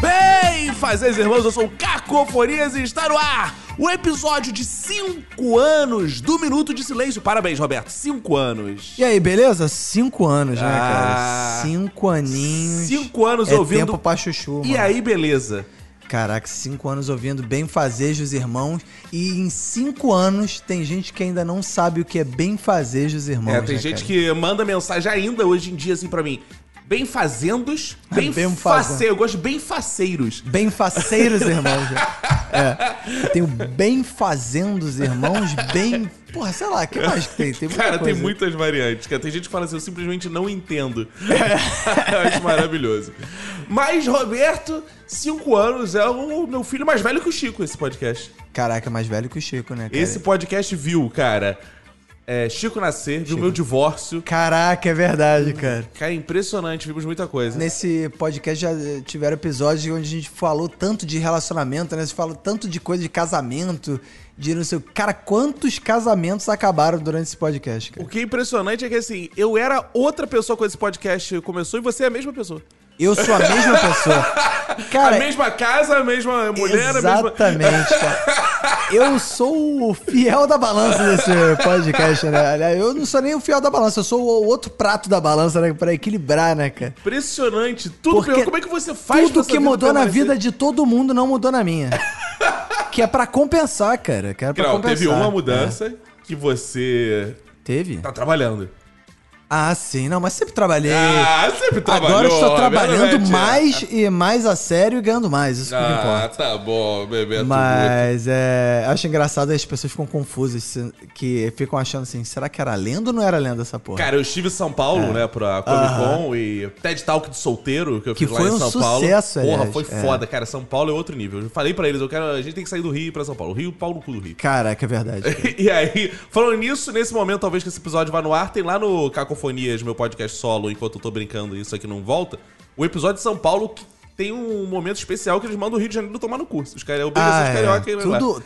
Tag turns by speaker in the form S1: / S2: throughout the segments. S1: Bem, fazeres irmãos, eu sou o Cacofonias e está no ar o episódio de 5 anos do Minuto de Silêncio. Parabéns, Roberto, 5 anos.
S2: E aí, beleza? Cinco anos, né,
S1: Ah.
S2: cara? Cinco aninhos.
S1: 5 anos
S2: é
S1: ouvindo.
S2: tempo pra chuchu,
S1: e
S2: mano.
S1: aí, beleza.
S2: Caraca, cinco anos ouvindo bem fazejos irmãos. E em cinco anos tem gente que ainda não sabe o que é bem fazejos irmãos.
S1: é, tem
S2: né,
S1: gente
S2: cara?
S1: que manda mensagem ainda hoje em dia assim pra mim. Bem fazendos, bem,
S2: Bem fazendo.
S1: face... eu gosto de bem faceiros.
S2: Bem faceiros irmãos. né? É. Tem o bem fazendos irmãos, bem. Porra, sei lá, o que mais que tem? Tem muita
S1: Cara, tem
S2: coisa.
S1: muitas variantes. Cara. Tem gente que fala assim, eu simplesmente não entendo.
S2: É.
S1: eu acho maravilhoso. Mas, Roberto, 5 anos, é o meu filho mais velho que o Chico, esse podcast.
S2: Caraca, mais velho que o Chico, né, cara?
S1: Esse podcast viu, cara, é, Chico nascer, viu meu divórcio.
S2: Caraca, é verdade, cara.
S1: Cara, é impressionante, vimos muita coisa.
S2: Nesse podcast já eh, tiveram episódios onde a gente falou tanto de relacionamento, né? Você falou tanto de coisa de casamento, de não sei o. Cara, quantos casamentos acabaram durante esse podcast,
S1: O
S2: cara?
S1: que é impressionante é que, assim, eu era outra pessoa quando esse podcast começou e você é a mesma pessoa.
S2: Eu sou a mesma pessoa. Cara,
S1: a mesma casa, a mesma mulher, a mesma...
S2: Exatamente, cara. Eu sou o fiel da balança desse podcast, né? Aliás, Eu não sou nem o fiel da balança, eu sou o outro prato da balança, né? Pra equilibrar, né, cara?
S1: Impressionante. Tudo
S2: Porque
S1: pelo- Como é que você é faz pra sua
S2: Tudo que mudou na
S1: permanecer?
S2: vida de todo mundo não mudou na minha. que é pra compensar, cara. Que era pra
S1: Grau,
S2: compensar.
S1: teve uma mudança que você
S2: É. Teve?
S1: tá trabalhando.
S2: Ah, sim. Não, mas sempre trabalhei.
S1: Ah, sempre trabalhou. é
S2: Agora eu estou trabalhando
S1: Roberto.
S2: mais e mais a sério e ganhando mais. Isso que
S1: Ah,
S2: importa.
S1: tá bom, Bebeto.
S2: Mas é, acho engraçado as pessoas ficam confusas, se- que ficam achando assim, será que era lenda ou não era lenda essa porra?
S1: Cara, eu estive em São
S2: É.
S1: Paulo, né, pra Comic Con e TED Talk de solteiro que eu
S2: Que
S1: fiz
S2: foi
S1: lá em
S2: um
S1: São Paulo.
S2: sucesso,
S1: Porra,
S2: aliás,
S1: foi
S2: é.
S1: foda, cara. São Paulo é outro nível. Eu falei pra eles, eu quero, a gente tem que sair do Rio e ir pra São Paulo. Rio, pau no cu do Rio.
S2: Caraca, é verdade.
S1: E aí, falando nisso, nesse momento, talvez que esse episódio vá no ar, tem lá no Cacofonias, meu podcast solo, enquanto eu tô brincando e isso aqui não volta, o episódio de São Paulo que tem um momento especial que eles mandam o Rio de Janeiro tomar no curso. Os caras, é obrigação
S2: Ah,
S1: de
S2: é.
S1: carioca e vai lá.
S2: Tudo,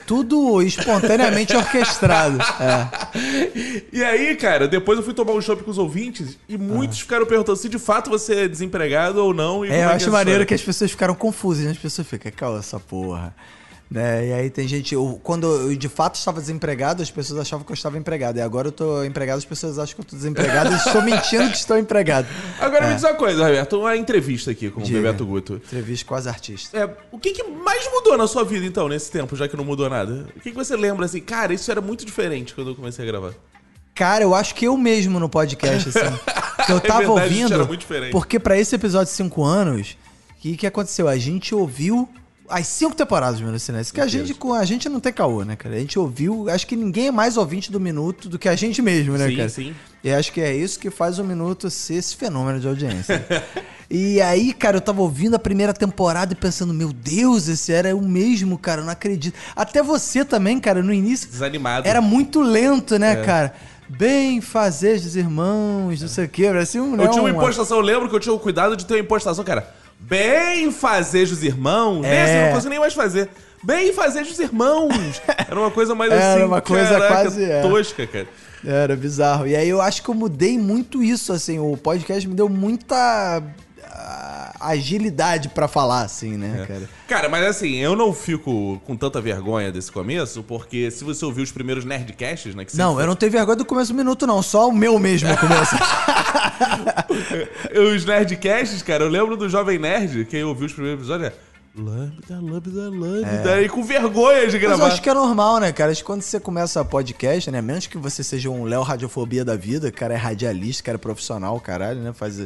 S2: tudo espontaneamente orquestrado. É.
S1: E aí, cara, depois eu fui tomar um shopping com os ouvintes e muitos ficaram perguntando se de fato você é desempregado ou não. E como
S2: Ah. É, eu
S1: que
S2: acho
S1: essa
S2: maneiro
S1: história.
S2: que as pessoas ficaram confusas, né? As pessoas ficam, calma essa porra. Né? E aí tem gente. eu- quando eu de fato estava desempregado, as pessoas achavam que eu estava empregado. E agora eu tô empregado, as pessoas acham que eu tô desempregado e estou mentindo que estou empregado.
S1: Agora me diz uma coisa, Roberto, uma entrevista aqui com o
S2: É. Diga.
S1: Bebeto Guto.
S2: Entrevista com as artistas.
S1: É, o que, que mais mudou na sua vida, então, nesse tempo, já que não mudou nada? O que, que você lembra assim, cara, isso era muito diferente quando eu comecei a gravar?
S2: Cara, eu acho que eu mesmo no podcast, assim. que eu
S1: É
S2: tava
S1: verdade, a gente
S2: ouvindo.
S1: era muito diferente.
S2: Porque pra esse episódio de 5 anos, o que, que aconteceu? A gente ouviu as cinco temporadas do Minuto Silêncio. Que a gente, com a gente não tem caô, né, cara? A gente ouviu. Acho que ninguém é mais ouvinte do Minuto do que a gente mesmo, né,
S1: Sim,
S2: cara?
S1: sim.
S2: E acho que é isso que faz o Minuto ser esse fenômeno de audiência. e aí, cara, eu tava ouvindo a primeira temporada e pensando, meu Deus, esse era o mesmo, cara, eu não acredito. Até você também, cara, no início.
S1: Desanimado. É.
S2: Era muito lento, né, cara? Bem fazer dos irmãos, não sei o quê. Parecia um. né,
S1: eu tinha uma
S2: uma-
S1: impostação, eu lembro que eu tinha o cuidado de ter uma impostação, cara. Bem fazer os irmãos, né?
S2: É.
S1: Assim, eu não consigo nem mais fazer. Bem fazer os irmãos. Era uma coisa mais
S2: Era
S1: assim,
S2: uma coisa quase, é.
S1: tosca, cara.
S2: Era bizarro. E aí eu acho que eu mudei muito isso, assim. O podcast me deu muita ah, agilidade pra falar, assim,
S1: É.
S2: né, cara?
S1: Cara, mas assim, eu não fico com tanta vergonha desse começo, porque se você ouviu os primeiros Nerdcasts, né? Que sempre
S2: Não, eu não tenho vergonha do começo do minuto, não. Só o meu mesmo começo.
S1: Os Nerdcasts, cara, eu lembro do Jovem Nerd, quem ouviu os primeiros episódios, é lambda, lambda, lambda, É.
S2: É.
S1: e com vergonha de
S2: Mas eu
S1: gravar.
S2: acho que é normal, né, cara? Acho que quando você começa podcast, né? Menos que você seja um Léo Radiofobia da vida, o cara é radialista, o cara é profissional, caralho, né? Faz.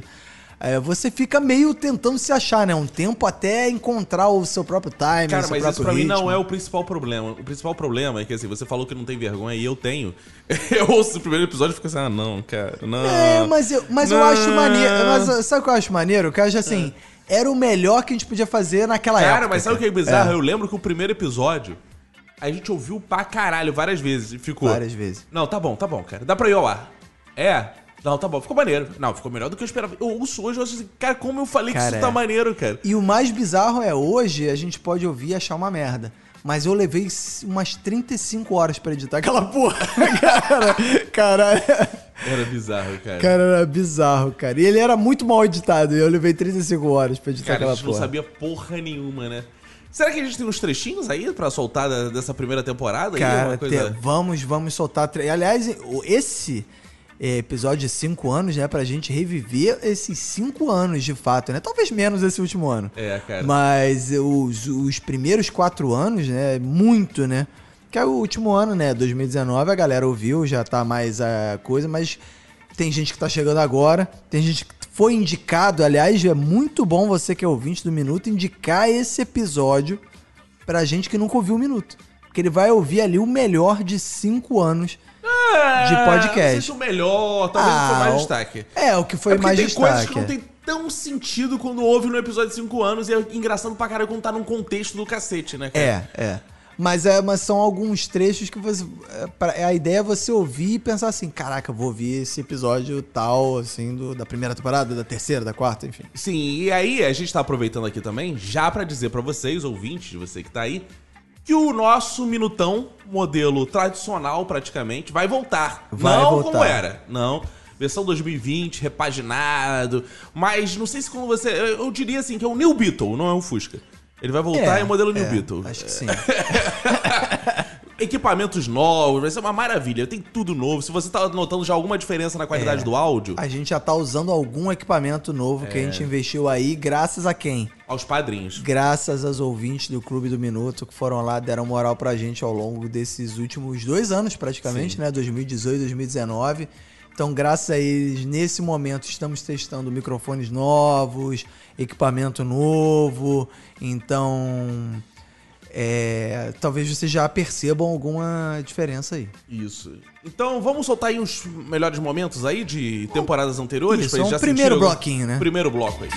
S2: é, você fica meio tentando se achar, né? Um tempo até encontrar o seu próprio time,
S1: Cara,
S2: o seu
S1: mas
S2: próprio
S1: isso pra mim
S2: ritmo.
S1: não é o principal problema. O principal problema é que, assim, você falou que não tem vergonha e eu tenho. Eu ouço o primeiro episódio e fico assim, ah, não, cara, não.
S2: É, mas eu, mas eu
S1: Não. É.
S2: acho maneiro. Mas sabe o que eu acho maneiro? Que eu acho assim. era o melhor que a gente podia fazer naquela
S1: Cara,
S2: época.
S1: mas sabe o que é bizarro? Eu lembro que o primeiro episódio a gente ouviu pra caralho várias vezes e ficou.
S2: Várias vezes.
S1: Não, tá bom, tá bom, cara. Dá pra ir ao ar. É? Não, tá bom, ficou maneiro. Não, ficou melhor do que eu esperava. Eu ouço hoje, eu acho assim, cara, como eu falei que
S2: Cara,
S1: isso tá
S2: é.
S1: maneiro, cara.
S2: E o mais bizarro é, hoje a gente pode ouvir e achar uma merda. Mas eu levei s- umas 35 horas pra editar aquela porra. cara, cara,
S1: Era bizarro, cara. Cara,
S2: cara, era bizarro, cara. E ele era muito mal editado. E eu levei 35 horas pra editar
S1: a
S2: aquela
S1: gente
S2: porra.
S1: não sabia porra nenhuma, né? Será que a gente tem uns trechinhos aí pra soltar da- dessa primeira temporada? aí?
S2: Cara,
S1: Alguma coisa-
S2: te- vamos, vamos soltar. tre- Aliás, o- esse é, episódio de 5 anos, né? Pra gente reviver esses 5 anos de fato, né? Talvez menos esse último ano.
S1: É, cara.
S2: Mas os, os primeiros 4 anos, né? Muito, né? Que é o último ano, né? 2019, a galera ouviu, já tá mais a coisa, mas tem gente que tá chegando agora, tem gente que foi indicado. Aliás, é muito bom você que é ouvinte do Minuto indicar esse episódio pra gente que nunca ouviu o minuto. Porque ele vai ouvir ali o melhor de cinco anos.
S1: Ah,
S2: de podcast. Ah,
S1: não sei se o melhor, talvez não foi mais
S2: o-
S1: destaque.
S2: É, o que foi
S1: é porque
S2: mais
S1: tem
S2: destaque.
S1: coisas que não tem tão sentido quando ouve no episódio de 5 anos e é engraçado pra caralho quando tá num contexto do cacete, né, cara?
S2: É, é. Mas, é, mas são alguns trechos que você. é, pra- a ideia é você ouvir e pensar assim: caraca, eu vou ouvir esse episódio tal, assim, do- da primeira temporada, da terceira, da quarta, enfim.
S1: Sim, e aí a gente tá aproveitando aqui também já pra dizer pra vocês, ouvintes, você que tá aí, que o nosso minutão, modelo tradicional praticamente, vai voltar.
S2: Vai
S1: não como
S2: voltar.
S1: era, não. Versão 2020, repaginado, mas não sei se como você... Eu, eu diria assim que é o New Beetle, não é um Fusca. Ele vai voltar em modelo New
S2: é,
S1: Beetle.
S2: Acho que sim.
S1: equipamentos novos, vai ser uma maravilha. Tem tudo novo. Se você tá notando já alguma diferença na qualidade
S2: É.
S1: do áudio,
S2: A gente já tá usando algum equipamento novo
S1: É.
S2: que a gente investiu aí, graças a quem?
S1: aos padrinhos.
S2: Graças aos ouvintes do Clube do Minuto que foram lá, deram moral pra gente ao longo desses últimos dois anos, praticamente, né? 2018, 2019. Então, graças a eles, nesse momento, estamos testando microfones novos, equipamento novo. Então, é, talvez vocês já percebam alguma diferença aí.
S1: Isso. Então vamos soltar aí os melhores momentos aí de temporadas anteriores.
S2: Isso,
S1: pra eles
S2: é um
S1: já sentirem
S2: primeiro
S1: algum-
S2: bloquinho, né?
S1: Primeiro bloco aí.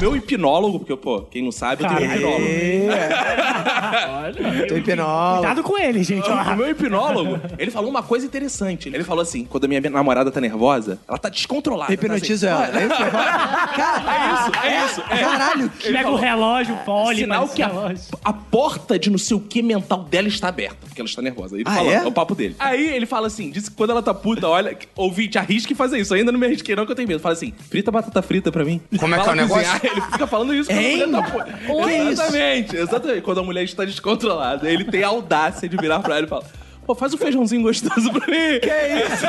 S3: Meu hipnólogo, porque, pô, quem não sabe, eu tenho um hipnólogo.
S2: é.
S4: Olha,
S2: Tem hipnólogo.
S4: cuidado com ele, gente. ó.
S3: O meu hipnólogo, ele falou uma coisa interessante. Ele falou assim: quando a minha namorada tá nervosa, ela tá descontrolada.
S2: Hipnotiza
S3: tá
S2: ela.
S3: assim,
S2: É isso?
S3: "Ah, é isso, é isso.
S2: Caralho,
S4: Pega o relógio, olha,
S3: Sinal
S4: parece
S3: que a,
S4: relógio.
S3: a porta de não sei o que mental dela está aberta, porque ela está nervosa. Ele
S2: Ah,
S3: fala,
S2: é?
S3: é? o papo dele. Aí ele fala assim: diz que quando ela tá puta, olha, que- ouvinte, arrisque fazer isso. Eu ainda não me arrisquei, não, que eu tenho medo. Fala assim: frita batata frita pra mim. Como é que é o negócio? Ele fica falando isso quando
S2: Hein?
S3: a mulher tá puta. Exatamente, exatamente. Quando a mulher está descontrolada, ele tem a audácia de virar pra ela e falar. Pô, faz um feijãozinho gostoso pra mim. Que isso?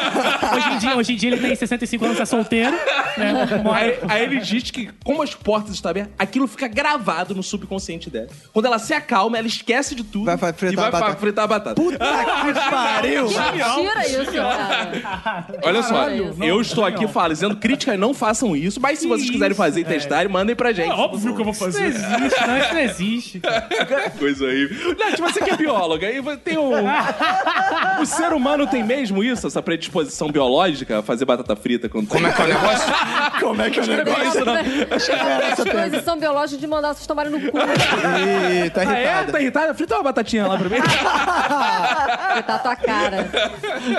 S4: Hoje em, dia, hoje em dia ele tem 65 anos, é solteiro. Né? Mora-
S3: Aí, aí ele diz que, como as portas estão abertas, aquilo fica gravado no subconsciente dela. Quando ela se acalma, ela esquece de tudo
S2: Vai fa- fritar
S3: e vai
S2: a batata.
S3: fa- fritar a batata.
S2: que pariu!
S5: Tira isso, cara.
S3: Olha só,
S5: Caralho,
S3: eu estou aqui fazendo crítica, não façam isso, mas se vocês
S4: isso,
S3: quiserem fazer e testarem, mandem pra gente.
S4: É óbvio que eu vou fazer. Isso não existe, não, isso não existe.
S3: Coisa aí. Nath, você que é bióloga, aí tem um. O ser humano tem mesmo isso, essa predisposição biológica a fazer batata frita quando Como é que é o negócio? Como é que é o negócio? Não.
S5: Disposição biológica de mandar vocês tomarem no cu.
S2: Ih, tá
S3: Ah, é?
S2: irritado.
S3: Tá irritada? Frita uma batatinha lá pra mim.
S5: Tá tua cara.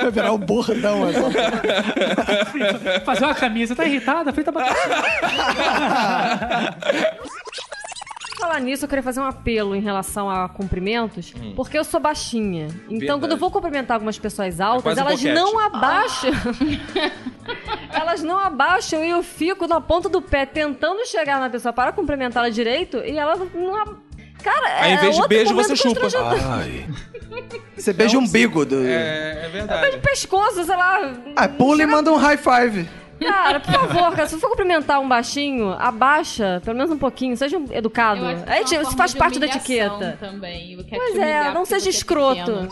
S2: Vai virar o bordão essa
S4: Fazer uma camisa, tá irritada? Frita batata.
S5: falar nisso, eu queria fazer um apelo em relação a cumprimentos,
S3: Hum.
S5: porque eu sou baixinha. Então, quando eu vou cumprimentar algumas pessoas altas,
S3: quase um
S5: elas
S3: boquete.
S5: não abaixam. elas não abaixam e eu fico na ponta do pé tentando chegar na pessoa para cumprimentá-la direito e ela não ab... Cara,
S3: Aí,
S5: é
S3: em vez de
S5: outro
S3: beijo,
S5: momento
S3: você chupa. Ah.
S5: constrangedor.
S2: Você beija o umbigo do.
S3: É, é verdade.
S5: Pescoço, sei lá.
S2: Ah, pula e manda um high five.
S5: Cara, por favor, cara, se for cumprimentar um baixinho, abaixa, pelo menos um pouquinho, seja um educado.
S6: Então,
S7: Eu acho que
S5: É,
S7: isso é
S5: tipo, isso
S7: uma forma
S5: faz
S7: de
S5: parte da
S7: humilhação
S5: etiqueta.
S7: Também. Eu quero te
S5: Pois
S7: humilhar
S5: é, não
S7: porque
S5: seja
S7: você é
S5: escroto.
S7: pequeno.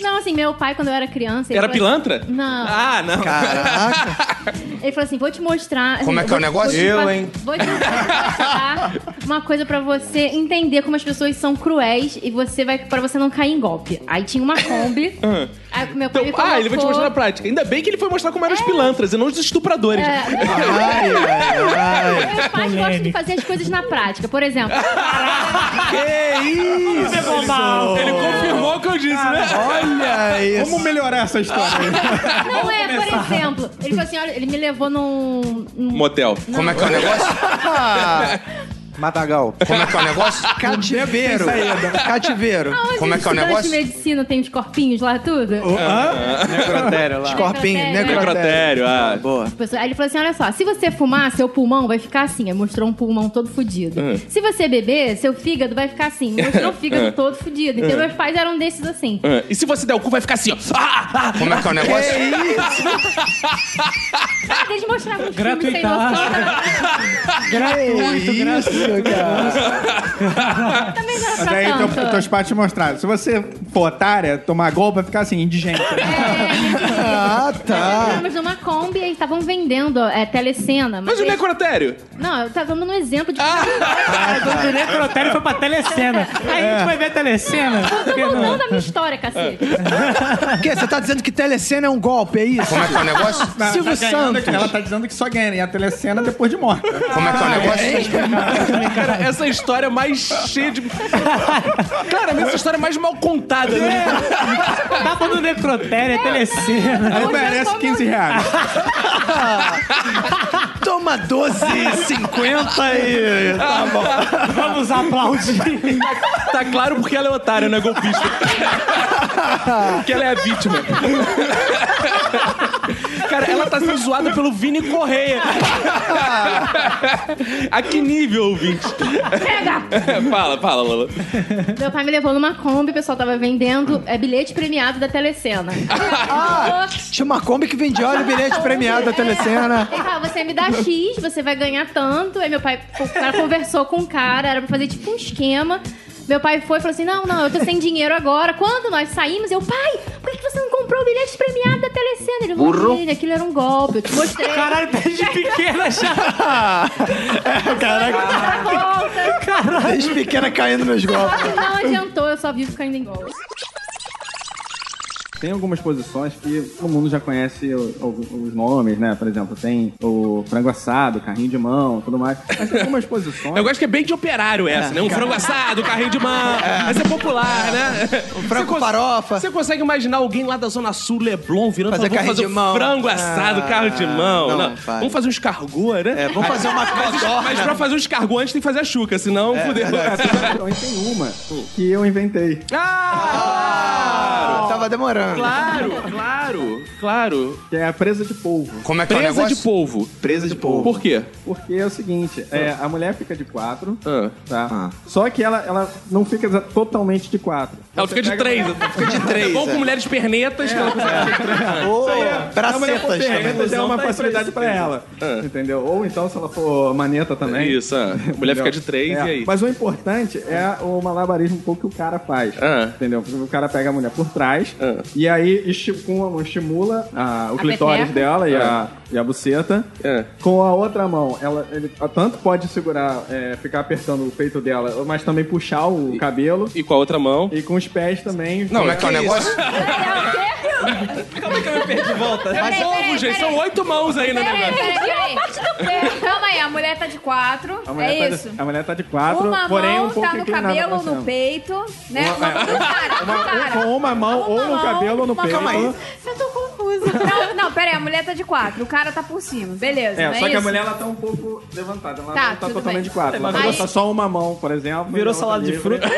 S7: Não, assim, meu pai, quando eu era criança. ele
S3: Era
S7: falou-
S3: pilantra?
S7: Não.
S3: Ah, não.
S2: Caraca.
S7: Ele falou assim: vou te mostrar. Como é que é o negócio? eu, hein? Vou te mostrar tá? uma coisa pra você entender como as pessoas são cruéis e você vai. pra você não cair em golpe. Aí tinha uma Kombi. aí Aí meu pai
S1: Então,
S7: me
S1: ah, ele vai te
S7: colocou-
S1: mostrar na prática. Ainda bem que ele foi mostrar como eram os pilantras e não os estupradores.
S2: É. Ai, ai, ai.
S7: Meus pais gostam de
S3: Polêmica.
S7: fazer as coisas na prática. Por exemplo,
S1: Que isso!
S3: Pegou mal.
S1: Ele confirmou o que eu disse, né?
S2: Olha isso.
S8: Vamos melhorar essa história aí.
S7: não é, por exemplo, ele falou assim: olha, ele me levou num. num-
S1: Motel.
S9: Como é que é o negócio?
S8: Matagal.
S9: Ah, Como é que é o negócio?
S2: Cativeiro. Cativeiro.
S7: Aonde
S9: Como é
S7: os
S9: que é
S7: estudantes
S9: o negócio?
S7: de medicina tem os corpinhos lá, tudo?
S1: Ah,
S8: Necrotério lá.
S2: Corpinho,
S7: Ah, Necrotério.
S2: necrotério.
S1: Necrotério, ah.
S8: Boa.
S7: Pessoa- Aí ele falou assim: olha só, se você fumar, seu pulmão vai ficar assim. Aí mostrou um pulmão todo fudido. Se você beber, seu fígado vai ficar assim. Mostrou o fígado todo fudido. Então meus pais eram desses assim.
S1: Ah, E se você der o cu, vai ficar assim, ó. Ah, ah.
S9: Como é que é o negócio?
S7: Ah, eles mostravam os filmes sem
S3: Gratuitaço.
S7: noção. né?
S3: Gratuito, gratuito.
S2: Isso, cara.
S7: Também não
S3: Tá
S8: Daí
S7: era pra
S2: então,
S8: teu,
S7: tanto.
S8: teus pais te mostraram. Se você for otária, tomar golpe vai ficar assim, indigente.
S2: Ah, tá.
S7: Estávamos numa Kombi e estavam vendendo é, telecena. Mas
S1: Mas o
S7: eles-
S1: necrotério?
S7: Não, eu tava dando um exemplo de.
S2: Ah,
S3: Ah, então
S2: tá.
S3: O necrotério foi pra telecena. Aí
S2: É.
S3: a gente vai ver a telecena.
S7: Tô contando a minha história, cacete.
S2: O quê? Você tá dizendo que telecena é um golpe, é isso?
S9: Como é que é o negócio?
S2: Silvio
S8: ganhando,
S2: Santos.
S8: Ela tá dizendo que só ganha. E a telecena depois de morta. Ah.
S9: Como é que é o negócio?
S1: Cara, essa história é mais cheia de. Cara, essa história é mais mal contada, né?
S8: É. Tá
S3: Tava no necrotério, é telecena.
S8: Aí
S7: Hoje eu
S8: merece
S7: como-
S8: 15 reais.
S2: Toma 12,50 e... Tá bom.
S3: Vamos aplaudir.
S1: Tá claro porque ela é otária, não é golpista. Porque ela é a vítima. Cara, ela tá sendo zoada pelo Vini Correia. A que nível, ouvinte? fala, fala, Lola.
S7: Meu pai me levou numa Kombi, o pessoal tava vendendo é, bilhete premiado da Telecena.
S2: Ah, Tinha uma Kombi que vendia óleo bilhete premiado da telecena.
S7: Ele falou, você me dá X, você vai ganhar tanto. Aí meu pai o cara conversou com o cara, era pra fazer tipo um esquema. Meu pai foi e falou assim: não, não, eu tô sem dinheiro agora. Quando nós saímos, eu, pai, por que que você não comprou o bilhete premiado da Telecena? Ele falou, filho, aquilo era um golpe, eu te mostrei.
S3: Caralho, desde pequena já.
S1: É,
S7: Dá a volta.
S2: Desde pequena caindo nos golpes.
S7: Só que não adiantou, eu só vivo caindo em golpe.
S8: Tem algumas posições que todo mundo já conhece o- o- os nomes, né? Por exemplo, tem o frango assado, carrinho de mão, tudo mais. Mas tem algumas posições.
S1: Eu gosto que é bem de operário essa, né? Um frango assado, um carrinho de mão. Essa é popular, né? Um
S2: Franco farofa.
S1: Você consegue imaginar alguém lá da Zona Sul, Leblon, virando
S2: Fazer
S1: e falando,
S2: carrinho
S1: "Vamos um
S2: de mão."
S1: frango assado,
S2: Ah,
S1: carro de mão.
S2: não,
S1: Não,
S2: faz.
S1: Vamos fazer um escargot, né?
S2: É, vamos fazer uma codorna.
S1: Mas pra fazer um escargot antes tem que fazer a chuca, senão É,
S8: É,
S1: fudeu. né?
S8: Então, tem uma que eu inventei.
S1: Ah!
S2: Tava demorando.
S1: Claro, claro, claro.
S8: Que é a presa de polvo.
S9: Como é que é o
S1: Presa de
S9: negócio?
S1: polvo.
S8: Presa de polvo.
S1: Por quê?
S8: Porque é o seguinte, é, a mulher fica de quatro,
S1: Ah.
S8: tá? Só que ela, ela não fica exa- totalmente de quatro.
S1: Ela fica de três. Fica de três. É bom com mulheres pernetas que ela consegue ficar de três.
S2: Ô,
S3: É,
S8: A mulher for
S2: bracetas
S8: perna,
S2: também.
S8: é uma facilidade pra ela. Entendeu? Ou então, se ela for maneta também.
S1: Isso, ah. mulher fica de três
S8: É,
S1: e aí?
S8: Mas o importante é o malabarismo um pouco que o cara faz.
S1: Ah.
S8: Entendeu? O cara pega a mulher por trás
S1: Ah.
S8: e aí esti- com uma mão estimula a- o
S7: A
S8: clitóris
S7: pepeca.
S8: dela e,
S1: Ah.
S8: a, e a buceta.
S1: Ah.
S8: Com a outra mão, ela ele, a- tanto pode segurar, é, ficar apertando o peito dela, mas também puxar o cabelo.
S1: E com a outra mão.
S8: E com os pés também.
S9: Como é que é o negócio?
S1: Como é que eu me perdi de volta? É
S7: Peraí,
S1: polvo,
S7: peraí,
S1: gente.
S7: peraí.
S1: São oito mãos aí no
S6: É,
S1: negócio.
S7: parte do pé. Calma aí, a mulher tá de quatro.
S8: A mulher, tá, De, a mulher tá de quatro,
S6: É Uma
S8: porém um
S6: mão
S8: pouco
S6: tá no
S8: inclinada pra
S6: cabelo ou
S8: cima.
S6: no peito, né? Uma, mão do cara, do
S8: Uma-
S3: um-
S6: cara.
S8: com uma mão ou no
S6: mão,
S8: Um cabelo ou no
S6: uma
S8: peito.
S6: mão. Eu tô confusa. Não, não, pera aí, a mulher tá de quatro, o cara tá por cima, beleza.
S8: É,
S6: não é
S8: só que a
S6: isso?
S8: mulher ela tá um pouco levantada. Ela
S6: Tá,
S8: não tá
S6: tudo
S8: totalmente
S6: bem.
S8: de quatro. Ela
S6: Aí-
S8: tá só uma mão, por exemplo. Virou salada de fruta.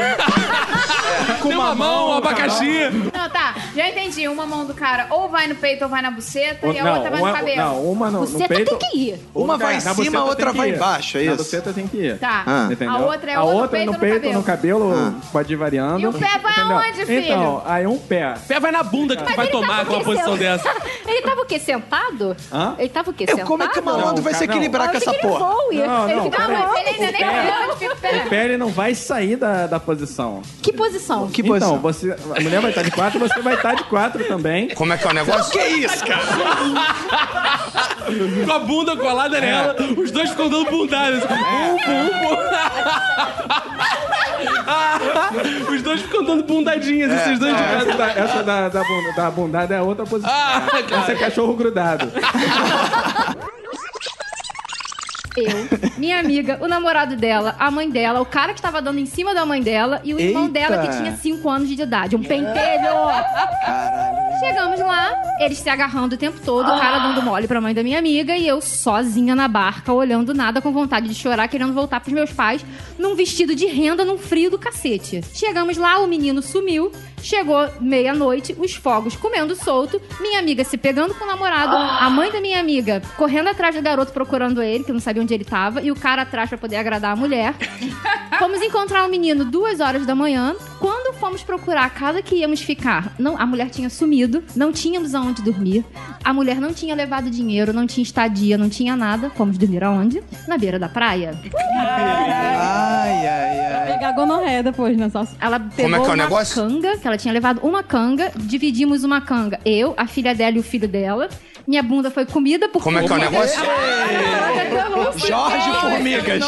S1: Com uma mão, um abacaxi.
S6: Não, tá, já entendi. Uma mão do cara ou vai no peito ou vai na buceta e a
S8: não,
S6: outra vai
S8: uma,
S6: no cabelo.
S8: não, uma no, no
S7: Você tá
S8: peito.
S7: tem que ir.
S8: ou no
S2: Uma vai em
S8: cara. Na
S2: cima,
S8: buceta
S2: outra
S8: tem que
S2: vai
S8: ir.
S2: embaixo, é
S8: Na
S2: isso?
S8: buceta tem que ir.
S6: Tá.
S2: Ah.
S8: Entendeu?
S6: A outra é
S8: a
S6: ou no
S8: outra é
S6: peito
S8: no
S6: ou no
S8: peito, no cabelo, pode ir variando.
S6: E o pé vai
S8: entendeu?
S6: aonde, filho? tá
S8: Então, aí um pé.
S1: Pé vai na bunda que tu vai
S7: ele tava
S1: tomar com uma
S7: aquecendo.
S1: posição dessa.
S7: Ele tava o quê? Sentado?
S8: Hã?
S7: Ele tava o quê?
S2: Eu,
S7: Sentado?
S2: como é que o malandro
S8: Não,
S2: vai se
S8: cara, não.
S2: equilibrar com essa
S7: ele
S2: porra?
S7: voa.
S8: Não,
S7: ele
S8: não,
S7: fica
S8: pera aí.
S7: voando.
S6: Ele ainda nem falou
S7: tipo,
S6: de
S8: O
S6: pé.
S8: pé ele não vai sair da, da posição.
S7: Que posição?
S2: Que
S8: então, você,
S2: posição?
S8: a mulher vai estar de quatro, você vai estar de quatro também.
S9: Como é que é o negócio?
S3: É.
S1: Um, Com a bunda colada nela, os dois ficam dando bundada. Bum, bum, bum. um. Os dois ficam dando bundadinhas, esses dois de
S3: É, Essa,
S1: cada.
S3: da, essa da, da, bunda- da bundada é outra posição.
S1: Ah.
S3: essa é cachorro grudado.
S7: Eu, minha amiga, o namorado dela, a mãe dela, o cara que tava dando em cima da mãe dela e o irmão
S8: Eita.
S7: dela que tinha 5 anos de idade. Um pentelho! Chegamos lá, eles se agarrando o tempo todo, o cara dando mole pra mãe da minha amiga e eu sozinha na barca, olhando nada, com vontade de chorar, querendo voltar pros meus pais, num vestido de renda, num frio do cacete. Chegamos lá, o menino sumiu, chegou meia-noite, os fogos comendo solto, minha amiga se pegando com o namorado, a mãe da minha amiga correndo atrás do garoto procurando ele, que não sabia onde ele tava, e o cara atrás pra poder agradar a mulher. Fomos encontrar o menino duas horas da manhã. Quando fomos procurar a casa que íamos ficar, não, a mulher tinha sumido, não tínhamos aonde dormir, a mulher não tinha levado dinheiro, não tinha estadia, não tinha nada. Fomos dormir aonde? Na beira da praia.
S2: Uhum.
S8: Ai, ai, ai.
S7: Pegar gonorreia depois, né? Ela pegou
S8: é que é o
S7: uma
S8: negócio?
S7: canga, que ela tinha levado uma canga, dividimos uma canga. Eu, a filha dela e o filho dela. Minha bunda foi comida por
S8: Como é que é o negócio? Jorge Formigas.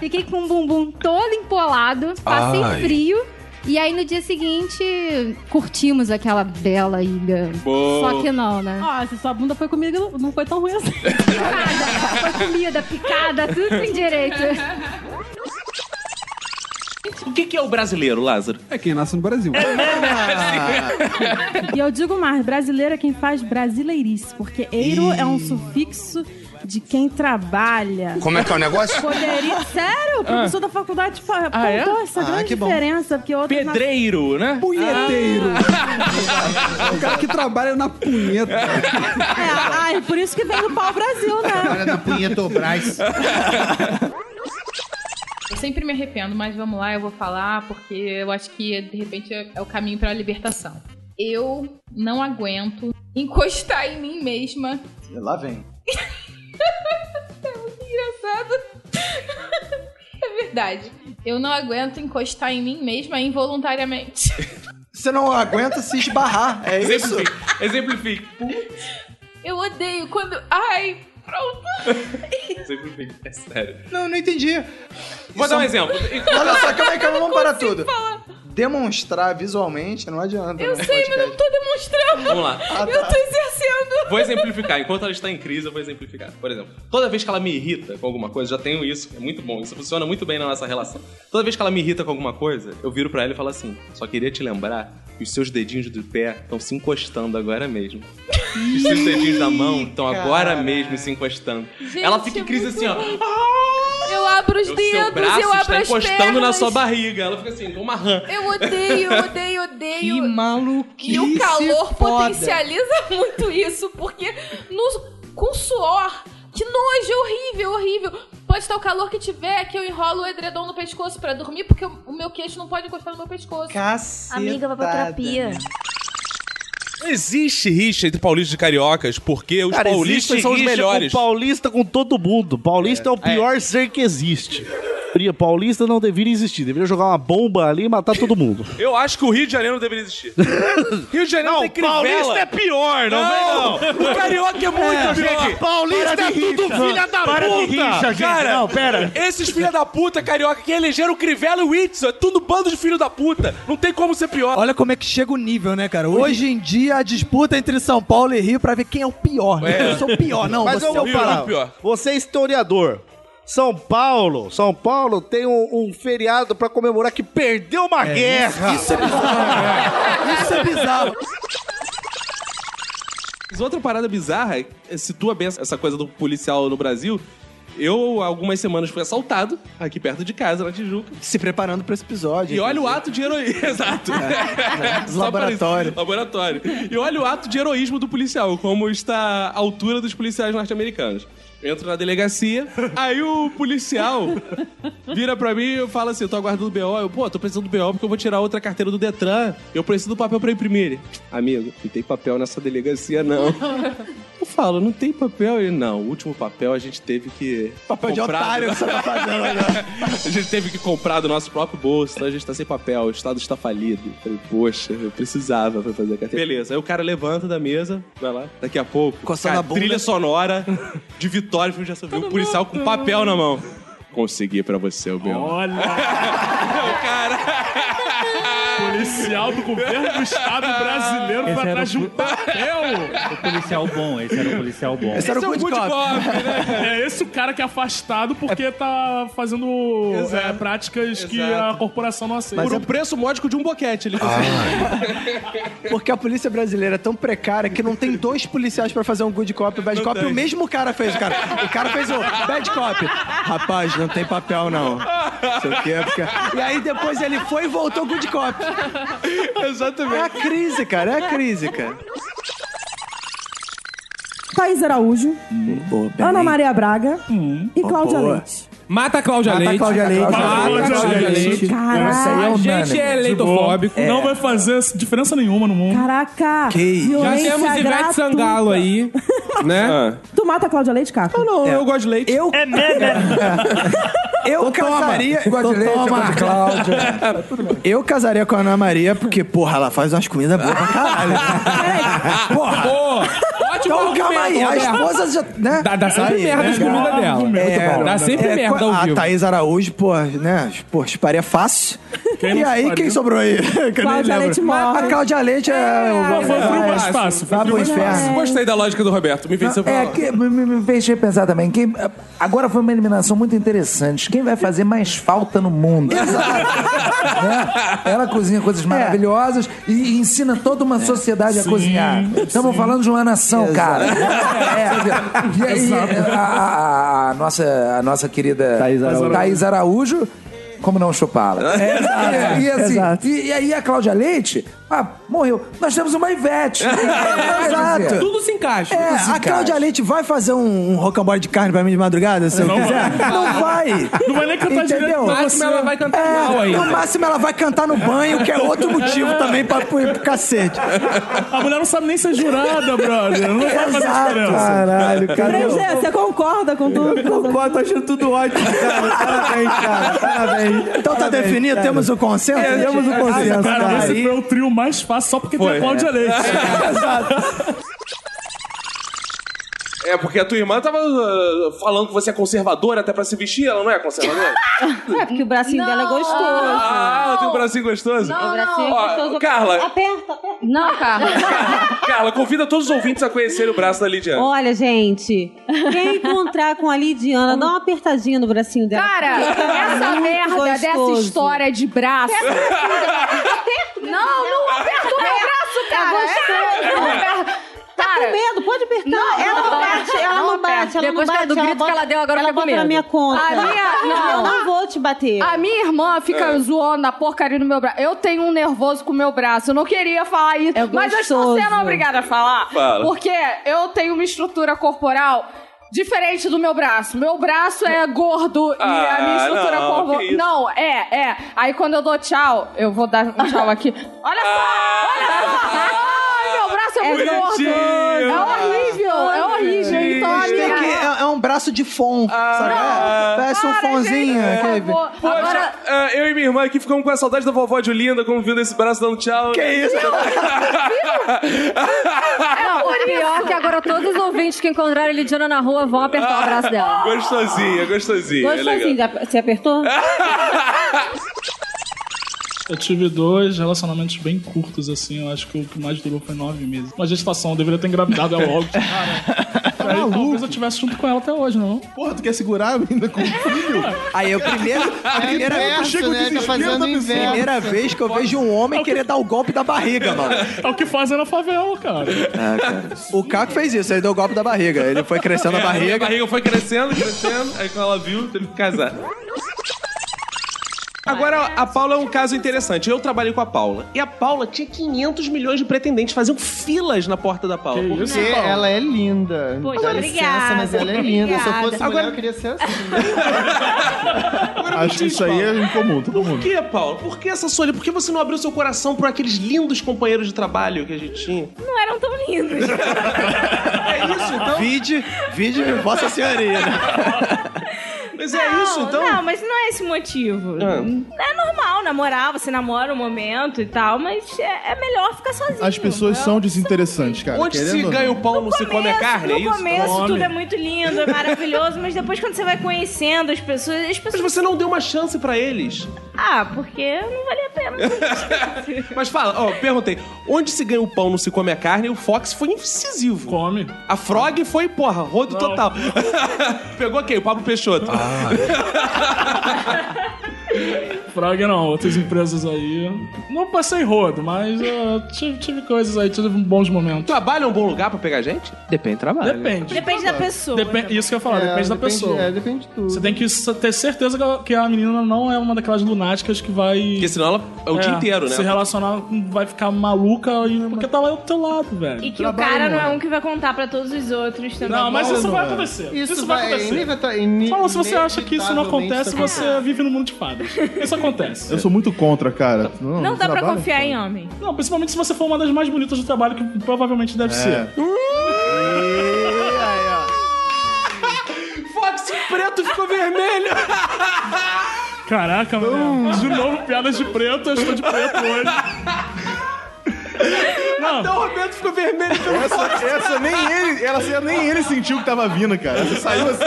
S7: Fiquei com o bumbum todo empolado, passei
S8: Ai.
S7: frio. E aí, no dia seguinte, curtimos aquela bela ilha.
S8: Boa.
S7: Só que não, né? Ó, se sua bunda foi comida, não foi tão ruim assim. Nada. Foi comida, picada, tudo sem direito.
S1: O que, que é o brasileiro, Lázaro?
S3: É quem nasce no Brasil. Ah.
S10: E eu digo mais, brasileiro é quem faz brasileirice, porque eiro é um sufixo de quem trabalha.
S8: Como é que é o negócio?
S10: Poderia... Sério, o professor da faculdade fa- apontou
S8: é?
S10: essa
S8: Ah,
S10: grande
S8: que bom.
S10: diferença. Porque outras na-
S1: Pedreiro, né? Ah.
S10: Punheteiro.
S3: o cara que trabalha na punheta.
S10: É, ai, por isso que vem do pau-brasil, né?
S11: Cara da Punhetobras.
S6: Eu sempre me arrependo, mas vamos lá, eu vou falar, porque eu acho que de repente é é o caminho pra libertação. Eu não aguento encostar em mim mesma.
S2: Lá vem.
S6: É muito engraçado. É verdade. Eu não aguento encostar em mim mesma involuntariamente.
S2: Você não aguenta se esbarrar, é isso?
S1: Exemplifique.
S6: Eu odeio quando. Ai, pronto.
S1: Exemplifique. É sério.
S2: Não, não entendi.
S1: Vou
S2: Isso
S1: dar um
S2: é-
S1: exemplo.
S2: Olha só, calma aí, calma, vamos parar tudo.
S6: falar.
S2: Demonstrar visualmente não adianta. né?
S6: Eu sei, mas não tô demonstrando.
S1: Vamos lá.
S6: Eu tô exercendo.
S1: Vou exemplificar. Enquanto ela está em crise, eu vou exemplificar. Por exemplo, toda vez que ela me irrita com alguma coisa, já tenho isso, é muito bom. Isso funciona muito bem na nossa relação. Toda vez que ela me irrita com alguma coisa, eu viro pra ela e falo assim: só queria te lembrar que os seus dedinhos do pé estão se encostando agora mesmo. Que os seus dedinhos da mão estão agora mesmo se encostando.
S6: Gente,
S1: ela fica
S6: é
S1: em crise
S6: muito
S1: assim, ó.
S6: ruim. Eu abro os
S1: O seu
S6: dedos,
S1: braço
S6: eu
S1: está
S6: abro as pernas.
S1: encostando na sua barriga. Ela fica assim, como uma rã.
S6: Eu odeio, eu odeio, eu odeio.
S1: Que
S6: maluquice. E
S3: é
S6: o calor
S1: foda.
S6: potencializa muito isso, porque no- com suor. Que nojo, é horrível, horrível. Pode estar o calor que tiver, que eu enrolo o edredom no pescoço pra dormir, porque o o meu queixo não pode encostar no meu pescoço.
S8: Cacetada.
S12: Amiga, vai pra terapia.
S1: Não existe rixa entre paulistas e cariocas, porque os
S11: Cara,
S1: paulistas
S11: existe
S1: são os
S11: rixa
S1: melhores.
S11: Com paulista com todo mundo. Paulista é, o pior ser que existe. Teoria, Paulista não deveria existir. Deveria jogar uma bomba ali e matar todo mundo.
S1: Eu acho que o Rio de Janeiro não deveria existir. Rio de Janeiro tem crivela.
S11: paulista é pior, não vem, não.
S1: O carioca é muito
S11: É,
S1: pior.
S11: gente, paulista Para é de tudo rixa. filha da Para de puta. rixa, gente.
S1: Cara,
S11: Não, pera.
S1: Esses filha da puta carioca que elegeram o Crivella e o Whitson, é tudo bando de filho da puta. Não tem como ser pior.
S2: Olha como é que chega o nível, né, cara? Hoje em dia a disputa entre São Paulo e Rio pra ver quem é o pior. né?
S11: É.
S2: Eu sou o pior, não.
S11: Mas
S2: você
S11: eu
S2: é o
S11: vou falar. Você é historiador. São Paulo, São Paulo tem um, um feriado pra comemorar que perdeu uma guerra.
S2: Isso, é bizarro. Isso é bizarro.
S1: Mas outra parada bizarra é, situa bem essa coisa do policial no Brasil. Eu, algumas semanas, fui assaltado aqui perto de casa, na Tijuca.
S2: Se preparando pra esse episódio. É, né?
S1: E olha o ato de heroísmo. Exato. Só para isso.
S2: Laboratório.
S1: Laboratório. E olha o ato de heroísmo do policial, como está a altura dos policiais norte-americanos. Eu entro na delegacia, aí o policial vira pra mim e fala assim: eu tô aguardando o BO. Eu, pô, tô precisando do BO porque eu vou tirar outra carteira do Detran. Eu preciso do papel pra imprimir. Ele, Amigo, não tem papel nessa delegacia, não. Eu falo, não tem papel? Ele, não, o último papel a gente teve que.
S2: Papel de otário que você tá fazendo agora.
S1: A gente teve que comprar do nosso próprio bolso, então a gente tá sem papel, o Estado está falido. Eu Falei, poxa, eu precisava pra fazer a carteira. Beleza, aí o cara levanta da mesa, vai lá, daqui a pouco,
S2: Coçando
S1: cara,
S2: a bunda.
S1: trilha sonora de Vitória, filme já subiu, o policial com um papel na mão. Consegui pra você, o meu.
S4: Policial do governo do Estado brasileiro
S13: Esse
S4: pra
S13: era
S4: trás de
S13: o-
S4: um papel.
S13: O policial bom, esse era o policial bom.
S4: Esse, é o good cop, né? É esse o cara que é afastado porque tá fazendo é, práticas que
S14: Exato.
S4: a corporação não aceita.
S2: é
S14: Por um preço módico de um boquete, ele
S13: Porque a polícia brasileira é tão precária que não tem dois policiais pra fazer um good cop e bad
S2: Não
S13: cop.
S2: tem.
S13: O mesmo cara fez, cara. O cara fez o bad cop.
S2: Rapaz, não tem papel, não. Isso aqui é porque... E aí depois ele foi e voltou good cop.
S14: Exatamente.
S2: É a crise, cara. É a crise, cara.
S10: Thaís Araújo, Ana Maria Braga e Cláudia
S14: boa.
S10: Leite.
S14: Mata a Cláudia
S10: Mata a
S14: Leite.
S10: Cláudia Leite.
S14: Mata a Cláudia Leite.
S10: Caraca. Isso aí é
S14: a gente
S10: unânime.
S14: é eleitofóbico.
S4: Não vai fazer diferença nenhuma no mundo.
S10: Caraca!
S14: Já
S10: violência
S14: temos Ivete
S10: gratuita.
S14: Sangalo aí, né?
S10: Tu mata a Cláudia Leite, Caco?
S14: Não, eu gosto de leite.
S10: Eu...
S14: É,
S2: Eu casaria.
S14: Tu gosta de leite, eu gosto de Cláudia.
S2: Eu casaria com a Ana Maria, porque, porra, ela faz umas comidas boas pra caralho. porra!
S14: Ótimo
S2: Então, calma aí, a
S14: Roberto.
S2: esposa já. Né?
S14: Ah, Dá- dá sempre merda as comidas dela. Muito bom. Dá sempre
S2: É,
S14: merda ao
S2: a
S14: vivo.
S2: Thaís Araújo, pô, né? Pô, chuparia fácil.
S4: Quem
S2: e
S4: não
S2: aí,
S4: chuparia?
S14: né?
S2: quem sobrou aí? Que eu nem
S10: Cláudia
S2: lembro.
S10: Leite morre.
S2: A Cláudia Leite é.
S10: Pô, foi o trio mais
S1: Ah,
S4: fácil,
S2: Vai pro inferno.
S1: Gostei da lógica do Roberto. Me venceu
S3: É, que, me, me- me fez repensar também. Quem, agora foi uma eliminação muito interessante. Quem vai fazer mais falta no mundo? Né? Ela cozinha
S2: É.
S3: coisas maravilhosas e ensina toda uma sociedade a cozinhar. Estamos falando de uma nação, cara. É, e aí, a, a- a nossa, a nossa querida Thaís
S2: Araújo.
S3: Araújo, como não chupá-la?
S2: É, exato.
S3: E, e assim, e, e aí a Cláudia Leite, ah, morreu. Nós temos uma Ivete.
S2: Exato.
S14: Tudo se encaixa.
S2: É,
S3: Tudo se
S2: a Cláudia Leite vai fazer um, um rocambole de carne pra mim de madrugada, se eu
S14: Não
S2: quiser?
S14: vai.
S2: Não vai.
S14: Não vai nem cantar direito
S2: Entendeu? É,
S14: pra No máximo você. ela vai cantar mal ainda.
S2: No máximo ela vai cantar no banho, que é outro motivo também pra pro, pro cacete.
S4: A mulher não sabe nem ser jurada, brother. Não vai fazer
S2: Exato,
S4: diferença.
S2: caralho, cara.
S10: 3G, você concorda com tudo?
S2: Concordo, tô achando tudo ótimo, cara. Parabéns, cara. Parabéns. Então tá
S10: Parabéns,
S2: definido?
S10: cara.
S2: Temos o consenso?
S10: É,
S2: temos o
S10: cara,
S2: consenso.
S4: Ah, Cara,
S2: cara.
S4: esse foi o trio mais fácil só porque tem
S2: Foi.
S4: a Cláudia
S2: É.
S4: Leite.
S1: É, porque a tua irmã tava ah, falando que você é conservadora até pra se vestir, ela não é conservadora?
S5: É, porque o bracinho dela é gostoso.
S1: Ah, tem um bracinho gostoso?
S5: Não, não.
S1: Ó, Carla,
S5: Aperta, aperta. Não, Carla.
S1: Carla, convida todos os ouvintes a conhecerem o braço da Lidiane.
S5: Olha, gente, quem encontrar com a Lidiana, dá uma apertadinha no bracinho dela.
S6: Cara,
S5: Porque é
S6: essa
S5: muito
S6: merda dessa
S5: gostoso.
S6: história de braço.
S5: é Aperta o
S6: Não, não aperta o meu
S15: é
S6: braço,
S5: É
S6: cara.
S5: gostoso.
S6: É,
S5: Tá com medo, pode apertar.
S6: Não,
S5: ela não
S6: não
S5: bate,
S6: bate,
S5: ela não,
S6: não
S5: bate,
S6: bate.
S5: ela
S6: Depois
S5: não bate.
S6: do grito
S5: bota-
S6: que ela deu, agora
S5: ela
S6: eu fiquei com
S5: bota na
S6: medo.
S5: minha conta.
S6: A minha- não.
S5: Eu não vou te bater.
S6: A minha irmã fica
S5: É.
S6: zoando a porcaria no meu braço. Eu tenho um nervoso com o meu braço. Eu não queria falar isso. mas eu estou
S5: É gostoso.
S6: sendo obrigada a falar.
S5: Fala.
S6: Porque eu tenho uma estrutura corporal diferente do meu braço. Meu braço é gordo e a minha
S5: Ah,
S6: estrutura
S5: não, que
S6: corporal.
S5: isso.
S6: Não, é, é. Aí quando eu dou tchau, eu vou dar um tchau aqui. Olha só!
S5: Ah.
S6: olha só! Ai, meu braço é,
S2: É
S6: muito gordo!
S2: bonitinho.
S6: É horrível! É horrível! Então a minha.
S2: Tem que- é, é um braço de fon,
S14: Ah.
S2: sabe? É, Parece um fonzinho. aquele-
S1: Poxa, ah, eu e minha irmã aqui ficamos com a saudade da vovó de Olinda, como vindo esse braço dando tchau. Que
S2: isso?
S16: Não,
S6: por
S16: pior
S6: isso.
S16: que agora todos os ouvintes que encontrarem a Lidiana na rua vão apertar o braço dela.
S1: Gostosinha, gostosinha. é legal. É,
S5: Gostosinho, já- você apertou?
S4: Eu tive dois relacionamentos bem curtos, assim. Eu acho que o que mais durou foi nove meses. Uma gestação, eu deveria ter engravidado ela logo. Cara, aí, talvez eu tivesse junto com ela até hoje, não. Porra, tu quer segurar ainda com o filho?
S2: Aí eu primeiro. A primeira,
S4: inverso,
S2: chego
S4: né? Tá
S2: desespero
S4: fazendo
S2: da pessoa.
S4: inverso.
S2: primeira vez que eu vejo um homem um querer dar o golpe da barriga, mano.
S4: É o que fazem na favela, cara.
S2: O Caco fez isso, ele deu o golpe da barriga. Ele foi crescendo a
S1: É, minha
S2: barriga.
S1: barriga foi crescendo, crescendo. Aí quando ela viu, teve que casar. Agora, a Paula é um caso interessante. Eu trabalhei com a Paula. E a Paula tinha 500 milhões de pretendentes. Faziam filas na porta da Paula. Por
S14: isso,
S1: quê,
S14: Paula?
S1: Paula?
S14: Ela
S3: é linda.
S14: Poxa, Dá licença, obrigada, mas ela é linda. Se eu fosse obrigada. mulher, eu assim.
S3: queria ser
S14: Acho que isso aí é incomum, todo
S1: Por que, Paulo? Por que essa solha? Por que você não abriu seu coração por aqueles lindos companheiros de trabalho que a gente tinha?
S5: Não eram tão lindos.
S1: É isso, então?
S2: Vide, vide, vossa senhoria. né?
S1: Mas é isso, então?
S15: Não, mas não é esse o motivo.
S4: Ah.
S15: É normal namorar, você namora um momento e tal, mas é, é melhor ficar sozinho. né?
S12: As pessoas são desinteressantes, cara.
S15: Onde se
S12: querendo ou
S15: ganha
S12: não.
S15: o pão,
S12: não se come a
S15: no
S1: tá
S15: começo tudo é muito lindo, é maravilhoso, mas depois quando você vai conhecendo as pessoas, as pessoas...
S1: Mas você não deu uma chance pra eles.
S15: Ah, porque não valia a pena.
S1: Mas fala, ó, perguntei. Onde se ganha o pão, não se come a carne, o Fox foi incisivo. Come. A Frog foi, porra, rodo total. Pegou quem? O Pablo Peixoto.
S4: Frog não, outras empresas aí. Não passei rodo, mas eh, tive, tive coisas aí, tive bons momentos.
S1: Trabalho é um bom lugar pra pegar gente?
S4: Depende do trabalho. Depende.
S15: Depende da pessoa.
S4: Depende- isso que eu ia falar,
S15: É,
S4: depende da
S15: depende-
S4: pessoa.
S15: é,
S4: depende de tudo. Você tem que s- ter certeza que a- que a menina não é uma daquelas lunáticas que vai. Porque
S1: senão ela é o dia inteiro, né?
S4: Se relacionar, com- vai ficar maluca e. Porque tá lá do teu lado, velho.
S15: E que o cara
S12: né?
S15: não é um que vai contar pra todos os outros também.
S4: Não, mas isso
S12: é.
S4: vai acontecer. Isso, vai acontecer. Fala se você acha que isso não
S15: tá
S4: acontece, você
S15: Ah.
S4: vive no mundo de fadas. Isso acontece.
S12: Eu sou muito contra, cara. Não,
S15: Não dá pra
S12: trabalho?
S15: confiar em homem.
S4: Não, principalmente se você for uma das mais bonitas do trabalho, que provavelmente deve
S12: É.
S4: ser.
S1: Fox preto ficou vermelho.
S12: Então,
S4: Caraca, mano. De novo, piadas de preto, eu estou de preto hoje.
S1: Até o Roberto ficou vermelho pelo
S12: Essa, essa nem ele, ela, nem ele sentiu que tava vindo, cara. Você saiu assim.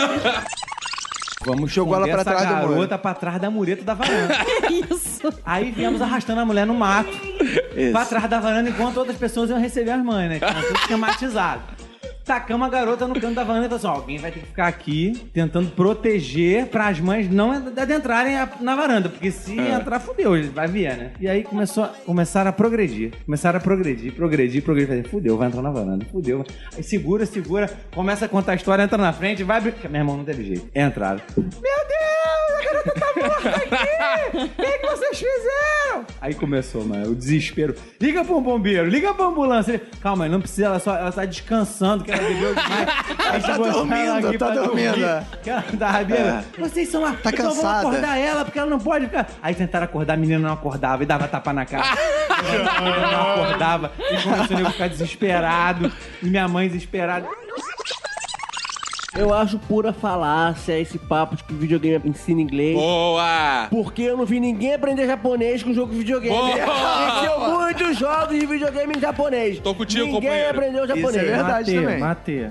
S2: Vamos jogou ela pra
S17: Essa
S2: trás do
S17: garota
S2: muro.
S17: pra trás da mureta da varanda. Isso. Aí viemos arrastando a mulher no mato. Pra trás da varanda, enquanto outras pessoas iam receber as mães, né? Que eram tudo esquematizado. Tacamos a garota no canto da varanda e falou assim, "Ó, alguém vai ter que ficar aqui tentando proteger para as mães não ad- adentrarem a- na varanda, porque se
S18: É.
S17: entrar, fudeu, vai vier, né? E aí começou, começaram a progredir, começaram a progredir, progredir, progredir, fazer, fudeu, vai entrar na varanda, fudeu. Aí segura, segura, começa a contar a história, entra na frente, vai... abrir- Meu irmão, não teve jeito. Entraram. O que, que vocês fizeram? Aí começou, mano, o desespero. Liga pra um bombeiro, liga pra ambulância. Ele, Calma, não precisa, ela, só, ela tá descansando, que ela bebeu demais. A gente
S2: Tá
S17: botou ela
S2: dormindo,
S17: aqui
S2: tá
S17: pra dormir,
S2: dormindo, é.
S17: Que ela tava bêbada.
S2: É.
S17: Vocês são a...
S2: Tá
S17: então vamos
S2: cansada.
S17: acordar ela, porque ela não pode ficar... Aí tentaram acordar, a menina não acordava e dava tapa na cara. A menina não acordava e começou a nego ficar desesperado. E minha mãe desesperada.
S8: Eu acho pura falácia esse papo de que videogame ensina inglês.
S1: Boa!
S8: Porque eu não vi ninguém aprender japonês com jogo de videogame.
S1: Boa!
S8: Existiam muitos jogos de videogame em japonês. Tô
S1: contigo,
S14: um
S8: ninguém
S1: companheiro.
S8: aprendeu
S1: Isso é
S8: japonês.
S1: verdade Matei, também.
S17: Matei.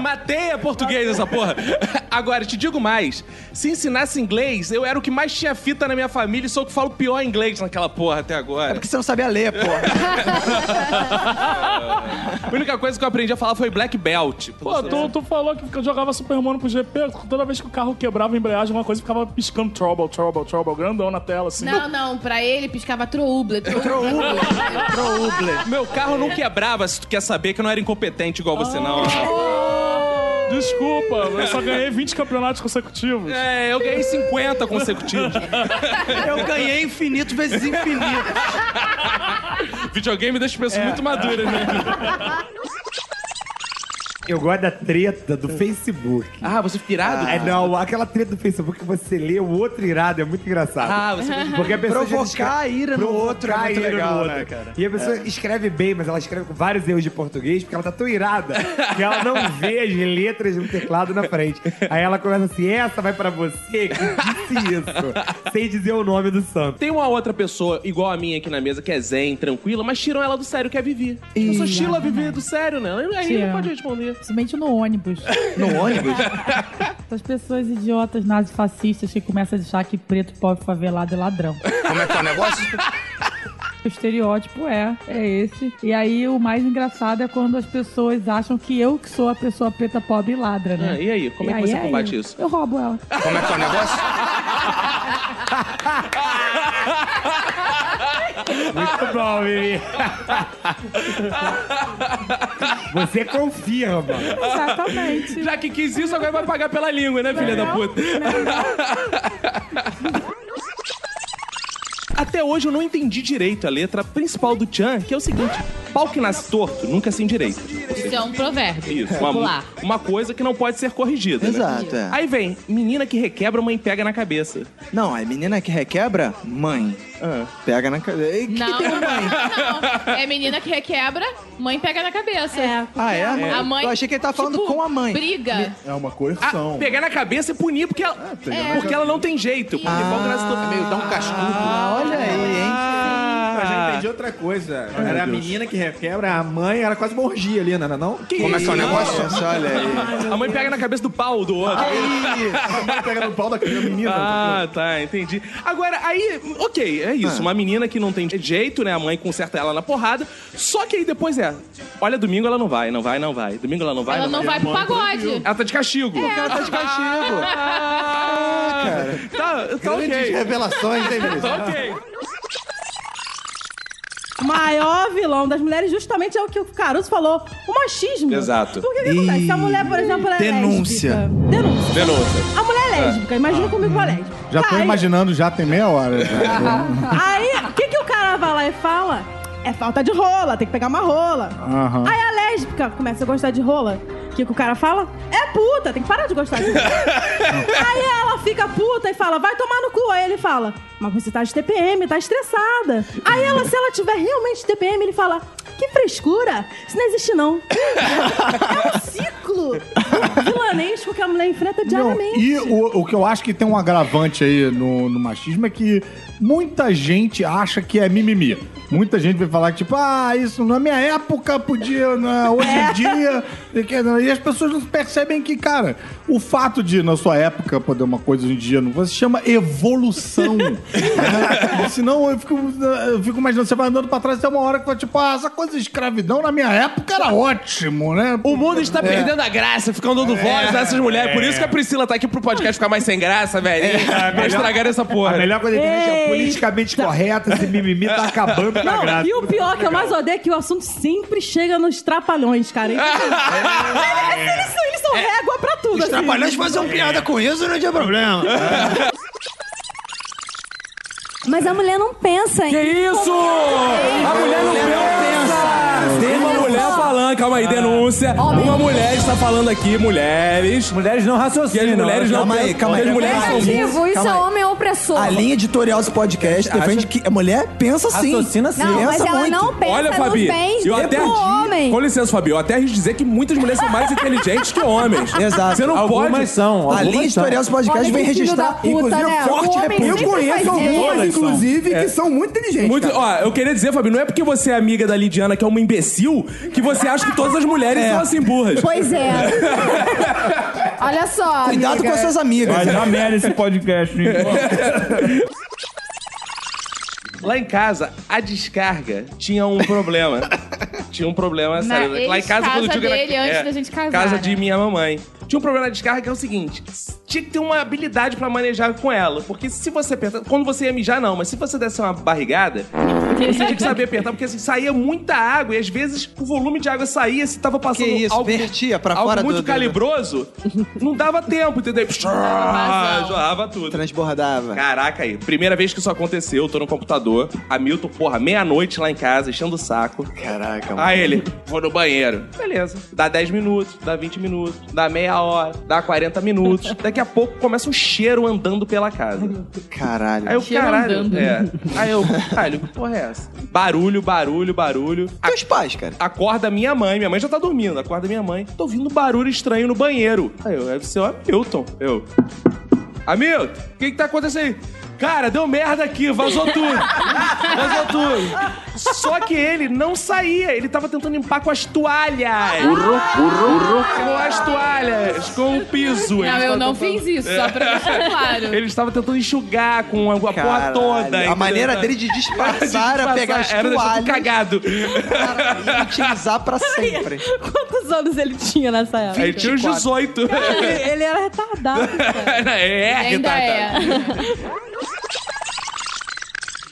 S1: Matei é português essa porra. Agora, te digo mais. Se ensinasse inglês, eu era o que mais tinha fita na minha família e sou o que falo pior inglês naquela porra até agora. É porque
S2: você não sabia ler, porra.
S1: a única coisa que eu aprendi a falar foi black belt.
S4: Pô,
S1: é.
S4: tu, tu falou que eu jogava Super Mono pro GP, toda vez que o carro quebrava a embreagem, uma coisa ficava piscando trouble, trouble, trouble, grandão na tela, assim.
S6: Não, não, pra ele piscava trouble. Trouble.
S1: Meu carro não quebrava, se tu quer saber que eu não era incompetente igual você, não.
S9: Oh.
S4: Desculpa, eu só ganhei 20 campeonatos consecutivos.
S1: É, eu ganhei 50 consecutivos.
S4: Eu ganhei
S2: infinito vezes infinito.
S1: Videogame deixa
S9: É.
S1: pessoas muito maduras, né?
S9: Eu gosto da treta do Facebook.
S1: Ah, você fica irado?
S9: É, não, aquela treta do Facebook que você lê o outro irado é muito engraçado.
S2: Ah, você-
S9: Porque a pessoa já
S2: Provocar
S9: descre-
S2: a ira no
S9: Provocar
S2: outro é
S9: a
S2: muito
S9: ira
S2: legal,
S9: no outro.
S2: né, cara?
S9: E a pessoa
S2: É.
S9: escreve bem, mas ela escreve com vários erros de português porque ela tá tão irada que ela não vê as letras no teclado na frente. Aí ela começa assim, essa vai pra você que disse isso. Sem dizer o nome do santo.
S1: Tem uma outra pessoa igual a minha aqui na mesa que é zen, tranquila, mas tiram ela do sério que é Vivi. Eu sou Sheila Vivi do sério, né? Aí não pode responder.
S10: Principalmente no ônibus.
S1: No ônibus?
S10: As pessoas idiotas, nazifascistas, que começam a achar que preto, pobre, favelado é ladrão.
S18: Como é que é o negócio?
S10: O estereótipo é, é esse. E aí o mais engraçado é quando as pessoas acham que eu que sou a pessoa preta, pobre e ladra, né?
S1: Ah, e aí? Como é que você combate
S10: eu-
S1: isso?
S10: Eu roubo ela.
S18: Como é que é o negócio?
S9: Muito bom, Vivi. Você confirma.
S10: Exatamente.
S1: Já que quis isso, agora vai pagar pela língua, né, filha da puta? Até até hoje eu não entendi direito a letra principal do Chan, que é o seguinte: pau que nasce torto, nunca é sem direito.
S6: Isso é um provérbio.
S1: Isso, uma,
S6: popular.
S1: uma coisa que não pode ser corrigida. né?
S6: Exato, é.
S1: Aí vem, menina que requebra, mãe pega na cabeça.
S2: Não, a menina que requebra, mãe. Pega na cabeça.
S6: Não,
S17: tá
S6: não. É menina que requebra, mãe pega na cabeça.
S2: Ah, é?
S6: A mãe. tipo,
S2: Eu achei que ele tava falando com a mãe.
S6: Briga.
S8: É uma coerção.
S1: ah, Pegar na cabeça e punir porque ela,
S6: É.
S1: porque ela não tem jeito. Porque pau que nasce torto. Meio dá um cascudo.
S6: Ah,
S1: Ah,
S2: olha aí, hein?
S9: Eu já entendi outra coisa.
S2: meu
S9: era a
S2: Deus.
S9: menina que requebra, a mãe era quase uma orgia ali, não era não?
S1: é
S2: Nossa, olha aí.
S1: A mãe pega na cabeça do pau do outro.
S8: A mãe pega no pau da menina.
S1: Ah, tá, entendi. Agora, aí, ok, é isso. Uma menina que não tem jeito, né? A mãe conserta ela na porrada. Só que aí depois é. Olha, domingo ela não vai, não vai, não vai. Domingo ela não vai.
S6: Ela não vai pro pagode.
S1: Ela tá de castigo.
S6: É. Ela tá de
S1: castigo. Ah, cara. Tá, tá
S8: Grandes
S1: ok.
S8: revelações, hein, Vinícius?
S1: Tá ok.
S10: maior vilão das mulheres justamente é o que o Caruso falou, o machismo.
S1: Exato.
S10: Porque o que acontece? Se a mulher, por exemplo, ela é
S8: denúncia.
S10: lésbica.
S1: Denúncia.
S10: A mulher é lésbica, imagina comigo uma lésbica.
S8: Já tô
S10: Aí-
S8: imaginando, já tem meia hora. já.
S10: Aí, o que, que o cara vai lá e fala? É falta de rola, tem que pegar uma rola.
S8: Aham.
S10: Aí a lésbica começa a gostar de rola. O que, que o cara fala? É puta, tem que parar de gostar de rola. Aí ela fica puta e fala, vai tomar no cu. Aí ele fala, mas você tá de TPM, tá estressada. Aí ela, se ela tiver realmente de TPM, ele fala, que frescura, isso não existe não. é um ciclo vilanesco que a mulher enfrenta diariamente.
S8: E o, o que eu acho que tem um agravante aí no, no machismo é que muita gente acha que é mimimi. Muita gente vai falar que, tipo, ah, isso na minha época podia, né? hoje em dia. porque, né? E as pessoas não percebem que, cara, o fato de na sua época poder uma coisa hoje em dia não se chama evolução. né? Senão eu fico, né, eu fico imaginando, você vai andando pra trás até uma hora que vai, tipo, ah, essa coisa de escravidão na minha época era ótimo, né?
S1: O mundo está Tá perdendo a graça, ficando dando voz a essas mulheres. Por isso que a Priscila tá aqui pro podcast ficar mais sem graça, velho. pra estragar essa porra.
S9: A melhor coisa que existe é
S10: Eita.
S9: politicamente correto, esse mimimi tá acabando com a
S10: Não,
S9: graça.
S10: e o pior que eu mais odeio é que o assunto sempre chega nos trapalhões, cara. Eles, eles- eles são, eles são régua pra tudo.
S2: Os
S10: assim.
S2: trapalhões faziam piada com isso, não tinha problema. É.
S3: Mas a mulher não pensa em. Que é
S5: isso? A mulher não pensa! Tem uma mulher falando, calma aí, denúncia. Uma mulher está falando aqui, mulheres. Mulheres não raciocinam. Que as mulheres não
S17: Calma aí,
S5: pensam,
S17: calma
S5: que
S17: aí.
S5: as mulheres são burras.
S3: Negativo, isso
S17: Calma
S3: é
S17: aí.
S3: homem opressor.
S17: A linha editorial desse podcast defende que a mulher pensa sim.
S5: Raciocina sim.
S3: Não, mas
S17: pensa
S3: ela
S17: muito.
S3: não pensa
S5: Olha,
S3: nos
S5: Fabi,
S3: bens
S5: eu
S3: do
S5: até
S3: homem.
S5: Com licença, Fabi, eu até arrisco dizer que muitas mulheres são mais inteligentes que homens.
S17: Exato.
S5: Você não
S17: Algumas
S5: pode.
S17: são, A algumas
S3: tá-
S17: linha editorial são. desse podcast
S3: Homem vem que filho registrar, da puta, inclusive, né? forte O homem repugnância.
S5: Eu
S3: sempre faz
S5: conheço
S3: isso.
S5: algumas,
S3: Todas são.
S5: inclusive, que são É. muito inteligentes. ó, eu queria dizer, Fabi, não é porque você é amiga da Lidiana, que é uma imbecil, que você acha que todas as mulheres
S17: É.
S5: são assim burras.
S3: Pois é. Olha só. amiga.
S17: amigas.
S2: né?
S19: Vai dar
S8: É
S19: merda esse podcast, hein?
S1: Lá em casa, a descarga tinha um problema. tinha um problema
S6: Na
S1: sério. Lá em casa, quando eu digo
S6: ex-casa
S1: era- é,
S6: dele, antes da gente casar,
S1: Casa
S6: né?
S1: de minha mamãe. Tinha um problema na descarga que é o seguinte: tinha que ter uma habilidade pra manejar com ela. Porque se você apertar. Quando você ia mijar, não, mas se você desse uma barrigada, você tinha que saber apertar, porque assim, saía muita água e às vezes o volume de água saía, se tava passando
S2: Que isso,
S1: algo,
S2: vertia pra
S1: algo
S2: fora do-
S1: muito
S2: do-
S1: calibroso, não dava tempo, entendeu?
S3: é
S1: Jorrava tudo.
S2: Transbordava.
S1: Caraca aí, primeira vez que isso aconteceu, eu tô no computador. Hamilton, porra, meia-noite lá em casa, enchendo o saco.
S2: Caraca, mano.
S1: Aí ele, vou no banheiro. Beleza. Dá 10 minutos, dá 20 minutos, dá meia hora, dá 40 minutos. Daqui a pouco começa um cheiro andando pela casa.
S2: Caralho.
S1: Aí eu, caralho. É. Aí eu, caralho, que porra é essa? Barulho, barulho, barulho.
S2: Teus pais, cara.
S1: Acorda minha mãe, minha mãe já tá dormindo. Acorda minha mãe, tô ouvindo barulho estranho no banheiro. Aí eu, é o seu Hamilton. Eu. Hamilton, o que que tá acontecendo aí? Cara, deu merda aqui, vazou tudo. Vazou tudo. Só que ele não saía, ele tava tentando limpar com as toalhas. Burro, burro, Com as toalhas, com o piso.
S6: Não,
S1: ele
S6: eu
S1: tava
S6: não fiz isso, só pra
S18: É.
S6: deixar claro.
S1: Ele estava tentando enxugar com a, a porra
S2: Caralho.
S1: toda.
S2: A
S1: entendeu?
S2: maneira dele de disfarçar
S1: De disfarçar,
S2: era pegar as
S1: era deixar tudo
S2: toalhas.
S1: cagado.
S2: E utilizar pra sempre.
S10: Quantos anos ele tinha nessa época?
S1: Aí tinha uns 18.
S10: Cara, ele, ele
S6: é
S10: era retardado.
S1: é,
S10: Ele ainda
S1: tá, tá.
S10: é.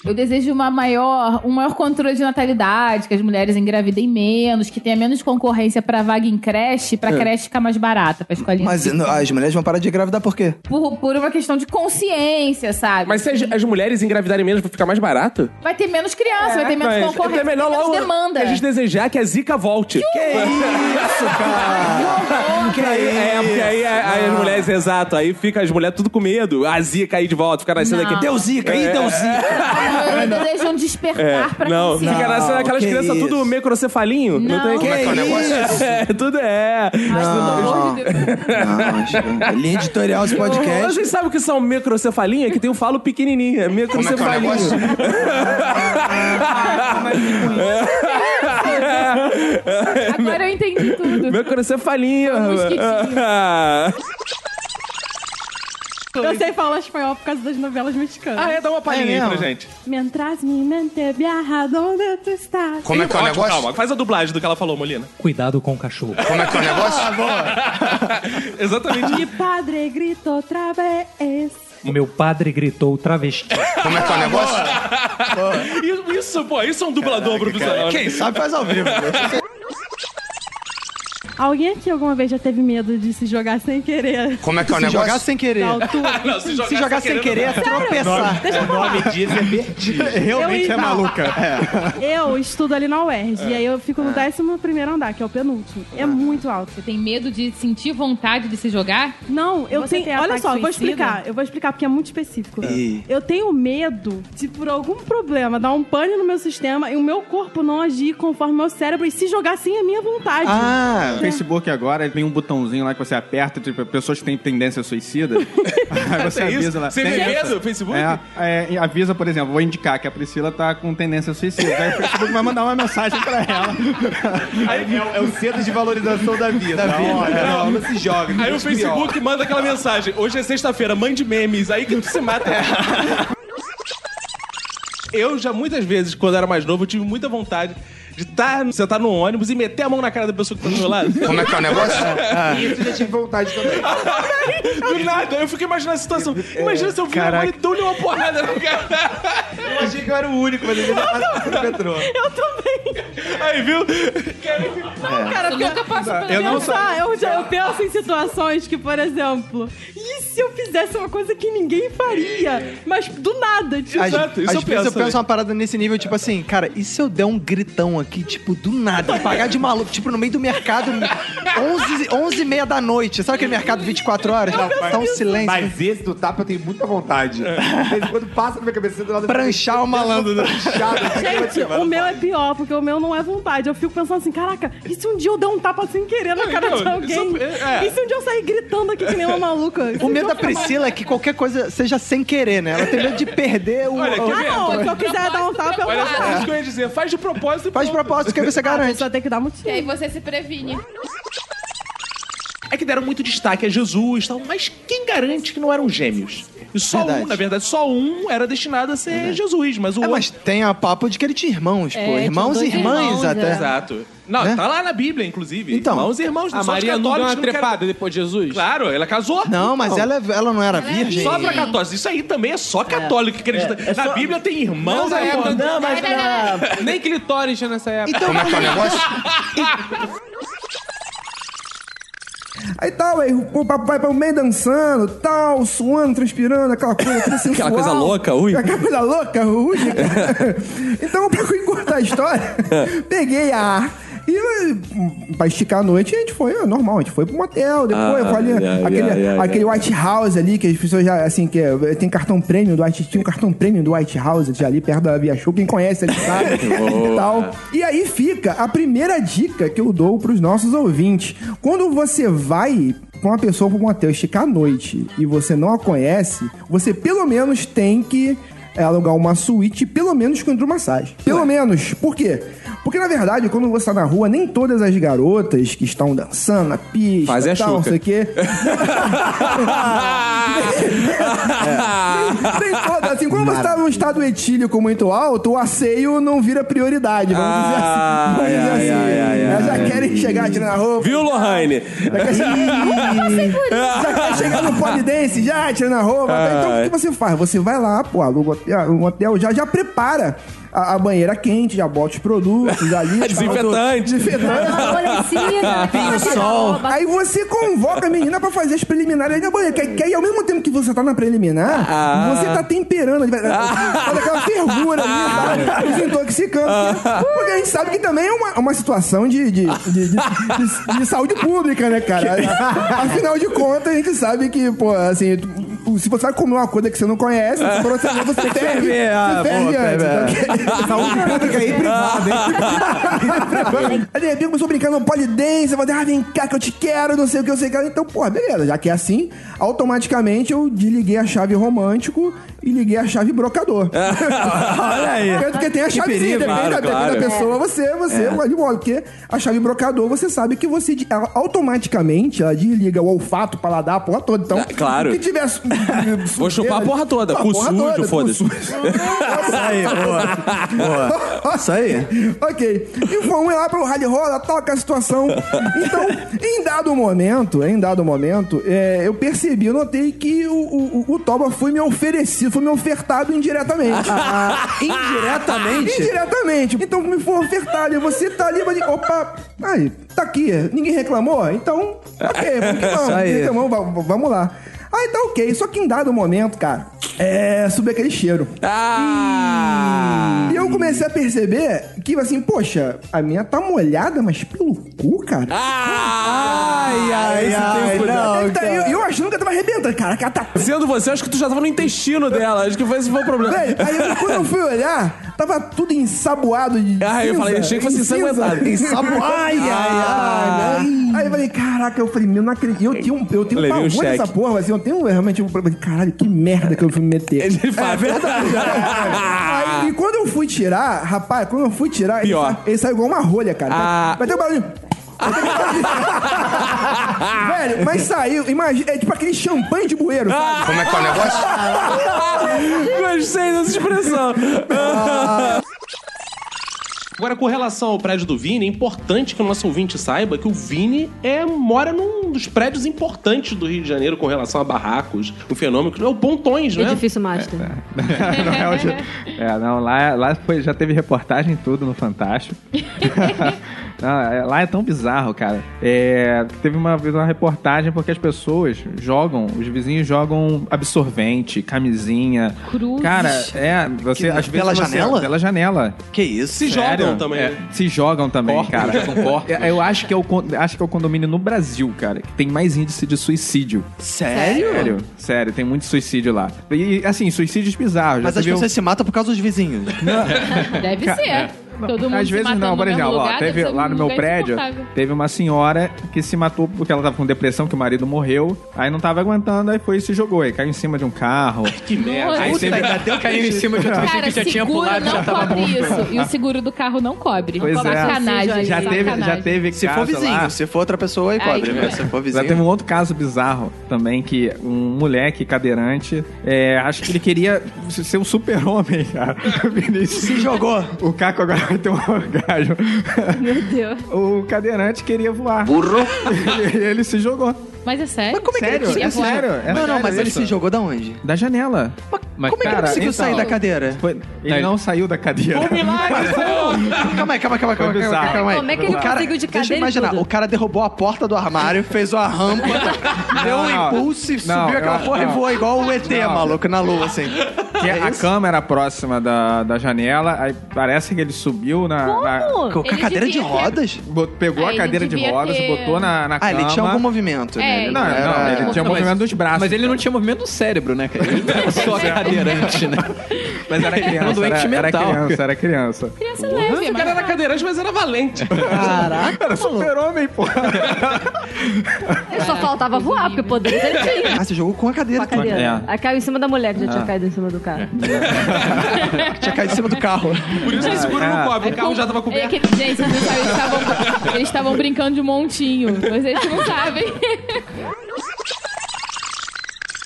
S6: Eu desejo uma maior, um maior controle de natalidade, que as mulheres engravidem menos, que tenha menos concorrência pra vaga em creche, pra
S3: É.
S6: creche ficar mais barata, pra escolinha.
S3: Mas não, as mulheres vão parar de engravidar por quê?
S6: Por, por uma questão de consciência, sabe?
S18: Mas se as, as mulheres engravidarem menos, vai ficar mais barato?
S6: Vai ter menos criança, vai ter menos
S18: mas- então
S6: concorrência,
S18: é melhor
S6: vai ter
S18: logo
S6: menos demanda.
S18: a gente desejar que a Zika volte. Que
S3: isso,
S18: cara? porque aí, é, porque aí, é- aí as mulheres, exato, aí fica as mulheres tudo com medo. A Zika aí de volta, fica nascendo
S6: Não.
S18: aqui. É,
S6: Deu
S3: Zika,
S18: aí
S3: ih, deu Zika.
S6: Eu desejo um despertar
S18: É,
S6: pra
S18: não,
S6: consciência.
S18: fica nascendo aquelas crianças tudo microcefalinho. Não, tem
S3: Como é que é o negócio?
S18: É, tudo é.
S3: Não, não, linha editorial esse podcast.
S18: Vocês sabem o que são microcefalinha? Que tem o falo pequenininho. É microcefalinho.
S20: Agora eu entendi tudo. um
S18: Microcefalinha.
S10: Eu sei falar espanhol por causa das novelas mexicanas.
S1: Ah, é? Dá uma palhinha aí pra gente.
S10: Mientras mi mente viaja donde tu estás.
S21: é
S1: Ótimo, Calma, faz a dublagem do que ela falou, Molina.
S22: Cuidado com o cachorro.
S1: Como é que é o negócio?
S18: Ah,
S1: Exatamente.
S10: Mi padre grita outra vez.
S22: O meu padre gritou travesti.
S1: Como é que é o negócio? Isso, isso, pô, isso é um dublador profissional.
S22: cara,
S1: né?
S22: quem sabe faz ao vivo.
S1: é
S10: Alguém aqui alguma vez já teve medo de se jogar sem querer?
S21: Como é que é o
S2: Se
S21: negócio?
S2: jogar sem querer.
S10: Da altura.
S2: Não, se jogar Se jogar sem sem querer, querer, é não. tropeçar.
S10: Sério? Deixa eu falar.
S2: diz é perdido.
S10: Realmente Eu- é não. maluca.
S2: É.
S10: Eu estudo ali na UERJ.
S2: É.
S10: E aí eu fico no
S2: É.
S10: 11 primeiro andar, que é o penúltimo. É muito alto. Você
S20: tem medo de sentir vontade de se jogar?
S10: Não, eu
S20: Você
S10: tenho.
S20: tem
S10: Olha
S20: ataque
S10: só, eu vou
S20: suicida?
S10: explicar. Eu vou explicar porque é muito específico.
S20: Ih.
S10: Eu tenho medo de, por algum problema, dar um pane no meu sistema e o meu corpo não agir conforme o meu cérebro e se jogar sem a minha vontade.
S8: Ah, o
S10: Né?
S8: Facebook agora ele tem um botãozinho lá que você aperta, tipo, pessoas que têm tendência suicida. aí você
S1: Tem isso?
S8: avisa lá.
S1: Você
S8: tem
S1: vê
S8: essa.
S1: isso no Facebook?
S8: É, é, e avisa, por exemplo, vou indicar que a Priscila tá com tendência suicida. Aí o Facebook vai mandar uma mensagem pra ela.
S9: É o centro de valorização da vida.
S8: Da vida.
S9: Não, não se joga.
S1: Aí o Facebook manda aquela mensagem. Hoje é sexta-feira, mande memes. Aí que tu se mata. Eu já muitas vezes, quando era mais novo, eu tive muita vontade de estar sentar no ônibus e meter a mão na cara da pessoa que tá do meu lado.
S21: Como é que é o negócio?
S9: Isso eu já tive vontade também.
S1: Do nada, eu fico imaginando a situação. Imagina se eu viro a mão e dou-lhe uma porrada no cara.
S9: Eu achei que eu era o único, mas ele já metrô.
S10: Eu também.
S1: Aí, viu?
S3: É.
S10: Não, cara,
S20: Eu
S10: porque
S20: nunca passo pela
S10: eu
S20: minha
S10: não
S20: cabeça.
S10: eu, já- eu penso em situações que, por exemplo, e se eu fizesse uma coisa que ninguém faria? Mas do nada, tipo.
S2: Às- às vezes
S20: né?
S2: eu
S10: né?
S2: penso uma parada nesse nível, tipo assim, cara, e se eu der um gritão aqui, tipo, do nada, pagar de maluco, tipo, no meio do mercado, 11, 11 e meia da noite, sabe aquele mercado 24 horas? tá um silêncio.
S9: Mas esse do tapa eu tenho muita vontade. De vez em quando É. passa na minha cabeça tá do lado
S2: Pranchar o malandro. né?
S9: assim,
S10: Gente, o meu é pior, porque o meu não é vontade. Eu fico pensando assim, caraca, e se um dia eu der um tapa sem querer na
S2: Não,
S10: cara de
S2: então,
S10: alguém?
S2: isso é- é.
S10: E se um dia eu sair gritando aqui que nem uma maluca?
S2: O medo da Priscila é que qualquer coisa seja sem querer, né? Ela tem medo de perder o.
S10: Olha, quer ver? Ah, não, se eu quiser dar um tapa, eu
S1: Olha
S10: faço.
S1: só isso que eu ia dizer. Faz de propósito e
S2: Faz de
S1: pronto.
S2: propósito, que aí você garante.
S10: Só tem que dar muito
S20: E aí você se previne.
S1: É que deram muito destaque a Jesus e tal, mas quem garante que não eram gêmeos? E só um, na verdade, só um era destinado a ser Jesus, mas o
S2: É,
S1: outro.
S2: mas tem a papo de que ele tinha irmãos,
S1: É,
S2: pô.
S1: tinha
S2: Irmãos e
S1: dois
S2: irmãs
S1: irmãos,
S2: até.
S1: é. Exato. Não,
S2: Né?
S1: tá lá na Bíblia, inclusive.
S2: Então.
S1: irmãos e irmãos não
S2: A
S1: só os
S2: Maria não deu
S1: católicos
S2: uma
S1: que querem-
S2: trepada
S18: depois de Jesus?
S1: Claro, ela casou. Então,
S2: Não, mas ela, é- ela não era virgem.
S1: Só pra católicos. Isso aí também é só católico que acredita.
S2: É, é
S1: na
S2: só-
S1: Bíblia tem irmãos.
S2: Não,
S1: aí,
S2: é,
S1: pô.
S2: não, mas
S18: na-
S22: Nem clitóris tinha nessa época.
S2: Então, Como é que é o negócio?
S22: Aí tal, aí o papai pro meio dançando, tal, suando, transpirando, aquela coisa toda sensual.
S18: coisa louca, ui.
S22: Aquela coisa louca, ui. então, pra encurtar a história, peguei a... E eh, pra esticar a noite, a gente foi, ah, normal, a gente foi pro motel, depois
S23: Ah,
S22: foi ali,
S23: ai, ai,
S22: aquele,
S23: ai, ai,
S22: aquele White House ali, que as pessoas já, assim, que eh, tem cartão prêmio do White, tinha um cartão prêmio do White House já ali perto da Via Show, quem conhece ali sabe, e tal. E aí fica a primeira dica que eu dou pros nossos ouvintes. Quando você vai com uma pessoa um pro motel esticar à noite e você não a conhece, você pelo menos tem que é, alugar uma suíte, pelo menos com hidromassagem. Pelo menos. Por quê? Porque, na verdade, quando você tá na rua, nem todas as garotas que estão dançando na pista,
S1: Fazem a
S22: tal, não
S1: chuca.
S22: sei o quê.
S8: Ah.
S22: É. Nem todas. Assim, quando você tá num estado etílico muito alto, o asseio não vira prioridade, vamos dizer assim.
S1: Ah,
S22: Vamos
S1: é.
S22: dizer assim. Elas já querem chegar tirando a roupa.
S1: Viu, Lohane?
S22: Já quer chegar, já quer chegar no polidense, já tirando a roupa.
S1: Ah,
S22: Então, o que
S1: é.
S22: você faz? Você vai lá, pô, aluga o hotel- um hotel, já, já prepara a, a banheira quente, já bota os produtos ali. tal,
S1: Desinfetante.
S22: do- Desinfetante.
S1: Uma bolecina, Tem o sol.
S22: Aí você convoca a menina pra fazer as preliminares aí da banheira. Que, que aí, ao mesmo tempo que você tá na preliminar,
S1: Ah.
S22: você tá temperando. Vai, faz aquela fervura
S1: Ah.
S22: ali, tá? Os intoxicantes. porque- Porque a gente sabe que também é uma, uma situação de, de, de, de- de- de saúde pública, né, cara? Afinal de contas, a gente sabe que, pô, assim... tu- tu- Se você vai comer uma coisa que você não conhece, se for você, você
S1: Ah. Tem que
S22: ferve,
S1: ferver, ah,
S22: você ferve
S1: boa, é.
S22: antes.
S1: ferve,
S22: então, que-
S1: Saúde
S22: pública aí, privada, hein? Aí de repente começou brincando no polidense, eu falei, ah, vem cá que eu te quero, não sei o que, eu sei o que. Então, pô, beleza, já que é assim, automaticamente eu desliguei a chave romântico e liguei a chave brocador.
S1: Olha aí.
S22: Porque- Porque tem a
S1: Que
S22: chave, sim,
S1: perigo,
S22: depende,
S1: claro,
S22: da, depende
S1: claro.
S22: da pessoa, você, você,
S1: É.
S22: é. de modo, porque a chave brocador, você sabe que você de- ela automaticamente ela desliga o olfato, o paladar, a porra toda. Então,
S1: Ah, claro.
S22: o que tiver. su-
S1: Vou chupar a porra toda.
S22: A
S1: Cu
S22: porra toda,
S1: sujo,
S22: cu
S1: foda-se.
S22: Isso
S1: aí,
S22: boa.
S1: Boa.
S22: Isso aí. ok. E fomos lá pro rally rola, toca a situação. Então, em dado momento, em dado momento, é, eu percebi, eu notei que o, o, o- o Toba foi me oferecido, foi me ofertado indiretamente.
S1: indiretamente?
S22: Indiretamente. Então me foi ofertado. E você tá ali, mas, opa, aí, tá aqui. Ninguém reclamou? Então, ok, por que não?
S1: Isso aí.
S22: Então, vamos, vamos- vamos lá. Aí tá ok, só que em dado momento, cara, é, subiu aquele cheiro.
S1: Ah!
S22: E eu comecei a perceber que, assim, poxa, a minha tá molhada, mas pelo cu, cara.
S1: Ai, ai, esse tempo não,
S22: Eita,
S1: cara.
S22: tá, eu, eu achando que eu tava arrebentando, cara. que ela tá...
S1: Sendo você, acho que tu já tava no intestino dela. Acho que foi esse foi o problema.
S22: Véi, aí eu- um quando eu fui olhar, tava tudo ensaboado de
S1: Ah, eu
S22: cinza,
S1: falei, achei que fosse
S22: em cinza.
S1: ensanguentado.
S22: Ensaboado. Ai, ai,
S1: Ah.
S22: ai. né? Aí eu falei, caraca, eu falei, meu, não acredito. Eu tenho, um- eu tenho
S1: Levei um
S22: pavor
S1: cheque.
S22: dessa porra, assim, eu tenho realmente um problema. Caralho, que merda que eu fui me meter.
S1: Ele fala.
S22: É verdade. Aí, e quando eu fui tirar, rapaz, quando eu fui tirar, ele
S1: Pior. Ah.
S22: sa- Ele, saiu igual uma rolha, cara. Vai ter um barulho. Velho, mas saiu, imagina, é tipo aquele champanhe de bueiro, sabe?
S9: Como é que é o negócio?
S1: Gostei dessa expressão. Agora, com relação ao prédio do Vini, é importante que o nosso ouvinte saiba que o Vini é, mora num dos prédios importantes do Rio de Janeiro com relação a barracos, um fenômeno que é o Pontões, né?
S24: Edifício Master.
S8: Não é, hoje. É, não, lá, lá foi, já teve reportagem e tudo no Fantástico. Não, é, lá é tão bizarro, cara. É, teve uma vez uma reportagem porque as pessoas jogam, os vizinhos jogam absorvente, camisinha.
S1: Cruz.
S8: Cara, é, você
S1: Que-
S8: às vezes.
S1: pela
S8: você-
S1: janela?
S8: Pela janela.
S1: Que isso? Se
S8: Sério?
S1: jogam também. né?
S8: É, se jogam também,
S1: Corpos,
S8: cara.
S1: jogam corpos.
S8: Eu acho que, é o, con- acho que é o condomínio no Brasil, cara, que tem mais índice de suicídio.
S2: Sério?
S8: Sério, sério, tem muito suicídio lá. E, assim, suicídios bizarros.
S2: Mas
S8: já
S2: as
S8: teve um-
S2: pessoas se matam por causa dos vizinhos.
S6: Deve
S8: Ca-
S6: ser.
S8: é.
S6: Todo mundo
S8: Às
S6: se
S8: vezes
S6: matando
S8: não,
S6: no
S8: por
S6: mesmo
S8: exemplo, ó,
S6: lugar,
S8: teve
S6: deve ser
S8: lá no
S6: um
S8: meu
S6: lugar
S8: prédio,
S6: insuportável.
S8: teve uma senhora que se matou porque ela tava com depressão, que o marido morreu, aí não tava aguentando, aí foi e se jogou, aí caiu em cima de um carro.
S1: que merda.
S8: Aí teve-
S1: bateu,
S8: caiu um em cima de outra pessoa
S6: Cara,
S8: que já tinha
S6: seguro
S8: pulado,
S6: não
S8: já tava
S6: cobre
S8: morto.
S6: isso. E o seguro do carro não cobre.
S8: Pois é.
S6: sacanagem.
S8: já teve, já
S6: sacanagem.
S8: teve
S2: Se
S8: caso
S2: for vizinho,
S8: lá.
S2: se for outra pessoa, aí
S6: Aí
S2: cobre,
S6: tudo
S2: né?
S6: bem.
S2: Se for
S8: Já
S2: vizinho.
S8: teve um outro caso bizarro também, que um moleque cadeirante, é, acho que ele queria ser um super-homem, cara. O Vinícius se jogou. O Caco agora vai ter um orgasmo.
S6: Meu Deus.
S8: O cadeirante queria voar.
S9: Burro.
S8: ele, ele se jogou.
S6: Mas é sério? Mas
S8: como é que ele Sério, queria é voar? sério, é
S2: não, não,
S8: sério
S2: mas ele
S8: isso.
S2: se jogou da onde?
S8: Da janela. então,
S2: Mas, Como é que ele conseguiu sair da cadeira?
S8: Foi-
S2: Tá,
S8: ele não saiu da cadeira.
S2: Um milagre, Calma aí, calma aí, calma aí, calma aí, calma aí, calma aí, calma aí.
S1: Como é que ele
S2: O cara-
S1: conseguiu de
S2: Deixa eu
S1: cadeira e
S2: imaginar,
S1: tudo?
S2: o cara derrubou a porta do armário, fez uma rampa, deu um
S8: não.
S2: impulso e
S8: Não,
S2: subiu aquela
S8: não,
S2: porra e
S8: não.
S2: voou igual o ET,
S8: Não.
S2: maluco, na lua, assim.
S8: É Que a cama era próxima da, da janela, aí parece que ele subiu na.
S6: Como?
S8: na
S6: Com a Ele
S1: é
S6: cadeira devia de ter- rodas?
S8: Bo- Pegou
S6: Ah,
S8: a
S6: ele
S8: cadeira de
S6: devia
S8: rodas,
S6: ter-
S8: botou na, na
S6: Ah,
S8: cama.
S6: ele tinha algum
S2: movimento,
S6: né? É, Ele
S8: não,
S6: não
S8: não,
S6: era-
S8: ele tinha um
S3: Não, mas-
S8: movimento dos braços.
S3: Mas ele não tinha movimento do cérebro, né, cara? Ele não era só cadeirante, né?
S8: Mas era
S3: Era um
S8: criança,
S3: doente
S8: era, era
S3: mental.
S8: criança, era criança.
S6: Criança
S1: Porra,
S6: leve,
S1: o
S6: mas...
S1: cara era cadeirante, mas era valente.
S2: Caraca.
S8: Era super-homem, pô.
S2: Ah,
S5: Eu só faltava voar, porque poder ele tinha.
S2: Ah, você jogou com a cadeira.
S5: Com a cadeira.
S8: É.
S5: Aí caiu em cima da mulher, que já tinha
S8: Ah.
S5: caído em cima do
S6: cara.
S2: Tinha caído em cima do carro.
S1: Por isso que segura não cobre, o carro já tava
S6: É que, gente, vocês não sabem, eles estavam- eles estavam brincando de montinho. Vocês não sabem.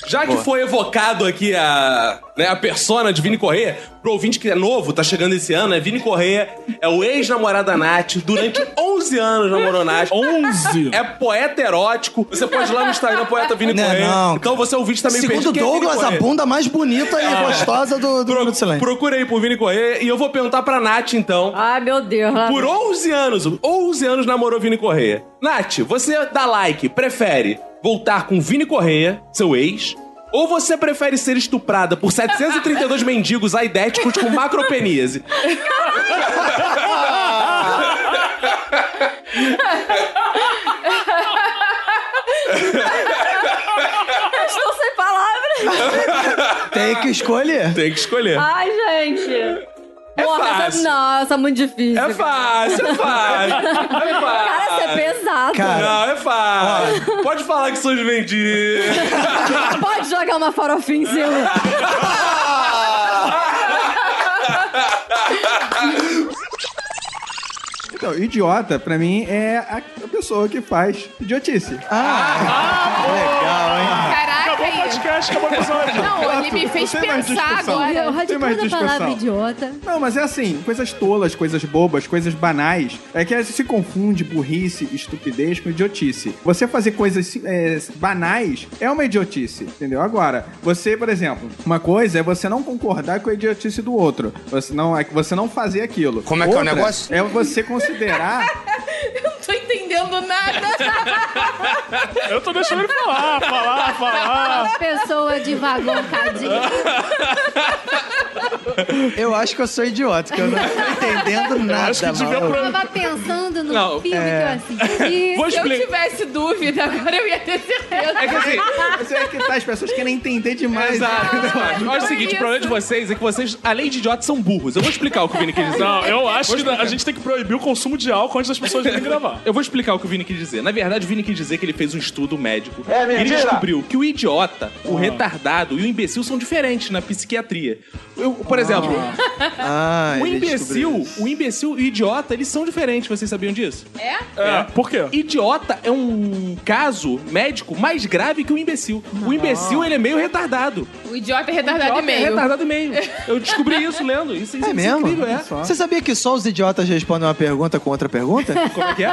S1: Já que foi evocado aqui a, né, a persona de Vini Correia, pro ouvinte que é novo, tá chegando esse ano, é Vini Correia, é o ex-namorado da Nath, durante 11 anos namorou a Nath. 11? É poeta erótico. Você pode ir lá no Instagram, poeta Vini
S25: Não é
S1: Correia.
S25: não,
S1: então você é ouvinte também
S25: Segundo
S1: perdido, quem é Vini
S25: Douglas, a
S1: Correia?
S25: bunda mais bonita e
S1: Ah.
S25: gostosa do, do Minuto Silêncio.
S1: Procura aí por Vini Correia e eu vou perguntar pra Nath, então.
S5: Ai, meu Deus. lá
S1: Por
S5: vem.
S1: 11 anos, 11 anos namorou Vini Correia. Nath, você dá like, prefere voltar com Vini Correia, seu ex, ou você prefere ser estuprada por 732 mendigos aidéticos com macropeníase?
S5: Eu Estou sem palavras.
S2: Tem que escolher.
S1: Tem que escolher.
S5: Ai, gente. É
S1: fácil.
S5: Essa... Nossa, muito difícil. É
S1: fácil, é fácil. É
S5: Cara, você é pesado.
S1: Não, é fácil. Pode falar que sou de mendigos. é
S5: Pode jogar uma farofinha em cima.
S8: Então, idiota, pra mim, é a pessoa que faz idiotice. Ah!
S18: Caraca,
S8: Acabou o podcast, acabou o episódio.
S18: Não, ele me fez
S8: Não tem mais
S18: pensar
S8: discussão.
S18: agora.
S8: Não tem
S3: é
S8: mais discussão.
S5: idiota.
S8: Não, mas é assim, coisas tolas, coisas bobas, coisas banais. É que se confunde burrice, estupidez com idiotice. Você fazer coisas é, banais é uma idiotice, entendeu? Agora, você, por exemplo, uma coisa é você não concordar com a idiotice do outro. Você não, é que você não fazer aquilo. Como
S3: é que é o negócio?
S8: É você considerar
S18: Eu não tô entendendo nada.
S4: Eu tô deixando ele falar, falar, falar.
S7: Pessoa de vagão cadinho.
S2: Eu acho que eu sou idiota, que eu não tô entendendo nada.
S7: Acho que devia
S2: maluco.
S7: Eu tava pensando no
S2: Não,
S7: filme
S2: é.
S7: que eu assisti.
S2: Vou
S18: Se eu
S2: explicar.
S18: tivesse dúvida, agora eu ia ter certeza.
S1: É que assim,
S8: você é que tá, as pessoas querem entender demais.
S1: Exato.
S8: né?
S1: Olha o seguinte, o problema de vocês é que vocês, além de idiotas, são burros. Eu vou explicar o que o Vini quer dizer.
S4: Não, eu acho
S1: Vou
S4: que a
S1: explicar.
S4: gente tem que proibir o consumo de álcool antes das pessoas virem gravar.
S1: Eu vou explicar o que o Vini quis dizer. Na verdade, o Vini quis dizer que ele fez um estudo médico.
S4: É mentira!
S1: Ele descobriu que o idiota, o retardado e o imbecil são diferentes na psiquiatria. Eu, por exemplo,
S2: Ah,
S1: o
S2: ele
S1: imbecil, o imbecil e o idiota, eles são diferentes. Vocês sabiam disso?
S18: É?
S1: É. Por quê? Idiota é um caso médico mais grave que o imbecil. O imbecil, ele é meio retardado.
S18: O idiota é retardado e
S1: Idiota é
S18: meio.
S1: retardado e meio. Eu descobri isso lendo. Isso, isso
S2: É mesmo?
S1: incrível, é.
S2: Você sabia que só os idiotas respondem uma pergunta com outra pergunta?
S1: Como é que é?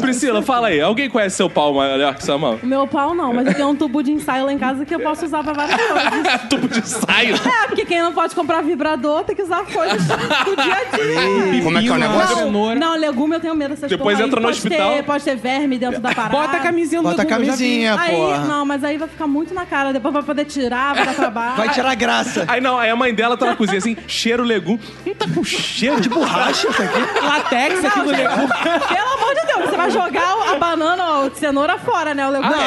S1: Priscila, fala aí. Alguém conhece seu pau maior que sua mão?
S10: Meu pau não, mas eu tenho um tubo de ensaio lá em casa que eu posso usar pra várias coisas.
S1: tubo de ensaio?
S10: É, porque quem não pode comprar vibrador tem que usar coisas do dia a dia.
S1: Ei, Como é que é o pepino, negócio?
S10: Não,
S1: cenoura.
S10: não, legume eu tenho medo dessas
S1: Depois
S10: porra aí.
S1: entra no
S10: Pode
S1: hospital.
S10: ter- pode ter verme dentro da parada.
S1: Bota a camisinha no Bota a legume, eu já vi. camisinha, porra.
S10: Aí, não, mas aí vai ficar muito na cara. Depois vai poder tirar, vai dar trabalho.
S1: a graça. Aí não, aí a mãe dela tá na cozinha assim, cheiro legume. Hum, tá com cheiro de borracha isso aqui. Latex
S10: Não, gente, Pelo amor de Deus, você vai jogar a banana ou cenoura fora, né? O legume.
S2: não,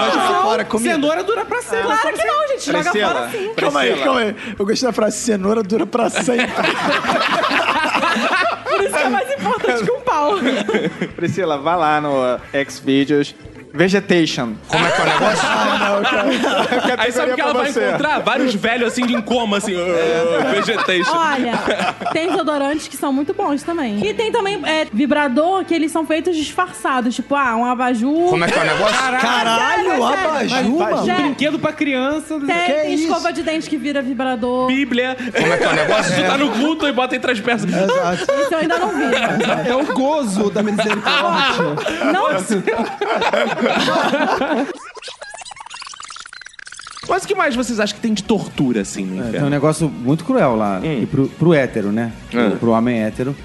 S2: vai jogar fora, comida.
S1: Cenoura dura pra sempre.
S10: Claro que não, gente. Joga
S2: Priscila,
S10: fora assim. sim.
S2: Calma aí,
S10: Priscila.
S2: calma aí. Eu gostei da frase, cenoura dura pra sempre.
S10: Por isso que é mais importante que um pau.
S8: Priscila, vá lá no uh, Xvideos. Vegetation. Como é que é o negócio?
S1: Ah, Aí sabe o que ela vai encontrar? Vários velhos assim de em coma, assim, "Oh, vegetation.
S10: Olha, tem desodorantes que são muito bons também. E tem também é, vibrador que eles são feitos disfarçados. Tipo, ah, um abajur.
S3: Como é que é o negócio? Caralho,
S10: é
S3: abajur, mano.
S10: Brinquedo pra criança. né? Tem,
S1: Que é
S10: tem
S1: isso?
S10: escova de dente que vira vibrador.
S1: Bíblia. Como é que é o negócio? Tu tá no culto e bota entre as pernas. Ah!
S10: Isso eu ainda não vi. né? Tá
S1: É o gozo da misericórdia. Mas o que mais vocês acham que tem de tortura, assim, no
S17: É um
S1: inferno?
S17: negócio muito cruel lá. E pro, pro hétero, né?
S1: Hum.
S17: Pro homem hétero.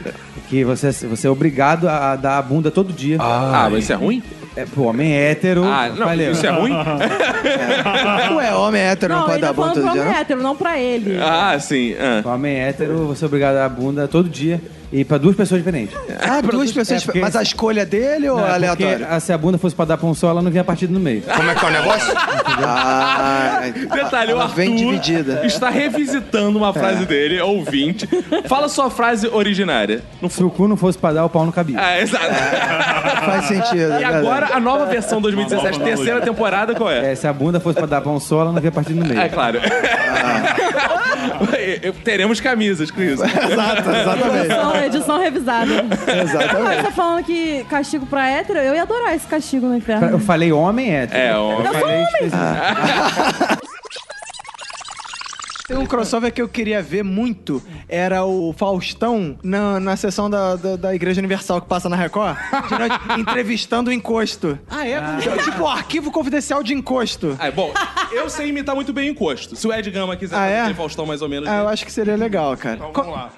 S17: Que você, você é obrigado a dar a bunda todo dia.
S1: Ah, mas isso é ruim?
S17: É, pro homem hétero. Ah,
S1: não, isso é ruim?
S2: Ué, homem hétero não,
S10: Não,
S2: pode
S10: ele
S17: dar
S10: tá
S17: bom
S10: falando
S17: todo
S10: pro
S17: dia,
S10: homem
S17: não?
S10: hétero, não pra ele.
S1: Ah, sim.
S17: Pro homem hétero, você é obrigado a dar a bunda todo dia. E pra duas pessoas diferentes.
S1: É,
S2: Ah, duas pessoas.
S17: porque-
S2: Mas a escolha dele ou
S17: Não, é
S2: aleatório?
S17: porque, ah, se a bunda fosse pra dar pra um só, ela não vinha partida no meio.
S2: Como é que é o negócio? Ah,
S1: Detalhe, o
S2: ela
S1: Arthur
S2: vem dividida.
S10: É.
S1: está revisitando uma frase dele, ouvinte. Fala sua frase originária. Não
S17: Se o cu não fosse pra dar, o pau não cabia.
S1: É, exato.
S17: Faz sentido,
S1: E
S17: é
S1: agora
S17: verdade.
S1: a nova versão 2017, terceira temporada, qual é?
S17: É, se a bunda fosse pra dar pra um solo, ela não via partido no meio.
S1: É claro. Teremos camisas com isso. Exato,
S10: Edição, edição revisada.
S17: Exatamente.
S1: É.
S10: Agora
S15: tá
S10: você falando que castigo pra hétero, eu ia adorar esse castigo no inferno.
S17: Pra- Tá, Eu falei homem, é?
S1: É, homem. Ah.
S17: Eu falei
S2: Tem um crossover que eu queria ver muito. Era o Faustão na, na sessão da, da, da Igreja Universal que passa na Record. de noite, entrevistando o encosto. Ah, é? Tipo, o arquivo confidencial de encosto.
S1: Ah, bom, eu sei imitar muito bem o encosto. Se o Ed Gama quiser
S2: Ah,
S1: fazer
S2: é?
S1: Faustão mais ou menos.
S2: Ah, eu acho que seria legal, cara.
S1: Vamos lá.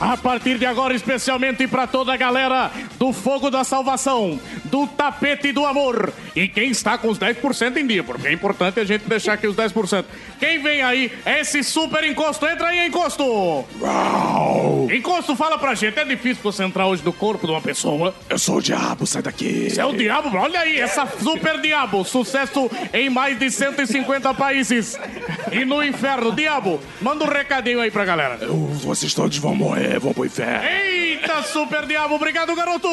S11: A partir de agora, especialmente para toda a galera do Fogo da Salvação, do Tapete do Amor. E quem está com os 10% em dia, porque é importante a gente deixar aqui os 10%. Quem vem aí é esse super encosto. Entra aí, encosto! Encosto, fala pra gente. É difícil você entrar hoje no corpo de uma pessoa. Eu sou o diabo, sai daqui. Você é o diabo? Olha aí, essa super diabo. Sucesso em mais de 150 países. E no inferno. Diabo, manda um recadinho aí pra galera.
S4: Vocês todos vão morrer, vão pro inferno.
S11: Eita, super diabo, obrigado, garoto!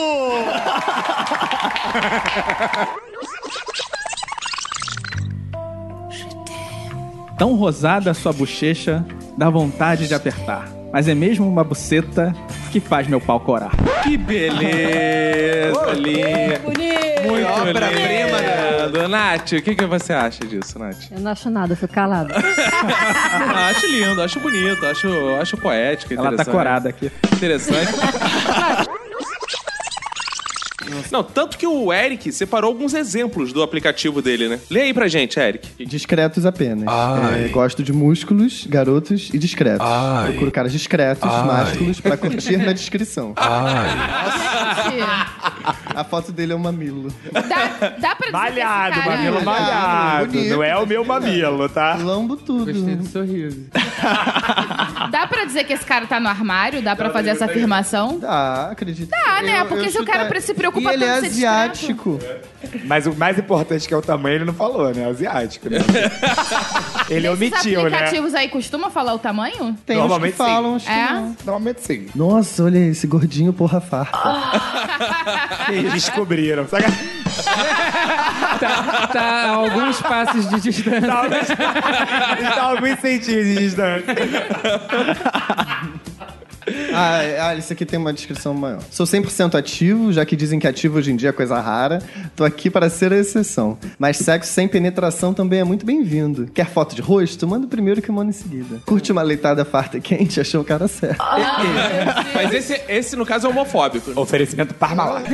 S8: Tão rosada sua bochecha, dá vontade de apertar. Mas é mesmo uma buceta que faz meu pau corar.
S1: Que beleza, linda. É. Muito obra-prima da do Nath. O que, que você acha disso, Nath?
S7: Eu não acho nada, eu fico calado.
S1: Ah, acho lindo, acho bonito, acho, acho poético.
S8: Ela tá
S1: interessante.
S8: corada aqui.
S1: Interessante. Não, tanto que o Eric separou alguns exemplos do aplicativo dele, né? Lê aí pra gente, Eric.
S14: Discretos apenas.
S1: Ai.
S14: É, gosto de músculos, garotos e discretos.
S1: Ai.
S14: Procuro caras discretos,
S1: Ai.
S14: másculos, pra curtir na descrição.
S6: Gente,
S14: A foto dele é um mamilo.
S6: dá, dá pra dizer
S14: Malhado,
S6: que esse cara...
S14: mamilo malhado.
S9: Não é o meu mamilo, tá?
S14: Lambo tudo.
S9: Gostei do
S14: sorriso.
S6: Dá pra dizer que esse cara tá no armário? Dá pra fazer essa afirmação?
S9: Ah,
S14: Dá, acredito.
S6: Tá, né?
S14: Eu-
S6: Porque
S14: eu
S6: se o cara
S14: chutar-
S6: se preocupa
S14: E ele
S6: tanto
S14: é
S6: em ser discreto-
S14: asiático.
S9: Mas o mais importante que é o tamanho, ele não falou, né? Asiático, né?
S14: é
S9: ele
S6: Esses
S9: omitiu, né?
S6: aplicativos aí costuma falar o tamanho?
S14: Tem uns que falam, uns que
S6: É?
S14: não.
S9: Normalmente sim.
S14: Nossa, olha esse gordinho porra farta.
S6: Ah.
S9: Descobriram. Saca...
S3: Tá, tá a alguns passos de distância.
S9: Tá né? alguns centímetros de distância.
S14: Ah, é- ah, esse aqui tem uma descrição maior. Sou 100% ativo, já que dizem que ativo hoje em dia é coisa rara. Tô aqui para ser a exceção. Mas sexo sem penetração também é muito bem-vindo. Quer foto de rosto? Manda o primeiro que eu mando em seguida. Curte uma leitada farta e quente? Achou o cara certo.
S6: Ah.
S1: Mas esse, esse, no caso, é homofóbico.
S9: Oferecimento Parmalat.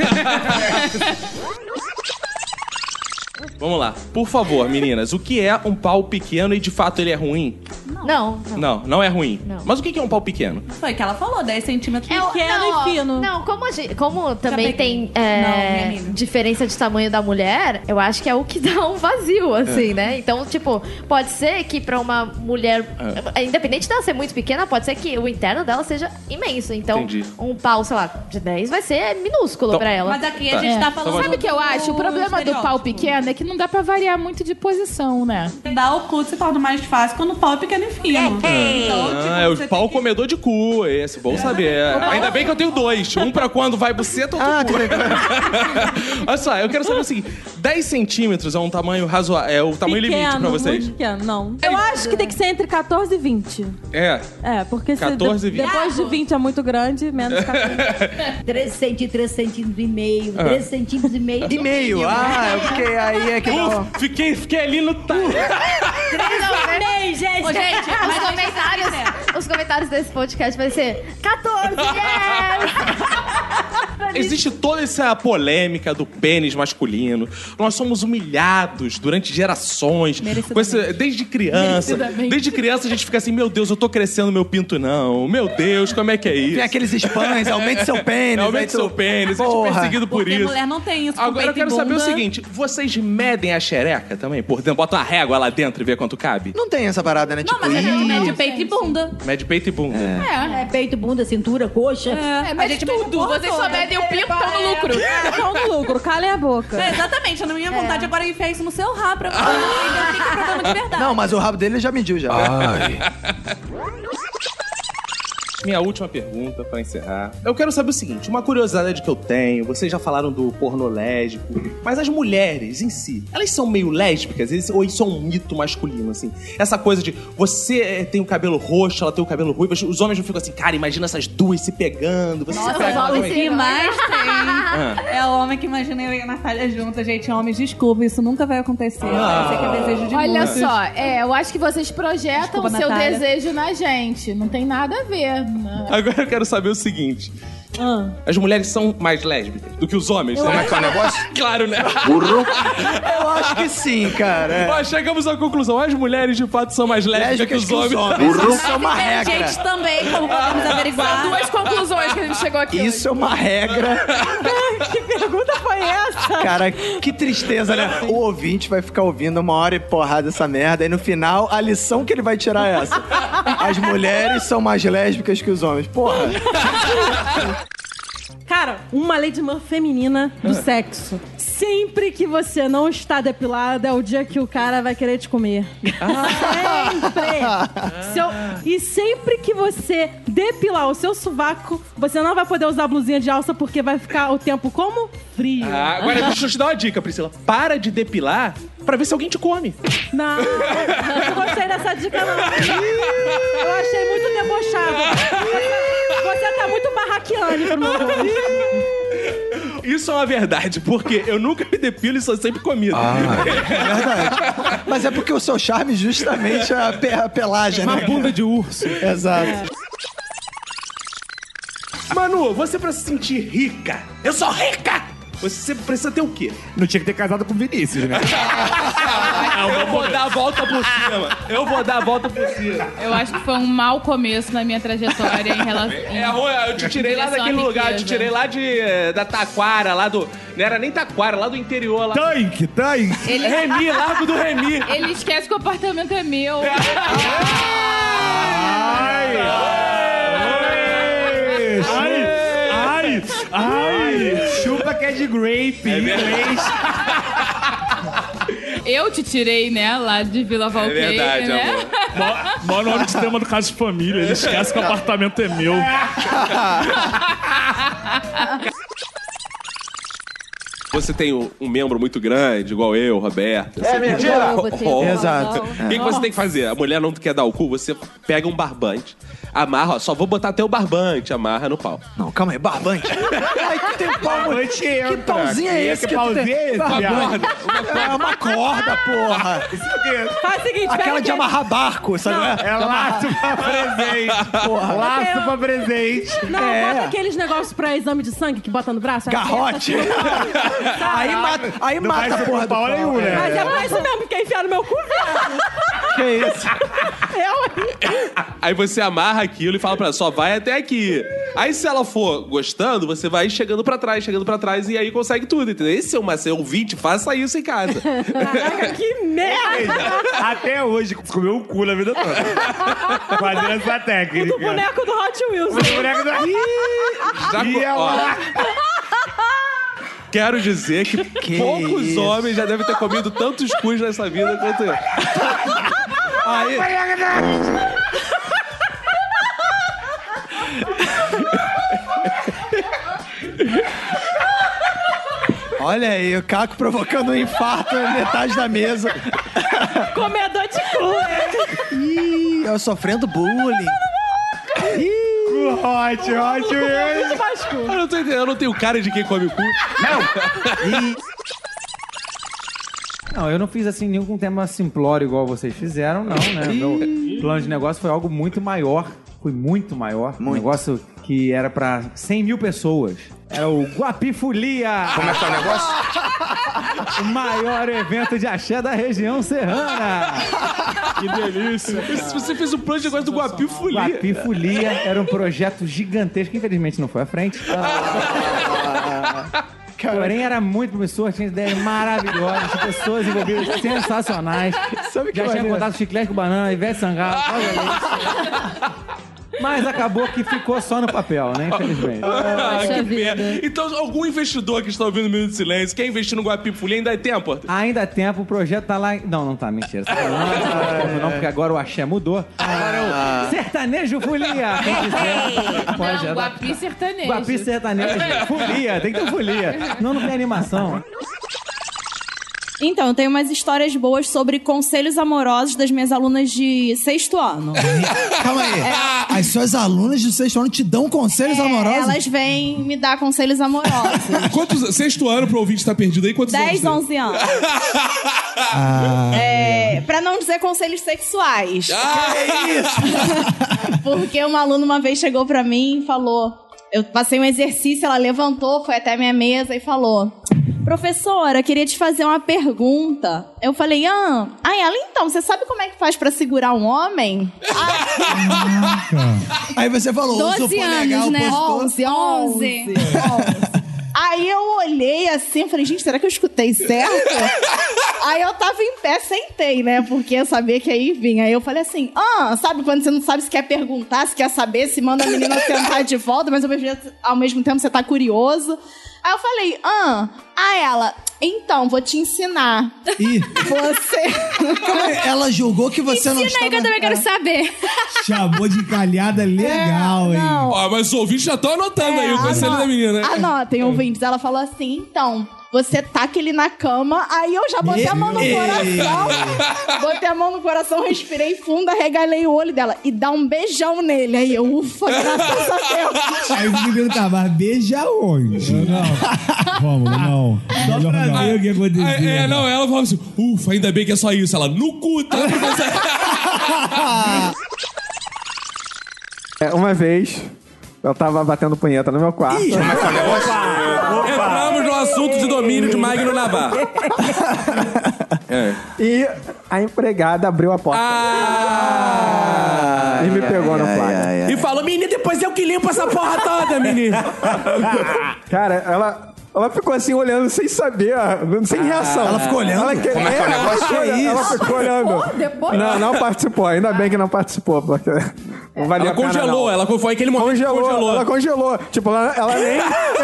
S1: Vamos lá. Por favor, meninas, o que é um pau pequeno e de fato ele é ruim?
S7: Não.
S1: Não, não é ruim.
S7: Não.
S1: Mas o que que é um pau pequeno?
S15: Foi o que ela falou, 10 centímetros
S7: É,
S15: pequeno
S7: não,
S15: e fino.
S7: não,
S15: como, como
S7: também tem é, diferença de tamanho da mulher, eu acho que é o que dá um vazio, assim,
S15: É.
S7: né? Então, tipo, pode ser que pra uma mulher, é, independente dela ser muito pequena, pode ser que o interno dela seja imenso. Então,
S6: Entendi.
S7: um pau, sei lá, de 10 vai ser minúsculo
S6: Então,
S7: pra ela. É.
S6: mas aqui a gente Tá. tá falando Sabe o que eu acho? O problema do pau pequeno é que não dá pra variar muito de posição, né?
S15: Dá o cu se torna mais fácil quando o pau é pequeno e fino. Então, tipo,
S1: ah, é
S15: você
S1: o pau comedor de cu, esse, bom saber. Ainda bem que eu tenho dois. Um pra quando vai buceta, outro ah, cu. Olha só, eu quero saber o seguinte: 10 centímetros é um tamanho razoável. É o tamanho limite pra vocês.
S15: muito pequeno, não. Eu acho que tem que ser entre 14 e 20.
S1: É.
S15: É, porque se
S1: 14 e
S15: de-
S1: 20.
S15: depois de 20 é muito grande, menos 14.
S26: 3 centímetros, 3 centímetros e meio,
S1: Ah.
S26: 3 centímetros e meio.
S1: E meio, ah, eu fiquei- aí é que
S4: Uh,
S1: eu tava- Fiquei, fiquei ali no.
S4: um.
S26: Amei, gente.
S7: Ô, gente,
S26: Mas
S7: os
S6: tá
S26: a gente
S7: comentários,
S6: né?
S7: os comentários desse podcast vai ser 14,
S1: Existe toda essa polêmica do pênis masculino. Nós somos humilhados durante gerações. Com esse- desde criança.
S27: Merecidamente.
S1: Desde criança a gente fica assim: meu Deus, eu tô crescendo meu pinto, não. Meu Deus, como é que é isso?
S27: Tem aqueles spams, aumente seu pênis, aí
S1: aumente
S27: tu-
S1: seu pênis. A gente
S27: Porra.
S1: é perseguido por
S15: Porque
S1: isso.
S15: mulher não tem isso. com
S1: Agora eu
S15: peito e
S1: quero saber o
S15: bunda.
S1: seguinte: vocês medem a xereca também por dentro? Bota uma régua lá dentro e vê quanto cabe?
S26: Não tem essa parada, né?
S2: Tipo,
S1: Não,
S2: é
S26: mas a gente mede
S15: peito e bunda.
S1: Mede peito e bunda.
S26: É. peito, bunda, cintura, coxa.
S15: É,
S26: A
S15: mede
S26: gente
S15: tudo.
S26: porra
S15: Vocês
S26: toda.
S15: só medem o pinto, tão no lucro.
S26: É,
S15: Tão no lucro, calem a boca.
S26: É,
S15: exatamente, a minha vontade agora é enfiar isso no seu rabo pra você entender o que que é problema de verdade.
S2: Não, mas o rabo dele já mediu já.
S1: Ai. Minha última pergunta pra encerrar. Eu quero saber o seguinte: uma curiosidade que eu tenho, vocês já falaram do porno lésbico, mas as mulheres em si, elas são meio lésbicas, Esse- ou isso é um mito masculino, assim? Essa coisa de você eh, tem o cabelo roxo, ela tem o cabelo ruivo, os homens não ficam assim, cara, imagina essas duas se pegando, você se pega.
S15: o que mais
S1: Ah.
S15: tem é o homem que imagina eu e a Natália juntas. Gente, homens, desculpa, isso nunca vai acontecer.
S1: Ah.
S15: Eu sei que é desejo de
S6: Olha
S15: muitos.
S6: só, é, eu acho que vocês projetam
S15: Desculpa,
S6: o seu
S15: Natália.
S6: desejo na gente. Não tem nada a ver. né?
S1: Agora eu quero saber o seguinte:
S6: Ah.
S1: as mulheres são mais lésbicas do que os homens?
S6: Eu
S1: né?
S6: acho- Como é que é o negócio?
S1: Claro, né?
S2: Burro. Eu acho que sim, cara. é.
S1: Nós chegamos à conclusão: as mulheres de fato são mais lésbicas,
S2: Lésbicas
S1: que os homens.
S2: Isso é uma regra.
S15: também, como podemos averiguar.
S6: Duas conclusões que a gente chegou aqui.
S2: Isso é uma regra.
S10: que pergunta foi essa?
S2: Cara, que tristeza, né? O ouvinte vai ficar ouvindo uma hora e porrada essa merda. E no final, a lição que ele vai tirar é essa. As mulheres são mais lésbicas que os homens. Porra.
S10: Cara, uma Lady Man feminina do
S2: Ah.
S10: sexo. Sempre que você não está depilada, é o dia que o cara vai querer te comer. Sempre! Se eu- E sempre que você depilar o seu sovaco, você não vai poder usar blusinha de alça porque vai ficar o tempo como? Frio.
S1: Ah, agora deixa eu te dar uma dica, Priscila. Para de depilar pra ver se alguém te come.
S10: Não, não gostei dessa dica, não. Eu achei muito debochado. Você tá muito barraquiane pro meu gosto.
S1: Isso é uma verdade, porque eu nunca me depilo e sou sempre comido.
S2: Mas é porque o seu charme justamente é a, pe- a pelagem, né? Uma bunda
S1: de urso. É.
S2: Exato.
S1: Manu, você pra se sentir rica, eu sou rica! Você precisa ter o quê?
S9: Não tinha que ter casado com o Vinícius, né?
S1: Ah, eu vou dar a volta por cima. Eu vou dar a volta por cima.
S6: Eu acho que foi um mau começo na minha trajetória em relação.
S1: É, eu- eu te tirei lá
S6: Direção à
S1: daquele lugar, eu te
S6: riqueza.
S1: tirei lá de, eh, da Taquara, lá do. Não era nem Taquara, lá do interior. Lá
S9: tanque, tanque!
S6: Ele-
S1: Remi, Largo do Remi.
S6: Ele esquece que o apartamento é meu.
S9: Ai, ai, ai, chupa que é de grape, é inglês.
S6: Eu te tirei, né, lá de
S1: É
S6: Vila Valqueira,
S9: verdade,
S6: né?
S9: amor.
S4: Mora no sistema do caso de família, ele esquece que o apartamento é meu.
S1: Você tem um um membro muito grande, igual eu, Roberto.
S2: É
S1: Você-
S2: mentira?
S1: Oh, oh.
S2: Exato.
S1: O que, que você tem que fazer? A mulher não quer dar o cu, você pega um barbante, amarra, ó, só vou botar até o barbante, amarra no pau.
S2: Não, calma aí, barbante. Ai, que tem pau, mano.
S9: Barbante
S2: Que
S9: entra.
S2: pauzinho é
S9: Que-
S2: esse
S9: que
S2: que, tu tem?
S9: pauzinho é esse,
S2: Barbante.
S9: viado?
S2: É uma corda, porra.
S10: Faz o é seguinte, pega
S2: Aquela
S10: aquele-
S2: de amarrar barco, sabe?
S10: Não,
S2: De
S10: é
S2: amarrar-
S9: Laço pra presente.
S2: Porra.
S9: Laço pra presente. É.
S10: Não, bota aqueles negócios pra exame de sangue que bota no braço. é assim,
S2: Garrote. aí mata, aí
S10: Não
S2: mata
S10: vai
S2: a
S10: ser
S2: porra
S10: com
S2: do
S10: pau
S2: pau.
S10: nenhum, né? Mas é mais ou menos que enfiar no meu cu,
S2: Que isso?
S1: Aí você amarra aquilo e fala pra ela, só vai até aqui. Aí se ela for gostando, você vai chegando pra trás, chegando pra trás e aí consegue tudo, entendeu? Esse é o macete, ouvinte, faça isso em casa.
S10: Caraca, que merda!
S9: Até hoje, comeu o cu na vida toda. Fazendo essa técnica.
S10: Do boneco do Hot Wheels.
S9: O boneco do...
S1: Já
S9: Ih,
S1: co-
S9: e
S10: é
S9: ela...
S1: Quero dizer que, poucos
S9: isso?
S1: homens já devem ter comido tantos cus nessa vida quanto eu.
S2: Aí... Olha aí, o Caco provocando um infarto na metade da mesa.
S10: Comedor de cu.
S2: Ih, eu sofrendo bullying.
S9: Ih, hot, hot
S10: Wheels.
S1: Eu não, tô entendendo, eu não tenho cara de quem come cu.
S2: Não!
S17: Não, eu não fiz assim nenhum com tema simplório igual vocês fizeram, não, né? Meu plano de negócio foi algo muito maior. Foi muito maior. Um negócio que era pra 100 mil pessoas. Era o Guapifolia! Como
S1: tá
S17: é que é o negócio? O maior evento de axé da região serrana!
S1: Que delícia. Você fez o plano de negócio do Guapifolia.
S17: Guapifolia era um projeto gigantesco, que infelizmente não foi à frente.
S1: Ah.
S17: Porém, era muito promissor, tinha ideias maravilhosas, pessoas envolvidas sensacionais.
S2: Sabe que
S17: Já tinha
S2: maneiro?
S17: contato chiclete com banana, Ivete Sangalo. Paulo Leite. Mas acabou que ficou só no papel, né? Infelizmente.
S1: Ah,
S17: Poxa
S1: que
S17: vida.
S1: pena. Então, algum investidor que está ouvindo o Minuto de Silêncio quer investir no Guapi Folia, ainda é tempo? Arthur?
S17: Ainda há tempo, o projeto tá lá. em- Não, não tá, mentira. Não, não, não, porque agora o axé mudou. Agora
S3: Ah.
S17: é o sertanejo folia. Quem quiser, pode
S28: É, Não,
S17: andar.
S28: Guapi sertanejo.
S17: é Guapi sertanejo. Folia, tem que ter folia. Não, não tem animação.
S15: Então, eu tenho umas histórias boas sobre conselhos amorosos das minhas alunas de sexto ano.
S3: Calma aí.
S28: É.
S3: As suas alunas do sexto ano te dão conselhos
S17: É,
S3: amorosos?
S15: É, Elas vêm me dar conselhos amorosos.
S9: Quantos, sexto ano pro ouvinte estar perdido aí? Quantos
S15: 10,
S9: anos?
S15: 11 anos.
S3: Ah.
S15: É, pra não dizer conselhos sexuais.
S3: Ah, é
S15: Porque uma aluna uma vez chegou pra mim e falou: Eu passei um exercício, ela levantou, foi até a minha mesa e falou: Professora, queria te fazer uma pergunta. Eu falei: Ah, aí ela, então, você sabe como é que faz pra segurar um homem?
S3: Aí você falou, usa o polegar, o postor.
S15: 11, 11. né? Aí eu olhei assim, falei, gente, será que eu escutei certo? aí eu tava em pé, sentei, né? Porque eu sabia que aí vinha. Aí eu falei assim, ah, sabe quando você não sabe se quer perguntar, se quer saber, se manda a menina sentar de volta, mas ao mesmo, ao mesmo tempo você tá curioso. Aí eu falei, ah, a ela, então, vou te ensinar.
S3: Ih.
S15: Você...
S3: Calma aí, Ela julgou que você não
S15: Ensina aí
S3: estava...
S15: que eu também quero saber.
S3: Chamou de
S9: é
S3: calhada
S17: É,
S3: legal, hein?
S9: Ó, mas os ouvintes já estão anotando aí o
S17: ah,
S9: conselho da menina, né?
S15: Anotem, ouvintes. Ela falou assim, então, você taca ele na cama, aí eu já botei a mão no
S3: Meu
S15: coração, botei a mão no coração, respirei fundo, arregalei o olho dela e dá um beijão nele. Aí eu, ufa, graças a Deus.
S3: Aí você me perguntar, mas beija onde? Não,
S9: Vamos, não.
S3: Só pra ver o que né? aconteceu.
S9: É, não, ela falava assim, ufa, ainda bem que é só isso. Ela, no cu, tá?
S8: É, uma vez, eu tava batendo punheta no meu quarto.
S1: Entramos no assunto de domínio de Magno Navarro.
S8: E a empregada abriu a porta. e me pegou no quarto.
S1: E falou, menina, depois eu que limpo essa porra toda, menina.
S8: Cara, ela. Ela ficou assim olhando sem saber, sem reação.
S3: ela ficou olhando?
S8: Ah. Ela
S3: Como é que é o negócio?
S8: Ela,
S3: Que
S8: ela
S3: isso?
S8: ficou olhando.
S3: Depois?
S8: Não, não participou. Ainda bem que não participou. Porque não valia
S1: Ela
S8: a pena,
S1: congelou,
S8: não.
S1: ela foi- foi aquele momento que
S8: congelou,
S1: congelou.
S8: Ela congelou. Tipo, ela, ela nem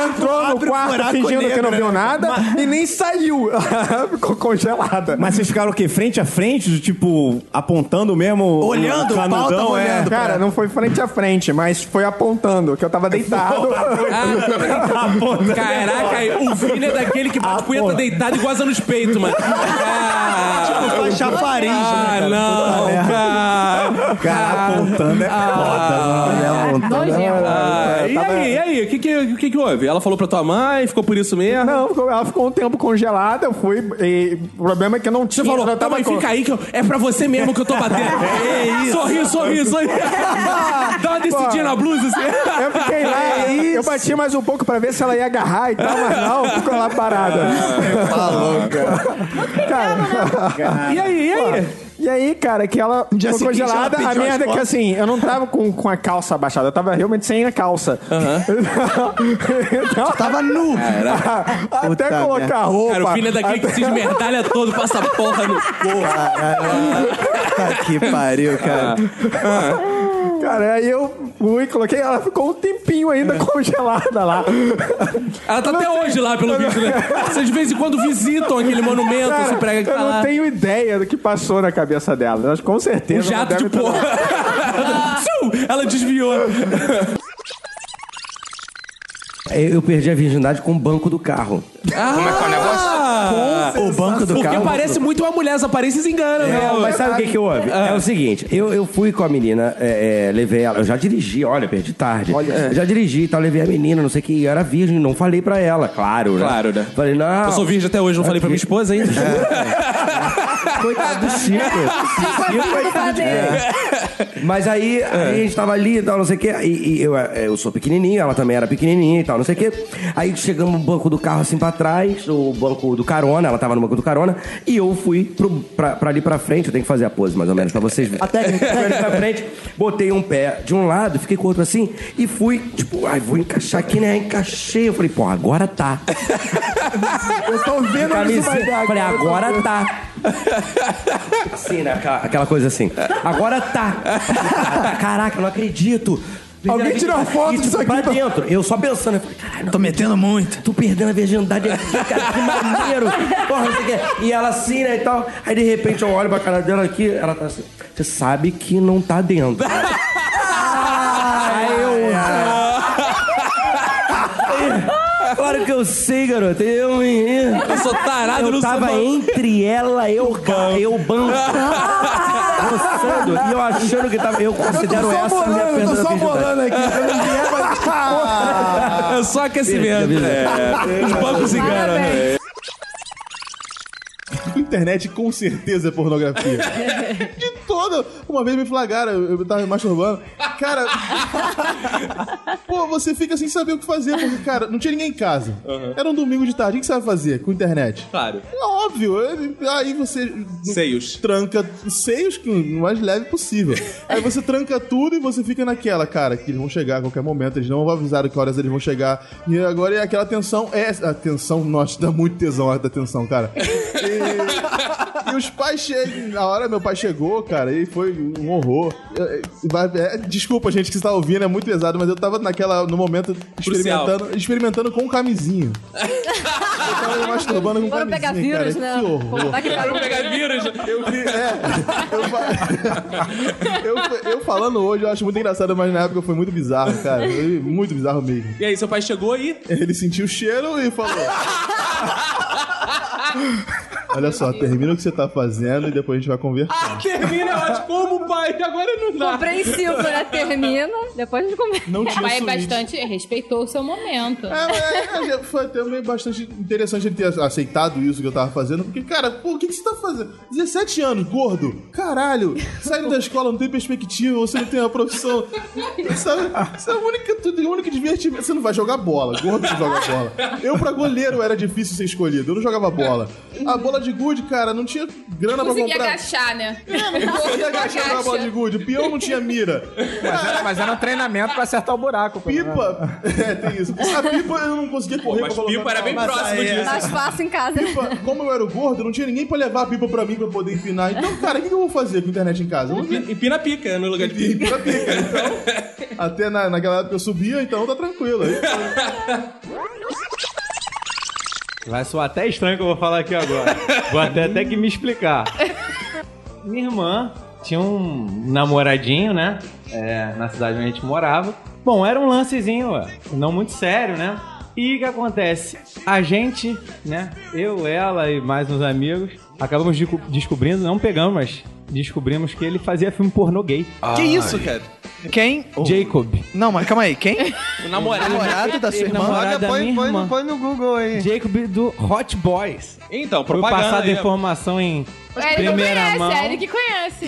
S8: entrou no
S1: Abre o
S8: quarto
S1: buraco
S8: fingindo que não
S1: negro,
S8: viu
S1: né?
S8: nada e nem saiu. Ela ficou congelada.
S29: Mas vocês ficaram o quê? Frente a frente? Tipo, apontando mesmo? o
S8: Olhando,
S29: canudão,
S3: tá
S29: é.
S8: Cara, não foi frente a frente, mas foi apontando, que eu tava deitado.
S1: Ah, Caraca, aí, o Vini é daquele que bate punheta deitado e goza nos peitos, mano. Ah, tipo,
S3: faz chafariz, né,
S1: Ah,
S3: cara?
S1: não,
S3: Puta merda.
S1: cara. Ah,
S29: Cara, apontando é
S1: foda. e aí, e aí? O que que, o que que houve? Ela falou pra tua mãe, ficou por isso mesmo?
S8: Não, ficou- ela ficou um tempo congelada, eu fui. e o problema é que eu não
S1: Você
S8: tinha.
S1: falou,
S8: eu
S1: tá, mãe, fica aí que eu- é pra você mesmo que eu tô batendo.
S8: É isso.
S1: Sorri, sorri, sorri. Dá uma descidinha na blusa. Assim.
S8: Eu fiquei lá,
S1: É
S8: eu bati mais um pouco pra ver se ela ia agarrar e tal, mas não, ficou lá parada. Tá
S3: Falou, cara.
S8: Cara. E aí, e aí? E aí, cara, que Um ela
S3: um dia
S8: ficou
S3: seguinte, ela
S8: congelada.
S3: pediu
S8: A
S3: as
S8: merda é que
S3: fotos.
S8: assim, eu não tava com, com a calça abaixada, eu tava realmente sem a calça. então,
S3: tava nu.
S8: até
S29: Tá, né?
S3: Puta
S8: colocar
S3: merda.
S8: a roupa.
S1: Cara, o filho é daquele que se esmerdalha todo, passa porra no
S3: Puta que pariu, Tá cara.
S8: Cara, aí eu fui, coloquei, ela ficou um tempinho ainda
S3: É.
S8: congelada lá.
S1: Ela tá até hoje lá, pelo visto, né? Vocês de vez em quando visitam aquele monumento,
S8: Cara,
S1: se prega que
S8: eu
S1: tá
S8: não
S1: lá.
S8: tenho ideia do que passou na cabeça dela. Mas com certeza.
S1: Um jato
S8: ela
S1: de
S8: deve tá-
S1: porra. Tchum! Ela desviou. é
S29: Eu perdi a virgindade com o banco do carro.
S1: Como é que é o negócio?
S29: Com o banco do
S1: Porque
S29: carro.
S1: parece muito uma mulher, as aparências enganam,
S8: É,
S1: né?
S29: Não, É, mas sabe o que, que houve? É o seguinte, eu, eu fui com a menina, é, é, levei ela, eu já dirigi, olha, perdi tarde. Eu já dirigi e tal, levei a menina, não sei o que, eu era virgem, não falei pra ela, claro, né?
S1: Claro, né?
S29: Falei, não.
S1: Eu sou virgem até hoje, não falei pra minha esposa ainda.
S8: É.
S29: Coitado do Chico. Chico, coitado de- Mas aí, aí a gente tava ali e tal, não sei o quê. E, e eu, eh, eu sou pequenininho, ela também era pequenininha e tal, não sei o quê. Aí chegamos no banco do carro assim pra trás, o banco do carona, ela tava no banco do carona, e eu fui pro, pra, pra ali pra frente, eu tenho que fazer a pose mais ou menos pra vocês verem. A técnica, pra frente, botei um pé de um lado, fiquei com o outro assim, e fui, tipo, ai, vou encaixar aqui, né? Encaixei. Eu falei, pô, agora tá.
S3: Eu tô vendo
S29: Camiseta, falei, agora tá. Assim, né? Aquela, aquela coisa assim. Agora tá. Caraca, eu não acredito.
S3: Alguém tirou
S29: uma
S3: foto
S29: isso
S3: disso aqui
S29: Pra
S3: pra-
S29: dentro. Eu só pensando, eu falei, caralho. Tô metendo muito. Tô perdendo a virgindade aqui, cara. Que maneiro. Porra, não sei o quê. E ela assim, né, e tal. Aí, de repente, eu olho pra cara dela aqui, ela tá assim. Você sabe que não tá dentro. Aí eu... Claro que eu sei, garoto. Eu, menino.
S3: Eu sou tarado
S29: Eu
S3: no
S29: tava
S3: samba.
S29: entre ela e o banco. Eu, banco. Roçando, e eu achando que tava. Eu considero
S3: só
S29: essa a minha
S3: bolando, eu tô
S29: perda da
S3: só
S29: virgindade.
S3: bolando aqui, eu não vier, mas-
S1: É só aquecimento. É. Os bancos enganam, né?
S12: Internet com certeza é pornografia. De todo. Uma vez me flagaram, eu eu tava me masturbando. Cara. Pô, você fica sem saber o que fazer, porque, cara, não tinha ninguém em casa. Era um domingo de tarde. O que você vai fazer com internet?
S1: Claro.
S12: É óbvio. eu- Aí você.
S1: Seios.
S12: Tranca. Seios que o mais leve possível. Aí você tranca tudo e você fica naquela, cara, que eles vão chegar a qualquer momento, eles não avisaram que horas eles vão chegar. E agora é aquela tensão. É, a tensão, nossa, dá muito tesão a hora da tensão, cara. E os pais chegam. Na hora meu pai chegou, cara, e foi um horror. Eu- eu- vai- é, desculpa, gente, que está ouvindo, é muito pesado, mas eu tava naquela, no momento, experimentando, experimentando com camisinho. Eu tava me masturbando com
S3: Foram pegar
S12: camisinho, cara.
S3: vírus, né?
S12: Que horror.
S3: Tá que pariu. Foram pegar
S1: vírus.
S12: Eu vi, é. Eu, fa- eu, eu falando hoje, eu acho muito engraçado, mas na época foi muito bizarro, cara. Foi muito bizarro mesmo.
S1: E aí, seu pai chegou aí?
S12: Ele sentiu o cheiro e falou. Olha só, termina o que você tá fazendo e depois a gente vai conversar.
S1: Termina, eu acho, como pai, agora não dá.
S6: Compreensivo, né? Termina, depois a gente começa.
S12: Não tinha
S6: Mas é
S12: suíte.
S6: bastante respeitou o seu momento.
S12: É, é, foi também bastante interessante ele ter aceitado isso que eu tava fazendo, porque, cara, pô, o que, que você tá fazendo? 17 anos, gordo, caralho, saindo da escola, não tem perspectiva, você não tem uma profissão. Sabe? Isso é o único, tudo- o único divertimento. Você não vai jogar bola, gordo não joga bola. Eu, pra goleiro, era difícil ser escolhido, eu não jogava bola. A bola de gude, cara, não tinha grana pra
S6: Consegui
S12: comprar.
S6: agachar, né?
S12: É, não conseguia agachar a bola de gude. O peão não tinha mira. Mas era, um treinamento pra acertar o buraco. Pipa. É, tem isso. A pipa eu não conseguia correr.
S1: mas
S12: pra colocar
S1: pipa era
S12: na
S1: bem
S12: mão.
S1: próximo disso. Mais
S6: fácil em casa.
S12: Pipa, como eu era o gordo, não tinha ninguém pra levar a pipa pra mim pra eu poder empinar. Então, cara, o que que eu vou fazer com internet em casa? Eu não
S1: E pina pica no lugar de pica.
S12: Empina pica. Então, até na, naquela época eu subia, então tá tranquilo. Aí,
S17: Vai soar até estranho o que eu vou falar aqui agora. vou até, até que me explicar. Minha irmã tinha um namoradinho, né? É, na cidade onde a gente morava. Bom, era um lancezinho, ó, não muito sério, né? E o que acontece? A gente, né? Eu, ela e mais uns amigos, acabamos de- descobrindo, não pegamos, mas descobrimos que ele fazia filme pornô gay.
S14: Que isso, cara? Quem?
S17: Jacob.
S14: Não, mas calma aí, quem?
S1: O
S14: O namorado da sua irmã?
S17: Namorado
S14: Olha,
S17: da
S14: põe-
S17: minha
S14: põe-
S17: irmã.
S14: põe no Google aí.
S17: Jacob do Hot Boys.
S1: Então,
S17: Foi
S1: propaganda
S17: passada
S1: aí, ó.
S17: informação em
S6: O Eric
S17: primeira
S6: conhece,
S17: mão.
S6: é Eric que conhece.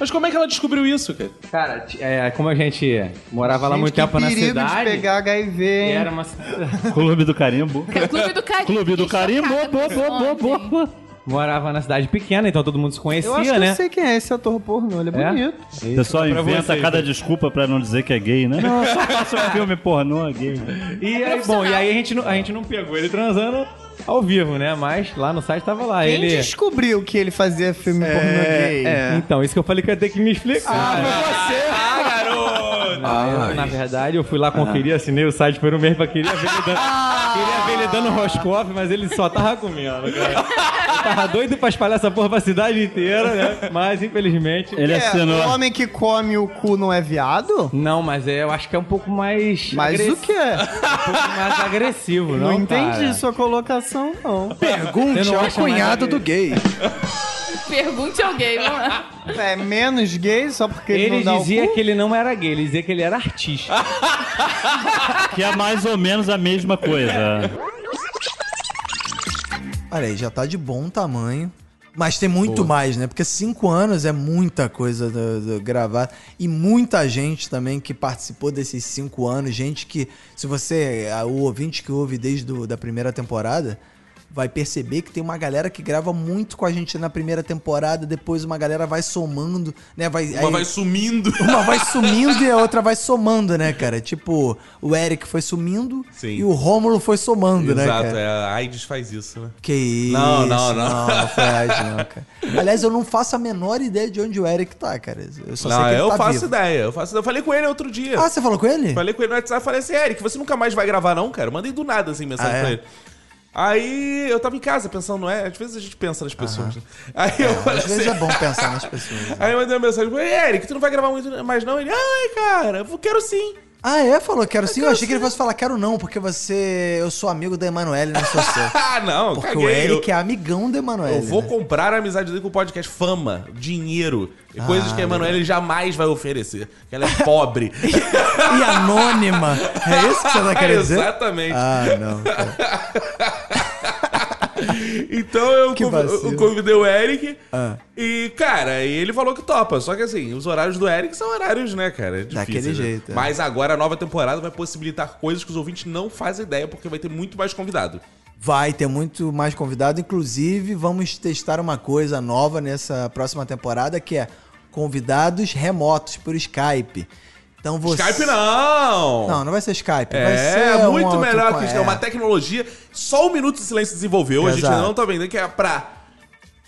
S1: Mas como é que ela descobriu isso, cara?
S17: Cara, t- é, como a gente morava lá
S1: Gente,
S17: muito
S1: que
S17: tempo na
S1: perigo de
S17: cidade.
S1: pegar
S14: HIV,
S17: e Era uma
S30: Clube do Carimbo.
S6: Clube do Carimbo.
S30: Clube do Carimbo. Bo, bo, bo, bo, bo.
S17: Morava na cidade pequena, então todo mundo se conhecia,
S14: Eu acho que
S17: né?
S14: eu sei quem é esse ator pornô, ele é,
S17: É?
S14: bonito.
S30: O pessoal
S17: Pra
S30: inventa
S17: vocês,
S30: cada
S17: né?
S30: desculpa pra não dizer que é gay, né? Não, eu só faço um filme pornô gay.
S17: E aí, bom, e aí a gente, não, a gente não pegou ele transando ao vivo, né? Mas lá no site tava lá.
S14: Quem
S17: ele.
S14: descobriu que ele fazia filme pornô gay?
S17: É, Então, isso que eu falei que ia ter que me
S1: Ah,
S17: explicar.
S12: Ah,
S14: Ah,
S17: Eu, na verdade, eu fui lá conferir, assinei o site por um mês pra queria ver ele dando, queria ver ele dando um roscoff, mas ele só tava comendo, cara. Eu tava doido pra espalhar essa porra pra cidade inteira, né? Mas, infelizmente...
S14: É, O homem que come o cu não é viado?
S17: Não, mas é, eu acho que é um pouco mais...
S14: Mas o
S17: agressivo.
S14: que é?
S17: Um pouco mais agressivo, não,
S14: Não entendi
S17: cara.
S14: sua colocação, não.
S17: Você
S14: Pergunte
S17: não
S14: ao
S17: acha mais
S14: cunhado do gay.
S6: Pergunte alguém, né? vamos lá.
S14: É menos gay só porque ele,
S17: Ele
S14: não dá
S17: dizia
S14: o cu?
S17: que ele não era gay, ele dizia que ele era artista.
S30: Que é mais ou menos a mesma coisa.
S2: Olha aí, já tá de bom tamanho. Mas tem muito mais, né? Porque cinco anos é muita coisa do, do gravar. E muita gente também que participou desses cinco anos. Gente que, se você, a- o ouvinte que ouve desde do, da primeira temporada, vai perceber que tem uma galera que grava muito com a gente na primeira temporada. Depois uma galera vai somando, né? Vai,
S8: Uma
S2: aí-
S8: vai sumindo.
S2: uma vai sumindo e a outra vai somando, né, cara? Tipo, o Eric foi sumindo
S1: Sim.
S2: e o Rômulo foi somando, né,
S1: Exato,
S2: cara?
S1: é, a AIDS faz isso, né?
S2: Que isso?
S1: Não, não, não.
S2: Não, foi AIDS, não, cara. Aliás, eu não faço a menor ideia de onde o Eric tá, cara. Eu só sei
S1: Não,
S2: que ele
S1: eu
S2: tá
S1: faço
S2: vivo.
S1: ideia. Eu faço ideia. Eu falei com ele outro dia.
S2: Ah, você falou com ele?
S1: Falei com ele no WhatsApp, falei assim, Eric, você nunca mais vai gravar não, cara? Eu Mandei do nada, assim, mensagem
S2: Ah, é?
S1: pra ele. Aí eu tava em casa pensando, não é? Às vezes a gente pensa nas pessoas. né? Aí eu falei
S2: Às vezes
S1: assim-
S2: é bom pensar nas pessoas.
S1: Aí eu mandei uma mensagem pra ele, Eric, tu não vai gravar muito mais não? Ele, ai, cara, eu quero sim.
S2: Ah, é? Falou quero sim? Eu achei que ele fosse falar quero não, porque você... Eu sou amigo da Emanuele, não sou seu.
S1: Ah, não,
S2: Porque
S1: caguei.
S2: o Eric
S1: eu...
S2: é amigão da Emanuele.
S1: eu vou
S2: né?
S1: comprar a amizade dele com o podcast Fama, dinheiro, e
S2: Ah,
S1: coisas que a Emanuele jamais vai oferecer. Que ela é pobre.
S2: E anônima. É isso que você tá querendo dizer?
S1: Exatamente.
S2: Ah, não.
S1: Então eu,
S2: Que
S1: conv-
S2: vacilo.
S1: eu convidei o Eric
S2: Ah.
S1: e, cara, e ele falou que topa. Só que assim, os horários do Eric são horários, né, cara? É difícil,
S2: Daquele
S1: né?
S2: jeito, é.
S1: Mas agora a nova temporada vai possibilitar coisas que os ouvintes não fazem ideia, porque vai ter muito mais convidado.
S2: Vai ter muito mais convidado. Inclusive, vamos testar uma coisa nova nessa próxima temporada, que é convidados remotos por Skype. Então você...
S1: Skype não!
S2: Não, não vai ser Skype. vai
S1: É,
S2: ser um
S1: muito
S2: outro
S1: melhor
S2: co-
S1: que isso.
S2: é.
S1: É uma tecnologia. Só o Minuto de Silêncio desenvolveu, a gente
S2: Exato.
S1: ainda não tá vendendo, que é pra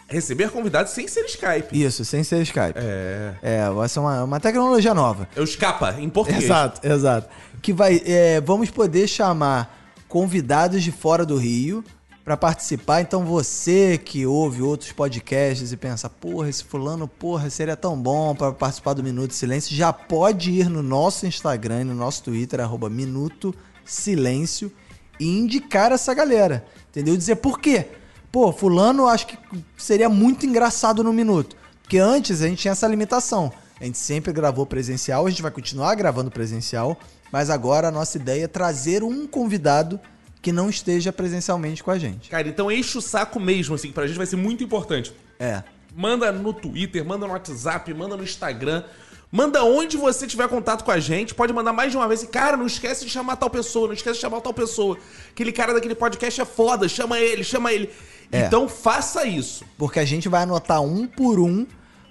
S1: receber convidados sem ser Skype.
S2: Isso, sem ser Skype. É. É, vai ser uma, uma tecnologia nova.
S1: É o Scapa, em português.
S2: Exato, exato. Que vai. é, vamos poder chamar convidados de fora do Rio pra participar. Então você que ouve outros podcasts e pensa, porra, esse fulano, porra, seria tão bom pra participar do Minuto de Silêncio, já pode ir no nosso Instagram, e no nosso Twitter, arroba Minuto Silêncio, e indicar essa galera. Entendeu? Dizer por quê? Pô, fulano acho que seria muito engraçado no minuto. Porque antes a gente tinha essa limitação. A gente sempre gravou presencial, a gente vai continuar gravando presencial, mas agora a nossa ideia é trazer um convidado que não esteja presencialmente com a gente.
S1: Cara, então enche o saco mesmo, assim, que pra gente vai ser muito importante.
S2: É.
S1: Manda no Twitter, manda no WhatsApp, manda no Instagram. Manda onde você tiver contato com a gente. Pode mandar mais de uma vez. E, cara, não esquece de chamar tal pessoa, não esquece de chamar tal pessoa. Aquele cara daquele podcast é foda, chama ele, chama ele.
S2: É.
S1: Então faça isso.
S2: Porque a gente vai anotar um por um,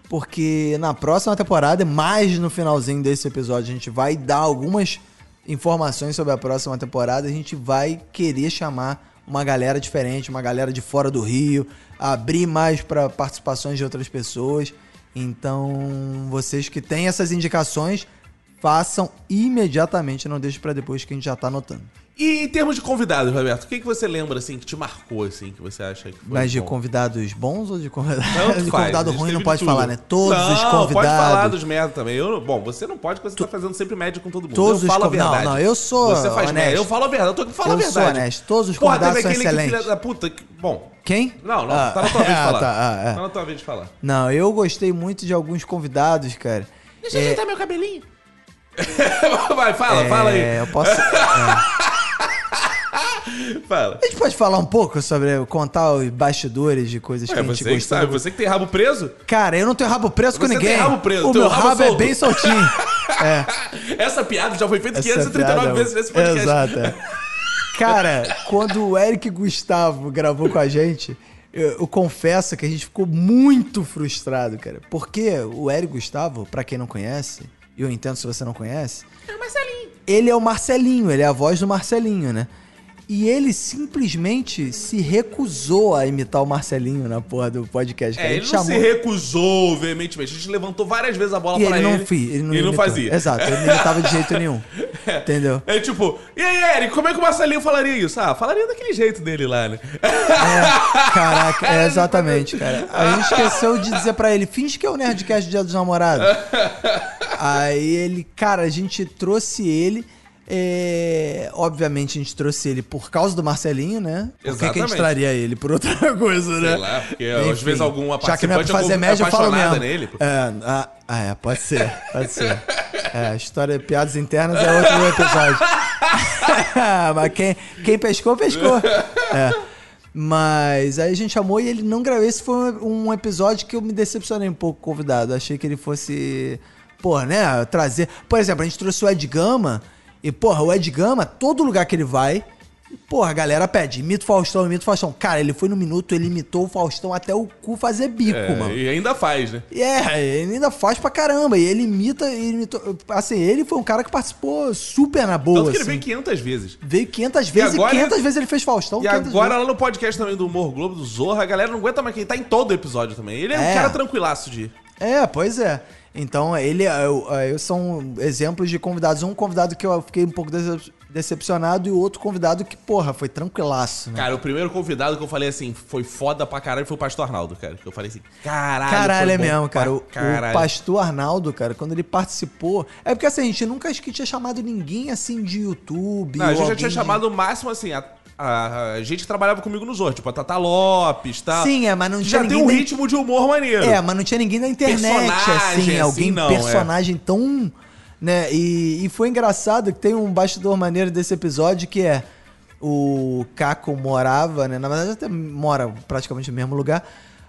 S2: porque na próxima temporada, mais no finalzinho desse episódio, a gente vai dar algumas informações sobre a próxima temporada. A gente vai querer chamar uma galera diferente, uma galera de fora do Rio, abrir mais para participações de outras pessoas. Então, vocês que têm essas indicações, façam imediatamente, não deixe para depois que a gente já tá anotando.
S1: E em termos de convidados, Roberto, o que, que você lembra, assim, que te marcou, assim, que você acha que foi
S2: Mas de
S1: bom?
S2: convidados bons ou de convidados?
S1: Tanto
S2: de
S1: faz,
S2: convidado
S1: a gente
S2: ruim não
S1: teve
S2: pode
S1: tudo.
S2: falar, né? Todos
S1: Não,
S2: os convidados.
S1: pode falar dos merda também. Eu, não- bom, você não pode porque você tá fazendo sempre média com todo mundo.
S2: Todos
S1: eu
S2: os
S1: falo a
S2: conv- não,
S1: verdade.
S2: não, eu sou
S1: Você faz merda.
S2: honesto.
S1: Eu falo a verdade. Eu tô aqui falando a
S2: Eu sou
S1: verdade.
S2: honesto. Todos os
S1: Porra, teve
S2: convidados são
S1: aquele que
S2: excelentes.
S1: Filha da puta. que- Bom.
S2: Quem?
S1: Não, não.
S2: Ah,
S1: tá na tua vez de
S2: ah,
S1: falar.
S2: tá, ah, é.
S1: Tá na tua vez de falar.
S2: Não, eu gostei muito de alguns convidados, cara.
S1: Deixa eu ajeitar meu cabelinho. Vai, fala,
S2: é,
S1: fala aí.
S2: Eu posso.
S1: Fala.
S2: A gente pode falar um pouco sobre contar os bastidores de coisas que
S1: Ué,
S2: a gente
S1: É você que
S2: gostou.
S1: sabe. Você que tem rabo preso?
S2: Cara, eu não tenho rabo preso com
S1: Você
S2: ninguém.
S1: tem rabo preso,
S2: o
S1: teu
S2: meu
S1: rabo
S2: rabo,
S1: é
S2: é
S1: solto.
S2: bem soltinho. é.
S1: Essa piada já foi feita
S2: Essa
S1: 539
S2: piada- um-
S1: vezes nesse podcast.
S2: É Exato, é. Cara, quando o Eric Gustavo gravou com a gente, eu, eu confesso que a gente ficou muito frustrado, cara. Porque o Eric Gustavo, pra quem não conhece, e eu entendo se você não conhece, ele é o Marcelinho, ele é a voz do Marcelinho, né? E ele simplesmente se recusou a imitar o Marcelinho na porra do podcast.
S1: É,
S2: Cara.
S1: ele não se recusou veementemente. A gente levantou várias vezes a bola
S2: E
S1: pra
S2: ele
S1: ele.
S2: não, fi- ele não,
S1: e ele não
S2: imitou.
S1: fazia.
S2: Exato, ele não imitava de jeito nenhum. Entendeu?
S1: É tipo, e aí, Eric, como é que o Marcelinho falaria isso? Ah, falaria daquele jeito dele lá, né?
S2: Caraca, é exatamente,
S1: assim.
S2: cara. A gente esqueceu de dizer pra ele, finge que é o Nerdcast Dia dos Namorados. Aí ele, cara, a gente trouxe ele. é, Obviamente a gente trouxe ele por causa do Marcelinho, né? Por que, que a gente
S1: Exatamente.
S2: traria ele? Por outra coisa, né?
S1: Sei lá, porque às
S2: Enfim,
S1: vezes alguma
S2: Já que não é pra
S1: participante
S2: fazer
S1: algum-
S2: média, eu falo
S1: apaixonada
S2: mesmo.
S1: nele. pô.
S2: É, ah, ah, é, pode ser, pode ser. É, a história de piadas internas é outro episódio. Mas quem, quem pescou, pescou. É. Mas aí a gente chamou e ele não gravou. Esse foi um um episódio que eu me decepcionei um pouco com o convidado. Achei que ele fosse, pô, né, trazer. Por exemplo, a gente trouxe o Ed Gama. E, porra, o Ed Gama, todo lugar que ele vai, porra, a galera pede, imita o Faustão, imita o Faustão. Cara, ele foi no minuto, ele imitou o Faustão até o cu fazer bico,
S1: É,
S2: mano.
S1: E ainda faz, né?
S2: E É, ele ainda faz pra caramba. E ele imita, ele imitou- assim, ele foi um cara que participou super na boa.
S1: Tanto que ele
S2: assim.
S1: veio 500 vezes.
S2: veio 500 vezes e,
S1: agora-
S2: 500 vezes ele fez Faustão.
S1: E
S2: 500
S1: agora,
S2: vezes.
S1: lá no podcast também do Humor Globo, do Zorra, a galera não aguenta mais quem tá em todo episódio também. Ele é,
S2: É.
S1: um cara tranquilaço de.
S2: É, pois é. Então, ele, eu, eu- são exemplos de convidados. Um convidado que eu fiquei um pouco decep- decepcionado e o outro convidado que, porra, foi tranquilaço, né?
S1: Cara, o primeiro convidado que eu falei assim, foi foda pra caralho, foi o Pastor Arnaldo, cara. Que eu falei assim, caralho.
S2: Caralho,
S1: foi
S2: é
S1: bom pra
S2: mesmo, cara. O, o
S1: caralho.
S2: pastor Arnaldo, cara, quando ele participou. É porque assim, a gente nunca acho que tinha chamado ninguém assim de YouTube.
S1: Não, a
S2: ou
S1: gente já
S2: alguém
S1: tinha
S2: de-
S1: chamado o máximo assim, a, a- a gente que trabalhava comigo nos outros, tipo a Tata Lopes, tá?
S2: Sim, é, mas não
S1: Que
S2: tinha
S1: Já tem
S2: ninguém
S1: um
S2: da-
S1: ritmo de humor maneiro.
S2: É, mas não tinha ninguém na internet,
S1: Personagem,
S2: assim,
S1: assim,
S2: alguém
S1: não, é.
S2: personagem tão. Né? E, e foi engraçado que tem um bastidor maneiro desse episódio que é. O Caco morava, né? Na verdade, até mora praticamente no mesmo lugar,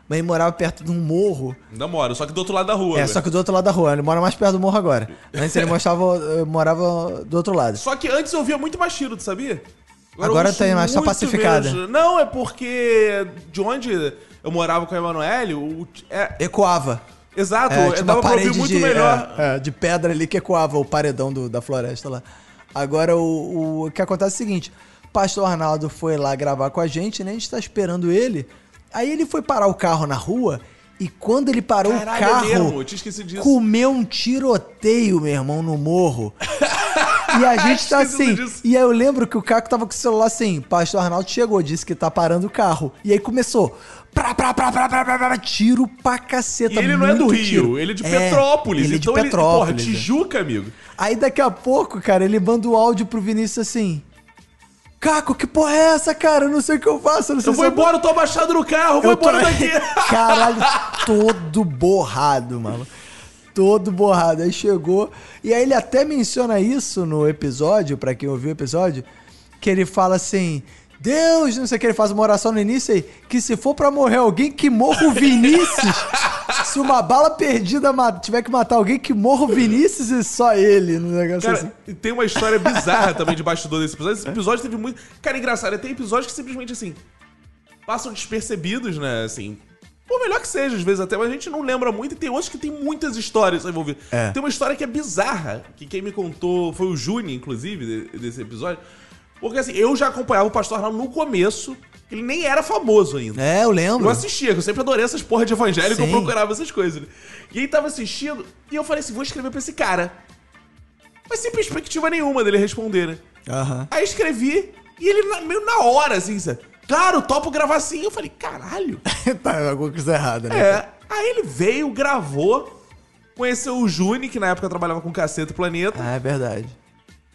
S2: mas ele morava perto de um morro.
S1: Ainda mora, só que do outro lado da rua.
S2: É,
S1: né?
S2: só que do outro lado da rua. Ele mora mais perto do morro agora. Antes ele mostrava, eh, morava do outro lado.
S1: Só que antes eu via muito mais tiro, tu sabia? eu
S2: Agora
S1: ouço
S2: tem, mas tá
S1: muito
S2: pacificada.
S1: menos. Não, é porque de onde eu morava com a Emanuele, o. é-
S2: Ecoava.
S1: Exato,
S2: É,
S1: eu
S2: tinha
S1: dava
S2: uma
S1: pra ouvir
S2: parede
S1: muito
S2: de,
S1: melhor.
S2: é, é, de pedra ali que ecoava o paredão do- da floresta lá. Agora, o, o que acontece é o seguinte: Pastor Arnaldo foi lá gravar com a gente, né? A gente tá esperando ele. Aí ele foi parar o carro na rua e quando ele parou
S1: Caralho,
S2: o um carro,
S1: é mesmo, eu tinha esquecido disso.
S2: comeu um tiroteio, meu irmão, no morro. E a gente tá assim. E aí eu lembro que o Caco tava com o celular assim. Pastor Arnaldo chegou, disse que tá parando o carro. E aí começou. Pra, pra, pra, pra, pra, pra, pra, tiro pra caceta.
S1: E ele não é
S2: muito
S1: do Rio,
S2: tiro.
S1: ele é de
S2: É,
S1: Petrópolis.
S2: Ele é de
S1: então
S2: Petrópolis.
S1: Ele, porra, Tijuca, amigo.
S2: Aí daqui a pouco, cara, ele manda o áudio pro Vinícius assim. Caco, que porra é essa, cara? Eu não sei o que eu faço, eu não sei
S1: Eu vou embora, eu tô abaixado no carro, eu vou
S2: Eu tô-
S1: embora daqui.
S2: Caralho, todo borrado, mano. Todo borrado. Aí chegou. E aí ele até menciona isso no episódio, pra quem ouviu o episódio, que ele fala assim. Deus, não sei o que, ele faz uma oração no início aí, que se for pra morrer alguém, que morra o Vinícius. se uma bala perdida ma- tiver que matar alguém, que morra o Vinícius e só ele. No negócio assim.
S1: Cara, e tem uma história bizarra também de bastidor desse episódio. Esse episódio teve muito. Cara, é engraçado, né? tem episódios que simplesmente assim. passam despercebidos, né? Assim. Por melhor que seja, às vezes até, mas a gente não lembra muito e tem outros que tem muitas histórias envolvidas.
S4: É.
S1: Tem uma história que é bizarra, que quem me contou foi o Juni, inclusive, de- desse episódio. Porque assim, eu já acompanhava o Pastor Arnaldo no começo, que ele nem era famoso ainda.
S2: É, eu lembro.
S1: Eu assistia, que eu sempre adorei essas porra de evangélico, eu
S2: Sim.
S1: procurava essas coisas. né? E aí tava assistindo, e eu falei assim, vou escrever pra esse cara. Mas sem perspectiva nenhuma dele responder, né?
S2: Aham.
S1: Aí escrevi, e ele na- meio na hora, assim, sabe? Claro, topo gravar assim. Eu falei, caralho.
S2: tá alguma coisa errada, né?
S1: É. Aí ele veio, gravou, conheceu o Juni, que na época trabalhava com Caceta e Planeta.
S2: Ah, é verdade.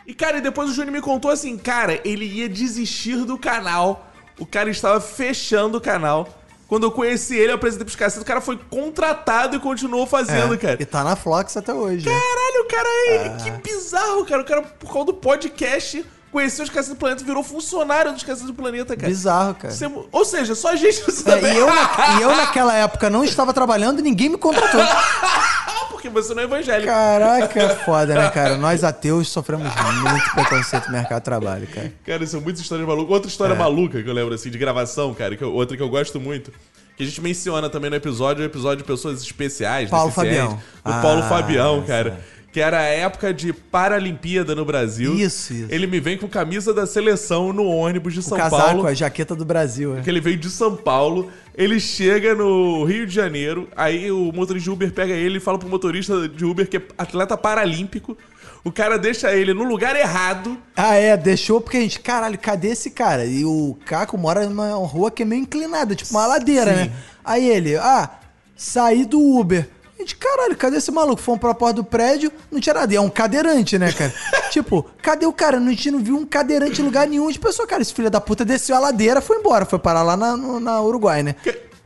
S1: E, cara, e depois o Juni me contou assim, cara, ele ia desistir do canal. O cara estava fechando o canal. Quando eu conheci ele, eu apresentei pros Caceta, o cara foi contratado e continuou fazendo,
S2: É,
S1: cara.
S2: E tá na Flox até hoje. né?
S1: Caralho, o cara é. Que
S2: Ah.
S1: bizarro, cara. O cara, por causa do podcast, conheceu os Cacetas do Planeta e virou funcionário dos Cacetas do Planeta, cara.
S2: Bizarro, cara.
S1: Você- ou seja, só a gente não sabe.
S2: É, e, eu na- e eu naquela época não estava trabalhando e ninguém me contratou.
S1: Porque você não é evangélico.
S2: Caraca, é foda, né, cara? Nós ateus sofremos muito preconceito no mercado de trabalho, cara.
S1: Cara, são muitas histórias malucas. Outra história
S2: É.
S1: maluca que eu lembro, assim, de gravação, cara, que eu- outra que eu gosto muito, que a gente menciona também no episódio, é o episódio de pessoas especiais. né,
S2: Paulo
S1: DCCs,
S2: Fabião.
S1: Do
S2: Ah,
S1: Paulo Fabião, cara. Que era a época de Paralimpíada no Brasil.
S2: Isso, isso.
S1: Ele me vem com camisa da seleção no ônibus de São
S2: Casaco,
S1: Paulo.
S2: a jaqueta do Brasil, é.
S1: que ele veio de São Paulo, ele chega no Rio de Janeiro, aí o motorista de Uber pega ele e fala pro motorista de Uber que é atleta paralímpico. O cara deixa ele no lugar errado.
S2: Ah, é, deixou porque a gente, caralho, cadê esse cara? E o Caco mora numa rua que é meio inclinada, tipo uma ladeira, né? Aí ele, ah, saí do Uber. A gente, caralho, cadê esse maluco? Fomos pra porta do prédio, não tinha nada. E é um cadeirante, né, cara? tipo, cadê o cara? A gente não viu um cadeirante em lugar nenhum. A gente pensou, cara, esse filho da puta desceu a ladeira, foi embora, foi parar lá na, no- na Uruguai, né?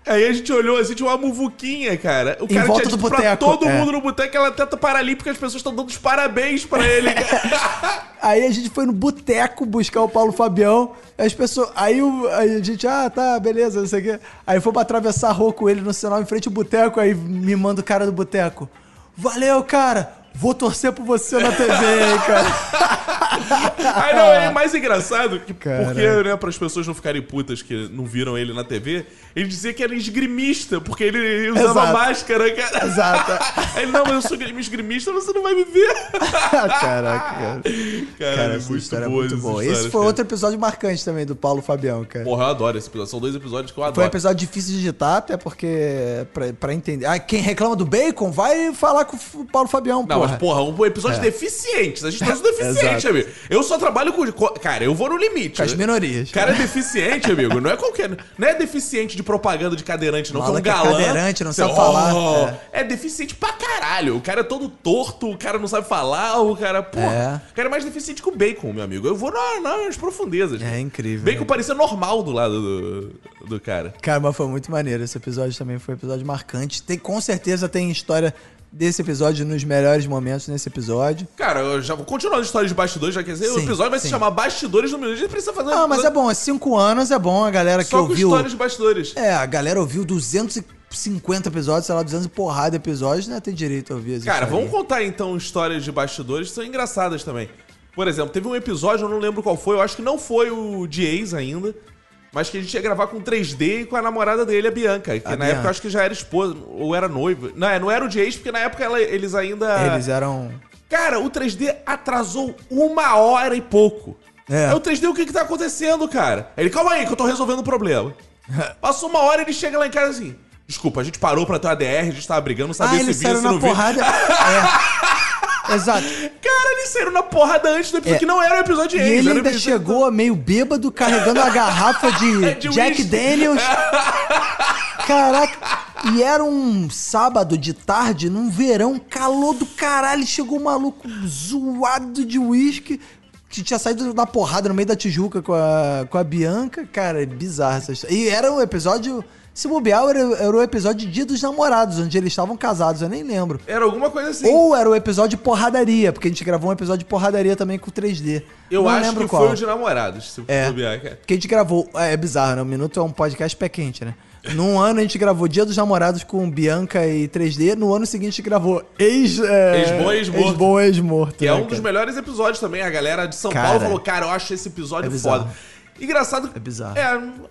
S1: Aí a gente olhou assim, tinha uma muvuquinha, cara. O
S2: Em
S1: cara
S2: volta
S1: tinha
S2: do
S1: dito pra
S2: boteco,
S1: todo
S2: é.
S1: mundo no boteco, ela tenta paralímpica, as pessoas estão dando os parabéns pra ele.
S2: Aí a gente foi no boteco buscar o Paulo Fabião. As pessoas. Aí, o- aí a gente, ah, tá, beleza, não sei o quê. Aí foi pra atravessar a rua com ele no sinal em frente ao boteco. Aí me manda o cara do boteco. Valeu, cara! Vou torcer por você na TV, hein, cara.
S1: Aí não, é mais engraçado que,
S2: Caralho.
S1: porque, né, para as pessoas não ficarem putas que não viram ele na TV, ele dizia que era esgrimista, porque ele usava
S2: Exato.
S1: máscara, cara.
S2: Exato.
S1: Aí, não, mas eu sou grim- esgrimista, você não vai me ver.
S2: Caraca, cara.
S1: Cara, é muito boa
S2: muito
S1: essa
S2: boa.
S1: história,
S2: Esse foi
S1: cara.
S2: outro episódio marcante também do Paulo Fabião, cara.
S1: Porra, eu adoro esse episódio. São dois episódios que eu
S2: Foi um
S1: adoro.
S2: episódio difícil de digitar, até porque. é Pra, pra entender. Ah, quem reclama do bacon, vai falar com o F- Paulo Fabião,
S1: Não,
S2: porra.
S1: mas porra, um episódio
S2: É.
S1: deficiente. A gente tá sendo deficiente,
S2: Exato.
S1: amigo. Eu só trabalho com. co- Cara, eu vou no limite.
S2: Com as minorias.
S1: Cara, é deficiente, amigo. Não é qualquer. Não é deficiente de propaganda de cadeirante, não.
S2: Fala
S1: que é um
S2: que é
S1: galã.
S2: cadeirante, não
S1: Você-
S2: sabe falar.
S1: É. deficiente pra caralho. O cara é todo torto, o cara não sabe falar, o cara. Porra. O cara é mais deficiente que o bacon, meu amigo. Eu vou na- nas profundezas. É
S2: incrível. né?
S1: Bacon parecia normal do lado do, do cara.
S2: Cara, mas foi muito maneiro. Esse episódio também foi um episódio marcante. Tem, com certeza tem história desse episódio nos melhores momentos nesse episódio.
S1: Cara, eu já vou continuar as histórias de bastidores, já quer dizer, o
S2: Sim,
S1: episódio vai se
S2: sim.
S1: chamar Bastidores no Minuto. A gente precisa fazer um
S2: Ah, mas é
S1: episódio
S2: bom. É cinco anos, é bom. A galera que
S1: só com
S2: ouviu...
S1: histórias de bastidores.
S2: É, a galera ouviu 250 episódios, sei lá, 200 e porrada episódios, né? Tem direito a ouvir as
S1: Cara,
S2: histórias.
S1: vamos contar então histórias de bastidores que são engraçadas também. Por exemplo, teve um episódio, eu não lembro qual foi, eu acho que não foi o de ex ainda, mas que a gente ia gravar com 3D e com a namorada dele, a Bianca, que
S2: A
S1: na
S2: Bianca.
S1: época eu acho que já era esposa, ou era noiva. Não, é, não era o de ex, porque na época ela- eles ainda.
S2: Eles eram...
S1: Cara, o 3D atrasou uma hora e pouco. É. o 3D, o que que tá acontecendo, cara? Ele, calma aí, que eu tô resolvendo o problema. Passou uma hora, ele chega lá em casa assim... Desculpa, a gente parou pra ter uma DR, a gente tava brigando, não sabia
S2: ah,
S1: se
S2: eles
S1: vinha,
S2: saíram
S1: se
S2: na
S1: não vinha.
S2: porrada. É. Exato.
S1: Cara, eles saíram na porrada antes do episódio,
S2: É.
S1: que não é era o episódio de
S2: E
S1: eles,
S2: ele
S1: era o
S2: ainda
S1: episódio-
S2: chegou meio bêbado, carregando a garrafa de,
S1: É De
S2: Jack
S1: uísque.
S2: Daniels. Caraca. E era um sábado de tarde, num verão, calor do caralho. Chegou um maluco zoado de uísque. Que tinha saído da porrada no meio da Tijuca com a, com a Bianca. Cara, é bizarro essa história. E era um episódio... Se bobear, era, era o episódio de Dia dos Namorados, onde eles estavam casados. Eu nem lembro.
S1: Era alguma coisa assim.
S2: Ou era o episódio de porradaria, porque a gente gravou um episódio de porradaria também com 3D.
S1: Eu
S2: Não
S1: acho
S2: lembro
S1: que
S2: qual.
S1: foi o de namorados, se
S2: É.
S1: bobear, cara.
S2: Porque a gente gravou. É, é bizarro, né? O Minuto é um podcast pé quente, né? Num ano a gente gravou Dia dos Namorados com Bianca e 3D. No ano seguinte a gente gravou Ex. É,
S1: Ex-boa, ex-morto.
S2: Ex-boa, ex-morto.
S1: Que é
S2: né,
S1: um dos
S2: cara?
S1: melhores episódios também. A galera de São
S2: Cara,
S1: Paulo falou, cara, eu acho esse episódio
S2: é bizarro.
S1: foda. Engraçado. É
S2: bizarro.
S1: É,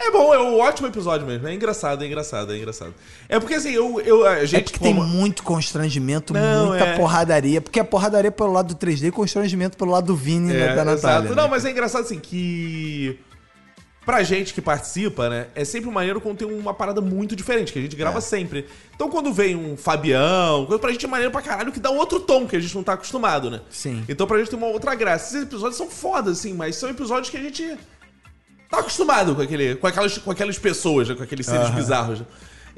S1: é bom, é um ótimo episódio mesmo. É engraçado, é engraçado, é engraçado. É porque assim, eu, eu, a gente.
S2: É porque tem muito constrangimento,
S1: Não,
S2: muita
S1: é.
S2: porradaria. Porque a porradaria pelo lado do 3D e constrangimento pelo lado do Vini né, da Natália. né?
S1: É, Não, mas é engraçado assim que. Pra gente que participa, né? É sempre maneiro quando tem uma parada muito diferente, que a gente
S2: É.
S1: grava sempre. Então quando vem um Fabião, coisa pra gente é maneiro pra caralho, que dá um outro tom que a gente não tá acostumado, né?
S2: Sim.
S1: Então pra gente tem uma outra graça. Esses episódios são foda, assim, mas são episódios que a gente tá acostumado com, aquele, com, aquelas, com aquelas pessoas, né? com aqueles seres
S2: Aham.
S1: bizarros. né?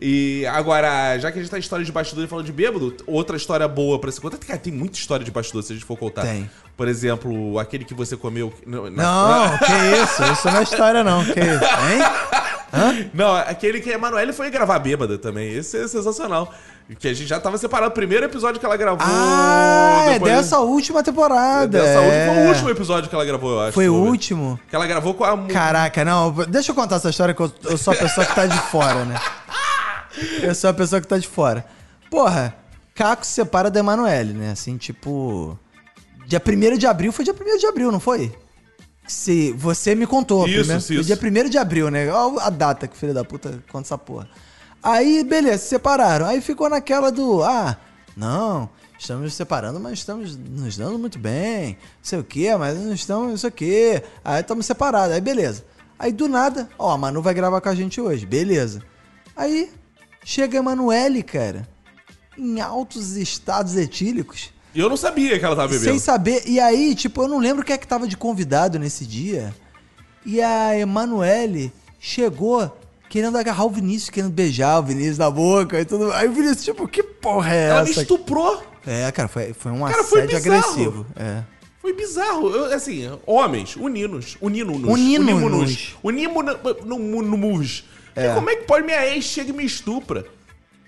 S1: E agora, já que a gente tá em história de bastidor e falando de bêbado, outra história boa pra se contar. Cara, tem muita história de bastidor se a gente for contar.
S2: Tem.
S1: Por exemplo, aquele que você comeu. Não,
S2: Não, que isso? Isso não é história, não. Que isso? Hein?
S1: Não, aquele que a Emanuele foi gravar bêbada também. Esse é sensacional. Que a gente já tava separado. Primeiro episódio que ela gravou.
S2: Ah, é
S1: depois-
S2: dessa última temporada.
S1: dessa
S2: é.
S1: última- Foi o último episódio que ela gravou, eu acho.
S2: Foi o
S1: talvez.
S2: último?
S1: Que ela gravou com a. mu-
S2: Caraca, não, deixa eu contar essa história que eu, eu sou a pessoa que tá de fora, né? Eu sou a pessoa que tá de fora. Porra, Caco se separa da Emanuele, né? Assim, tipo. Dia 1 de abril foi dia 1 de abril, não foi? Se você me contou.
S1: Isso,
S2: primeiro,
S1: isso.
S2: Foi dia 1 de abril, né? Olha a data que filho da puta conta essa porra. Aí, beleza, se separaram. Aí ficou naquela do. Ah, não, estamos nos separando, mas estamos nos dando muito bem. Não sei o quê, mas não estamos, não sei o quê. Aí estamos separados. Aí, beleza. Aí, do nada, ó, a Manu vai gravar com a gente hoje. Beleza. Aí, chega a Emanuele, cara, em altos estados etílicos.
S1: E eu não sabia que ela tava bebendo.
S2: Sem saber. E aí, tipo, eu não lembro quem é que tava de convidado nesse dia. E a Emanuele chegou querendo agarrar o Vinícius, querendo beijar o Vinícius na boca e tudo. Aí o Vinícius, tipo, que porra é
S1: Ela me
S2: essa?
S1: estuprou.
S2: É, cara, foi, foi um
S1: Cara, foi
S2: assédio
S1: bizarro.
S2: agressivo. É.
S1: Foi bizarro. Eu, assim, homens, uninos. Uninunos.
S2: Uninunos.
S1: Unimunos. Unimunos. Porque como é que pode minha ex chega e me estupra?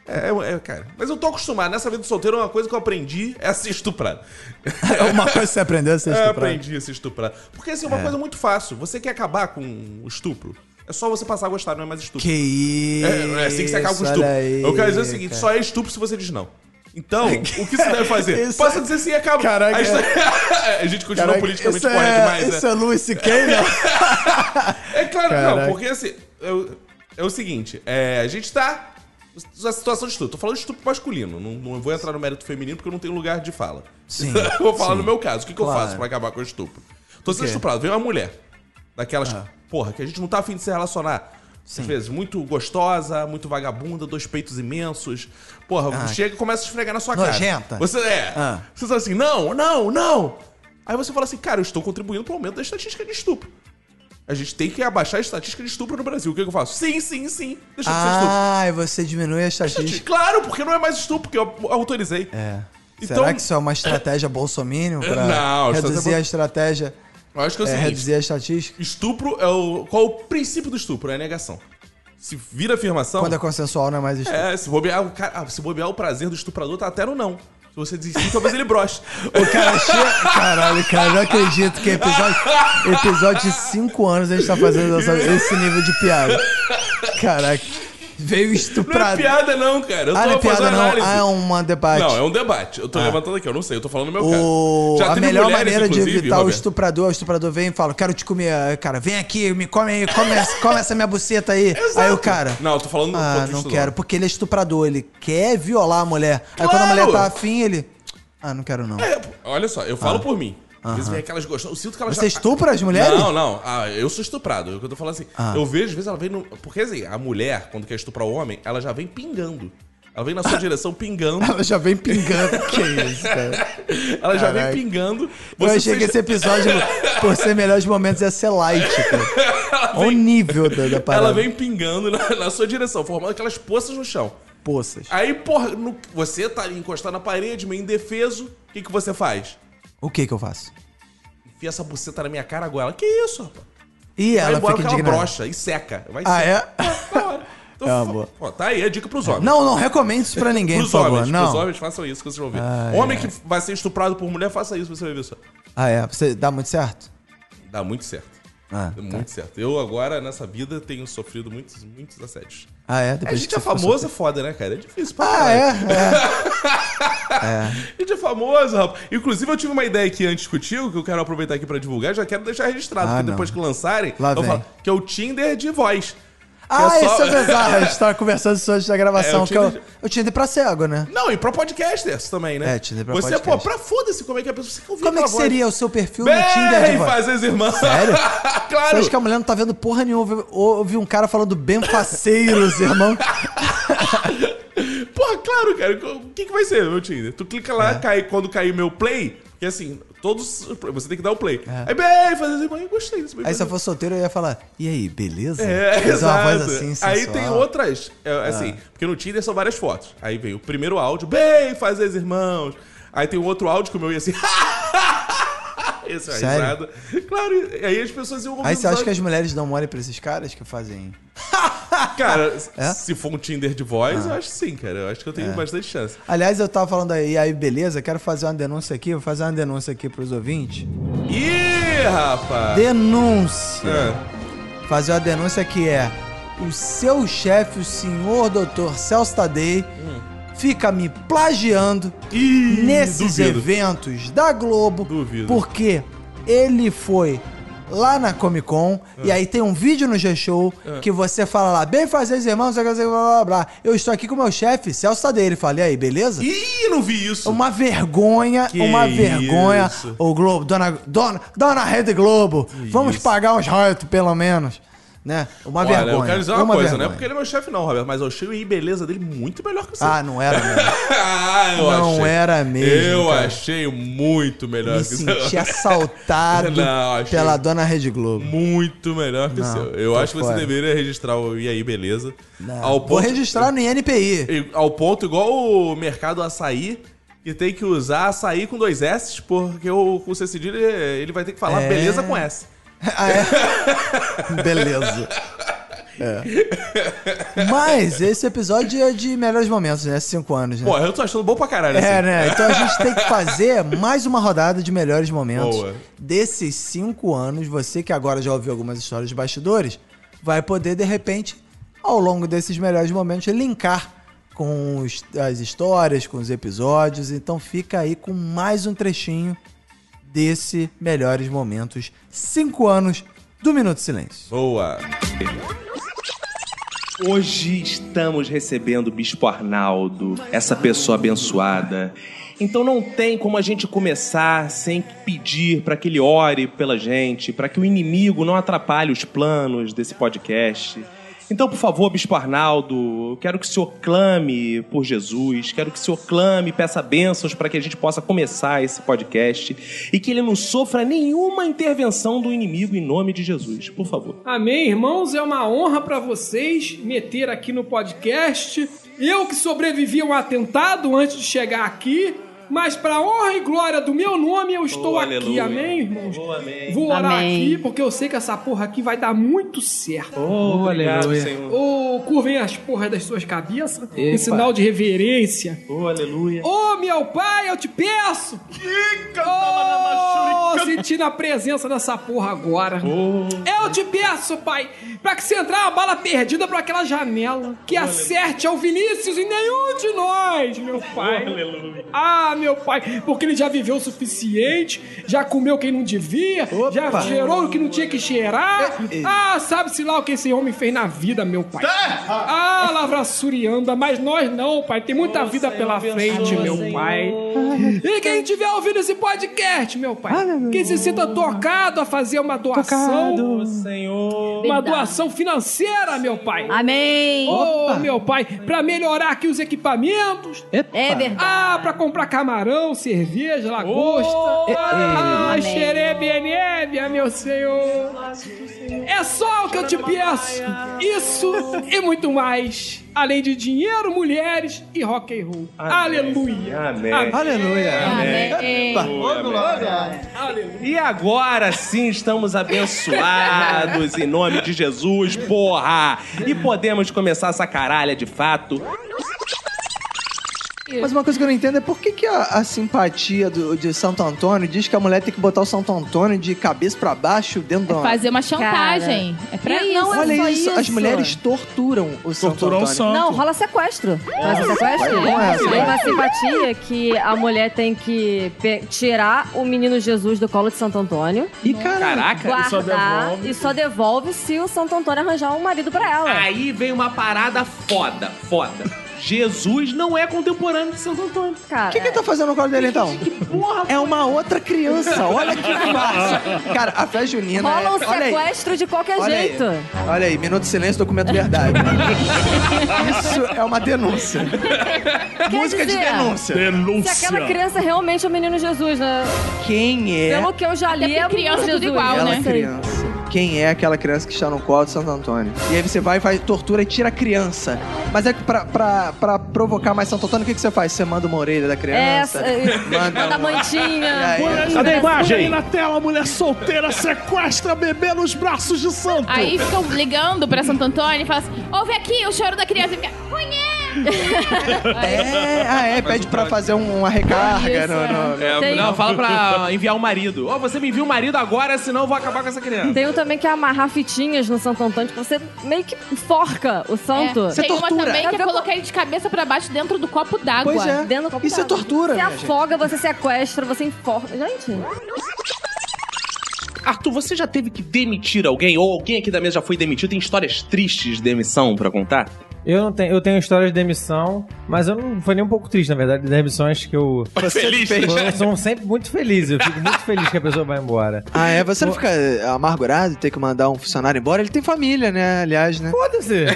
S1: É, é, é, cara. Mas eu tô acostumado. Nessa vida de solteiro, é uma coisa que eu aprendi é a ser estuprado.
S2: É Uma coisa que você aprendeu a ser
S1: Eu
S2: estuprado.
S1: aprendi a ser estuprado. Porque assim, é uma
S2: É.
S1: coisa muito fácil. Você quer acabar com o estupro? É só você passar a gostar, não é mais estupro.
S2: Que isso,
S1: É, é assim que você acaba com o estupro.
S2: olha aí,
S1: eu quero dizer o seguinte:
S2: cara.
S1: só é estupro se você diz não. Então, o que você deve fazer?
S2: Isso- é-
S1: Passa a dizer sim e acaba.
S2: Caraca.
S1: Aí está- a gente continua
S2: Caraca,
S1: politicamente
S2: isso é-
S1: correto demais, né?
S2: Isso é Louis C.K., né?
S1: É claro,
S2: Caraca.
S1: não, porque assim, eu- é o seguinte, é, a gente tá na situação de estupro. Tô falando de estupro masculino, não, não vou entrar no mérito feminino porque eu não tenho lugar de fala.
S2: Sim,
S1: vou falar
S2: sim.
S1: no meu caso, o que, que
S2: Claro.
S1: eu faço pra acabar com o estupro? Tô
S2: O
S1: sendo
S2: quê? Ah.
S1: estuprado, vem uma mulher, daquelas, porra, que a gente não tá afim de se relacionar. Às vezes, muito gostosa, muito vagabunda, dois peitos imensos. Porra,
S2: Ah.
S1: chega e começa a esfregar na sua
S2: Nojenta.
S1: cara. Você é.
S2: Ah.
S1: Você fala assim, não, não, não. Aí você fala assim, cara, eu estou contribuindo pro aumento da estatística de estupro. A gente tem que abaixar a estatística de estupro no Brasil. O que, que eu faço? Sim, sim, sim. Deixa de ser estupro.
S2: Ah, e você diminui a estatística.
S1: Claro, porque não é mais estupro, porque eu autorizei.
S2: É.
S1: Então-
S2: Será que isso é uma estratégia bolsominion pra
S1: Não, isso é
S2: reduzir
S1: bol-
S2: a estratégia?
S1: Eu acho que é o
S2: é,
S1: seguinte.
S2: reduzir a estatística.
S1: Estupro é o. Qual é o princípio do estupro? É a negação. Se vira afirmação.
S2: Quando é consensual não é mais estupro.
S1: É, se bobear, o cara- ah, se bobear o prazer do estuprador tá até no não. Se você diz sim, talvez ele broche.
S2: O cara chega. Caralho, cara, eu não acredito que episódio, episódio de 5 anos a gente tá fazendo essa- esse nível de piada. Caraca, veio
S1: Não é
S2: estuprado.
S1: piada, não, cara. Eu
S2: ah,
S1: tô
S2: não é
S1: fazendo
S2: piada, não.
S1: análise.
S2: Ah, é um debate.
S1: Não, é um debate. Eu tô
S2: Ah.
S1: levantando aqui, eu não sei, eu tô falando no meu
S2: O-
S1: caso.
S2: a melhor maneira de
S1: inclusive,
S2: evitar o
S1: Roberto.
S2: estuprador, o estuprador vem e fala, quero te comer, Aí, cara, vem aqui, me come aí, come essa, come essa minha buceta aí. Aí o cara,
S1: Não, eu tô falando no
S2: ah,
S1: ponto de
S2: não
S1: vista
S2: quero, porque ele é estuprador, ele quer violar a mulher. Aí quando a
S1: Claro!
S2: mulher tá afim, ele, ah, não quero não.
S1: É, pô, olha só, eu falo por mim. Às vezes
S2: Ah. Aham.
S1: vem aquelas gostosas. Eu sinto que elas
S2: Você estupra as mulheres?
S1: Não, não. Ah, eu sou estuprado. É o que eu tô falando assim.
S2: Ah.
S1: Eu vejo, às vezes, ela vem no. Porque assim, a mulher, quando quer estuprar o homem, ela já vem pingando. Ela vem na sua direção pingando.
S2: Ela já vem pingando, que isso, cara.
S1: Ela já vem
S2: Caraca.
S1: pingando.
S2: Eu achei que esse episódio, por ser melhores momentos, ia ser light, cara. Olha o nível da, da parada.
S1: Ela vem pingando na, na sua direção, formando aquelas poças no chão.
S2: Poças.
S1: Aí, porra, no- você tá ali encostado na parede, meio indefeso. O que, que você faz?
S2: O que que eu faço?
S1: Enfia essa buceta na minha cara agora. Ela, Que isso, rapaz?
S2: E
S1: Vai
S2: ela
S1: embora
S2: fica
S1: que ela
S2: indignada.
S1: brocha e seca. Vai
S2: Ah,
S1: seca.
S2: é?
S1: Então,
S2: É uma
S1: fa-
S2: boa.
S1: Pô, tá aí a dica pros homens.
S2: Não, não recomendo isso pra ninguém,
S1: pros
S2: por favor,
S1: homens,
S2: não.
S1: Pros homens, façam isso que vocês vão ver.
S2: Ai,
S1: Homem
S2: ai.
S1: que vai ser estuprado por mulher, faça isso, você vai ver só.
S2: Ah, é? Você dá muito certo?
S1: Dá muito certo.
S2: Ah,
S1: Dá
S2: tá.
S1: muito certo. Eu agora, nessa vida, tenho sofrido muitos, muitos assédios.
S2: Ah, é?
S1: A
S2: Depois que
S1: gente
S2: você
S1: é
S2: ficou
S1: famoso, é
S2: solteiro.
S1: foda, né, cara? É difícil pra
S2: Ah,
S1: caralho.
S2: é? É. É.
S1: A gente é famoso, rapaz. Inclusive, eu tive uma ideia aqui antes contigo, que eu quero aproveitar aqui pra divulgar, já quero deixar registrado,
S2: Ah,
S1: porque
S2: não.
S1: depois que lançarem,
S2: Lá
S1: eu
S2: vem.
S1: falo que é o Tinder de voz.
S2: Ah,
S1: Que é só-
S2: isso é bizarro. A gente tava conversando isso antes da
S1: É,
S2: gravação.
S1: eu
S2: que eu,
S1: tinha-
S2: eu tinha ido pra cego, né?
S1: Não, e pra podcasters também, né?
S2: É, Tinder pra
S1: Você, pô,
S2: podcast.
S1: pra foda-se como é que a pessoa... Você quer ouvir
S2: Como é
S1: aquela
S2: que
S1: voz?
S2: seria o seu perfil
S1: Bem,
S2: no Tinder de voz?
S1: fazer irmãs.
S2: Sério?
S1: Claro.
S2: Você acha que a mulher não tá vendo porra nenhuma? Ouvi, ouvi um cara falando bem faceiros, irmão.
S1: Porra, claro, cara. O que, que vai ser meu Tinder? Tu clica
S2: É.
S1: lá, cai, quando cair meu play, porque assim, todos. Você tem que dar o play.
S2: É.
S1: Aí, bem, fazer assim, mãe, gostei desse bem
S2: Aí se eu fosse solteiro, eu ia falar, e aí, beleza?
S1: É,
S2: Fazer
S1: exato.
S2: uma voz assim, sensual. Ah.
S1: Aí tem outras, é, assim, porque no Tinder são várias fotos. Aí vem o primeiro áudio, bem, fazer os irmãos. Aí tem um outro áudio que o meu ia assim. Esse é uma
S2: Sério?
S1: risada. Claro, e aí as pessoas iam
S2: Aí você acha que as
S1: ouvindo,
S2: mulheres dão mole pra esses caras que fazem...
S1: Ah, Cara, se for um Tinder de voz,
S2: É? Ah.
S1: eu acho que sim, cara. Eu acho que eu tenho
S2: É.
S1: bastante chance.
S2: Aliás, eu tava falando aí, e aí, beleza, quero fazer uma denúncia aqui, vou fazer uma denúncia aqui pros ouvintes.
S1: Ih, rapaz!
S2: Denúncia.
S1: É.
S2: Fazer uma denúncia que é o seu chefe, o senhor doutor Celso Tadei, fica me plagiando nesses
S1: duvido.
S2: eventos da Globo.
S1: Duvido.
S2: Porque ele foi lá na Comic Con e aí tem um vídeo no G-Show
S1: É.
S2: que você fala lá, bem fazer os irmãos, blá, blá, blá, blá, blá. eu estou aqui com o meu chefe, Celso Tadei. Ele fala, e aí, beleza?
S1: Ih, não vi isso.
S2: Uma vergonha,
S1: Que
S2: uma vergonha.
S1: isso.
S2: O Globo, dona, dona, dona Rede Globo, vamos pagar uns royalties pelo menos, né? Uma
S1: Olha,
S2: vergonha.
S1: eu quero dizer uma, coisa,
S2: vergonha.
S1: não é porque ele é meu chefe, não, Roberto, mas eu achei o I beleza dele muito melhor que o seu.
S2: Ah, não era mesmo.
S1: Ah, eu
S2: Não
S1: achei.
S2: era mesmo,
S1: Eu
S2: cara.
S1: achei muito melhor
S2: Me
S1: que o
S2: senti
S1: seu.
S2: assaltado
S1: Não, achei
S2: pela dona Rede Globo.
S1: Muito melhor que o
S2: Não,
S1: seu. Eu
S2: tô
S1: acho que você
S2: fora.
S1: deveria registrar o I aí, beleza. Ao
S2: Vou registrar no INPI.
S1: E- Ao ponto, igual o mercado açaí, que tem que usar açaí com dois S, porque o, o C cedilha, ele vai ter que falar
S2: É.
S1: beleza com S.
S2: Beleza. É.
S31: Mas esse episódio é de melhores momentos, né? Cinco anos, né?
S32: Pô, eu tô achando bom pra caralho.
S31: É,
S32: assim.
S31: né? Então a gente tem que fazer mais uma rodada de melhores momentos.
S32: Boa.
S31: Desses cinco anos, você que agora já ouviu algumas histórias de bastidores, vai poder, de repente, ao longo desses melhores momentos, linkar com os- as histórias, com os episódios. Então fica aí com mais um trechinho desse Melhores Momentos. Cinco anos do Minuto de Silêncio.
S32: Boa.
S1: Hoje estamos recebendo o Bispo Arnaldo, essa pessoa abençoada. Então não tem como a gente começar sem pedir para que ele ore pela gente, para que o inimigo não atrapalhe os planos desse podcast. Então, por favor, Bispo Arnaldo, eu quero que o senhor clame por Jesus, quero que o senhor clame, e peça bênçãos para que a gente possa começar esse podcast e que ele não sofra nenhuma intervenção do inimigo em nome de Jesus, por favor.
S19: Amém, irmãos. É uma honra para vocês meter aqui no podcast. Eu que sobrevivi a um atentado antes de chegar aqui, mas para honra e glória do meu nome eu
S8: Oh,
S19: estou aqui.
S1: aleluia.
S19: Amém, irmãos. Vou orar
S1: Amém.
S19: aqui porque eu sei que essa porra aqui vai dar muito certo.
S1: Oh, Obrigado, aleluia. Senhor.
S19: Oh, curvem as porras das suas cabeças.
S1: Epa.
S19: Em sinal de reverência.
S1: Oh, aleluia.
S19: Ô meu pai, eu te peço! Oh, sentindo a presença dessa porra agora. Eu te peço, pai, pra que você entrar uma bala perdida pra aquela janela. Que acerte ao Vinícius e nenhum de nós, meu pai. Ah, meu pai, porque ele já viveu o suficiente, já comeu quem não devia, já gerou o que não tinha que cheirar. Ah, sabe-se lá o que esse homem fez na vida, meu pai. Ah, Lavra Surianda, mas nós não, pai. Tem muita vida pela frente, meu pai. E quem tiver ouvindo esse podcast, meu pai, quem se sinta tocado a fazer uma doação, uma doação financeira, meu pai. Amém. Oh,
S1: Opa.
S19: meu pai, pra melhorar aqui os equipamentos. É verdade. Ah, pra comprar camarão, cerveja, lagosta. ah,
S33: Amém.
S19: xerebenébia, meu senhor. É só o que eu te peço. Isso e muito mais. Além de dinheiro, mulheres e rock and roll. Aleluia.
S1: Amém.
S19: Aleluia.
S1: Ah, Amém.
S19: Amém.
S1: Epa. E agora sim estamos abençoados em nome de Jesus, porra! E podemos começar essa caralha de fato.
S2: Mas uma coisa que eu não entendo é por que, que a, a simpatia do, de Santo Antônio diz que a mulher tem que botar o Santo Antônio de cabeça pra baixo dentro da.
S6: É Fazer uma chantagem. é pra isso.
S2: Olha isso, as mulheres torturam o Santo
S5: Torturam o
S2: Antônio.
S5: santo. Não, rola sequestro. Rola sequestro.
S2: Bom, é.
S5: Tem uma simpatia que a mulher tem que pe- tirar o menino Jesus do colo de Santo Antônio. E
S1: Caraca.
S5: guardar,
S1: E
S5: e
S1: só
S5: só
S1: devolve.
S5: devolve, se o Santo Antônio arranjar um marido pra ela.
S1: Aí vem uma parada foda, foda. Jesus não é contemporâneo de Santo Antônio.
S5: Cara,
S2: O que, que ele tá fazendo no colo dele então? é uma outra criança. Olha que massa. Cara, a fé junina. é-
S5: rola um
S2: olha aí.
S5: sequestro de qualquer
S2: Olha aí.
S5: jeito.
S2: Olha aí, minuto de silêncio, documento verdade. Isso é uma denúncia. Música de
S5: dizer,
S2: denúncia.
S5: Se aquela criança realmente é o menino Jesus, né?
S2: Quem é?
S5: Pelo que eu já li,
S6: porque
S5: é o
S6: criança
S5: menino
S6: é tudo
S5: Jesus.
S6: igual,
S5: Eu
S2: Aquela
S5: não sei.
S2: criança. Quem é aquela criança que está no colo de Santo Antônio? E aí você vai, faz tortura e tira a criança. Mas é que pra, pra, pra provocar mais Santo Antônio, o que, que você faz? Você manda uma orelha da
S3: né? É
S2: criança?
S5: Essa-
S34: eh,
S5: manda mantinha.
S2: Cadê a imagem?
S5: Aí
S3: na tela, mulher solteira sequestra bebê nos braços de santo.
S6: Aí
S34: um
S6: ficam ligando pra Santo Antônio e falam assim: ouve aqui o choro da criança. E fica, "Conhece!"
S2: É, ah, é, pede pra fazer um- uma recarga. no- no- no-
S1: É, não, fala pra enviar o marido. Ó, você me envia o marido agora, senão eu vou acabar com essa criança.
S5: Tem um também que é amarrar fitinhas no Santo Antônio, que você meio que forca o santo.
S6: É. Tem uma também que é
S5: Pra ver
S6: colocar ele de cabeça pra baixo dentro do copo d'água.
S5: Pois é. Dentro do copo Isso é d'água.
S2: tortura.
S5: Você
S6: né,
S5: afoga, você sequestra, você enforca. Gente.
S1: Arthur, você já teve que demitir alguém? Ou alguém aqui da mesa já foi demitido? Tem histórias tristes de demissão pra contar?
S17: Eu não tenho, eu tenho histórias de demissão, mas eu não foi nem um pouco triste, na verdade, demissões que eu
S1: Foi feliz, né?
S17: Foram- são sempre muito felizes, eu fico muito feliz que a pessoa vai embora.
S2: Ah, é? Você não fica eh, amargurado de ter que mandar um funcionário embora? Ele tem família, né? Aliás, né?
S17: Foda-se!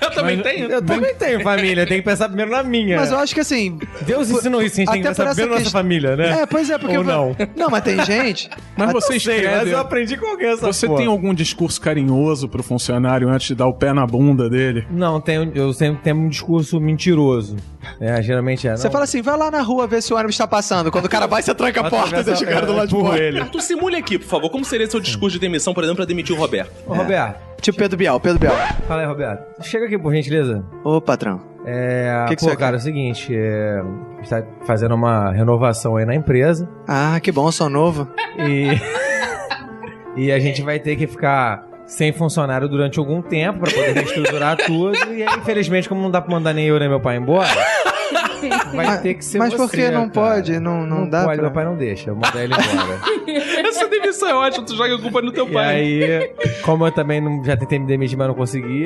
S1: Eu
S17: também tenho. Eu também tenho família, eu tenho que pensar primeiro na minha.
S2: Mas eu acho que assim.
S17: Deus
S2: por-
S17: ensinou isso, a gente tem que
S2: até
S17: pensar
S2: por essa
S17: primeiro na nossa
S2: questão-
S17: família, né?
S2: É, pois é, porque.
S17: Ou não.
S2: Não, mas tem gente.
S17: Mas Ah,
S2: você
S17: não sei,
S2: escreve-
S17: Mas eu aprendi com alguém essa
S35: Você
S17: porra.
S35: tem algum discurso carinhoso pro funcionário antes de dar o pé na bunda dele?
S17: Não, tenho, eu sempre tenho um discurso mentiroso. É, geralmente é.
S2: Você
S17: não,
S2: fala assim, vai lá na rua ver se o ônibus tá passando. Quando o cara vai, você tranca a porta e
S17: Atravessa-
S2: deixa o cara do lado de
S17: é, empurra
S2: fora.
S17: ele.
S1: Arthur, simule aqui, por favor. Como seria seu discurso de demissão, por exemplo, pra demitir o Roberto?
S17: Ô, Roberto,
S2: Tipo Pedro Bial, Pedro Bial.
S17: Fala aí, Roberto. Chega aqui, por gentileza.
S2: Ô, patrão.
S17: É.
S2: O que que
S17: pô,
S2: você quer?
S17: cara, é o seguinte, é, a gente tá fazendo uma renovação aí na empresa.
S2: Ah, que bom, sou novo.
S17: E. e a gente vai ter que ficar sem funcionário durante algum tempo pra poder reestruturar tudo. E aí, infelizmente, como não dá pra mandar nem eu nem meu pai embora, vai ter que ser
S2: Ah, Mas
S17: você,
S2: por que não
S17: cara.
S2: pode? Não, não, dá
S17: pode,
S2: pra...
S17: meu pai não deixa. Eu mandei ele embora.
S1: Essa demissão é ótima, tu joga a culpa no teu
S17: E
S1: pai.
S17: aí, como eu também não- já tentei me demitir, mas não consegui,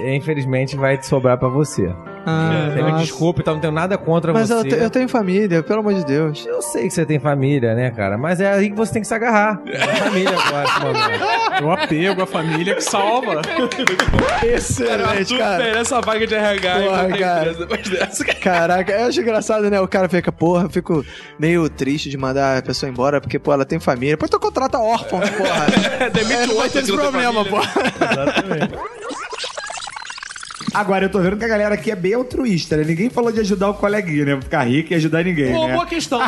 S17: eh, infelizmente vai sobrar pra você.
S2: Ah,
S17: Tem- me
S2: nossa.
S17: desculpa, então não tenho nada contra
S2: Mas
S17: você.
S2: eu, te- eu tenho família, pelo amor de Deus.
S17: Eu sei que você tem família, né, cara? Mas é aí que você tem que se agarrar. É a família agora, esse momento.
S19: O apego, a família que salva.
S2: Excelente, cara.
S1: essa vaga de RH.
S2: Porra,
S1: aí,
S2: cara.
S1: empresa, mas dessa-
S2: Caraca, eu acho engraçado, né? O cara fica, porra, eu fico meio triste de mandar a pessoa embora, porque, pô, ela tem família. Pô, então contrata órfão, porra.
S1: Demite
S2: não vai ter esse problema, pô.
S9: Agora, eu tô vendo que a galera aqui é bem altruísta, né? Ninguém falou de ajudar o coleguinha, né? Ficar rico e ajudar ninguém,
S1: Pô,
S9: né?
S1: boa questão.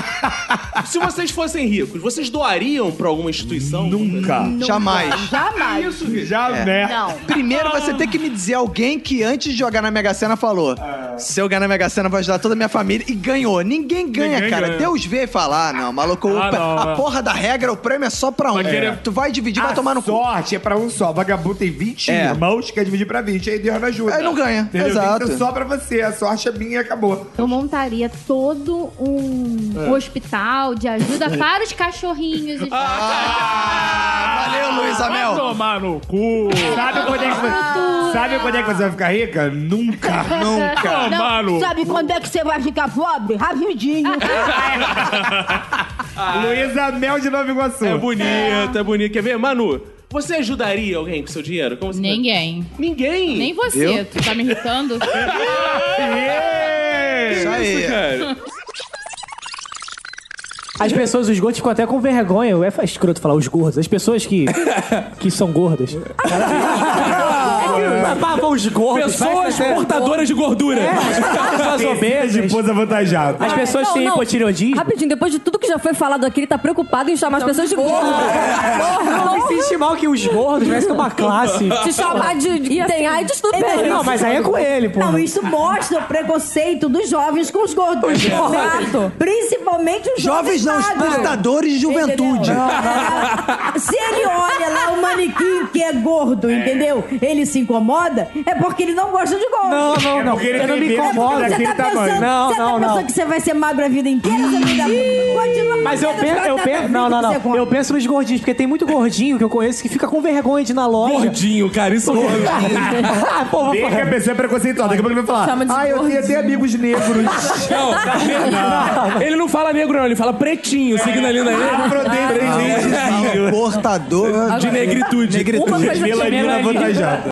S1: Se vocês fossem ricos, vocês doariam pra alguma instituição? Nunca.
S2: Jamais.
S6: Jamais.
S1: Isso, Vitor.
S2: É.
S1: né?
S2: Primeiro você tem que me dizer alguém que antes de jogar na Mega Sena falou: se eu ganhar na Mega Sena, vou ajudar toda a minha família. E ganhou. Ninguém ganha,
S9: Ninguém
S2: cara.
S9: ganha.
S2: Deus vê e fala: ah, não, maluco, o
S9: Ah,
S2: pe-
S9: não,
S2: a
S9: não.
S2: porra da regra, o prêmio é só pra um.
S9: Vai
S2: É.
S9: querer-
S2: Tu vai dividir, vai
S9: A
S2: tomar no cu.
S9: sorte é pra um só. Vagabundo tem 20
S2: É.
S9: irmãos, quer dividir pra 20, aí Deus não ajuda.
S2: Aí não ganha, exato.
S9: Então, só pra você, a sorte é minha e acabou.
S7: Eu montaria todo um
S9: É.
S7: hospital de ajuda para os cachorrinhos. E...
S2: valeu, Luiz Amel.
S9: Vai tomar no cu. Sabe quando é que
S10: Ah.
S9: você, sabe quando é que você vai ficar rica? Nunca.
S34: Não,
S9: Tomar no
S34: sabe quando é que você vai ficar pobre? Rapidinho.
S1: É. Luísa Mel de Nova Iguaçu. Ah, É bonita, é bonita. Quer ver? Manu, você ajudaria alguém com seu dinheiro? Como você...
S6: Ninguém.
S1: Ninguém?
S6: Nem você.
S1: Eu?
S6: Tu tá me irritando? É
S1: Isso aí. cara.
S21: As pessoas, os gordos ficam até com vergonha. É escroto falar os gordos. As pessoas que, que são gordas. É que babam os gordos.
S3: Pessoas
S21: parece até-
S3: portadoras de gordura.
S21: É, as obesas.
S9: De pose avantajado.
S21: As pessoas
S10: Não,
S21: têm
S10: não.
S21: hipotireoidismo.
S10: Rapidinho, depois de tudo que já foi falado aqui, ele tá preocupado em chamar as pessoas de gordo.
S21: Não me sente mal que os gordos parece que é uma classe.
S10: Se chamar de. E assim, tem AIDS, tudo
S21: Não,
S10: bem.
S21: mas aí é com ele, pô.
S10: Não, isso mostra o preconceito dos jovens com os gordos.
S21: Os jovens.
S10: Exato. Principalmente os jovens. Jovens não, os magros. portadores de juventude. Se ele olha lá o manequim que é gordo, entendeu? Ele se incomoda, é porque ele não gosta de gordo.
S21: Não, não, não. Eu não me incomodo.
S10: Você tá pensando,
S21: Não,
S10: você tá
S21: não,
S10: pensando
S21: não.
S10: que você vai ser magro a vida inteira? Você vai dar- Continua
S21: Mas eu
S10: fazendo
S21: penso,
S10: batata
S21: eu penso,
S10: frita
S21: não, não,
S10: tá que você
S21: não. Eu penso nos gordinhos, porque tem muito gordinho que eu conheço que fica com vergonha de ir na loja.
S9: Gordinho, cara, isso é um gordinho.
S21: Ah, pô, vou
S9: Desde que a
S21: falar.
S9: pessoa é preconceituosa, daqui a pouco ele vai
S21: Chama
S9: falar.
S21: de
S9: Ah, eu tenho até amigos negros.
S3: Não, não. ele não fala negro, não, ele fala pretinho. Signalina aí.
S36: Afrodescendente.
S10: Portador
S3: de negritude.
S36: Negritude.
S3: Uma coisa
S36: Melanina
S3: que-
S36: avantajada.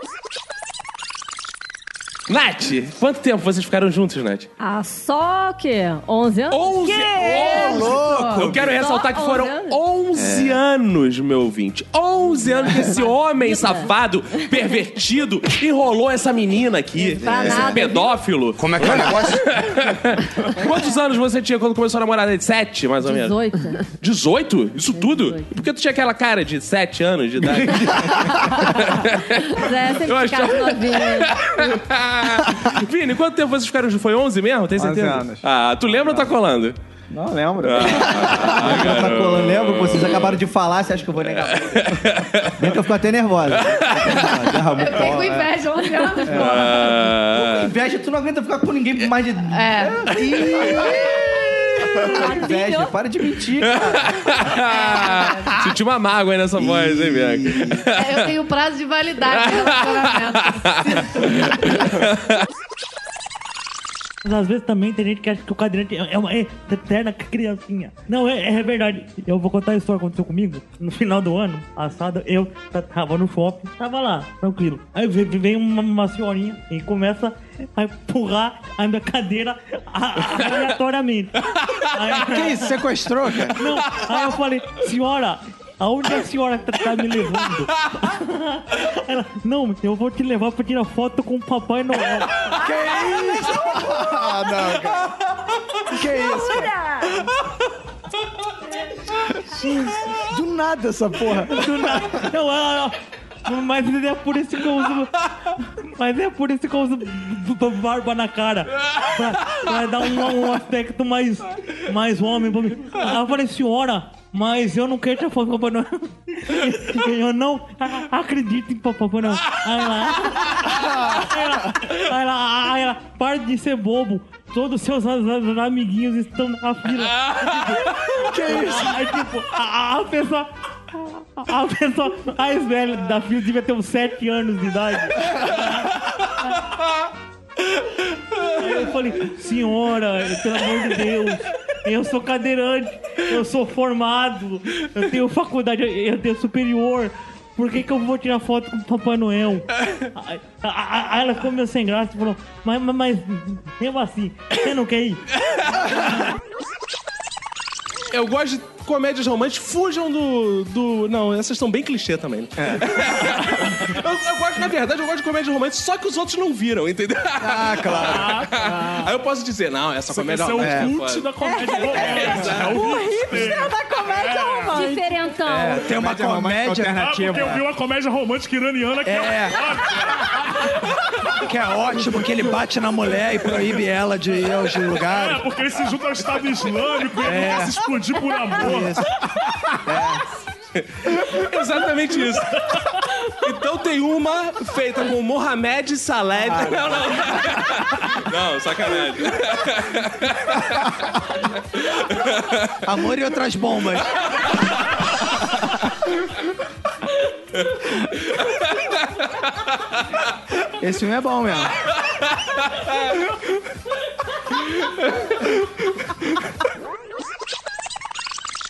S1: Nath, quanto tempo vocês ficaram juntos, Nath?
S5: Ah, só que 11 anos? 11
S1: Ô, louco! Eu quero ressaltar que foram 11 anos, meu ouvinte. 11 anos que esse homem safado, pervertido, enrolou essa menina aqui.
S3: Pra
S1: Esse
S3: nada,
S1: pedófilo. Como é que é o negócio? Quantos anos você tinha quando começou a namorar? Sete, mais ou menos?
S5: 18.
S1: 18? Isso
S6: É,
S1: tudo? E por que tu tinha aquela cara de 7 anos de idade?
S5: É, sempre
S1: Eu
S5: ficava
S1: achava-
S5: novinha.
S1: Vini, quanto tempo vocês ficaram juntos? Foi 11 mesmo? Tem
S18: 11
S1: certeza?
S18: anos.
S1: Ah, tu lembra ou tá colando?
S18: Não lembro.
S1: Ah,
S18: tá
S1: garoto.
S18: colando,
S8: Lembra que vocês acabaram de falar, você acha que eu vou negar? Bem que eu fico até nervosa. Derramou
S6: Fiquei com
S8: pó, né?
S6: inveja, 11 anos,
S3: É.
S6: pô.
S8: Com Inveja, tu não aguenta ficar com ninguém por mais de. É. Inveja, para de mentir, cara.
S1: Senti uma mágoa aí nessa voz, hein, Bianca?
S6: Ah, É, Eu tenho prazo de validade.
S13: Mas às vezes também tem gente que acha que o cadeirante é uma eterna criancinha. Não, é, é verdade. Eu vou contar a história que aconteceu comigo. No final do ano, passado, eu ta- tava no shopping, tava lá, tranquilo. Aí ve- vem uma, uma senhorinha e começa a empurrar a minha cadeira a- a- aleatoriamente.
S2: Que isso, sequestrou, cara?
S13: Não, aí eu falei, senhora, aonde a senhora tá, tá me levando? Ela, não, eu vou te levar pra tirar foto com o Papai Noel.
S3: Que isso? Ah, não, é cara.
S2: Que isso, Do nada essa porra.
S13: Do nada. Não, ela, Mas é por isso que eu uso. Mas é por isso que eu uso b- b- barba na cara. Pra, pra dar um, um aspecto mais, mais homem pra mim. Eu falei, senhora, mas eu não quero te falar com Papai Noel. Eu não a- acredito em Papai Noel. Aí ela, aí ela, aí ela, aí ela, para de ser bobo. Todos os seus a- a- amiguinhos estão na fila.
S3: Que isso?
S13: Aí, tipo, a, a pessoa. A pessoa mais velha da fila devia ter uns 7 anos de idade. Aí eu falei, senhora, pelo amor de Deus, eu sou cadeirante, eu sou formado, eu tenho faculdade, eu tenho superior. Por que, que eu vou tirar foto com o Papai Noel? Aí- Aí ela ficou meio sem graça e falou, mas, mas, mas eu assim, você não quer ir?
S1: Eu gosto de comédias românticas. Fujam do. do... Não, essas são bem clichê também. né? eu, eu gosto, na verdade, eu gosto de comédia romântica, só que os outros não viram, entendeu? Ah,
S3: É claro.
S1: Aí eu posso dizer, não, essa
S3: Você
S1: comédia
S3: quer ser o
S1: romântica é
S3: cult
S1: foda.
S3: da comédia romântica.
S1: É,
S3: O
S1: hipster da comédia romântica.
S37: Diferentão.
S3: É,
S1: tem uma comédia-
S4: Ah, porque eu vi
S3: uma comédia romântica iraniana que
S4: é
S3: que é
S2: ótimo que ele bate na mulher e proíbe ela de ir aos lugares.
S4: É, porque ele se junta ao Estado Islâmico e ele
S2: É.
S4: quer se explodir por amor.
S1: Exatamente isso. Então tem uma feita com Mohamed Saled.
S3: Ah.
S1: Não, não. Não, sacanagem.
S2: Amor e outras bombas. Esse filme é bom mesmo.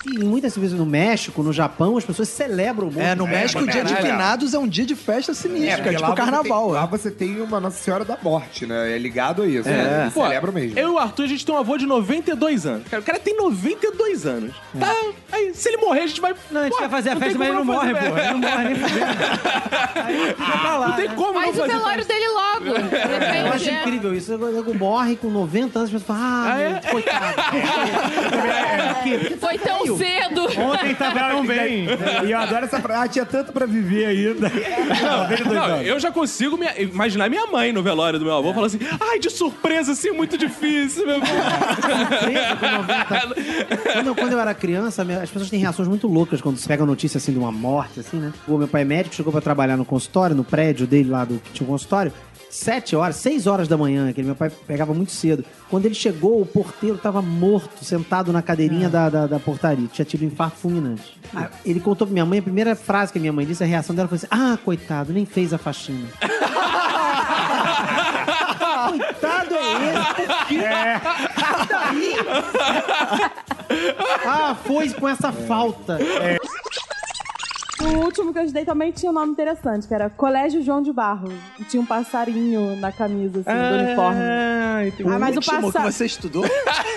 S10: E muitas vezes no México, no Japão, as pessoas celebram muito.
S8: É, no México, o dia de finados é um dia de festa sinistra,
S9: porque
S8: é,
S9: lá
S8: tipo
S9: você
S8: carnaval.
S9: tem- lá você tem uma Nossa Senhora da Morte, né? É ligado a isso. né? Eles
S1: Pô,
S9: celebram mesmo.
S1: Eu e o Arthur, a gente tem um avô de 92 anos. Cara, o cara tem 92 anos. Tá, aí, se ele morrer, a gente vai. Não, a gente vai
S10: fazer a festa, mas ele não morre, pô. Ele não morre nem
S1: Não tem como
S10: Faz
S1: não fazer
S10: o né? velório
S1: festa.
S10: dele
S6: logo.
S10: Eu acho incrível isso. O nego morre com 90 anos, as pessoas falam, ah, meu, coitado.
S6: É, Foi tão cedo.
S10: Ontem tava
S9: Não,
S10: tão
S9: e-
S10: bem.
S9: E eu adoro essa frase. Ah, tinha tanto pra viver ainda. Não,
S1: Não, eu já consigo me- imaginar minha mãe no velório do meu avô falando assim: ai, de surpresa, assim é muito difícil, meu avô.
S10: Quando, eu- quando eu era criança, minha- as pessoas têm reações muito loucas quando se pega a notícia assim de uma morte, assim, né? O meu pai é médico chegou pra trabalhar no consultório, no prédio dele lá do que tinha um consultório. Sete horas, seis horas da manhã, aquele meu pai pegava muito cedo. Quando ele chegou, o porteiro tava morto, sentado na cadeirinha da, da, da portaria. Tinha tido um infarto fulminante. Ah, Ele contou pra minha mãe, a primeira frase que a minha mãe disse, a reação dela foi assim: Ah, coitado, nem fez a faxina. Coitado é esse? Por quê? Daí? Ah, foi com essa falta. O último que eu estudei também tinha um nome interessante, que era Colégio João de Barro. E tinha um passarinho na camisa, assim, do uniforme. Ah, mas o
S2: um último
S10: passa-
S2: que você estudou?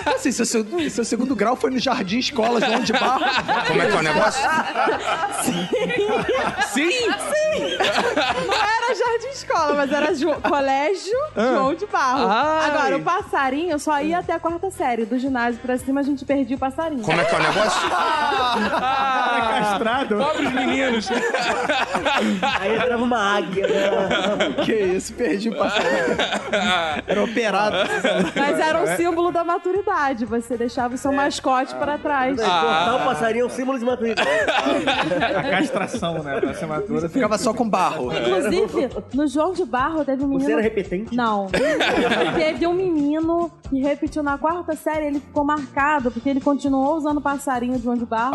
S2: Assim, seu, seu- seu segundo grau foi no Jardim Escola João de Barro.
S10: Como é que é o negócio?
S1: Sim?
S10: Sim! Não era jardim escola, mas era jo- colégio
S3: Ah.
S10: João de Barro.
S3: Ai.
S10: Agora, o passarinho só ia até a quarta série. Do ginásio pra cima, a gente perdia o passarinho. Como é que é o negócio? Ah!
S3: castrado.
S1: Pobres meninos.
S10: Aí entrava uma águia.
S8: né?
S2: que isso, perdi o passarinho. Era operado. É.
S10: Mas era um símbolo da maturidade. Você deixava o seu mascote pra trás.
S13: Cortar
S10: o passarinho é um símbolo de maturidade.
S9: A castração, né? Pra ser madura.
S2: Ficava só com barro.
S10: Inclusive, no João de Barro teve um menino.
S13: era
S10: repetente? Não. teve um menino que repetiu na quarta série, ele ficou marcado, porque ele continuou usando passarinho de João de Barro.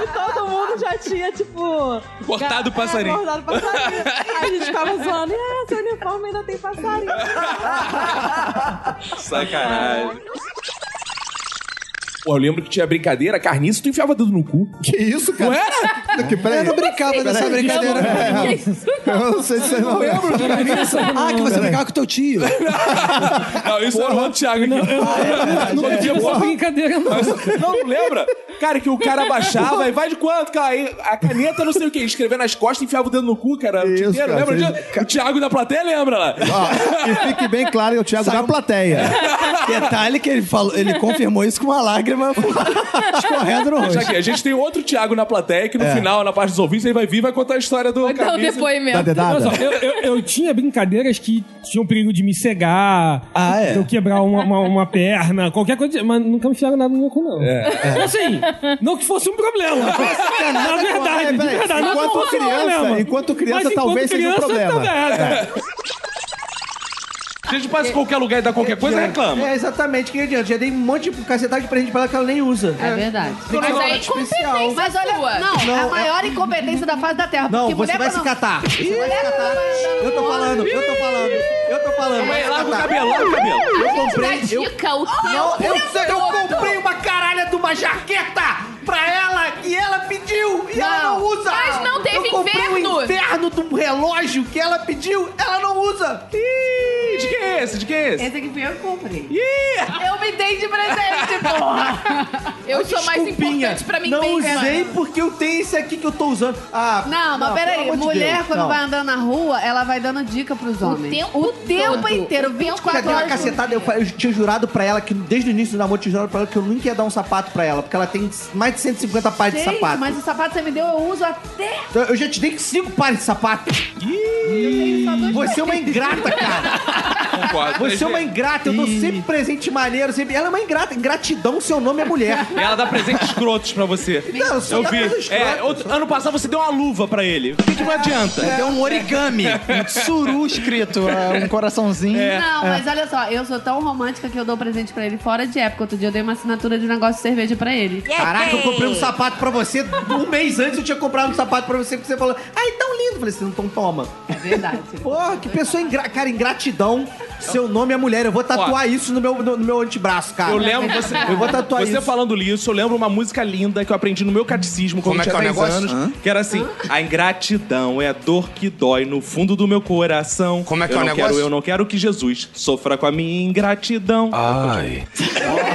S10: E todo mundo já tinha, tipo.
S1: Cortado o
S10: ga-
S1: passarinho.
S10: É, cortado o passarinho. Aí a gente ficava zoando, é, seu uniforme ainda tem passarinho.
S1: Sacanagem. Pô, eu lembro que tinha brincadeira, carniça, tu enfiava dedo no cu. Que isso,
S3: cara?
S1: Não era?
S3: Que- peraí. Eu não brincava Peraí. dessa brincadeira.
S1: Eu não sei se vocês não lembram de carniça.
S2: Ah, que você brincava com teu tio.
S1: Não, isso era o outro Thiago aqui.
S2: eu não- não
S1: Ele
S2: tive
S1: tinha
S2: essa
S1: porra.
S2: brincadeira, não.
S1: Mas- Não, não lembra? Cara, que o cara baixava e vai de quanto, cara? Aí a caneta, não sei o quê, escrever nas costas, enfiava o dedo no cu, cara. o dia inteiro,
S19: cara,
S1: lembra?
S19: vocês-
S1: disso? O Thiago da plateia lembra lá.
S19: Ó, e fique bem claro que é o Thiago da plateia.
S38: um- Detalhe que ele falou, ele confirmou isso com uma lágrima escorrendo no
S1: Mas
S38: rosto.
S1: aqui, a gente tem outro Thiago na plateia que no
S38: É.
S1: final, na parte dos ouvintes, ele vai vir e vai contar a história do
S6: dar um
S1: camisa-
S6: depoimento. Olha só, eu, eu- eu tinha brincadeiras que tinham perigo de me cegar,
S38: ah,
S17: é?
S6: de eu quebrar uma, uma- uma perna, qualquer coisa, mas nunca me enfiaram nada no meu cu, não.
S13: É.
S6: Então, Assim, não que fosse um problema. Na verdade, de
S19: Peraí,
S6: verdade. não
S19: enquanto
S6: fosse um
S19: criança-
S6: problema.
S19: enquanto criança,
S6: Mas enquanto
S19: talvez seja um
S6: criança,
S19: problema.
S6: talvez, é.
S1: A gente passa em qualquer lugar e dá qualquer coisa, reclama.
S8: É, exatamente. Que adianta? Já dei um monte de cacetagem de presente pra ela que ela nem usa.
S6: É
S8: Tem
S6: verdade.
S8: que ser
S3: Mas
S8: uma
S3: aí
S8: hora
S3: é incompetência
S10: Mas olha,
S3: sua.
S10: não, é a
S8: Não, é-
S10: maior incompetência da face da Terra.
S8: Não,
S10: porque
S8: você
S10: mulher
S8: vai
S10: quando-
S8: se catar. Você vai se catar. Eu tô falando, eu tô falando, eu tô falando.
S10: Vai,
S8: se
S10: larga o
S8: catar.
S10: cabelo, larga o cabelo.
S8: Eu
S10: A gente
S8: comprei.
S10: dá
S8: eu-
S10: dica o é
S8: Não,
S10: tempo
S8: eu, sei, eu
S10: todo.
S8: comprei uma caralha de uma jaqueta pra ela e ela pediu e ela não usa.
S3: mas não teve
S8: eu comprei
S3: inverno.
S8: o inverno de um relógio que ela pediu, ela não usa. Ih,
S1: de que é esse? De que é
S10: Esse aqui foi eu que comprei.
S3: Eu me dei de presente, porra! Eu sou mais
S8: Desculpinha,
S3: importante pra mim
S8: um Não
S3: mesmo.
S8: usei porque eu tenho esse aqui que eu tô usando. Ah,
S10: Não, mas peraí,
S8: pelo amor de
S10: mulher
S8: Deus,
S10: quando
S8: não.
S10: vai andando na rua, ela vai dando dica pros homens.
S8: tempo
S10: o tempo
S8: todo.
S10: inteiro,
S8: Já
S10: 24
S8: dei uma
S10: horas.
S8: cacetada, eu, fa- eu tinha jurado pra ela que desde o início do namoro eu tinha jurado pra ela que eu nunca ia dar um sapato pra ela, porque ela tem mais de 150 pares de
S10: Gente,
S8: sapato.
S10: mas o sapato que você me deu, eu uso até.
S8: Então, eu já te dei cinco pares de sapato. Você é uma ingrata, cara.
S1: Concordo.
S8: Você é uma ingrata. Eu dou sempre presente maneiro. Sempre... Ela é uma ingrata. Ingratidão, seu nome é mulher.
S1: E Ela dá presentes escrotos pra você.
S8: Não, eu sou da coisa escrota,
S1: É, outro- ano passado você deu uma luva pra ele. Por que, que não adianta?
S2: É um origami, um suru escrito, é, um coraçãozinho.
S10: Não,
S2: É.
S10: mas olha só, eu sou tão romântica que eu dou presente pra ele fora de época. Outro dia eu dei uma assinatura de um negócio de cerveja pra ele.
S8: Caraca, eu comprei um sapato pra você. Um mês antes eu tinha comprado um sapato pra você, porque você falou, ai, tão lindo. Eu falei assim, então toma.
S10: É verdade.
S8: Porra, que pessoa ingrata. Cara, ingratidão. Seu nome é mulher. Eu vou tatuar isso no meu, no, no meu antebraço, cara.
S1: Eu lembro você.
S8: Eu vou tatuar
S1: Você
S8: isso.
S1: falando isso, eu lembro uma música linda que eu aprendi no meu catecismo quando eu
S8: Como é que
S1: tinha
S8: é o
S1: 10
S8: negócio?
S1: anos.
S8: Hã?
S1: Que era assim: a ingratidão é a dor que dói no fundo do meu coração. Como
S39: é que
S1: eu
S39: é o
S1: não
S39: negócio?
S1: Quero, eu não quero que Jesus sofra com a minha ingratidão. Ai.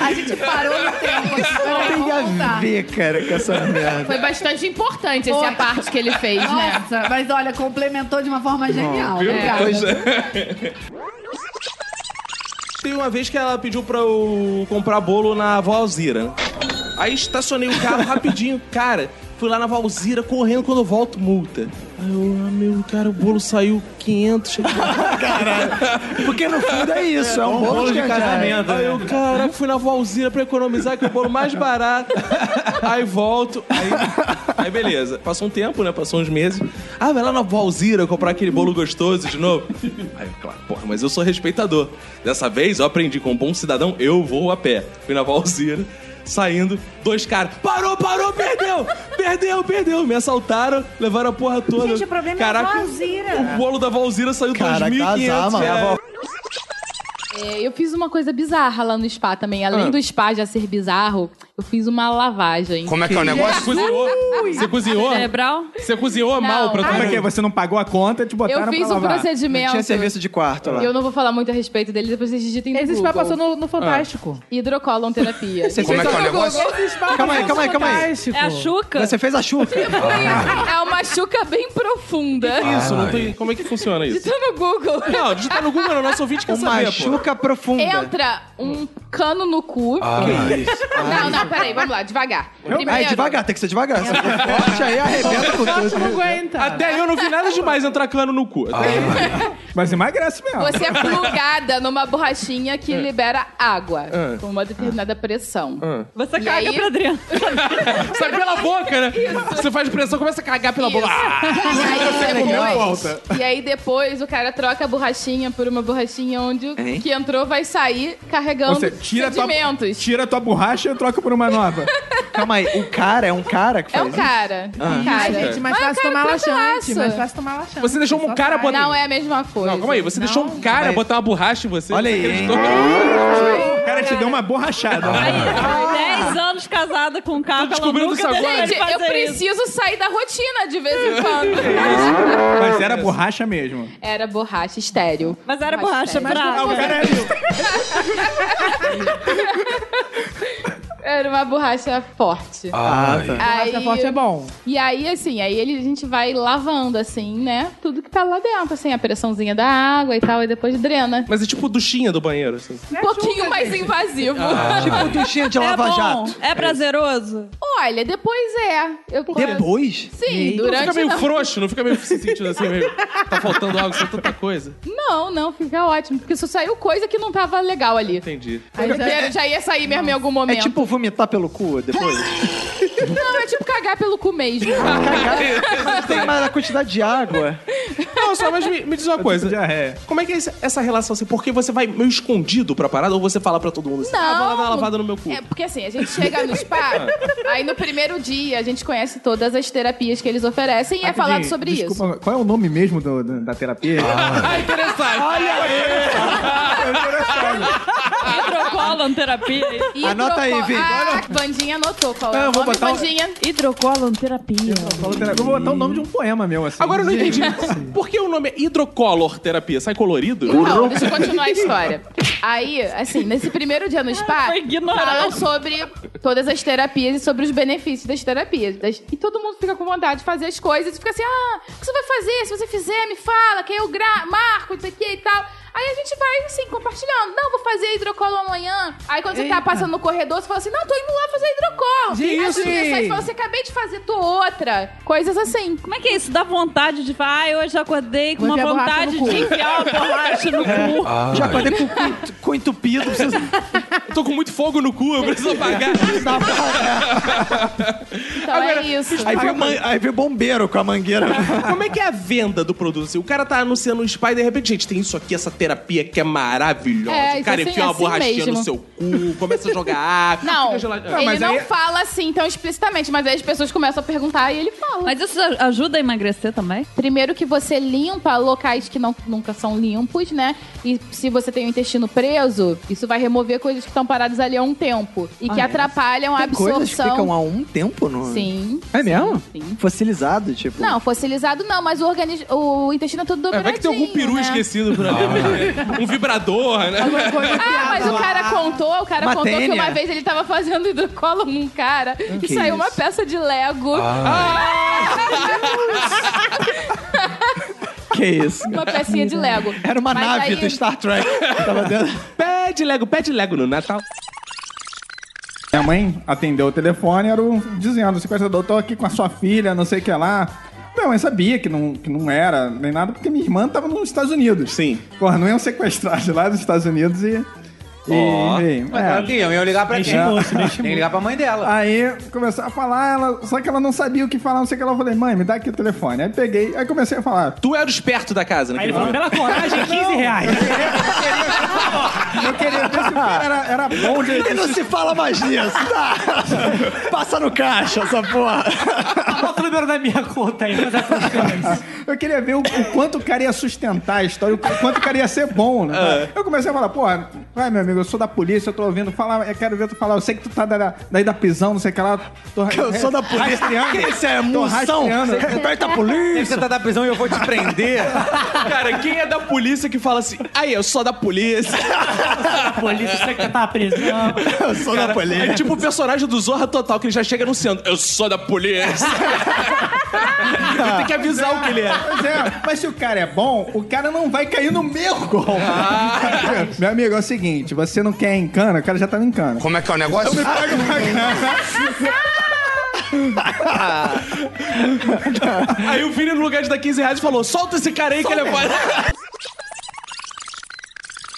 S3: A gente parou no tempo. assim,
S10: Tem a
S8: ver, cara, com essa merda.
S6: Foi
S10: bastante importante
S6: essa parte que ele fez, né?
S10: Nossa, mas olha, complementou de uma forma genial.
S3: né?
S1: Viu?
S10: Obrigada.
S1: Pois é. Tem uma vez que ela pediu pra eu comprar bolo na avó Alzira. né? Aí estacionei o carro rapidinho, cara. Fui lá na Valzira correndo quando eu volto, multa. Aí eu, ah, meu, cara, o bolo saiu 500. Caralho.
S13: Porque no fundo é isso, é um bolo de casamento,
S1: Aí
S13: né?
S1: eu, cara, fui na Valzira pra economizar, que é o bolo mais barato. Aí volto. Aí, aí beleza. Passou um tempo, né? Passou uns meses. Ah, vai lá na Valzira comprar aquele bolo gostoso de novo. Aí, eu, claro, porra, mas eu sou respeitador. Dessa vez eu aprendi com um bom cidadão, eu vou a pé. Fui na Valzira. Saindo, dois caras. Parou, parou, perdeu! Perdeu, perdeu! Me assaltaram, levaram a porra toda.
S10: Gente, o problema é a
S1: Caraca,
S10: Valzira.
S1: O bolo da Valzira saiu
S38: Caraca,
S1: 2.500
S38: azar, mano.
S1: reais.
S6: É, eu fiz uma coisa bizarra lá no spa também. Além
S1: Ah.
S6: do spa já ser bizarro, eu fiz uma lavagem.
S1: Como é que é o negócio? Você cozinhou? Você cozinhou?
S6: Cerebral?
S1: Você cozinhou
S6: né, Não.
S1: mal pra
S6: Ah,
S40: Como é que é? Você não pagou a conta, te botaram
S6: Eu fiz
S40: pra
S6: um
S40: lavar.
S6: procedimento.
S40: Não tinha serviço de quarto lá.
S6: Eu não vou falar muito a respeito dele, depois vocês digitem no
S10: Esse
S6: Google. É.
S10: spa passou no- no Fantástico.
S6: Hidrocolon terapia.
S2: Você Como fez é que é o no negócio? Google, esse spa Calma aí, passou no calma aí, calma aí. Fantástico.
S6: É a chuca.
S2: Você fez a chuca.
S6: É uma chuca bem profunda.
S1: Que isso?
S2: Ah,
S1: Não tô- Como é que funciona isso?
S6: Digita no Google.
S1: Não, digita no Google, o nosso ouvinte quer
S6: Uma
S1: saber, pô.
S2: chuca profunda.
S6: Entra um cano no cu.
S2: Ah, isso.
S6: Não, não, peraí, vamos lá, devagar.
S2: Aí, devagar, tem que ser devagar. Se for forte, aí arrebenta com tudo.
S1: né? Até eu não vi nada demais entrar cano no cu.
S40: Mas emagrece mesmo.
S6: Você é plugada numa borrachinha que
S40: É.
S6: libera água
S40: É.
S6: com uma determinada pressão. Você
S3: caga pra
S6: dentro.
S1: Ah. Sai pela boca, né? Você faz pressão, começa a cagar pela boca. Ah,
S6: E aí,
S40: é?
S1: Não
S6: depois,
S1: volta.
S6: e aí depois o cara troca a borrachinha por uma borrachinha onde o
S40: Hein?
S6: que entrou vai sair carregando
S40: Você tira a tua,
S6: sedimentos.
S40: tira a tua borracha e troca por uma nova. Calma aí, o cara é um cara que
S6: É um cara. é um
S40: Ah.
S6: cara.
S10: Ai, gente, mais
S6: Mas
S10: fácil
S6: o cara
S10: tomar
S6: é
S10: laxante.
S6: tranquilaço.
S10: Mais fácil tomar laxante.
S1: Você deixou um
S10: Só
S1: cara
S10: faz.
S1: botar-
S6: Não é a mesma coisa.
S1: Calma aí, você deixou um cara botar uma borracha em você. Olha aí. O cara te deu uma borrachada. Ah.
S11: é Dez anos casada com um cara, ela
S1: Descobrindo
S11: nunca
S1: isso agora.
S11: deixou de
S6: Gente, eu
S11: fazer isso.
S6: preciso sair da rotina de vez em quando.
S1: É.
S40: Mas era borracha mesmo.
S6: Era borracha estéreo.
S11: Mas era borracha
S6: estéreo.
S11: brava.
S40: Ah, o cara é-
S6: Era uma borracha forte.
S9: Ah, tá.
S6: Borracha
S12: Borracha forte é bom.
S6: E aí, assim, aí ele, a gente vai lavando, assim, né? Tudo que tá lá dentro, assim, a pressãozinha da água e tal, e depois drena.
S1: Mas é tipo duchinha do banheiro, assim.
S6: Um pouquinho mais invasivo.
S1: Ah. Tipo
S6: duchinha
S1: de Lava Jato.
S6: É prazeroso? Olha, depois é. Eu
S1: Depois?
S6: Sim, durante
S1: Não fica meio
S6: não.
S1: frouxo, não fica meio se sentindo assim, meio... Tá faltando algo, só tanta coisa.
S6: Não, não, fica ótimo. Porque só saiu coisa que não tava legal ali.
S1: Entendi. É.
S6: Aí já
S2: é-
S6: ia- já ia sair mesmo em algum momento.
S3: É tipo vomitar pelo cu depois.
S6: Não, é tipo cagar pelo cu mesmo.
S3: Mas tem mais a quantidade de água.
S1: Não, só, mas me, me diz uma coisa. Como é que é essa, essa relação assim? Porque você vai meio escondido pra parada ou você fala pra todo mundo assim,
S6: Não.
S1: ah, vou lá dar uma lavada no meu cu?
S6: É porque assim, a gente chega no spa, aí no primeiro dia a gente conhece todas as terapias que eles oferecem e é falado sobre isso.
S8: Desculpa, qual é o nome mesmo do- do- da terapia? É
S1: interessante.
S6: Olha
S7: Hidrocolam terapia. é
S6: Hidroco- Ah, Bandinha anotou qual é
S8: Ah, eu
S6: o
S8: vou
S6: nome,
S8: botar um-
S6: Bandinha.
S7: Hidrocolam terapia.
S8: Eu vou botar o nome de um poema meu, assim.
S1: Agora eu não entendi. Por que o nome é hidrocolor terapia? Sai colorido?
S6: Não, Então, deixa eu continuar a história. Aí, assim, nesse primeiro dia no spa, falam sobre todas as terapias e sobre os benefícios das terapias. Das- E todo mundo fica com vontade de fazer as coisas e fica assim: ah, o que você vai fazer? Se você fizer, me fala, que eu gra marco, isso aqui e tal. Aí a gente vai, assim, compartilhando. Não, vou fazer hidrocolo amanhã. Aí quando você tá
S12: Eita.
S6: passando no corredor, você fala assim: não, tô indo lá fazer hidrocolo. Aí
S7: Gente!
S6: você sai e fala: você acabei de fazer, tô outra. Coisas assim.
S7: Como é que é isso? Dá vontade de. Ai, hoje eu acordei com
S6: Vou
S7: uma
S6: enfiar a borracha
S7: vontade
S6: no cu.
S7: de enfiar uma borracha no cu.
S3: É. Já acordei com o cu entu- cu entupido. Preciso...
S1: Eu tô com muito fogo no cu, eu preciso apagar.
S6: Então é isso.
S3: Aí vem, o man- aí vem o bombeiro com a mangueira.
S1: Como é que é a venda do produto? Assim, o cara tá anunciando um spa e de repente, gente, tem isso aqui, essa terapia que é maravilhosa.
S6: É, isso
S1: o cara
S6: assim-
S1: enfia uma
S6: assim
S1: borrachinha no
S6: mesmo.
S1: seu cu, começa a jogar água.
S6: Não,
S1: fica gelado.
S6: ele não
S3: é
S6: fala assim tão explicitamente, mas aí as pessoas começam a perguntar e ele fala.
S7: Mas isso ajuda a emagrecer também?
S6: Primeiro que você limpa locais que não, nunca são limpos, né? E se você tem o intestino preso, isso vai remover coisas que estão paradas ali há um tempo. E que
S3: Ah, é?
S6: atrapalham a
S3: Tem coisas que
S6: absorção.
S3: ficam há um tempo no...
S6: Sim.
S3: É mesmo? Fossilizado, tipo.
S6: Não, fossilizado não, mas o, organismo, o intestino é todo
S1: É,
S6: dobradinho,
S1: vai que tem
S3: um
S1: algum peru
S6: né?
S1: esquecido por ali. Um vibrador, né?
S6: Ah, mas o cara contou, o cara
S1: Uma
S6: contou que
S1: tênia.
S6: uma vez ele tava fazendo hidrocolo num cara e
S1: que
S6: saiu uma
S1: isso?
S6: peça de Lego.
S3: Ah.
S6: Ah!
S3: Que isso?
S6: Uma pecinha de Lego.
S3: Era uma
S6: Mas
S3: nave
S6: aí-
S3: do Star Trek. Tava dentro.
S1: Pede Lego, pede Lego no Natal.
S8: Minha mãe atendeu o telefone, era o, dizendo, o sequestrador, tô aqui com a sua filha, não sei o que lá. Minha mãe sabia que não, que não era nem nada, porque minha irmã tava nos Estados Unidos.
S1: Sim.
S8: Porra, não iam sequestrar de lá dos Estados Unidos e... e
S9: Ó.
S8: enfim,
S9: Mas
S17: É.
S9: ela queria, eu ia ligar pra quem?
S8: É.
S17: né?
S9: Tem que ligar pra mãe dela.
S8: Aí começou a falar, ela- só que ela não sabia o que falar, não sei o que ela. Eu falei, mãe, me dá aqui o telefone. Aí peguei, aí comecei a falar.
S1: Tu era o esperto da casa, né?
S8: Aí ele falou, pela coragem,
S1: 15 reais.
S8: Eu queria ver se o cara era, era bom de.
S3: Ele não se fala mais nisso. Tá. Passa no caixa essa porra.
S8: Bota o número da minha conta aí, é Eu queria ver o, o quanto o cara ia sustentar a história, o quanto o cara ia ser bom, né?
S1: É.
S8: Eu comecei a falar, porra, vai, meu amigo, eu sou da polícia, eu tô ouvindo falar, eu quero ver tu falar, eu sei que tu tá da- daí da prisão, não sei o que lá. tô- É,
S3: Eu sou da polícia.
S8: rastreando.
S3: Que isso é
S8: Tô
S3: moção?
S8: rastreando.
S3: Você perto da polícia.
S8: Você tá da prisão e eu vou te prender.
S1: Cara, quem é da polícia que fala assim, aí, eu sou da polícia.
S8: polícia,
S1: você que tá preso.
S8: Eu sou da polícia.
S1: É tipo o personagem do Zorra Total, que ele já chega anunciando, eu sou da polícia. Ele tem que avisar o que ele é.
S8: Pois é, mas se o cara é bom, o cara não vai cair no meu gol.
S3: Ah.
S8: Meu amigo, é o seguinte, você não quer em cana, o cara já tava em cana. Como é que é o negócio? me paga
S1: Ah. Aí o Vini, no lugar de dar 15 reais, falou: solta esse cara aí que ele é foda.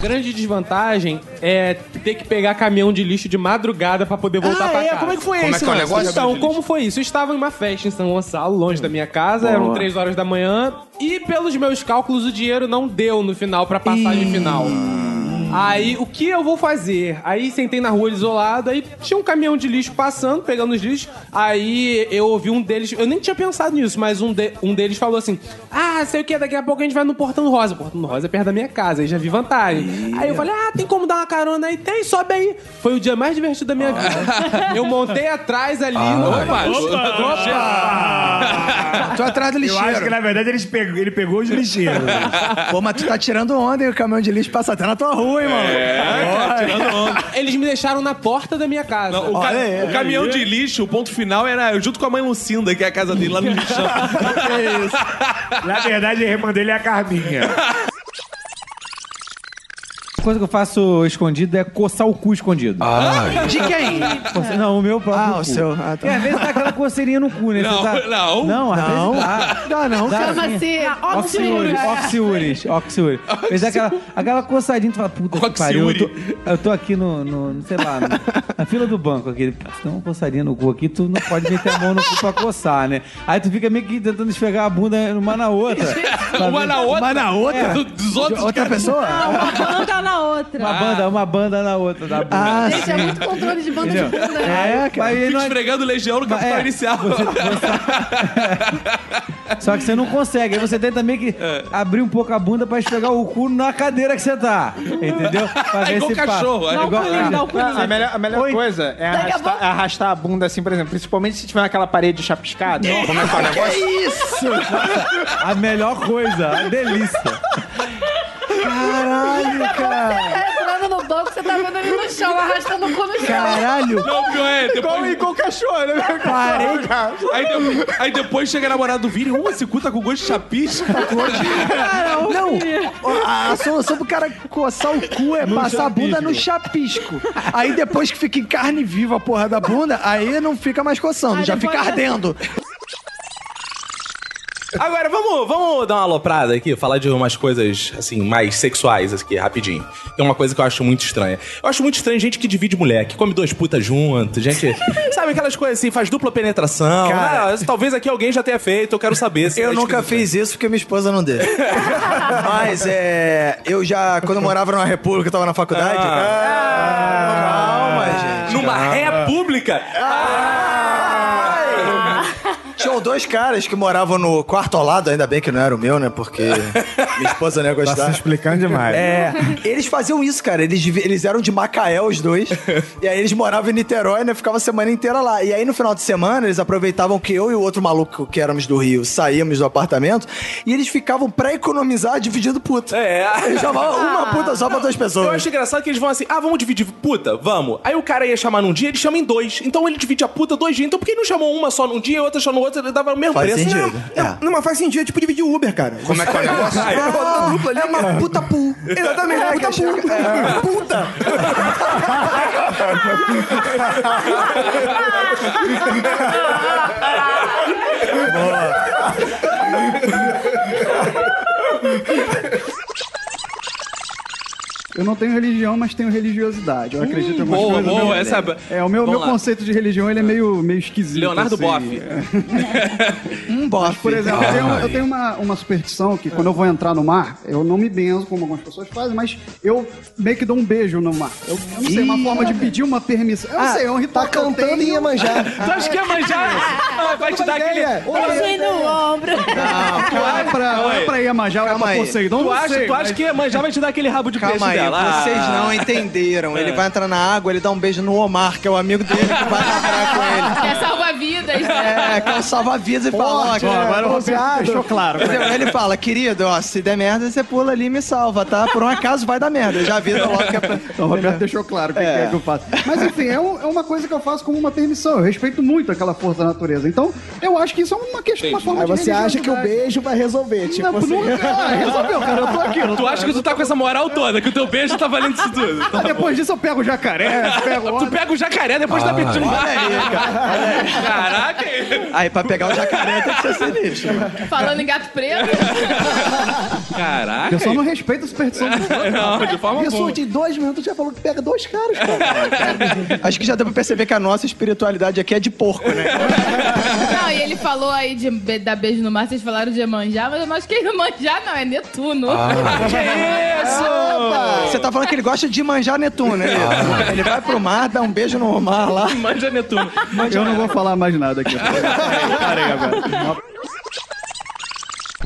S5: Grande desvantagem é ter que pegar caminhão de lixo de madrugada pra poder voltar
S1: Ah,
S5: pra
S1: é?
S5: casa.
S1: Como é que foi Como é esse que é o lance? negócio?
S5: Então, como foi isso? Eu estava em uma festa em São Gonçalo, longe da minha casa,
S1: Boa.
S5: eram 3 horas da manhã, e pelos meus cálculos o dinheiro não deu no final pra passagem final. Aí, o que eu vou fazer? Aí sentei na rua isolado, aí tinha um caminhão de lixo passando, pegando os lixos. Aí eu ouvi um deles, eu nem tinha pensado nisso, mas um, de- um deles falou assim: Ah, sei o que, daqui a pouco a gente vai no Portão Rosa. Portão Rosa é perto da minha casa, aí já vi vantagem. Aí eu falei: Ah, tem como dar uma carona aí? Tem, sobe aí. Foi o dia mais divertido da
S3: Ah,
S5: minha vida. Eu montei atrás ali.
S1: Ah, opa, opa,
S5: opa.
S9: Tô atrás do lixeiro.
S41: Eu acho que, na verdade, ele pegou, ele pegou os lixeiros.
S9: Pô, mas tu tá tirando onda e o caminhão de lixo
S3: tá
S9: passa até na tua rua, hein, mano?
S3: É,
S42: cara, tirando onda. Eles me deixaram na porta da minha casa.
S3: Não, o, ca- o caminhão de lixo, o ponto final era eu junto com a mãe Lucinda, que é a casa dele lá no lixão.
S12: É isso. Na verdade, a irmã dele é a Carminha.
S17: A coisa que eu faço escondido é coçar o cu escondido.
S9: Ah. De quem?
S17: Coça- Não, o meu próprio.
S9: Ah, o
S17: cu.
S9: seu. Ah, tá.
S17: E às vezes dá aquela coceirinha no cu, né?
S9: Não,
S17: Você tá-
S9: não.
S17: Não, às
S9: Não. Ah.
S17: vezes dá.
S6: Ah,
S9: Dá não,
S17: Dá
S3: assim.
S9: cara.
S17: sim.
S9: Chama-se
S17: Oxiúris, oxiúris, oxiúris. Mas é aquela, aquela coçadinha, tu fala, puta que pariu, eu tô, eu tô aqui no, no, no, sei lá, no- na fila do banco, aquele, se tem uma coçadinha no cu aqui, tu não pode meter a mão no cu pra coçar, né? Aí tu fica meio que tentando esfregar a bunda uma na outra. sabe?
S3: Uma na outra?
S17: Uma na outra? É,
S3: Do- dos outros
S17: Outra
S3: caras.
S17: pessoa?
S3: Não,
S10: Uma banda na outra.
S17: Uma banda, uma banda na outra da bunda.
S9: Ah,
S10: Gente, é muito controle de banda de
S17: Entendeu?
S10: bunda.
S17: É, cara.
S3: Fico esfregando legião no capital inicial.
S17: Só que você não consegue. Aí você tem também que
S12: É.
S17: abrir um pouco a bunda pra esfregar o cu na cadeira que você tá. Entendeu? Pra
S12: É igual
S17: se pá.
S12: cachorro, é igual-
S17: é.
S12: A melhor, a melhor coisa é arrastar, arrastar a bunda assim, por exemplo. Principalmente se tiver naquela parede
S3: Tá
S12: chapiscada. Como é que é o negócio?
S17: isso? a melhor coisa, a delícia. Caralho,
S6: cara. Você tá entrando no banco, você tá vendo ele no chão, arrastando o cu no chão.
S17: Caralho.
S3: Não, pior é, depois...
S12: Igual cachorro, né?
S3: Parei. Aí, de- aí depois chega a namorada do Vini, uma se cuta tá com gosto de chapisco.
S9: Não, a, a solução pro cara coçar o cu é
S3: No
S9: passar a bunda
S3: chapisco.
S9: no chapisco. Aí depois que fica em carne viva a porra da bunda, aí não fica mais coçando,
S17: Aí
S9: já
S17: depois
S9: fica
S17: já-
S9: ardendo.
S1: Agora, vamos, vamos dar uma aloprada aqui, falar de umas coisas, assim, mais sexuais aqui, rapidinho. É uma coisa que eu acho muito estranha. Eu acho muito estranho gente que divide mulher, que come duas putas junto, gente... sabe aquelas coisas assim, faz dupla penetração.
S2: Cara-
S1: Ah, talvez aqui alguém já tenha feito, eu quero saber. se
S2: Eu
S1: é
S2: nunca
S1: esquisito.
S2: fiz isso porque minha esposa não deixa. Mas é. Eu já, quando eu morava numa república, eu tava na faculdade. calma, gente.
S1: Ah. Numa república?
S2: Tinham dois caras que moravam no quarto ao lado, ainda bem que não era o meu, né? Porque minha esposa não ia gostar.
S12: Tá se explicando demais.
S2: É, eles faziam isso, cara. Eles, vi- eles eram de Macaé, os dois. E aí eles moravam em Niterói, né? Ficava a semana inteira lá. E aí no final de semana, eles aproveitavam que eu e o outro maluco que éramos do Rio saíamos do apartamento. E eles ficavam pra economizar dividindo puta.
S1: É.
S2: Eles chamavam uma puta só pra duas pessoas.
S1: Eu acho engraçado que eles vão assim, ah, vamos dividir puta, vamos. Aí o cara ia chamar num dia, ele chama em dois. Então ele divide a puta dois dias. Então por que não chamou uma só num dia e outra só no outro? Ele dava o
S8: tá
S1: mesmo
S2: Faz
S1: preço.
S8: né?
S2: sentido.
S1: Não, não,
S22: Não, mas faz sentido, é tipo dividir o Uber, cara.
S1: Como é que é o negócio?
S22: É uma dupla ali, cara.
S2: puta pool.
S22: Exatamente,
S2: É,
S22: puta pool. Puta!
S8: Eu não tenho religião, mas tenho religiosidade. Eu acredito em algumas
S3: boa,
S8: coisas.
S3: boa,
S8: meu-
S3: essa-
S8: É, o meu,
S3: Vamos
S8: meu
S3: lá.
S8: conceito de religião, ele é meio, meio
S12: Tipo
S8: esquisito.
S3: Leonardo
S8: assim.
S3: Boff.
S12: é.
S8: Um bofe. Por exemplo, eu tenho,
S3: Ah,
S8: eu tenho uma, uma superstição que quando eu vou entrar no mar, eu não me benzo, como algumas pessoas fazem, mas eu meio que dou um beijo no mar. Eu, eu não sei, uma forma de pedir uma permissão. Eu não
S3: Ah,
S8: sei, é um ritual.
S3: tá cantando em Iemanjá.
S8: Tu
S3: acha que Iemanjá ah, vai te dar aquele-
S6: Tá
S8: Beijo no ombro. Não,
S3: Calma
S8: calma.
S3: aí.
S8: É pra,
S3: Calma
S8: ou é
S3: aí.
S8: pra Iemanjá, ou é
S3: Calma
S8: pra
S3: aí.
S8: Poseidon,
S3: Tu
S8: não
S3: acha-
S8: sei,
S3: tu acha
S8: mas-
S3: que é Iemanjá vai te dar aquele rabo de Ah.
S2: Calma aí, vocês não entenderam. Ele
S3: É.
S2: vai entrar na água, ele dá um beijo no Omar, que é o amigo dele, que vai namorar com ele.
S6: É salva-vidas, né?
S2: É, que é um salva-vidas e fala, ó,
S8: Forte, ó, agora o Roberto deixou claro. né?
S2: Entendeu? Ele fala, querido, ó, se der merda, você pula ali e me salva, tá? Por um acaso vai dar merda. Eu já avisa logo que é pra...
S8: Então, o Roberto deixou claro o que,
S2: É.
S8: que é que eu faço. Mas enfim, é, um- é uma coisa que eu faço como uma permissão. Eu respeito muito aquela força da natureza. Então, eu acho que isso é uma questão, uma forma
S22: Aí
S8: de
S22: você acha que o
S8: religiosidade.
S22: beijo vai resolver, tipo
S8: Não,
S22: assim.
S8: não- ah, resolveu, cara. Eu tô aqui. eu não
S3: Tu
S8: tô-
S3: acha que tu tá com essa moral toda, que o teu beijo tá valendo isso tudo.
S8: Ah, depois disso eu pego o jacaré,
S1: É.
S8: pego o...
S3: Tu pega o jacaré depois
S1: tá
S3: da
S8: Ah,
S2: é.
S3: pedindo
S8: olha
S3: mais. Caraca!
S2: Aí, pra pegar o jacaré tem que ser
S22: assim.
S2: sinistro.
S6: Falando em gato preto.
S3: Caraca!
S8: O pessoal não respeita a superstição dos outros.
S3: Não, de forma
S8: Isso
S3: alguma.
S8: de dois minutos já falou que pega dois caras,
S2: Acho que já deu pra perceber que a nossa espiritualidade aqui é de porco, né?
S6: Não, e ele falou aí de be- dar beijo no mar, vocês falaram de Iemanjá, mas eu não acho que é Iemanjá não, é Netuno.
S2: Ah. Você tá falando que ele gosta de manjar Netuno, né? Ele vai pro mar, dá um beijo no mar lá.
S3: Manja Netuno.
S8: Eu não vou falar mais nada aqui. Parei agora.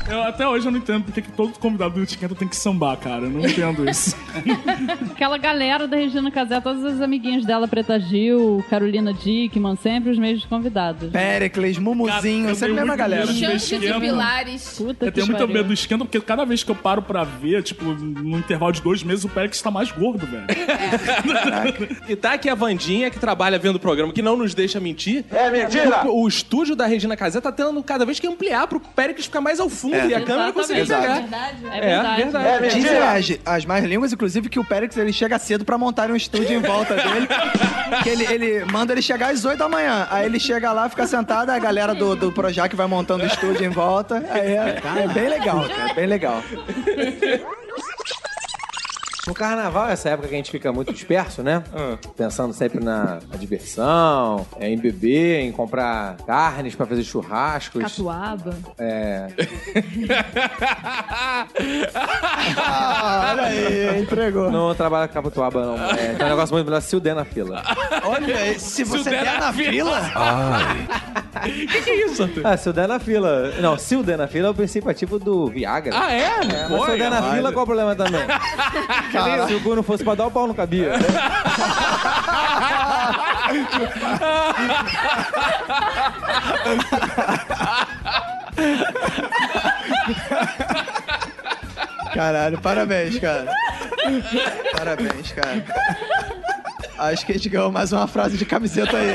S4: Eu, até hoje eu não entendo porque que todo convidado do etiqueta tem que sambar, cara. Eu não entendo isso.
S5: Aquela galera da Regina Casé, todas as amiguinhas dela, Preta Gil, Carolina Dickman, sempre os mesmos convidados.
S2: Péricles, Mumuzinho,
S4: eu
S2: sempre
S4: tenho
S2: a mesma
S4: muito
S2: galera.
S4: medo do esquema.
S5: Puta
S4: Eu
S5: que
S4: tenho muito
S5: pariu.
S4: medo do esquenta, porque cada vez que eu paro pra ver, tipo, no intervalo de dois meses, o Pérez tá mais gordo, velho.
S1: E tá aqui a Vandinha, que trabalha vendo o programa, que não nos deixa mentir.
S4: É mentira!
S1: O, o estúdio da Regina Casé tá tendo cada vez que ampliar pro Péricles ficar mais ao fundo
S2: É.
S1: e a câmera conseguir pegar.
S2: É verdade.
S1: É verdade.
S2: Dizem as, as mais línguas, inclusive, que o Périx ele chega cedo pra montar um estúdio em volta dele. que ele, ele manda ele chegar às 8 da manhã. Aí ele chega lá, fica sentado, a galera do, do Projac vai montando o estúdio em volta. Aí é, é bem legal, cara. é Bem legal.
S17: No carnaval, é essa época que a gente fica muito disperso, né?
S12: Ah.
S17: Pensando sempre na, na diversão, é, em beber, em comprar carnes pra fazer churrascos.
S5: Catuaba.
S17: É.
S2: olha aí, entregou.
S17: Não trabalho com Caputuaba, não. É, tem um negócio muito melhor, se o der na fila.
S2: Olha aí, se você
S17: der
S2: der
S17: na
S2: na
S17: fila.
S2: fila.
S17: O que, é isso, Arthur? Ah, se o der na fila. Não, se o der na fila é o princípio ativo do Viagra.
S1: Ah, é?
S17: mas se
S1: Pô,
S17: o der na
S1: caralho.
S17: fila, qual o problema também?
S1: Cara.
S17: Se o cu não fosse pra dar, o pau não cabia.
S2: Caralho, parabéns, cara. Parabéns, cara. Acho que a gente ganhou mais uma frase de camiseta aí.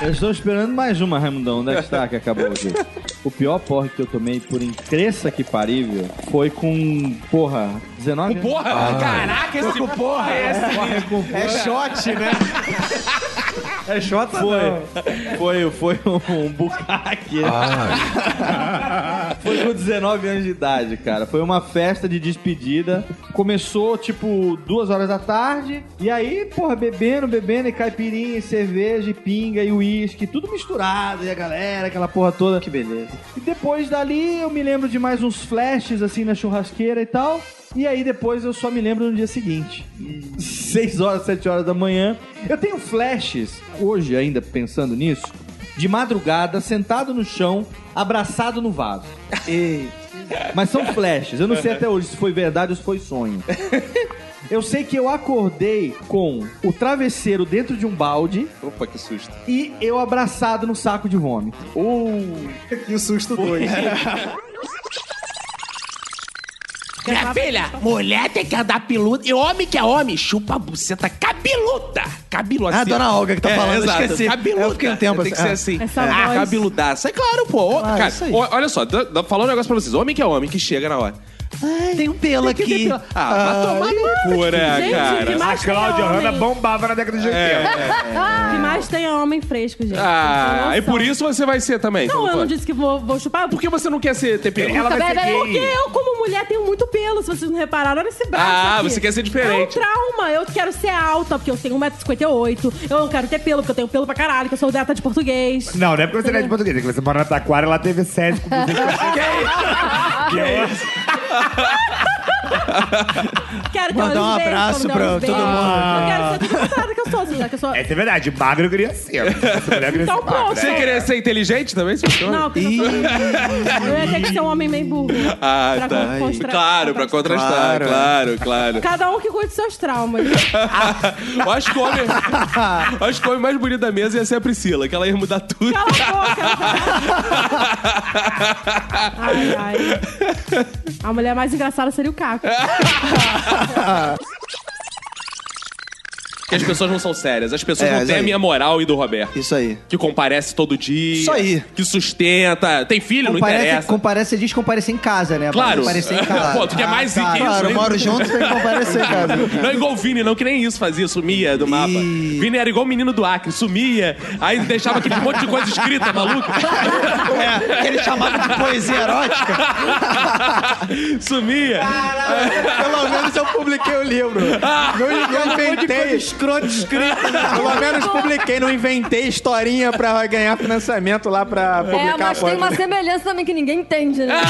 S8: Eu estou esperando mais uma, Raimundão, é da destaque acabou aqui. O pior porre que eu tomei, por incrível que parível, foi com, porra, 19
S1: Com porra? Ah. Caraca, esse
S8: Foi com
S1: porra é sinistro. É shot, né?
S8: É shot foi. Foi, foi um, um bucaque. Foi com 19 anos de idade, cara. Foi uma festa de despedida. Começou, tipo, duas horas da tarde. E aí, porra, bebendo, bebendo, e caipirinha, e cerveja, e pinga, e uísque, tudo misturado. E a galera, aquela porra toda. Que beleza. E depois dali, eu me lembro de mais uns flashes, assim, na churrasqueira e tal. E aí, depois, eu só me lembro no dia seguinte. 6 horas, 7 horas da manhã. Eu tenho flashes, hoje ainda pensando nisso, de madrugada, sentado no chão, abraçado no vaso. Mas são flashes, eu não sei até hoje se foi verdade ou se foi sonho. Eu sei que eu acordei com o travesseiro dentro de um balde
S1: Opa, que susto.
S8: e eu abraçado no saco de vômito.
S2: Uh,
S9: Que susto doido.
S10: Minha filha, mulher tem que andar peluda. E homem que é homem, chupa a buceta cabeluda. Cabeluda.
S2: Ah, é a dona Olga que tá falando, eu
S1: assim, exato.
S2: esqueci.
S1: Cabeluda.
S2: Eu fiquei um tempo
S1: Tem que
S2: assim,
S1: ser
S2: ah.
S1: assim.
S2: Essa
S1: ah,
S2: voz.
S1: cabeludaça. É claro, pô. Ô,
S10: Ah,
S2: Claro,
S1: cara,
S2: isso aí.
S1: ó, olha só, dá- dá- falar um negócio pra vocês. Homem que é homem, que chega na hora.
S2: tem um pelo
S1: Tem que ter
S2: aqui.
S1: pelo. Ah, vai tomar no cu, né,
S10: Gente,
S1: cara? É,
S10: que mais A Cláudia tem homem? Hanna
S1: bombava na década de
S10: O que mais tem é homem fresco, gente.
S1: Ah,
S10: Vocês
S1: e
S10: têm noção.
S1: por isso você vai ser também.
S10: Não,
S1: então,
S10: eu não
S1: pode.
S10: disse que vou, vou chupar. é
S1: Por que você não quer ser um? TP?
S10: Porque eu, como mulher, tenho muito pelo, se vocês não repararam. Olha esse braço
S1: Ah,
S10: aqui.
S1: você quer ser diferente.
S10: É um trauma. Eu quero ser alta, porque eu tenho 1,58m. Eu não quero ter pelo, porque eu tenho pelo pra caralho, que eu sou data de português.
S9: Não, não é porque você não é de português, é que você mora na Taquara ela teve sede com você.
S2: é
S1: é
S10: Quero ter
S9: Mandar
S10: olhos
S9: um
S10: verdes,
S9: abraço
S10: quero me dar
S9: pra
S10: uns
S9: todo
S10: beijos.
S9: mundo.
S10: Eu
S1: Ah.
S10: quero ser tudo contrário que eu sou, já que eu sou...
S9: Essa é verdade, magro eu queria ser. né?
S10: Então, pronto.
S1: Você queria ser inteligente também? seu senhor?
S10: Não, porque eu sou... Eu ia ter que ser um homem meio burro.
S1: Ah,
S10: Pra
S1: tá.
S10: contrastar.
S1: Claro, pra contrastar. Claro, claro.
S10: Cada um que cuide dos seus traumas.
S1: Eu acho que o homem, eu acho que o homem mais bonito da mesa ia ser a Priscila, que ela ia mudar tudo.
S10: Ai, ai. A mulher mais engraçada seria o Caco.
S1: Que as pessoas não são sérias. As pessoas
S10: É,
S1: não
S10: isso aí.
S1: temem a moral e do Roberto.
S2: Isso aí.
S1: Que comparece todo dia.
S2: Isso aí.
S1: Que sustenta. Tem filho, não
S43: Comparece,
S1: interessa.
S43: comparece, você diz comparecer em casa, né?
S1: Claro.
S43: Comparecer em casa.
S1: Pô, tu quer
S8: Ah,
S1: mais do que isso,
S43: Claro,
S1: né?
S43: eu moro junto, tem que comparecer em casa.
S1: Não é igual o Vini, não, que nem isso fazia, sumia do mapa. Vini era igual o menino do Acre, sumia, aí deixava aquele monte de coisa escrita, maluco.
S2: É, ele chamava de poesia erótica.
S1: sumia.
S2: Pelo menos eu publiquei o livro. Não, não inventei.
S9: escroto escrito.
S1: né?
S2: Pelo menos publiquei, não inventei historinha pra ganhar financiamento lá pra publicar
S5: É, mas
S2: a
S5: tem uma semelhança também que ninguém entende, né?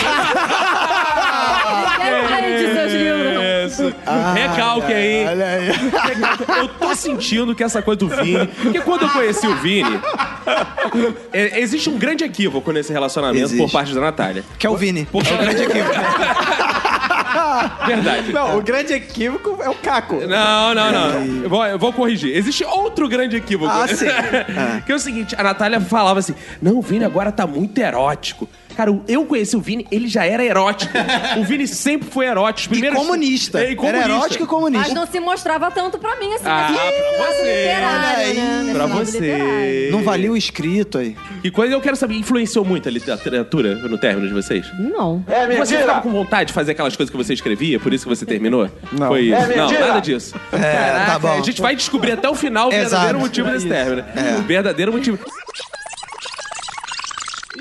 S5: ninguém entende
S1: É.
S5: seus livros.
S1: Isso.
S2: Ah,
S1: Recalque
S2: é,
S1: aí. Eu tô sentindo que essa coisa do Vini. Porque quando eu conheci o Vini, É, existe um grande equívoco nesse relacionamento por parte da Natália.
S2: Que é o Vini.
S1: Porque é o grande equívoco. Verdade.
S2: Não, o grande equívoco é o Caco.
S1: Não, não, não. Eu vou, eu vou corrigir. Existe outro grande equívoco.
S2: Ah, sim.
S1: que é o seguinte, a Natália falava assim, não, o Vini agora tá muito erótico. Cara, eu- eu conheci o Vini, ele já era erótico. O Vini sempre foi erótico. Primeiro,
S2: comunista.
S1: É, e comunista.
S5: Mas Ah, não se mostrava tanto pra mim assim.
S1: Ah, pra você.
S5: Literário, né? Nesse
S1: Pra
S5: lado literário.
S1: você.
S2: Não valia o escrito aí.
S1: Que coisa, eu quero saber, influenciou muito a literatura no término de vocês?
S5: Não. é
S2: É,
S1: Você ficava com vontade de fazer aquelas coisas que você escrevia, por isso que você terminou? Não. Foi isso.
S2: É
S1: não,
S2: mentira.
S1: nada disso.
S2: É, tá bom.
S1: A gente vai descobrir até o final o verdadeiro
S2: Exato. É
S1: motivo desse término. O verdadeiro motivo.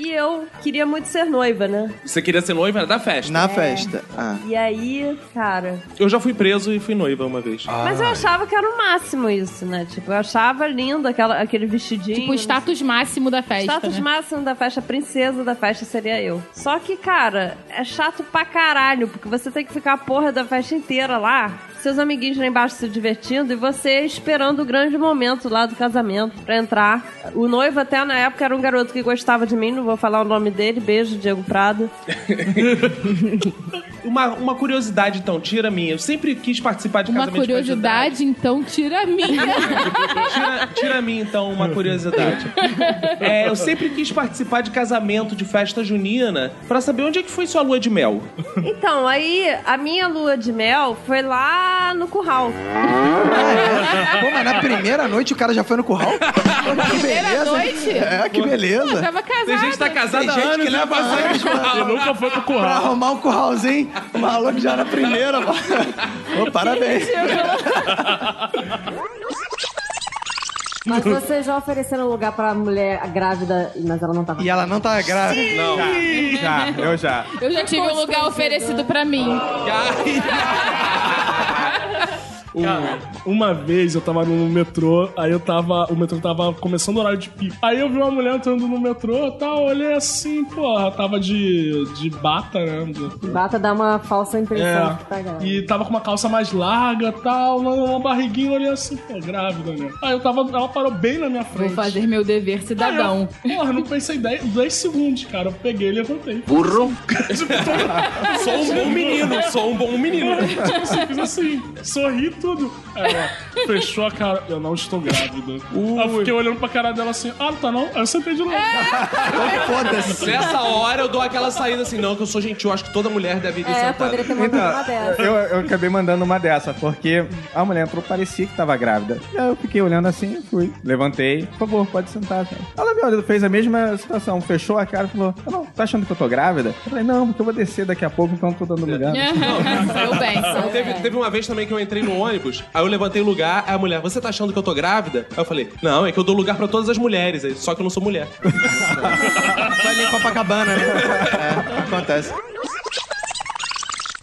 S5: E eu queria muito ser noiva, né?
S1: Você queria ser noiva da festa.
S2: Na
S5: festa.
S2: Ah.
S5: E aí, cara.
S1: Eu já fui preso e fui noiva uma vez.
S2: Ah.
S5: Mas eu achava que era o máximo isso, né? Tipo, eu achava lindo aquela, aquele vestidinho.
S6: Tipo, o status máximo da festa.
S5: Status
S6: né?
S5: máximo da festa, princesa da festa seria eu. Só que, cara, é chato pra caralho, porque você tem que ficar a porra da festa inteira lá, seus amiguinhos lá embaixo se divertindo e você esperando o grande momento lá do casamento pra entrar. O noivo até na época era um garoto que gostava de mim, não vou falar o nome dele, beijo, Diego Prado.
S1: Uma, uma curiosidade, então, tira minha. Eu sempre quis participar de
S6: Uma
S1: casamento de
S6: curiosidade, então, tira a minha.
S1: Tira, tira a mim, então, uma curiosidade. É, eu sempre quis participar de casamento, de festa junina, pra saber onde é que foi sua lua de mel.
S5: Então, aí a minha lua de mel foi lá no curral.
S2: Pô, mas na primeira noite o cara já foi no curral? que beleza.
S5: noite?
S2: É, que beleza.
S5: Eu tava casada. Tem gente que tá
S1: casada
S2: Tem gente
S1: há anos né,
S2: que
S1: e
S2: leva
S1: passa
S2: anos
S1: no
S2: pra-
S1: curral. E nunca foi pro curral.
S2: Pra arrumar um curralzinho, o maluco já na primeira. mano. Pô, parabéns.
S5: Mas
S44: vocês já ofereceram lugar pra mulher grávida, mas ela não tava.
S2: E ela não tá grávida.
S1: Não.
S12: Já, eu já.
S6: Eu já tive um lugar oferecido pra mim.
S4: Um- uma vez eu tava no metrô, aí eu tava. O metrô tava começando o horário de pico. Aí eu vi uma mulher entrando no metrô e tal, eu olhei assim, porra, tava de, de bata, né? de-
S44: Bata dá uma falsa impressão
S4: É.
S44: que tá grávida.
S4: E tava com uma calça mais larga e tal, uma, uma barriguinha, eu olhei assim, pô, grávida, né? Aí eu tava. Ela parou bem na minha
S6: Vou
S4: frente.
S6: fazer meu dever cidadão.
S4: Aí eu- porra, não pensei 10, segundos, cara. Eu peguei e levantei.
S1: Burro.
S4: sou um bom menino,
S1: sou um bom menino.
S4: Tipo assim, fiz assim, sorri tudo. Aí Ela fechou a cara, eu não estou grávida. Aí eu fiquei olhando pra cara dela assim, ah, não tá não? Aí eu sentei de novo.
S1: Então Foda-se. Nessa hora eu dou aquela saída assim, não, que eu sou gentil, acho que toda mulher deve ir sentada.
S8: Então, eu, eu acabei mandando uma dessa, porque a mulher entrou, parecia que tava grávida. E aí eu fiquei olhando assim e fui. Levantei. Por favor, pode sentar. Cara. Ela me olhou, fez a mesma situação, fechou a cara e falou: "Ah, não, tá achando que eu tô grávida? Eu falei, não, porque eu vou descer daqui a pouco, então eu tô dando lugar.
S6: Saiu bem, saiu
S1: Teve, teve uma vez também que eu entrei no ônibus, aí eu levantei o lugar, aí a mulher, você tá achando que eu tô grávida? Aí eu falei, não, é que eu dou lugar pra todas as mulheres, aí, só que eu não sou mulher.
S2: Só ali em Copacabana, né? É, acontece.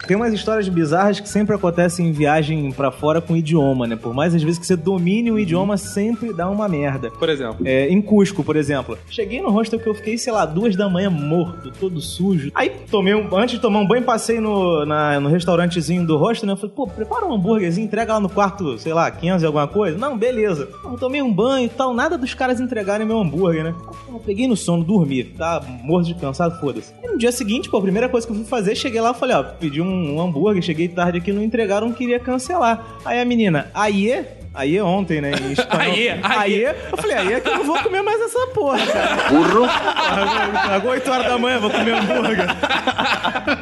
S18: Tem umas histórias bizarras que sempre acontecem em viagem pra fora com idioma, né? Por mais às vezes que você domine o idioma, sempre dá uma merda.
S1: Uhum. Por exemplo.
S18: É, em Cusco, por exemplo. Cheguei no hostel que eu fiquei, sei lá, duas da manhã morto, todo sujo. Aí tomei um. Antes de tomar um banho, passei no, na- no restaurantezinho do hostel, né? Eu falei, pô, prepara um hambúrguerzinho, entrega lá no quarto, sei lá, 15 alguma coisa. Não, beleza. Eu tomei um banho e tal, nada dos caras entregarem meu hambúrguer, né? Eu peguei no sono, dormi, tá morto de cansado, foda-se. E no dia seguinte, pô, a primeira coisa que eu fui fazer, cheguei lá e falei, ó, pedi um, um hambúrguer, cheguei tarde aqui, não entregaram, queria cancelar. Aí a menina, aí. Aí ontem, né? Em espanhol.
S1: Aie, aie.
S18: Aie, eu falei, aí é que eu não vou comer mais essa porra, cara. Agora 8 horas da manhã eu vou comer hambúrguer.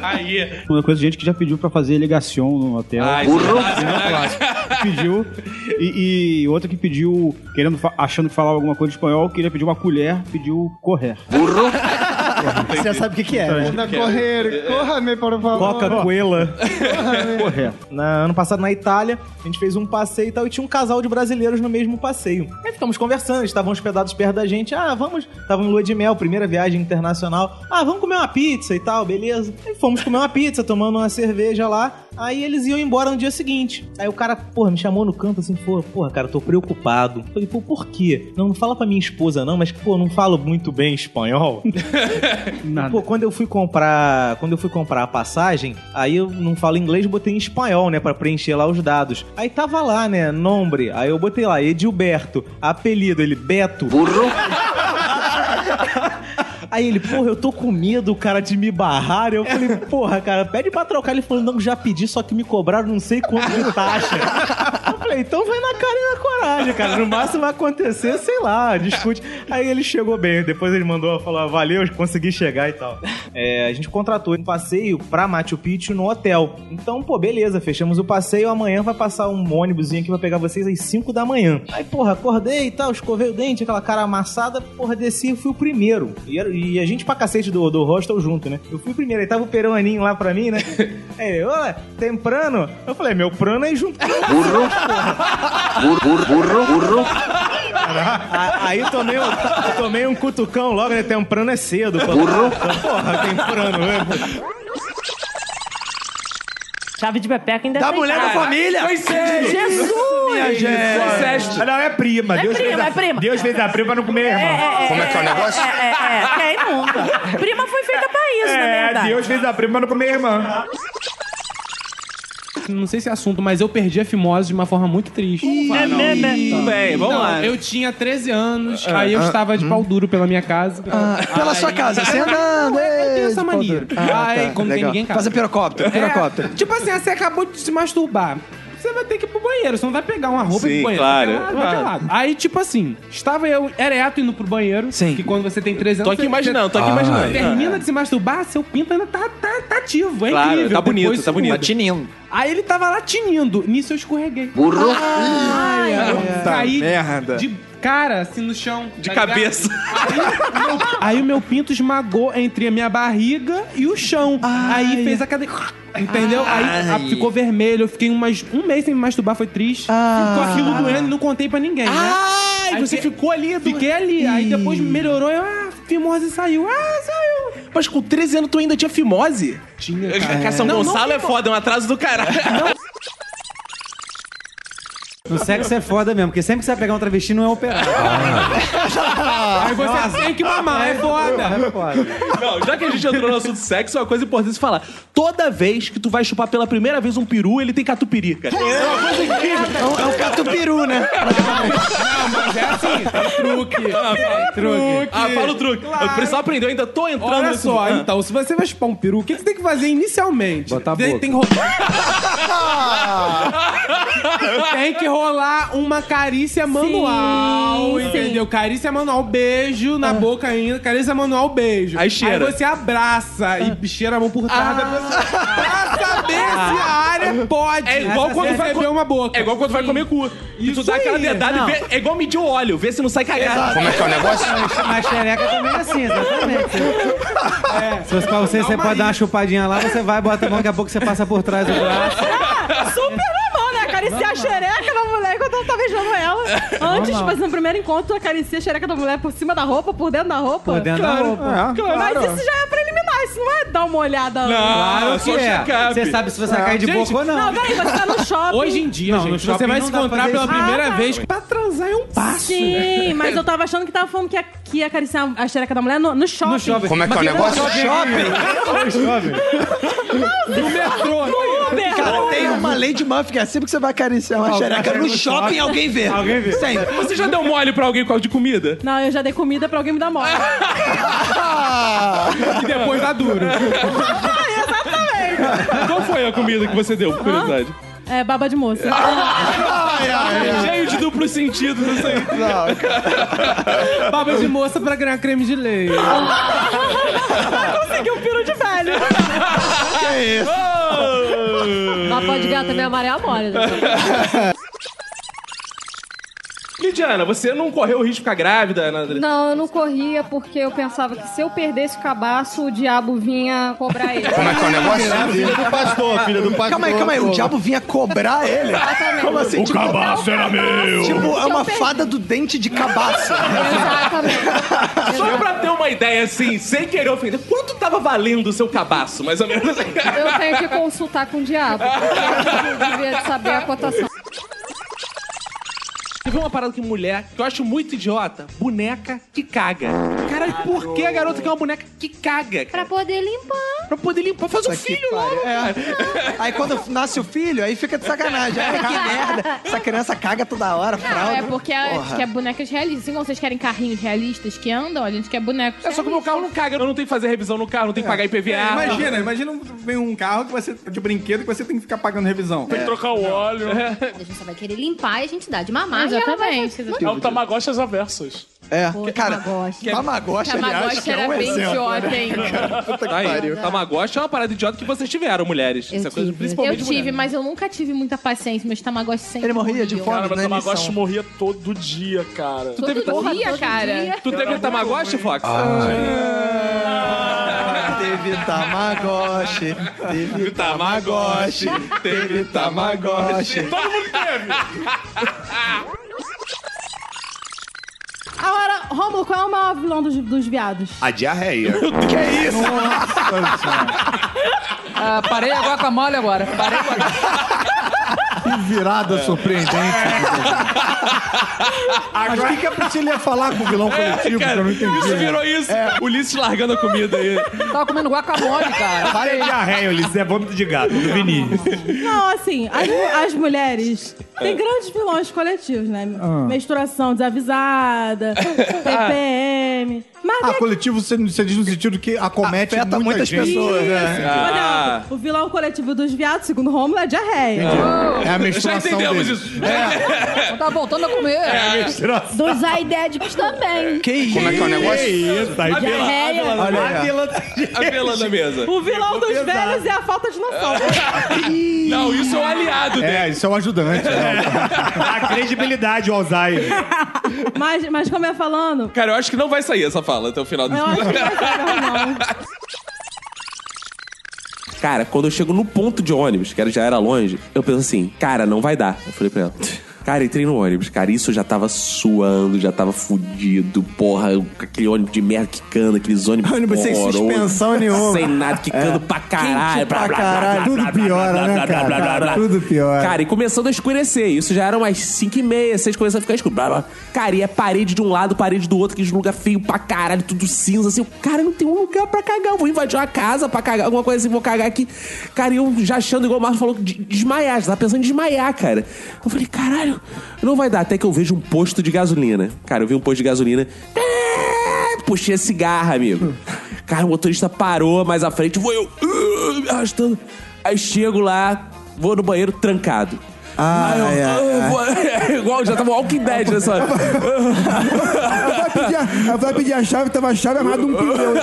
S1: Aí.
S14: Uma coisa, gente que já pediu pra fazer ligação no hotel.
S1: Ah, isso é
S14: Burro.
S1: clássico,
S14: Não,
S1: né?
S14: clássico. Pediu. E, e outra que pediu, querendo, fa- achando que falava alguma coisa de espanhol, queria pedir uma colher, pediu correr. Burro.
S2: Você já sabe o que, que é.
S14: Então,
S2: né?
S14: que é. Correr,
S2: corra-me, por favor.
S18: Coca-Cola.
S14: Correto.
S18: né? Na, ano passado, na Itália, a gente fez um passeio e tal, e tinha um casal de brasileiros no mesmo passeio. Aí ficamos conversando, eles estavam hospedados perto da gente. Ah, vamos. Tava em lua de mel, primeira viagem internacional. Ah, vamos comer uma pizza e tal, beleza. Aí fomos comer uma pizza, tomando uma cerveja lá. Aí eles iam embora no dia seguinte. Aí o cara, porra, me chamou no canto assim, pô, porra, cara, eu tô preocupado. Falei, pô, por quê? Não, não fala pra minha esposa, não, mas, pô, não falo muito bem espanhol. Pô, quando eu fui comprar, quando eu fui comprar a passagem, aí eu não falo inglês, botei em espanhol, né, Pra preencher lá os dados. Aí tava lá, né, nome, aí eu botei lá Edilberto, apelido ele Beto. Burro. Aí ele, porra, eu tô com medo, cara, de me barrar. Eu falei, porra, cara, pede pra trocar. Ele falou, não, já pedi, só que me cobraram não sei quanto de taxa. Eu falei, então vai na cara e na coragem, cara. No máximo vai acontecer, sei lá, discute. Aí ele chegou bem, depois ele mandou, falou, valeu, consegui chegar e tal. É, a gente contratou um passeio pra Machu Picchu no hotel. Então, pô, beleza, fechamos o passeio, amanhã vai passar um ônibusinho aqui pra pegar vocês às 5 da manhã. Aí, porra, acordei e tal, escovei o dente, aquela cara amassada, porra, desci e fui o primeiro. E, era- e a gente pra cacete do, do hostel junto, né? Eu fui o primeiro, aí tava o peruaninho lá pra mim, né? Aí, ele, olha, tem prano? Eu falei, meu prano é junto. Burro, burro, burro, burro. Aí tomei, um- tomei um cutucão logo, né? Tem um prano é cedo. Burro. Porra, tem prano. é-
S10: Chave de bepeca ainda
S22: Da
S10: tem
S22: mulher da
S10: cara.
S22: família!
S10: Jesus!
S9: Minha gente!
S10: Moisés.
S9: Ah, Não, é prima.
S10: É
S9: Deus
S10: prima,
S9: fez a...
S10: é prima.
S9: Deus fez a prima pra não comer a irmã. Como é que é o negócio?
S10: É, é, é. Que é imunda. Prima foi feita pra isso, na verdade.
S9: Deus fez a prima pra não comer a irmã.
S8: Não sei se é assunto, mas eu perdi a fimose de uma forma muito triste.
S10: Né,
S8: Não.
S10: né, né.
S8: Não.
S10: Tudo bem, vamos
S8: Não,
S10: lá.
S8: Eu tinha 13 anos,
S10: Ah,
S8: aí eu
S10: ah,
S8: estava
S1: hum.
S8: de pau duro pela minha casa.
S2: pela
S1: Ah,
S8: Aí-
S2: sua casa, você andando. Eu
S8: tenho essa mania. Aí, quando tem ninguém em casa.
S2: Ah, tá. Fazer pirocóptero, pirocóptero.
S8: É, tipo assim, você acabou de se masturbar. Você vai ter que ir pro banheiro, você não vai pegar uma roupa e ir
S1: Sim,
S8: pro banheiro.
S1: claro. Ah.
S8: Vai pelado, vai pelado. Aí, tipo assim, estava eu ereto indo pro banheiro. Sim. Que quando você tem 300
S1: Tô aqui imaginando, tô aqui
S8: Ah.
S1: imaginando.
S8: Termina de se masturbar, seu pinto ainda tá, tá, tá ativo. É
S1: Claro,
S8: incrível.
S1: tá bonito,
S8: Depois
S1: tá bonito.
S8: muda.
S1: Tá tinindo.
S8: Aí ele tava lá tinindo. Nisso eu escorreguei.
S1: Burro.
S8: Ai, ai,
S1: Puta
S8: Caí
S1: merda.
S8: de cara, assim, no chão.
S1: De
S8: tá
S1: cabeça.
S8: ligado? Aí, o meu- aí o meu pinto esmagou entre a minha barriga e o chão. Aí fez a cadeia. Entendeu? Aí a-
S1: Ai.
S8: ficou vermelho. Eu fiquei umas, um mês sem me masturbar, foi triste.
S2: Ah.
S8: Ficou aquilo doendo e não contei pra ninguém, né? Ai, você ficou ali. Fiquei ali. Aí depois melhorou. Eu, ah, fimose saiu. Ah, saiu.
S3: Mas com 13 anos tu ainda tinha fimose?
S8: Tinha.
S1: Cara, São Gonçalo é foda, é um atraso do caralho.
S17: No sexo é foda mesmo, porque sempre que você vai pegar um travesti, não é operado. Ah.
S8: Aí você tem que mamar, é foda.
S17: É foda.
S45: Não, já que a gente entrou no assunto sexo, é uma coisa importante se falar. Toda vez que tu vai chupar pela primeira vez um peru, ele tem catupiry, cara.
S8: um
S45: É uma coisa incrível.
S8: tá
S2: É um- é um catupiru, né?
S8: Não, mas é assim,
S3: tá
S8: tem truque.
S1: Ah, fala o truque. Ah, fala o truque. Eu preciso aprender, eu ainda tô entrando
S8: Olha
S1: nesse-
S8: só,
S1: Ah.
S8: então, se você vai chupar um peru, o que que você tem que fazer inicialmente? Botar tem, tem que rolar... tem que rolar uma carícia manual,
S1: sim.
S8: entendeu? Carícia manual, beijo na boca ainda, carícia manual, um beijo. Aí
S1: cheira. Ah.
S8: Aí você abraça e cheira a mão por trás da pessoa. Pra saber se a área pode.
S1: É igual quando vai
S8: beber uma boca.
S1: É igual quando vai comer cu. E tu dá
S8: aí.
S1: aquela dedada
S8: Não.
S1: e vê. É igual medir o óleo, vê se não sai cagada.
S17: Como é que é o negócio? Mas xereca também é assim, exatamente. É, Se fosse pra você, você pode dar uma chupadinha lá, você vai, bota a mão, daqui a pouco você passa por trás do braço.
S10: Super normal, né? Acariciar a xereca da mulher enquanto ela tá beijando ela. Antes,
S17: Normal.
S10: tipo assim, no primeiro encontro, tu acaricia a xereca da mulher por cima da roupa, por dentro da roupa.
S17: Por dentro da Claro, roupa. é,
S10: Mas
S17: claro.
S10: isso já é preliminar, isso não é dar uma olhada. antes.
S17: claro que é. Você sabe se você
S8: Ah,
S17: cai de
S8: gente,
S17: boca ou não.
S10: Não, peraí, você tá no shopping.
S8: Hoje em dia,
S17: Não, no
S8: gente, você
S17: shopping
S8: vai
S17: não
S8: se
S17: dá pra
S8: encontrar
S17: fazer
S8: pela
S17: isso.
S8: primeira
S17: Ah, tá.
S8: vez pra transar é um passo.
S10: Sim, mas eu tava achando que tava falando que ia, que ia acariciar a xereca da mulher no, no shopping.
S8: Mas tem
S2: Shopping?
S8: No metrô.
S10: Uber.
S2: Cara, tem uma lei de Muff que é sempre que você vai acariciar uma xereca no shopping, alguém vê.
S1: um Alguém vê.
S2: Sempre.
S1: Você já deu mole pra alguém por causa de comida?
S10: Não, eu já dei comida pra alguém me dar mole.
S8: E depois dá duro.
S10: Exatamente.
S1: Qual foi a comida que você deu, por curiosidade?
S10: É, baba de moça.
S1: Cheio de duplo sentido isso aí.
S8: Baba de moça pra ganhar creme de leite.
S10: Consegui um piro de velho.
S2: Que é isso?
S10: Mas pode ganhar também a
S5: é
S10: maré mole.
S5: né?
S1: Lidiana, você não correu o risco de ficar grávida? Nada.
S5: Não, eu não corria porque eu pensava que se eu perdesse o cabaço, o diabo vinha cobrar ele.
S22: é Filha do pastor, filha do pastor.
S2: Calma aí, calma aí. O
S22: pô.
S2: diabo vinha cobrar ele?
S5: Exatamente.
S2: Como assim?
S22: O cabaço era meu.
S2: Tipo, é uma
S5: Eu perdi.
S2: fada do dente de cabaço.
S1: Só pra ter uma ideia, assim, sem querer ofender, quanto tava valendo o seu cabaço, mais ou menos?
S5: Eu tenho que consultar com o diabo, porque eu devia saber a cotação.
S1: Teve uma parada que mulher, que eu acho muito idiota, boneca que caga.
S19: Caralho, por que a garota quer uma boneca que caga? Pra poder limpar. Pra poder limpar. Faz um filho logo,
S2: É. Aí quando nasce o filho, aí fica de sacanagem. Ai, que merda. Essa criança caga toda hora,
S6: Não,
S2: fralda.
S6: é porque a gente
S2: Porra.
S6: quer bonecas realistas. Assim como vocês querem carrinhos realistas que andam, a gente quer bonecos
S11: É só que o meu carro não caga, eu não tenho que fazer revisão no carro, não tenho que pagar IPVA.
S8: É, imagina, imagina um, vem um carro que você, de brinquedo que você tem que ficar pagando revisão. É.
S4: Tem que trocar o óleo.
S7: A gente só vai querer limpar e a gente dá de mamar.
S6: Exatamente.
S7: E ela vai fazer-
S4: É o Tamagotchi às aversas.
S2: É,
S4: cara,
S7: Tamagotchi.
S2: Tamagotchi,
S6: aliás, que é um era bem exemplo, idiota, né? hein?
S2: Puta
S11: Tá aí,
S6: pariu.
S11: Tamagotchi é uma parada idiota que vocês tiveram, mulheres. Isso é coisa
S6: Eu
S11: principalmente
S6: tive,
S11: mulheres.
S6: mas eu nunca tive muita paciência. Meus tamagotchi sempre
S4: Ele
S6: morriam.
S4: morria de fome, Cara, meu
S6: né?
S4: Tamagotchi morria todo dia, cara.
S6: Todo teve Porra, dia, todo cara. dia.
S11: Tu teve Tamagotchi, Fox?
S2: Teve Tamagotchi, teve Tamagotchi, teve Tamagotchi.
S19: Todo mundo teve.
S10: Agora, Romulo, qual é o maior vilão dos, dos viados?
S3: A diarreia.
S19: que é isso?
S9: Ah, parei a guacamole agora. Parei a
S3: Que virada
S8: É.
S3: surpreendente. Mas o que, que a Priscila ia falar com o vilão
S8: É,
S3: coletivo? que eu não entendi.
S11: Isso virou isso.
S9: É,
S11: Ulisses largando a comida aí.
S9: Tava comendo guacamole, cara.
S3: Para de diarreia, Ulisses. É vômito de gato, do Vinícius.
S10: Não, assim, as, as mulheres têm grandes vilões coletivos, né?
S3: Ah.
S10: Menstruação desavisada,
S11: Ah.
S10: TPM. Mas
S3: Ah, coletivo, você, você diz no sentido que acomete muita
S10: muitas
S3: gente.
S10: pessoas,
S3: né?
S10: Ah. o vilão coletivo dos viados, segundo Romulo, é diarreia.
S11: Ah.
S3: É a menstruação
S11: Já entendemos
S3: deles.
S11: isso.
S9: Tá voltando a comer.
S3: É, menstruação.
S7: Dos aidéticos também.
S2: Que
S3: Como é que é o negócio?
S19: Que
S3: isso, aí
S19: A
S3: pela-
S7: diarreia.
S3: a pela-
S19: Olha
S3: a
S19: aí.
S3: pela da gente.
S11: A pela da mesa.
S10: O vilão dos velhos é a falta de noção.
S11: Não, isso é um aliado dele.
S3: É, isso é um ajudante. né? a credibilidade, o Alzheimer.
S10: mas, mas como é falando,
S11: Cara, eu acho que não vai sair essa fala até o final do
S10: eu acho que não vai ser normal.
S1: Cara, quando eu chego no ponto de ônibus, que era- já era longe, eu penso assim, cara, não vai dar. Eu falei pra ela. Cara, entrei no ônibus, cara, isso eu já tava suando, já tava fudido, porra, eu- aquele ônibus de merda quicando, aqueles ônibus.
S3: Ônibus sem
S1: horroroso,
S3: suspensão nenhuma. É,
S1: Sem nada, quicando pra caralho.
S3: Quente pra caralho, tudo piora, né, cara?
S1: Tudo pior. Cara, e começando a escurecer, isso já era umas 5 e meia, 6, começando a ficar escuro. Blá, blá. Cara, e é parede de um lado, parede do outro, aqueles lugar feio pra caralho, tudo cinza, assim, cara, não tem um lugar pra cagar, eu vou invadir uma casa pra cagar, alguma coisa assim, vou cagar aqui. Cara, e eu já achando, igual o Marcos falou, de desmaiar, já tava pensando em desmaiar, cara. Eu falei, caralho, não vai dar, até que eu vejo um posto de gasolina. Cara, eu vi um posto de gasolina, puxei a cigarra, amigo. Cara, o motorista parou mais à frente, vou eu uh, me arrastando. Aí chego lá, vou no banheiro trancado. Ah, eu,
S19: ai,
S1: ah, eu vou- é igual, já tava Walking Dead nessa hora.
S3: Vai pedir a- vai pedir a chave, tava a chave amada um pneu. né?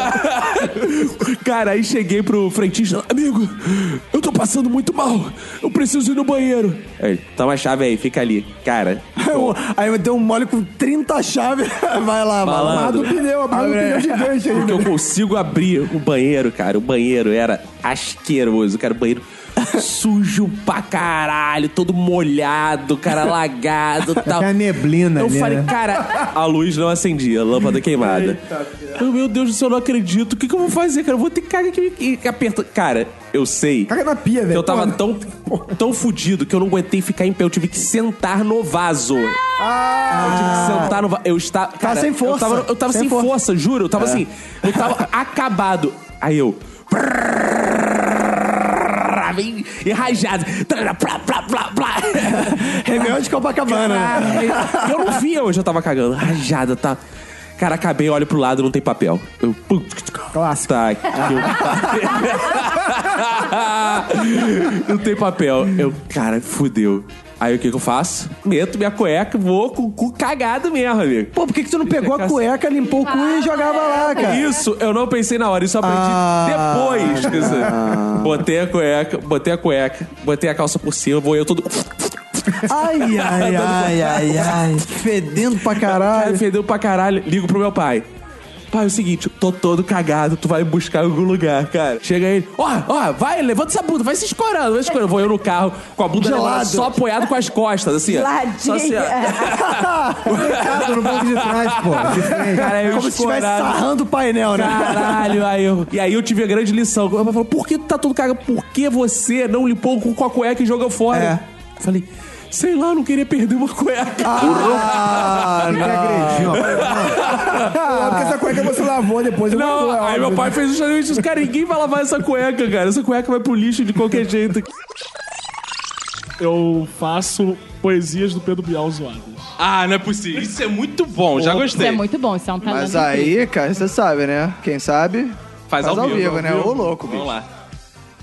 S1: Cara, aí cheguei pro frentista, amigo, eu tô passando muito mal, eu preciso ir no banheiro. Aí, ele, toma a chave aí, fica ali. Cara,
S3: Aí eu dei um mole com 30 chaves. Vai lá, vai lá. Amada um pneu, amada um pneu gigante aí.
S1: É,
S3: né?
S1: Porque eu consigo abrir o banheiro, cara. O banheiro era asqueroso, cara. O banheiro sujo pra caralho, todo molhado, cara lagado e tal.
S3: Até a neblina
S1: Eu
S3: ali,
S1: falei,
S3: né?
S1: cara, a luz não acendia, a lâmpada queimada. Eu, meu Deus do céu, eu não acredito. O que, que eu vou fazer, cara? Eu vou ter que cagar aqui e- e aperta. Cara, eu sei. Caga
S3: na pia,
S1: velho. Eu tava tão, tão fudido que eu não aguentei ficar em pé. Eu tive que sentar no vaso. Eu tive que sentar no vaso. Eu estava. Cara,
S19: sem
S1: Eu
S19: força.
S1: tava, eu tava
S19: Sem
S1: sem, força. juro. Eu tava assim. Eu tava acabado. Aí eu. Vem E rajado. Plá, plá, plá, plá.
S3: Réveillon de Copacabana. né?
S1: Caralho. Eu não via onde eu tava cagando. Rajada, tá. Cara, acabei, olho pro lado, não tem papel. Eu, Clássico. Tá, que eu- não tem papel. Eu, cara, fudeu. Aí o que que eu faço? Meto minha cueca, vou com o cu cagado mesmo, amigo. Pô, por que que tu não
S2: Pegou a cueca, limpou o cu e jogava lá, cara.
S1: Ah,
S2: Ah.
S1: Isso, eu não pensei na hora,
S8: é
S1: isso eu aprendi depois. quer dizer, Botei a cueca, botei a cueca, botei a calça por cima, vou eu todo.
S2: Ai, ai,
S1: Dando
S2: ai, ai, ai.
S1: Fedendo pra caralho. Cara, É, fedeu pra caralho. Ligo pro meu pai. Pai, é o seguinte, eu tô todo cagado, tu vai me buscar em algum lugar, cara. Chega ele, ó, ó, vai, levanta essa bunda, vai se escorando, vai se escorando. Vou eu no carro, com a bunda
S19: Gelado.
S1: levada, só apoiado com as costas, assim, ó. Só assim, ó.
S3: Deitado no banco de trás, pô.
S1: Cara, eu
S3: Como se estivesse
S1: escorado.
S3: sarrando o painel, né?
S1: Caralho, aí eu, e aí eu tive a grande lição. Meu pai
S3: É.
S1: falou, por que tu tá todo cagado? Por que você não limpou o cu com a cueca e jogou fora? Eu Falei,
S4: Sei lá, não queria perder uma cueca.
S46: Ah, não.
S4: Burro. Ah,
S46: porque essa
S3: é
S46: cueca você lavou depois. eu
S4: Não,
S46: guardei,
S4: aí
S46: óbvio,
S4: meu pai
S46: né?
S4: fez justamente isso. Cara, ninguém vai lavar essa cueca, cara. Essa cueca é vai pro lixo de qualquer jeito. Eu faço poesias do Pedro Bial zoadas.
S1: Ah, não é possível. Isso é muito bom, já gostei.
S6: Isso é muito bom, isso é um talento.
S2: Mas aí, cara, você sabe, né? Quem sabe.
S1: Faz,
S2: ao vivo, né? Ô louco, bicho.
S1: Vamos lá.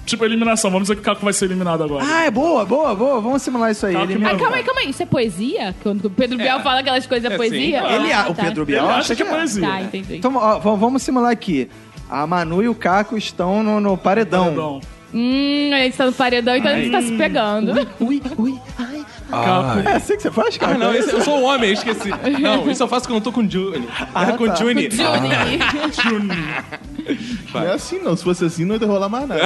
S4: Tipo, eliminação. Vamos dizer que o Caco vai ser eliminado agora.
S2: Ah, é boa, boa, boa. Vamos simular isso aí. Ele-
S6: Ah, calma aí, calma aí. Isso é poesia? Quando o Pedro Bial fala aquelas coisas, é, poesia?
S2: Ele,
S6: Ah,
S2: a- o
S6: tá.
S2: Pedro Bial é.
S6: Tá, entendi.
S2: Então, ó, v- vamos simular aqui. A Manu e o Caco estão no, no paredão.
S6: Hum, a gente tá no paredão, então a gente tá se pegando.
S2: Ui, ui,
S1: Caco.
S2: É assim que você faz, cara?
S1: Ah, não, esse- eu sou um homem, eu esqueci. Não, isso eu faço quando eu tô com o Juni. É
S2: Ah,
S1: com o
S2: tá.
S1: Juni. Ah.
S2: Com o Juni.
S12: Não é assim, não. Se fosse assim, não ia rolar mais nada.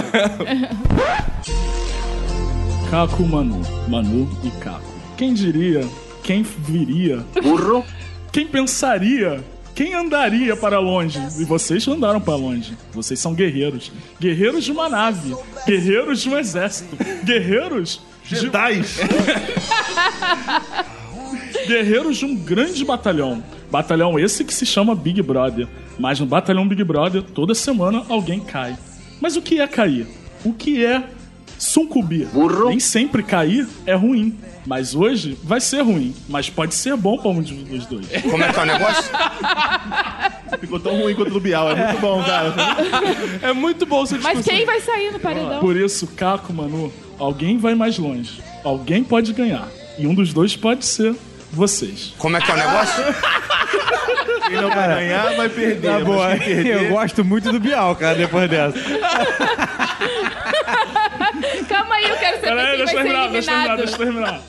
S4: Caco, Manu. Manu e Caco. Quem diria? Quem viria? Burro. Quem pensaria? Quem andaria para longe? E vocês andaram para longe. Vocês são guerreiros. Guerreiros de uma nave. Guerreiros de um exército. Guerreiros de... Guerreiros de um grande batalhão. Batalhão esse que se chama Big Brother. Mas no batalhão Big Brother, toda semana alguém cai. Mas o que é cair? O que é sucumbir? Nem sempre cair é ruim. Mas hoje vai ser ruim. Mas pode ser bom pra um dos dois.
S12: Como é que é o negócio?
S4: Ficou tão ruim quanto o do Bial. É muito bom, cara. É muito bom você
S6: Mas quem vai sair no paredão?
S4: Por isso, Caco, Manu, alguém vai mais longe. Alguém pode ganhar. E um dos dois pode ser vocês. Como é que é o negócio?
S12: Quem não vai ganhar, vai perder.
S17: Tá
S12: Mas
S17: bom,
S12: quem perder-
S17: eu gosto muito do Bial, cara, depois dessa.
S6: Calma aí, eu quero saber
S4: Peraí, deixa
S6: quem vai
S4: eu
S6: ser
S4: terminar,
S6: eliminado.
S4: deixa eu terminar, deixa eu terminar.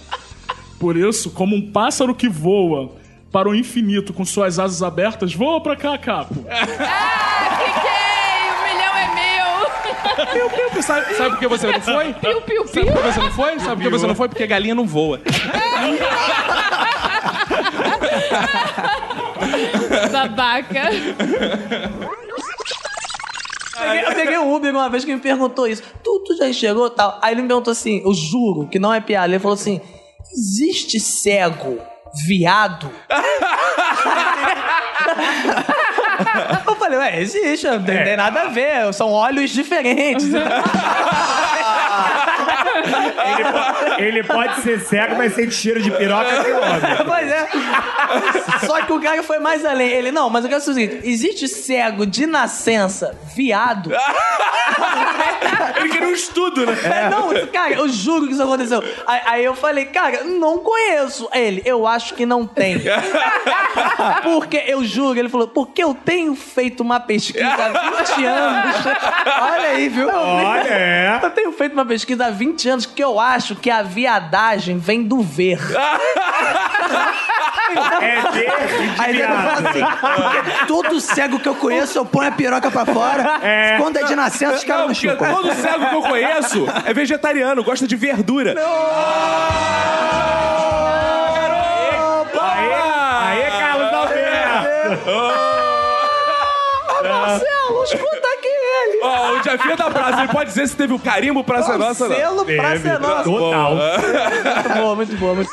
S4: Por isso, como um pássaro que voa para o infinito com suas asas abertas, voa pra cá, Caco.
S8: É,
S6: Fiquei, o um milhão é meu.
S47: Sabe, sabe por que você não foi?
S6: Piu, piu, piu.
S47: Sabe por que você não foi? Sabe por que você não foi? Porque galinha não voa.
S6: Babaca.
S3: peguei- eu peguei um Uber uma vez que me perguntou isso. Tu, tu já enxergou e tal? Aí ele me perguntou assim, eu juro que não é piada. Ele falou assim, existe cego viado? eu falei, ué, existe, não tem,
S12: É.
S3: tem nada a ver, são olhos diferentes.
S8: Ele,
S9: um
S8: po- ele
S9: é
S8: pode ser cego, mas sente cheiro de piroca tem homem.
S3: Pois é. Só que o cara foi mais além. Ele, não, mas eu quero saber o seguinte: existe cego de nascença, viado?
S47: Ele queria um estudo, né?
S3: É, não, isso- cara, eu juro que isso aconteceu. Aí, aí eu falei, cara, não conheço ele. Eu acho que não tem. Porque eu juro, ele falou, porque eu tenho feito uma pesquisa há 20 anos. Olha aí, viu?
S8: É Olha, é.
S3: Eu tenho feito uma pesquisa há 20 anos que eu acho que a viadagem vem do ver.
S8: Ah, É ver
S3: Aí ele fala assim,
S2: Porque todo cego que eu conheço, eu ponho a piroca pra fora. Quando é de nascença, os caras não
S1: Porque
S2: chupam.
S1: todo cego que eu conheço é vegetariano, gosta de verdura.
S8: Aê, aê, Carlos Alberto!
S3: Marcelo, escuta aqui ele!
S1: Ó, o Jefinho da Praça, ele pode dizer se teve o carimbo, Praça é Nossa.
S3: Marcelo, Praça é Nossa. Total.
S1: Muito
S3: bom, muito bom.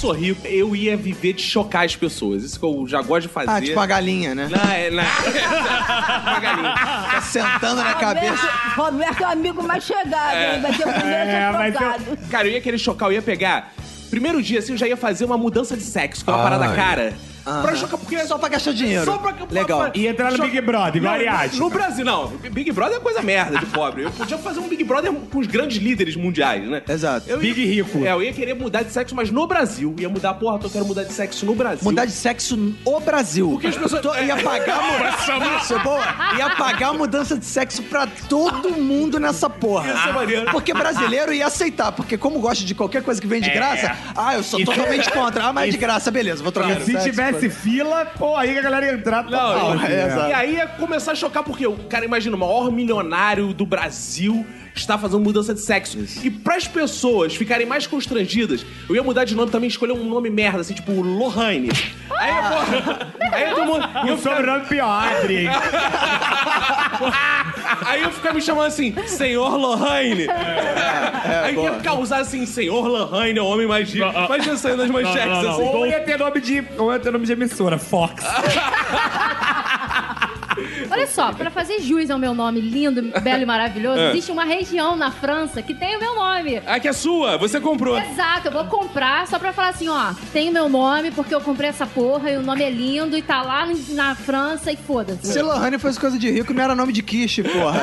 S1: Sorri, eu ia viver de chocar as pessoas. Isso que eu já gosto de fazer.
S2: Ah, tipo a galinha, né?
S1: Não, é, não.
S2: Tá sentando na cabeça.
S48: Roberto, Roberto é o amigo mais chegado,
S1: É.
S48: hein? Vai ser o primeiro
S1: É,
S48: a
S1: mas
S48: ser trocado.
S1: Cara, eu ia querer chocar, eu ia pegar. Primeiro dia, assim, eu já ia fazer uma mudança de sexo, que é uma parada cara. Pra chocar, porque
S2: Ah. Só pra gastar dinheiro.
S1: Só pra-
S2: Legal.
S1: E
S8: entrar no Big Brother, igual
S1: Não,
S8: Ariadne.
S1: No Brasil, não. Big Brother é coisa merda de pobre. Eu podia fazer um Big Brother com os grandes líderes mundiais, né?
S2: Exato.
S1: Big Rico. É, eu ia querer mudar de sexo, mas no Brasil. Ia mudar, porra, eu quero mudar de sexo no Brasil.
S2: Mudar de sexo no Brasil.
S1: Porque as pessoas-
S2: Tô- ia pagar a
S1: Essa
S2: mudança. Isso é boa. Ia pagar a mudança de sexo pra todo mundo nessa porra.
S1: Ia ser é maneiro.
S2: Porque brasileiro ia aceitar. Porque como gosta de qualquer coisa que vem de
S8: É.
S2: graça, ah, eu sou
S8: E-
S2: totalmente contra. Ah, mas
S8: E-
S9: Tá,
S2: de graça, beleza, vou trocar
S8: E
S2: de
S8: se
S2: sexo.
S8: tivesse
S18: tivesse fila, pô, aí a galera ia entrar total.
S9: É,
S1: Não,
S18: assim,
S1: e-
S18: né?
S1: e aí ia começar a chocar, porque o cara, imagina, o maior milionário do Brasil está fazendo mudança de sexo. E para as pessoas ficarem mais constrangidas, eu ia mudar de nome também, escolher um nome merda, assim, tipo Lohane. Aí, pô, aí todo mundo.
S9: Um sobrenome pior, Adri.
S1: aí eu ficar me chamando assim, Senhor
S9: É,
S1: Lohane. aí ia causar assim, Senhor Lohane, é o homem mais rico. Imagina saindo nas manchetes
S9: Não, não, não.
S1: assim.
S9: Ou ia ter nome de. Ou ia ter nome de emissora, Fox.
S7: Olha só, pra fazer jus ao meu nome lindo, belo e maravilhoso,
S49: É.
S7: existe uma região na França que tem o meu nome.
S49: Ah, que é sua, você comprou.
S7: Exato, eu vou comprar só pra falar assim, ó, tem o meu nome porque eu comprei essa porra e o nome é lindo e tá lá na França e foda-se.
S8: Se Lohane fosse coisa de rico, não era nome de quiche, porra.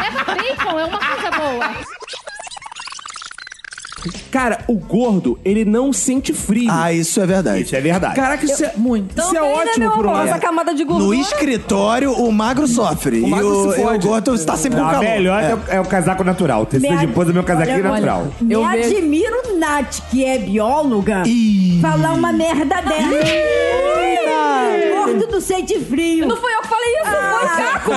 S7: Leva bacon, é uma coisa boa.
S1: Cara, o gordo, ele não sente frio.
S2: Ah, isso é verdade.
S1: Isso é verdade.
S2: Caraca, isso é muito.
S9: Então Isso é tem, né, ótimo meu por um amor, lado. essa camada de
S2: No
S9: gordura.
S2: escritório, o magro sofre.
S9: O magro
S2: e o,
S9: se
S2: e o
S9: fode.
S2: gordo está sempre com
S9: Ah,
S2: calor.
S9: melhor
S2: é.
S9: é
S2: o casaco natural.
S9: Tecido de pose é meu casaquinho natural.
S3: Me admiro Nath, que é bióloga, falar uma merda dessa. Gordo do sente frio. Ah. Não fui eu que falei isso, foi Caco.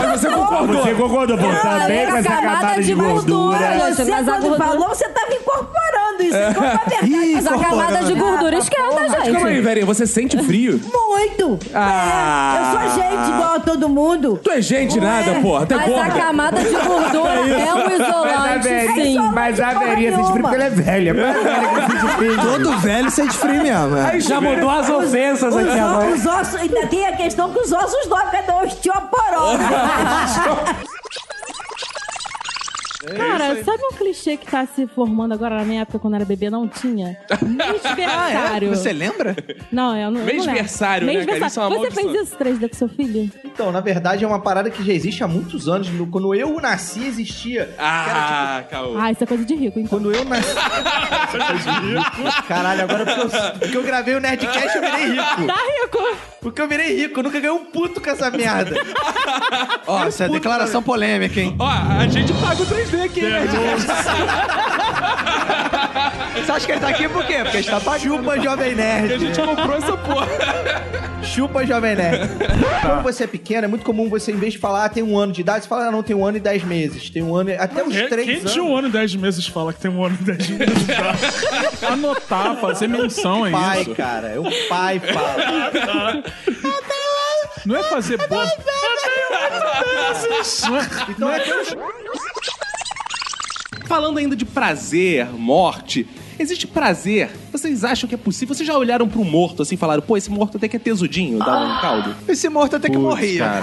S9: Mas você concordou. Você concordou, pô. Também com essa camada de gordura.
S3: Você quando falou, você tava incorporando isso. Ficou com a verdade. Mas a camada de gordura esquerda,
S1: Mas
S3: gente.
S1: calma aí, velho, você sente frio?
S3: Muito!
S1: Ah.
S3: É, eu sou gente igual a todo mundo.
S1: Tu é gente
S3: Não
S1: nada, porra, tu é
S3: Mas
S1: gorda.
S3: a camada de gordura
S9: né? É
S3: é, um
S9: isso. Mas
S3: isolante,
S9: a velhinha-
S3: sim.
S9: mas a
S3: porra
S9: velhinha sente frio porque ela é
S3: nenhuma.
S9: velha. Mas a velha que sente frio.
S2: Todo velho sente frio mesmo. é.
S9: Aí já mudou as ofensas
S3: Os,
S9: aqui
S3: ó-
S9: agora.
S3: os ossos, ainda tem a questão que os ossos dói, porque é osteoporose.
S10: Cara, sabe um clichê que tá se formando agora na minha época quando era bebê? Não tinha?
S3: é
S10: Mesversário.
S8: Você lembra?
S10: Não, eu não. eu não lembro.
S8: Mesversário, né,
S10: Mesversário.
S8: cara? Isso é uma
S10: Você
S8: maldição.
S10: fez isso três da com seu filho?
S8: Então, na verdade, é uma parada que já existe há muitos anos. No- Quando eu nasci, existia.
S1: Ah, caô.
S10: Ah, isso é coisa de rico, então.
S8: Quando eu nasci. é Caralho, agora porque eu, porque eu gravei o Nerdcast, eu virei rico.
S10: Tá rico.
S8: Porque eu virei rico, eu nunca ganhei um puto com essa merda. Ó, essa é
S1: puto,
S8: declaração polêmica, hein?
S1: Ó, a gente paga o 3D aqui, né?
S8: Você acha que ele tá aqui por quê? Porque a gente tá pagando. Chupa Jovem Nerd.
S1: Porque a gente comprou essa porra.
S8: Chupa Jovem Nerd. Quando você é pequeno, é muito comum você, em vez de falar, ah, tem um ano de idade, você fala, ah, não, tem um ano e dez meses. Tem um ano e... Até uns
S4: Quem-
S8: três
S4: Quem
S8: anos.
S4: de um ano e dez meses fala que tem um ano e dez meses? pra Anotar, fazer menção aí.
S8: Pai,
S4: isso.
S8: cara, é o pai fala.
S4: Não é fazer boa.
S8: Então é que eu...
S1: Falando ainda de prazer, morte, existe prazer? Vocês acham que é possível? Vocês já olharam pro morto assim e falaram, pô, esse morto até que é tesudinho, dá um caldo?
S8: Esse morto até que morria.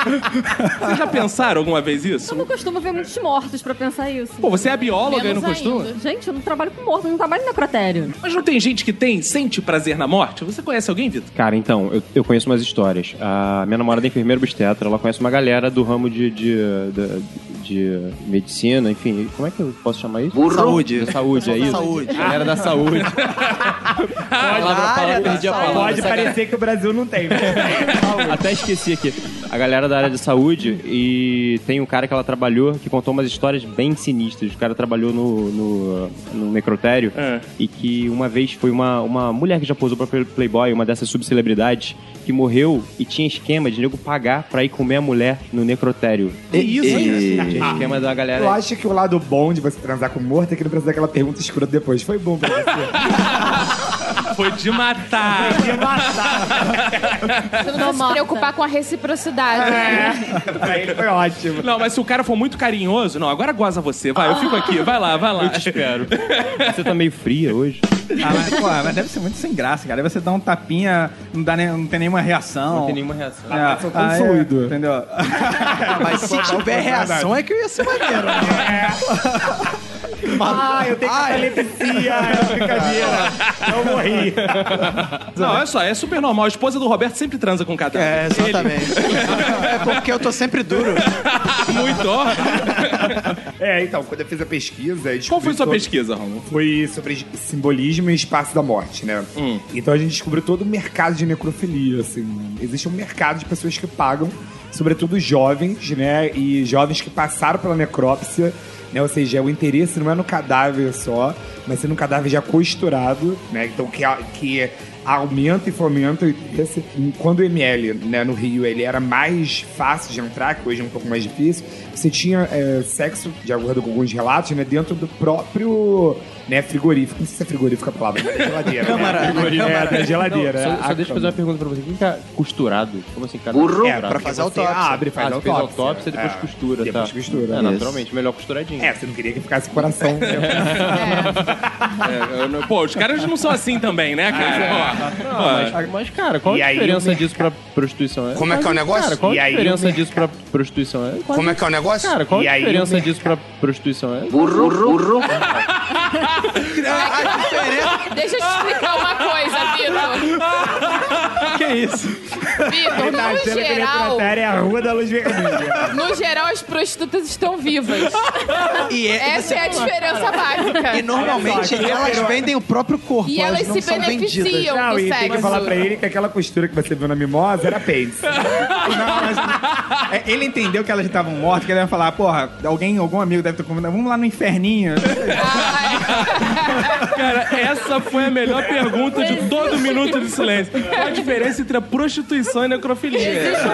S1: Vocês já pensaram alguma vez isso?
S5: Eu não costumo ver muitos mortos pra pensar isso.
S1: Pô, você é bióloga e não
S5: Menos
S1: costuma?
S5: ainda. Gente, eu não trabalho com morto, eu não trabalho em necrotério.
S1: Mas não tem gente que tem, sente prazer na morte? Você conhece alguém, Vitor?
S21: Cara, então, eu, eu conheço umas histórias. A minha namorada é enfermeira obstetra, ela conhece uma galera do ramo de, de, de- de medicina, enfim, como é que eu posso chamar isso?
S8: Burro. Saúde.
S21: Da saúde, é
S8: Pessoal da
S21: isso?
S8: saúde.
S21: Galera da saúde.
S8: área da
S21: perdi a palavra.
S9: Pode parecer que o Brasil não tem. é
S21: Até esqueci aqui. A galera da área de saúde e tem um cara que ela trabalhou que contou umas histórias bem sinistras. O cara trabalhou no, no, no necrotério e que uma vez foi uma, uma mulher que já posou pra Playboy, uma dessas subcelebridades, que morreu e tinha esquema de nego pagar pra ir comer a mulher no necrotério.
S9: Que isso,
S21: Tinha
S9: hein?
S21: esquema da galera.
S9: Eu acho que o lado bom de você transar com morto é que não precisa daquela pergunta escrota depois. Foi bom pra você.
S1: Foi de matar.
S9: Foi de matar.
S6: Você não precisa se preocupar com a reciprocidade.
S1: Foi ótimo. Não, mas se o cara for muito carinhoso, não, agora goza você. Vai, eu fico aqui, vai lá, vai lá. Eu te
S21: espero. Você tá meio fria hoje.
S18: Ah, mas, pô, mas deve ser muito sem graça, cara. Aí você dá um tapinha, não, dá nem- não tem nenhuma reação.
S21: Não tem nenhuma reação.
S18: É,
S21: Ah, só tem
S18: aí,
S21: fluido.
S18: Entendeu?
S8: É, Mas se tiver reação, é que eu ia ser maneiro. né?
S9: Ah, eu tenho catalepsia, é brincadeira. Eu morri.
S1: Não, olha só, é super normal. A esposa do Roberto sempre transa com o cadáver. É,
S8: exatamente.
S1: é
S8: porque eu tô sempre duro.
S1: Muito, ó.
S9: É, então, quando eu fiz a
S8: é
S9: pesquisa... eu
S1: Qual foi
S9: descobri
S1: sua
S9: todo-
S1: pesquisa, Romulo?
S9: Foi sobre simbolismo e espaço da morte, né? Então a gente descobriu todo o mercado de necrofilia, assim. Existe um mercado de pessoas que pagam, sobretudo jovens, né? E jovens que passaram pela necrópsia né? Ou seja, o interesse não é no cadáver só, mas sim no cadáver já costurado, né? Então que, a- que aumenta e fomenta o interesse. Quando o ML, né, no Rio, ele era mais fácil de entrar, que hoje é um pouco mais difícil, você tinha é, sexo, de acordo com alguns relatos, né? Dentro do próprio... Né, frigorífico. Não sei se é frigorífico a palavra, mas é geladeira.
S21: Câmara,
S9: né?
S21: na
S9: É,
S21: câmara.
S9: da
S21: Não,
S9: geladeira.
S21: só-
S9: é,
S21: só
S9: a
S21: deixa eu
S9: cama.
S21: fazer uma pergunta pra você. Quem que é costurado? Como assim, cara?
S9: Burro.
S21: costurado?
S9: É, pra fazer
S21: Porque você
S9: autópsia.
S21: Abre, faz
S9: Ah, você
S21: autópsia.
S9: fez
S21: autópsia, depois
S9: é.
S21: costura,
S9: Depois
S21: tá?
S9: costura,
S21: É,
S9: isso.
S21: naturalmente, melhor costuradinho.
S9: É, você não queria que ficasse com o coração.
S3: É, eu não- Pô, os caras não são assim também,
S1: Ah,
S8: É.
S3: né,
S1: é.
S3: cara? Pô, pô,
S21: Não, mas, mas, cara, qual
S3: E
S21: a
S3: aí o
S21: diferença disso pra prostituição?
S3: Como é que é o
S21: Quase-
S3: negócio?
S21: Cara, qual
S3: E
S21: a
S3: aí o
S21: diferença
S3: mercado-
S21: disso pra prostituição? quase-
S3: Como é que é o negócio?
S21: Cara, qual
S3: E
S21: a
S3: aí o
S21: diferença
S3: mercado-
S21: disso pra prostituição? É-
S6: Deixa eu te explicar uma coisa, Vitor.
S9: Que isso?
S6: Vitor,
S9: Tá
S6: no
S9: achando que
S6: geral,
S9: Necrotério é a Rua da Luz Vermelha.
S6: no geral as prostitutas estão vivas.
S9: E é-
S6: Essa é a diferença básica.
S50: E normalmente
S9: Olha só,
S50: elas
S9: eu-
S50: vendem o próprio corpo.
S6: E elas
S50: não
S6: se
S50: são
S6: beneficiam
S50: vendidas.
S6: do
S9: Não, e tem que
S6: sexo.
S9: falar pra ele que aquela costura que você viu na
S8: Ah,
S9: mimosa era pênis.
S8: É, Ele entendeu que elas estavam mortas, que ele ia falar, porra, alguém, algum amigo deve ter combinado, vamos lá no inferninho.
S3: Cara, essa foi a melhor pergunta de todo minuto de silêncio. Qual a diferença entre a prostituição e a necrofilia?
S21: Não,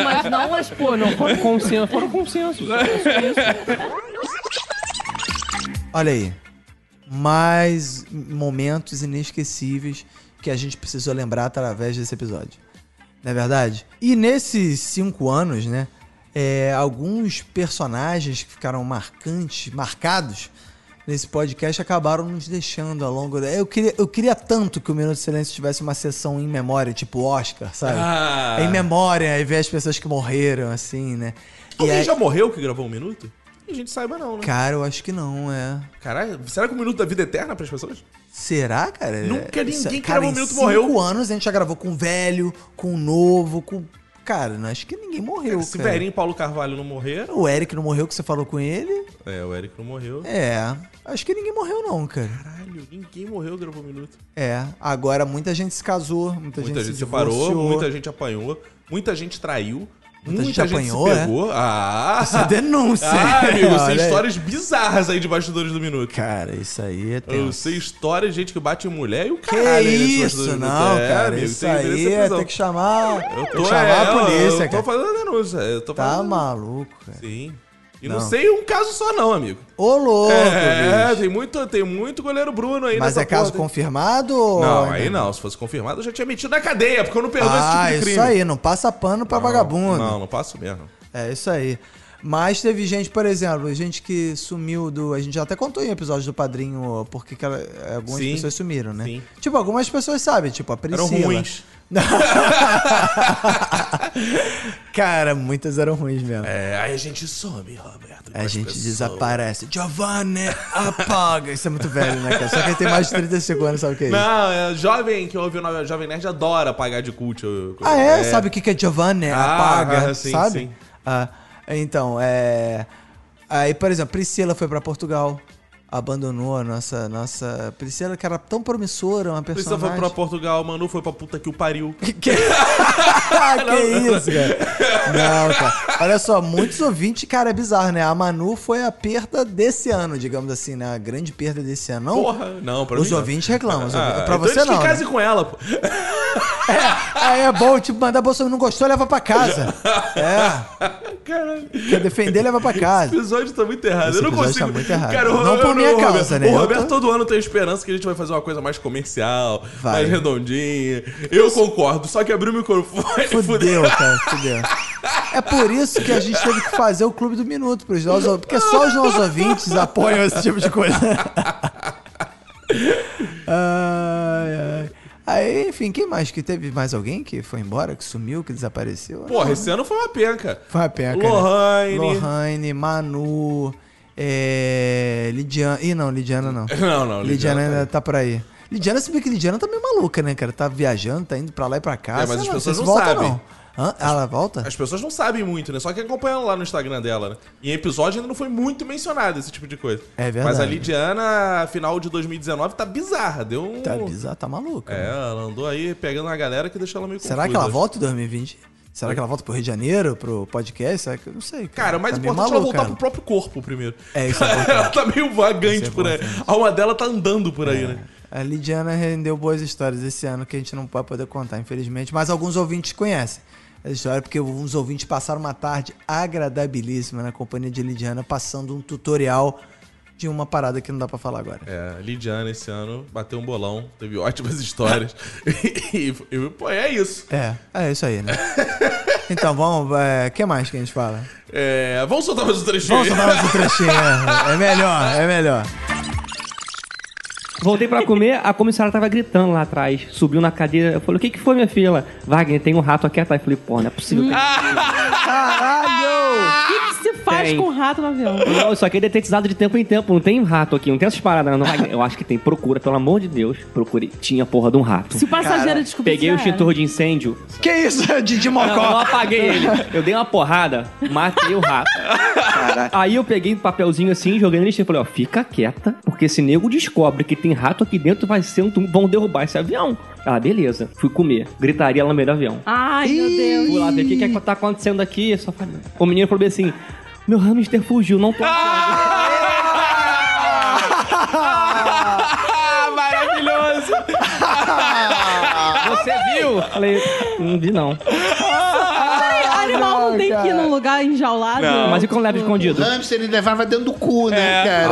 S21: um mas não, mas, pô, não, foram consenso. Foram consenso. só isso, é isso.
S2: Olha aí. Mais momentos inesquecíveis que a gente precisou lembrar através desse episódio. Não é verdade? E nesses cinco anos, né? é, alguns personagens que ficaram marcantes, marcados nesse podcast, acabaram nos deixando ao longo da. Eu queria, eu queria tanto que o Minuto de Silêncio tivesse uma sessão em memória, tipo Oscar, sabe?
S1: Ah.
S2: Em memória, aí ver as pessoas que morreram, assim, né? E
S1: Alguém
S2: aí-
S1: já morreu que gravou um minuto? Que a gente saiba não, né?
S2: Cara, eu acho que não, é.
S1: Caralho, será que um minuto da vida é eterna pras pessoas?
S2: Será, cara?
S1: Nunca ninguém
S2: É, Isso-
S1: que
S2: cara,
S1: gravou
S2: em
S1: Minuto
S2: cinco
S1: morreu.
S2: anos a gente já gravou com um velho, com um novo, com. Cara, não, acho que ninguém morreu.
S1: Se
S2: cara.
S1: Verinho e Paulo Carvalho não morrer...
S2: O Eric não morreu que você falou com ele?
S1: É, o Eric não morreu.
S2: É. Acho que ninguém morreu, não, cara.
S1: Caralho, ninguém morreu gravou um minuto.
S2: É. Agora muita gente se casou, muita,
S1: Muita gente
S2: se
S1: separou,
S2: divorciou.
S1: muita gente apanhou, muita gente traiu, muita,
S2: gente
S1: gente,
S2: apanhou,
S1: se
S2: é?
S1: pegou. Ah!
S2: Essa denúncia.
S1: Ah, amigo, eu sei
S2: Olha aí.
S1: histórias bizarras aí de bastidores do minuto.
S2: Cara, isso aí é
S1: Eu
S2: tenso.
S1: sei histórias de gente que bate em mulher e o
S2: Que
S1: caralho. aí nesse
S2: isso,
S1: bastidores do
S2: não,
S1: Minuto. É,
S2: cara.
S1: amigo,
S2: isso
S1: tem que
S2: aí
S1: merecer
S2: é,
S1: prisão.
S2: tem que chamar,
S1: Eu
S2: tem que
S1: tô,
S2: chamar
S1: é,
S2: a polícia,
S1: eu
S2: cara.
S1: tô fazendo a denúncia. Eu tô
S2: Tá
S1: fazendo...
S2: maluco, cara.
S1: Sim. E não.
S2: Não.
S1: sei um caso só não, amigo.
S2: Ô, louco,
S1: é,
S2: bicho.
S1: tem muito, tem muito goleiro Bruno aí
S2: Mas
S1: nessa
S2: é caso
S1: porra.
S2: confirmado? ou
S1: Não,
S2: ainda
S1: aí não. Se fosse confirmado, eu já tinha metido na cadeia, porque eu não perdoo
S2: Ah,
S1: esse tipo de crime.
S2: isso aí, não passa pano pra vagabundo.
S1: Não, não passo mesmo.
S2: É isso aí. Mas teve gente, por exemplo, gente que sumiu do. A gente já até contou em episódios do padrinho porque que ela- algumas
S1: Sim.
S2: pessoas sumiram, né?
S1: Sim.
S2: Tipo, algumas pessoas sabem, tipo, a
S1: Eram
S2: Priscila.
S1: ruins.
S2: Cara, muitas eram ruins mesmo.
S1: É, aí a gente some, Roberto.
S2: A gente desaparece. Giovanni apaga. Isso é muito velho, né, cara? Só quem tem mais de 35 anos sabe o que é isso.
S1: Não, é jovem que ouve o nome, Jovem Nerd adora pagar de cult. eu-
S2: Ah, é? Sabe o que que é Giovanni?
S1: Ah,
S2: Apaga,
S1: ah, sim,
S2: sabe?
S1: sim.
S2: Ah, então, é... Aí, por exemplo, Priscila foi pra Portugal, abandonou a nossa... nossa... Priscila, que era tão promissora, uma
S1: Priscila foi
S2: personagem...
S1: pra Portugal, Manu foi pra puta que o pariu.
S2: Ah, que isso, cara. Não, cara. Olha só, muitos ouvintes, cara, é bizarro, né? A Manu foi a perda desse ano, digamos assim, né? A grande perda desse ano. Não,
S1: Porra, não, pra
S2: Os
S1: mim não.
S2: ouvintes reclamam. Os
S1: Ah,
S2: ouvintes- pra
S1: então
S2: você
S1: eles
S2: não.
S1: Que
S2: né?
S1: case com ela, pô.
S2: Aí é bom, tipo, mandar Bolsonaro não gostou, leva pra casa. É.
S1: Caralho.
S2: Quer defender, leva pra casa.
S1: Esse episódio tá muito errado.
S2: Esse
S1: eu não
S2: episódio
S1: consigo.
S2: tá muito errado.
S1: Cara, eu-
S2: Não
S1: eu-
S2: por
S1: eu-
S2: minha
S1: o
S2: causa,
S1: Roberto-
S2: né?
S1: O
S2: Eu
S1: Roberto
S2: tô-
S1: todo ano tem esperança que a gente vai fazer uma coisa mais comercial,
S2: Vai.
S1: mais redondinha. Eu concordo, só que abriu o microfone.
S2: Fudeu, cara, fudeu. É por isso que a gente teve que fazer o Clube do Minuto pros nossos ouvintes, porque só os nossos ouvintes apoiam esse tipo de coisa. Ai, ai. Aí, enfim, quem mais? Que teve mais alguém que foi embora, que sumiu, que desapareceu?
S1: Porra, esse ano foi uma penca.
S2: Foi uma peca.
S1: Lohane.
S2: Né? Lohane, Manu, é... Lidiana. Ih, não, Lidiana não.
S1: Não, não,
S2: Lidiana,
S1: Lidiana tá
S2: ainda tá por aí. Lidiana, se bem que Lidiana tá meio maluca, né, cara? Tá viajando, tá indo pra lá e pra cá.
S1: É, mas
S2: sei
S1: as
S2: lá,
S1: pessoas
S2: sei se
S1: não
S2: volta,
S1: sabem.
S2: Não. Hã? Ela volta?
S1: As pessoas não sabem muito, né? Só que acompanhando lá no Instagram dela, né? E em episódio ainda não foi muito mencionado esse tipo de coisa.
S2: É verdade.
S1: Mas a Lidiana, final de 2019, tá bizarra. Deu um.
S2: Tá bizarra, tá maluca.
S1: É, ela andou aí pegando uma galera que deixou ela meio
S2: Será que ela volta em 2020? Será que ela volta pro Rio de Janeiro, pro podcast? Será que... eu Não sei.
S1: Cara, mas
S2: Tá
S1: o
S2: meio
S1: importante é ela
S2: maluca
S1: voltar pro próprio corpo primeiro.
S2: É, isso é
S1: Ela tá meio vagante por aí. A alma dela tá andando por aí, né?
S2: É. A Lidiana rendeu boas histórias esse ano que a gente não vai poder contar, infelizmente. Mas alguns ouvintes conhecem a história, porque uns ouvintes passaram uma tarde agradabilíssima na companhia de Lidiana, passando um tutorial de uma parada que não dá pra falar agora.
S1: É, Lidiana esse ano bateu um bolão, teve ótimas histórias. e, e- pô, é isso.
S2: É, é isso aí, né? então vamos, o que mais que a gente fala?
S1: É, vamos soltar mais um trechinho.
S2: Vamos falar mais um trechinho, é, é melhor, é melhor.
S21: Voltei pra comer, a comissária tava gritando lá atrás. Subiu na cadeira, eu falei, o que que foi, minha filha? Ela, Wagner, tem um rato aqui atrás. Eu falei, pô, não é possível. cara."
S10: Caralho! O que, que se faz
S21: Tem.
S10: com rato no avião?
S21: Não, isso aqui é detetizado de tempo em tempo, não tem rato aqui, não tem essas paradas, não. Wagner, Eu acho que tem, procura, pelo amor de Deus, procure. Tinha a porra de um rato.
S10: Se o passageiro é. Cara. descobrir,
S21: Peguei o
S10: já era.
S21: extintor de incêndio.
S2: Que isso, de
S21: Não, eu não apaguei ele. Eu dei uma porrada, matei o rato. Aí eu peguei um papelzinho assim, joguei na lixeira e falei, ó, fica quieta, porque se nego descobre que tem rato aqui dentro, vai ser um tumulto, vão derrubar esse avião. Ah, beleza. Fui comer. Gritaria lá no meio do avião.
S10: Ai, meu Deus.
S21: Fui lá ver o que, que tá acontecendo aqui. eu Só falei- O menino falou bem assim, meu hamster fugiu, não tô...
S3: Maravilhoso!
S21: Você viu? Falei, não vi não.
S10: Ai, animal não, tem que ir num lugar enjaulado. Tipo,
S21: Mas e quando leva escondido?
S14: hamster ele levava dentro do cu, né,
S3: É.
S8: É. cara?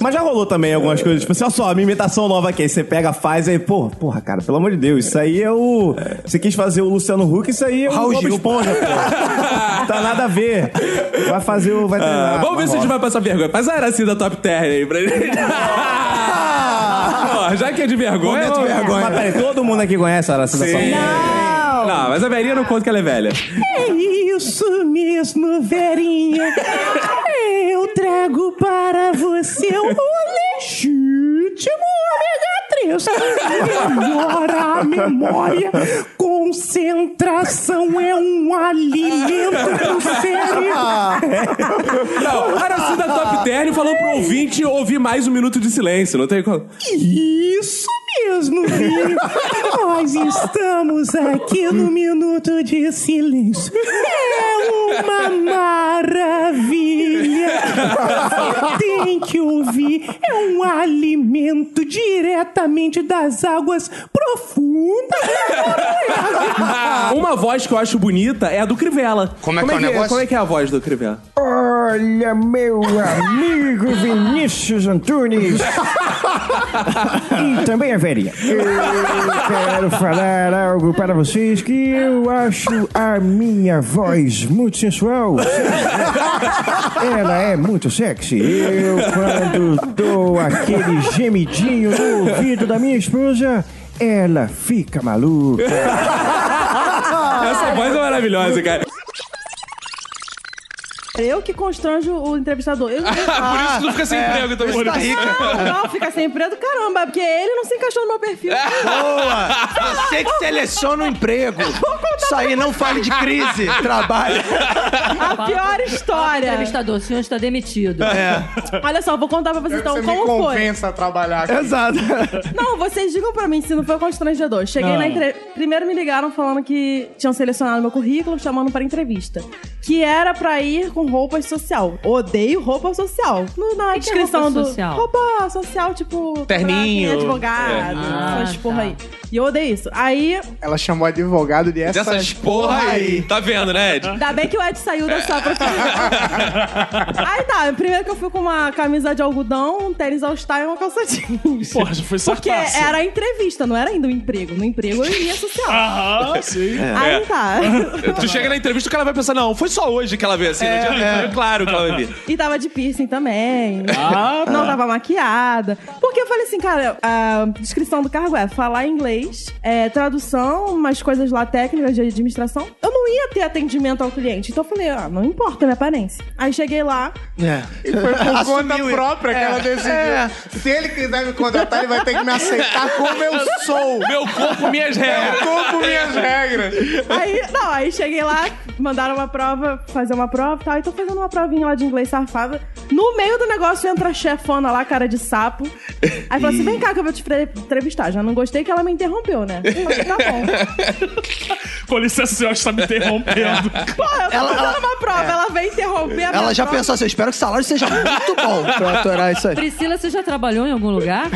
S8: Mas já rolou também algumas coisas, tipo assim, olha só, uma imitação nova aqui, aí você pega, faz, aí, pô, porra, cara, pelo amor de Deus, isso aí é o... Você quis fazer o Luciano Huck, isso aí é o
S1: Raul
S8: Bob
S1: Gil.
S8: Esponja, pô. Tá nada a ver. Vai fazer o... Vai tá
S1: Ah,
S8: treinar.
S1: vamos ver se a gente vai
S8: rola.
S1: passar vergonha. Mas era assim da Top Term aí pra gente. Ó, já que é de vergonha.
S8: Ah! Momento
S1: vamos-
S8: vergonha. Mas peraí, todo mundo aqui conhece a Aracida
S1: Sim.
S8: Sampaio?
S1: Não, mas a velhinha não conta que ela é velha.
S3: É isso mesmo, verinha. Eu trago para você o legítimo ômega 3. Melhora a memória. Concentração é um alimento pro cérebro.
S1: Não, a Aracida Top Term falou pro ouvinte ouvir mais um minuto de silêncio, não tem como.
S3: Isso mesmo, filho. Nós estamos aqui no minuto de silêncio. É uma maravilha. Você tem que ouvir. É um alimento diretamente das águas profundas.
S1: Ah, Uma voz que eu acho bonita é a do Crivella.
S3: Como é que é o negócio?
S1: Como é que é a voz do Crivella?
S3: Olha, meu amigo Vinícius Antunes. e também a velhinha. Eu quero falar algo para vocês que eu acho a minha voz muito sensual. Ela é muito sexy. Eu, quando dou aquele gemidinho no ouvido da minha esposa, ela fica maluca.
S1: Essa voz é maravilhosa, cara.
S10: Eu que constranjo o entrevistador. Eu,
S1: Por isso que tu fica sem
S3: É.
S1: emprego também.
S10: Não,
S1: Costa Rica.
S10: Não, não, fica sem emprego, caramba, porque ele não se encaixou no meu perfil.
S1: É.
S11: Boa! Você que seleciona o emprego. Isso aí, não fale de crise, trabalho.
S10: A pior história.
S51: O entrevistador, o senhor está demitido.
S11: É.
S10: Olha só, vou contar pra vocês então como foi.
S14: a trabalhar aqui.
S11: Exato.
S10: Não, vocês digam pra mim se não foi constrangedor. Cheguei
S51: Não.
S10: na entrevista. Primeiro me ligaram falando que tinham selecionado meu currículo, chamando pra entrevista. Que era pra ir com roupa social. Odeio roupa social. No,
S51: Que
S10: na
S51: que é
S10: descrição
S51: roupa
S10: do.
S51: social?
S10: Roupa social, tipo.
S51: Terninho.
S10: pra quem é Advogado,
S51: É.
S10: essas
S51: Ah,
S10: porra aí. E eu odeio isso. Aí.
S8: Ela chamou advogado de
S1: Dessas porra aí. Tá vendo, né, Ed?
S10: Ainda bem que o Ed saiu da sua profissão. Aí tá, primeiro que eu fui com uma camisa de algodão, um tênis all star e uma calça jeans.
S52: Porra, já foi
S10: Porque
S52: sarcaço.
S10: era a entrevista, não era ainda o emprego. No emprego eu ia social.
S52: Aham, sim.
S1: É.
S10: Aí tá.
S1: Tu chega na entrevista, o cara vai pensar, não, foi só hoje que ela veio assim.
S10: É,
S1: não tinha
S10: é.
S1: Claro tá que ela vai vir.
S10: E tava de piercing também.
S1: Ah, tá.
S10: Não tava maquiada. Porque eu falei assim, cara, a descrição do cargo é falar inglês, é, tradução, umas coisas lá técnicas de administração. Eu não ia ter atendimento ao cliente. Então eu falei, ah, não importa a minha aparência. Aí cheguei lá,
S2: É.
S14: E foi por
S2: um.
S14: conta própria que
S3: É.
S14: ela decidiu.
S3: É.
S14: Se ele quiser me contratar, ele vai ter que me aceitar como eu sou.
S1: Meu corpo, minhas regras.
S14: Meu corpo, minhas regras.
S10: Aí, não, aí cheguei lá, mandaram uma prova, fazer uma prova e tal. E tô fazendo uma provinha lá de inglês safada. No meio do negócio entra a chefona lá, cara de sapo. Aí fala assim: vem cá que eu vou te pre- entrevistar. Já não gostei que ela me interrompeu, né? Eu falei, tá bom.
S15: Com licença, senhor, está me interrompendo.
S10: Pô, eu tô
S15: Ela-
S10: fazendo
S15: ela-
S10: uma prova,
S15: é.
S10: ela vem interromper a
S3: Ela
S10: minha
S3: já
S10: prova.
S3: pensou assim, eu espero que o salário seja muito bom pra aturar isso aí.
S5: Priscila, você já trabalhou em algum lugar?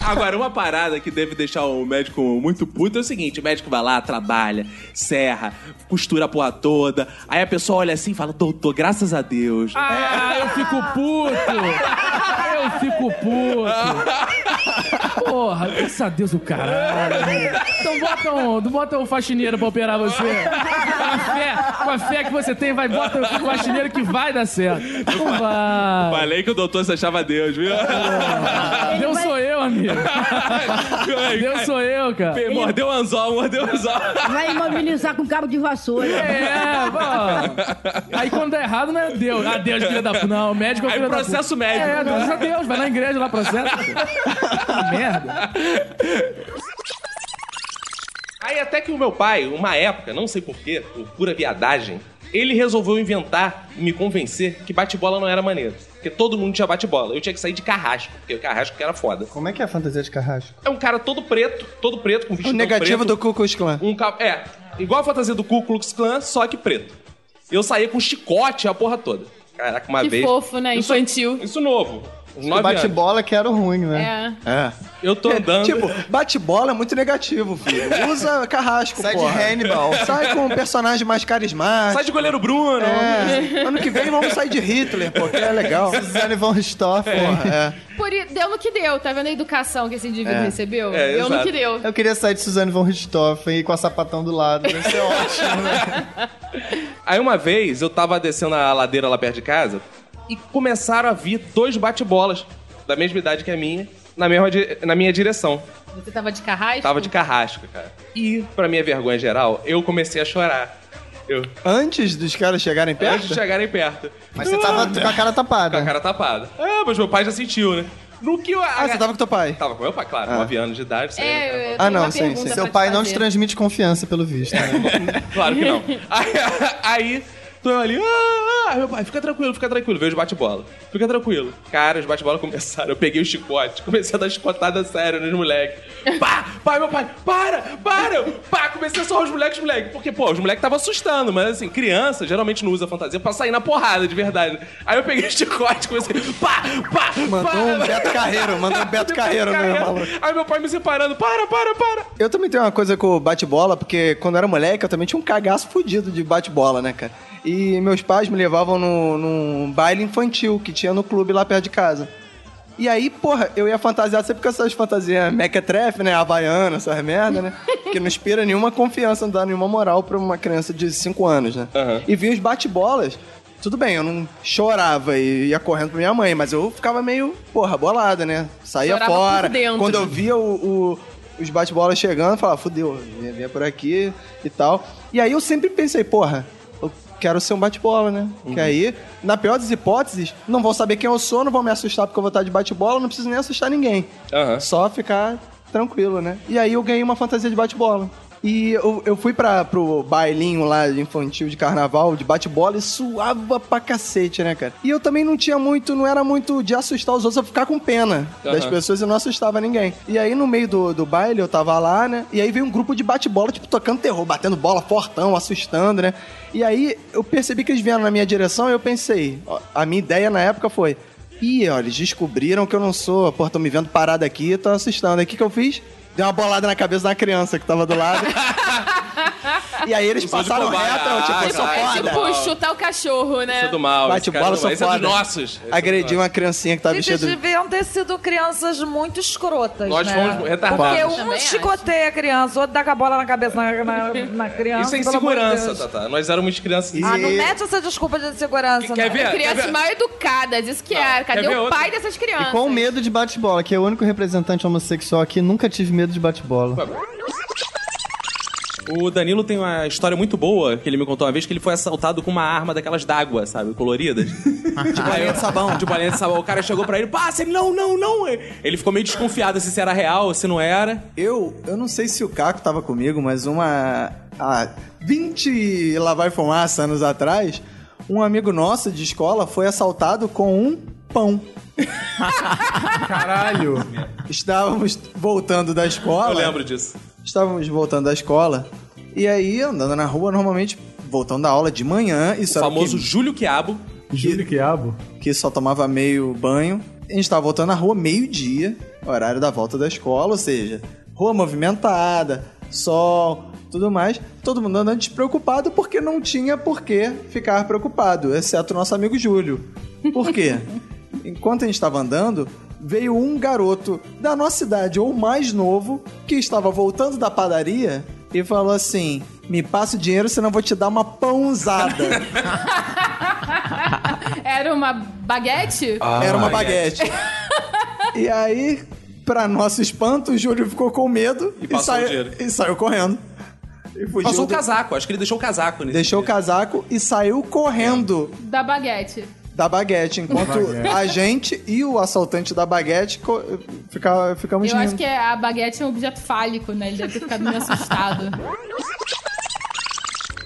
S1: Agora, uma parada que deve deixar o médico muito puto é o seguinte: o médico vai lá, trabalha, serra, costura a porra toda. Aí a pessoa olha assim e fala: Doutor, graças a Deus.
S4: Ah, eu fico puto! Eu fico puto! Porra, graças a Deus o caralho! Então bota um, bota um faxineiro pra operar você. Com a fé, com a fé que você tem, vai, bota um faxineiro que vai dar certo. Então Não vai.
S1: Falei que o doutor se achava Deus, viu?
S4: Deus sou eu, amigo. Deus sou eu, cara.
S1: Pê, Mordeu o anzol, mordeu o anzol.
S4: Vai imobilizar com cabo de vassoura. É, pô. Aí quando dá errado, não é Deus. Ah, Deus, filha da puta. Não, o médico é
S1: Aí
S4: filha da puta.
S1: processo médico. né?
S4: É, graças a Deus. Vai na igreja lá, processo. Que merda.
S1: Aí até que o meu pai, uma época, não sei porquê, por pura viadagem, ele resolveu inventar e me convencer que bate-bola não era maneiro. Porque todo mundo tinha bate-bola. Eu tinha que sair de carrasco, porque o carrasco que era foda.
S2: Como é que é a fantasia de carrasco?
S1: É um cara todo preto, todo preto, com vestido
S2: O negativo
S1: preto,
S2: do Ku Klux Klan.
S1: Um ca- É, igual a fantasia do Ku Klux Klan, só que preto. Eu saía com chicote a porra toda. Caraca, uma
S6: Que
S1: vez...
S6: fofo, né?
S1: Isso- é
S6: Infantil.
S1: Isso, novo. Uns nove anos.
S2: Bate-bola que era o ruim, né?
S6: É.
S2: É.
S1: Eu tô andando.
S2: Tipo,
S3: bate-bola é muito negativo, filho.
S2: Usa carrasco,
S3: Sai de
S2: porra.
S3: Hannibal.
S2: Sai com um personagem mais carismático.
S1: Sai de goleiro Bruno.
S2: É. Ano que vem vamos sair de Hitler, pô, que é legal. Suzane von Richthofen. porra, É.
S6: Por i- deu no que deu, tá vendo a educação que esse indivíduo
S2: É.
S6: recebeu? deu no que deu.
S2: Eu queria sair de Suzane von Richthofen e com a sapatão do lado. Deve ser ótimo, né?
S1: Aí uma vez eu tava descendo a ladeira lá perto de casa e começaram a vir dois bate-bolas da mesma idade que a minha, na, mesma di- na minha direção.
S6: Você tava de carrasco?
S1: Tava de carrasco, cara. E, pra minha vergonha geral, eu comecei a chorar. Eu...
S2: Antes dos caras chegarem perto?
S1: Antes de chegarem perto.
S2: Mas você tava com a cara tapada.
S1: Com a cara tapada. É, mas meu pai já sentiu, né? No que eu... Ah,
S2: você tava com teu pai?
S1: Tava com meu pai, claro. nove anos de idade. saindo da casa.
S2: Ah, não, sim, sim. Seu pai não te
S6: fazer.
S2: transmite confiança, pelo visto. né?
S1: Claro que não. Aí, aí tô eu ali, ah, ah, meu pai, fica tranquilo, fica tranquilo, veio os bate-bola. Fica tranquilo. Cara, os bate-bola começaram, eu peguei o chicote, comecei a dar chicotada sério nos moleques. Pá, pai, meu pai, para, para, eu, pá, comecei a soar os moleques, os moleques. Porque, pô, os moleques tava assustando, mas assim, criança geralmente não usa fantasia pra sair na porrada, de verdade. Aí eu peguei o chicote, comecei, pá, pá,
S2: Mandou
S1: pá.
S2: um Beto Carreiro, mandou um Beto Carreiro mesmo, maluco.
S1: Aí meu pai me separando, para, para, para.
S2: Eu também tenho uma coisa com o bate-bola, porque quando eu era moleque, eu também tinha um cagaço fudido de bate-bola, né, cara? E meus pais me levavam no- num baile infantil que tinha no clube lá perto de casa. E aí, porra, eu ia fantasiar sempre com essas fantasias mequetrefe, né? Havaiana, essas merda, né? Que não inspira nenhuma confiança, não dá nenhuma moral pra uma criança de 5 anos, né? E vi os bate-bolas. Tudo bem, eu não chorava e ia correndo pra minha mãe, mas eu ficava meio, porra, bolada, né? Saía
S6: Chorava por
S2: fora.
S6: dentro.
S2: Quando eu via o- o- os bate-bolas chegando, eu falava, fudeu, vinha, vinha por aqui e tal. E aí eu sempre pensei, porra, eu quero ser um bate-bola, né? Que aí, na pior das hipóteses, não vou saber quem eu sou, não vou me assustar porque eu vou estar de bate-bola, não preciso nem assustar ninguém. Só ficar tranquilo, né? E aí eu ganhei uma fantasia de bate-bola. E eu, eu fui pra, pro bailinho lá de infantil de carnaval, de bate-bola, e suava pra cacete, né, cara? E eu também não tinha muito, não era muito de assustar os outros, eu ficar com pena das
S14: Aham.
S2: pessoas pessoas e não assustava ninguém. E aí, no meio do, do baile, eu tava lá, né? E aí veio um grupo de bate-bola, tipo, tocando terror, batendo bola, fortão, assustando, né? E aí eu percebi que eles vieram na minha direção e eu pensei, ó, a minha ideia na época foi. Ih, olha, eles descobriram que eu não sou. Porra, tão me vendo parado aqui, tão assustando. Aí o que, que eu fiz? Dei uma bolada na cabeça da criança que tava do lado. e aí eles
S1: Usou de
S2: passaram
S1: bobagem.
S2: reto, eu, tipo, eu sou
S6: é
S2: foda.
S6: tipo chutar o cachorro, né?
S1: Isso é do mal,
S2: Bate
S1: esse cara é
S2: bola,
S1: do mal.
S2: sou
S1: Esse é dos
S2: foda.
S1: nossos. Esse é dos
S2: Agredi
S1: nossos.
S2: uma criancinha que tava
S53: Vocês
S2: vestida de
S53: deviam ter sido crianças muito escrotas,
S1: Nós
S53: né?
S1: fomos retardados.
S53: Porque um chicoteia a criança, outro dá com a bola na cabeça na, na- na criança.
S1: Isso é
S53: pelo amor de
S1: insegurança,
S53: Deus.
S1: Tata. Nós éramos crianças.
S53: Ah, não mete essa desculpa de né? insegurança,
S1: quer
S53: não.
S1: ver?
S6: Crianças
S1: Quer ver?
S6: mal educadas, isso que é. Cadê
S2: quer ver
S6: o
S2: outra?
S6: pai dessas crianças?
S2: E com medo de bate-bola, que é o único representante homossexual aqui, nunca tive medo de bate-bola.
S1: O Danilo tem uma história muito boa que ele me contou uma vez que ele foi assaltado com uma arma daquelas d'água, sabe? Coloridas. de
S2: bolinha de sabão.
S1: De bolinha de sabão. O cara chegou pra ele, passa, ele, não, não, não. Ele ficou meio desconfiado se isso era real ou se não era.
S2: Eu, eu não sei se o Caco tava comigo, mas uma. Há 20 e lá vai fumaça anos atrás, Um amigo nosso de escola foi assaltado com um pão. Caralho! Estávamos voltando da escola.
S21: Eu lembro disso.
S2: Estávamos voltando da escola. E aí, andando na rua, normalmente, voltando da aula de manhã, isso
S21: O
S2: era
S21: famoso
S2: que-
S21: Júlio Quiabo.
S2: Júlio Quiabo? Que só tomava meio banho. A gente tava voltando na rua meio-dia, horário da volta da escola, ou seja, rua movimentada, sol, tudo mais. Todo mundo andando despreocupado porque não tinha por que ficar preocupado, exceto o nosso amigo Júlio. Por quê? Enquanto a gente estava andando, veio um garoto da nossa idade ou mais novo que estava voltando da padaria e falou assim: Me passa o dinheiro, senão eu vou te dar uma pãozada.
S12: Era uma baguete?
S1: Ah,
S2: Era uma baguete. e aí, pra nosso espanto, o Júlio ficou com medo e,
S21: passou o
S2: saiu,
S21: dinheiro.
S2: e saiu correndo. E fugiu
S21: Passou o
S2: do-
S21: casaco, acho que ele deixou o casaco nesse
S2: Deixou o casaco e saiu correndo
S12: Da baguete.
S2: da baguete, enquanto
S21: Baguete.
S2: a gente e o assaltante da baguete co- fica- ficamos
S12: Eu acho
S2: rindo.
S12: que a baguete é um objeto fálico, né? Ele deve ter ficado meio assustado.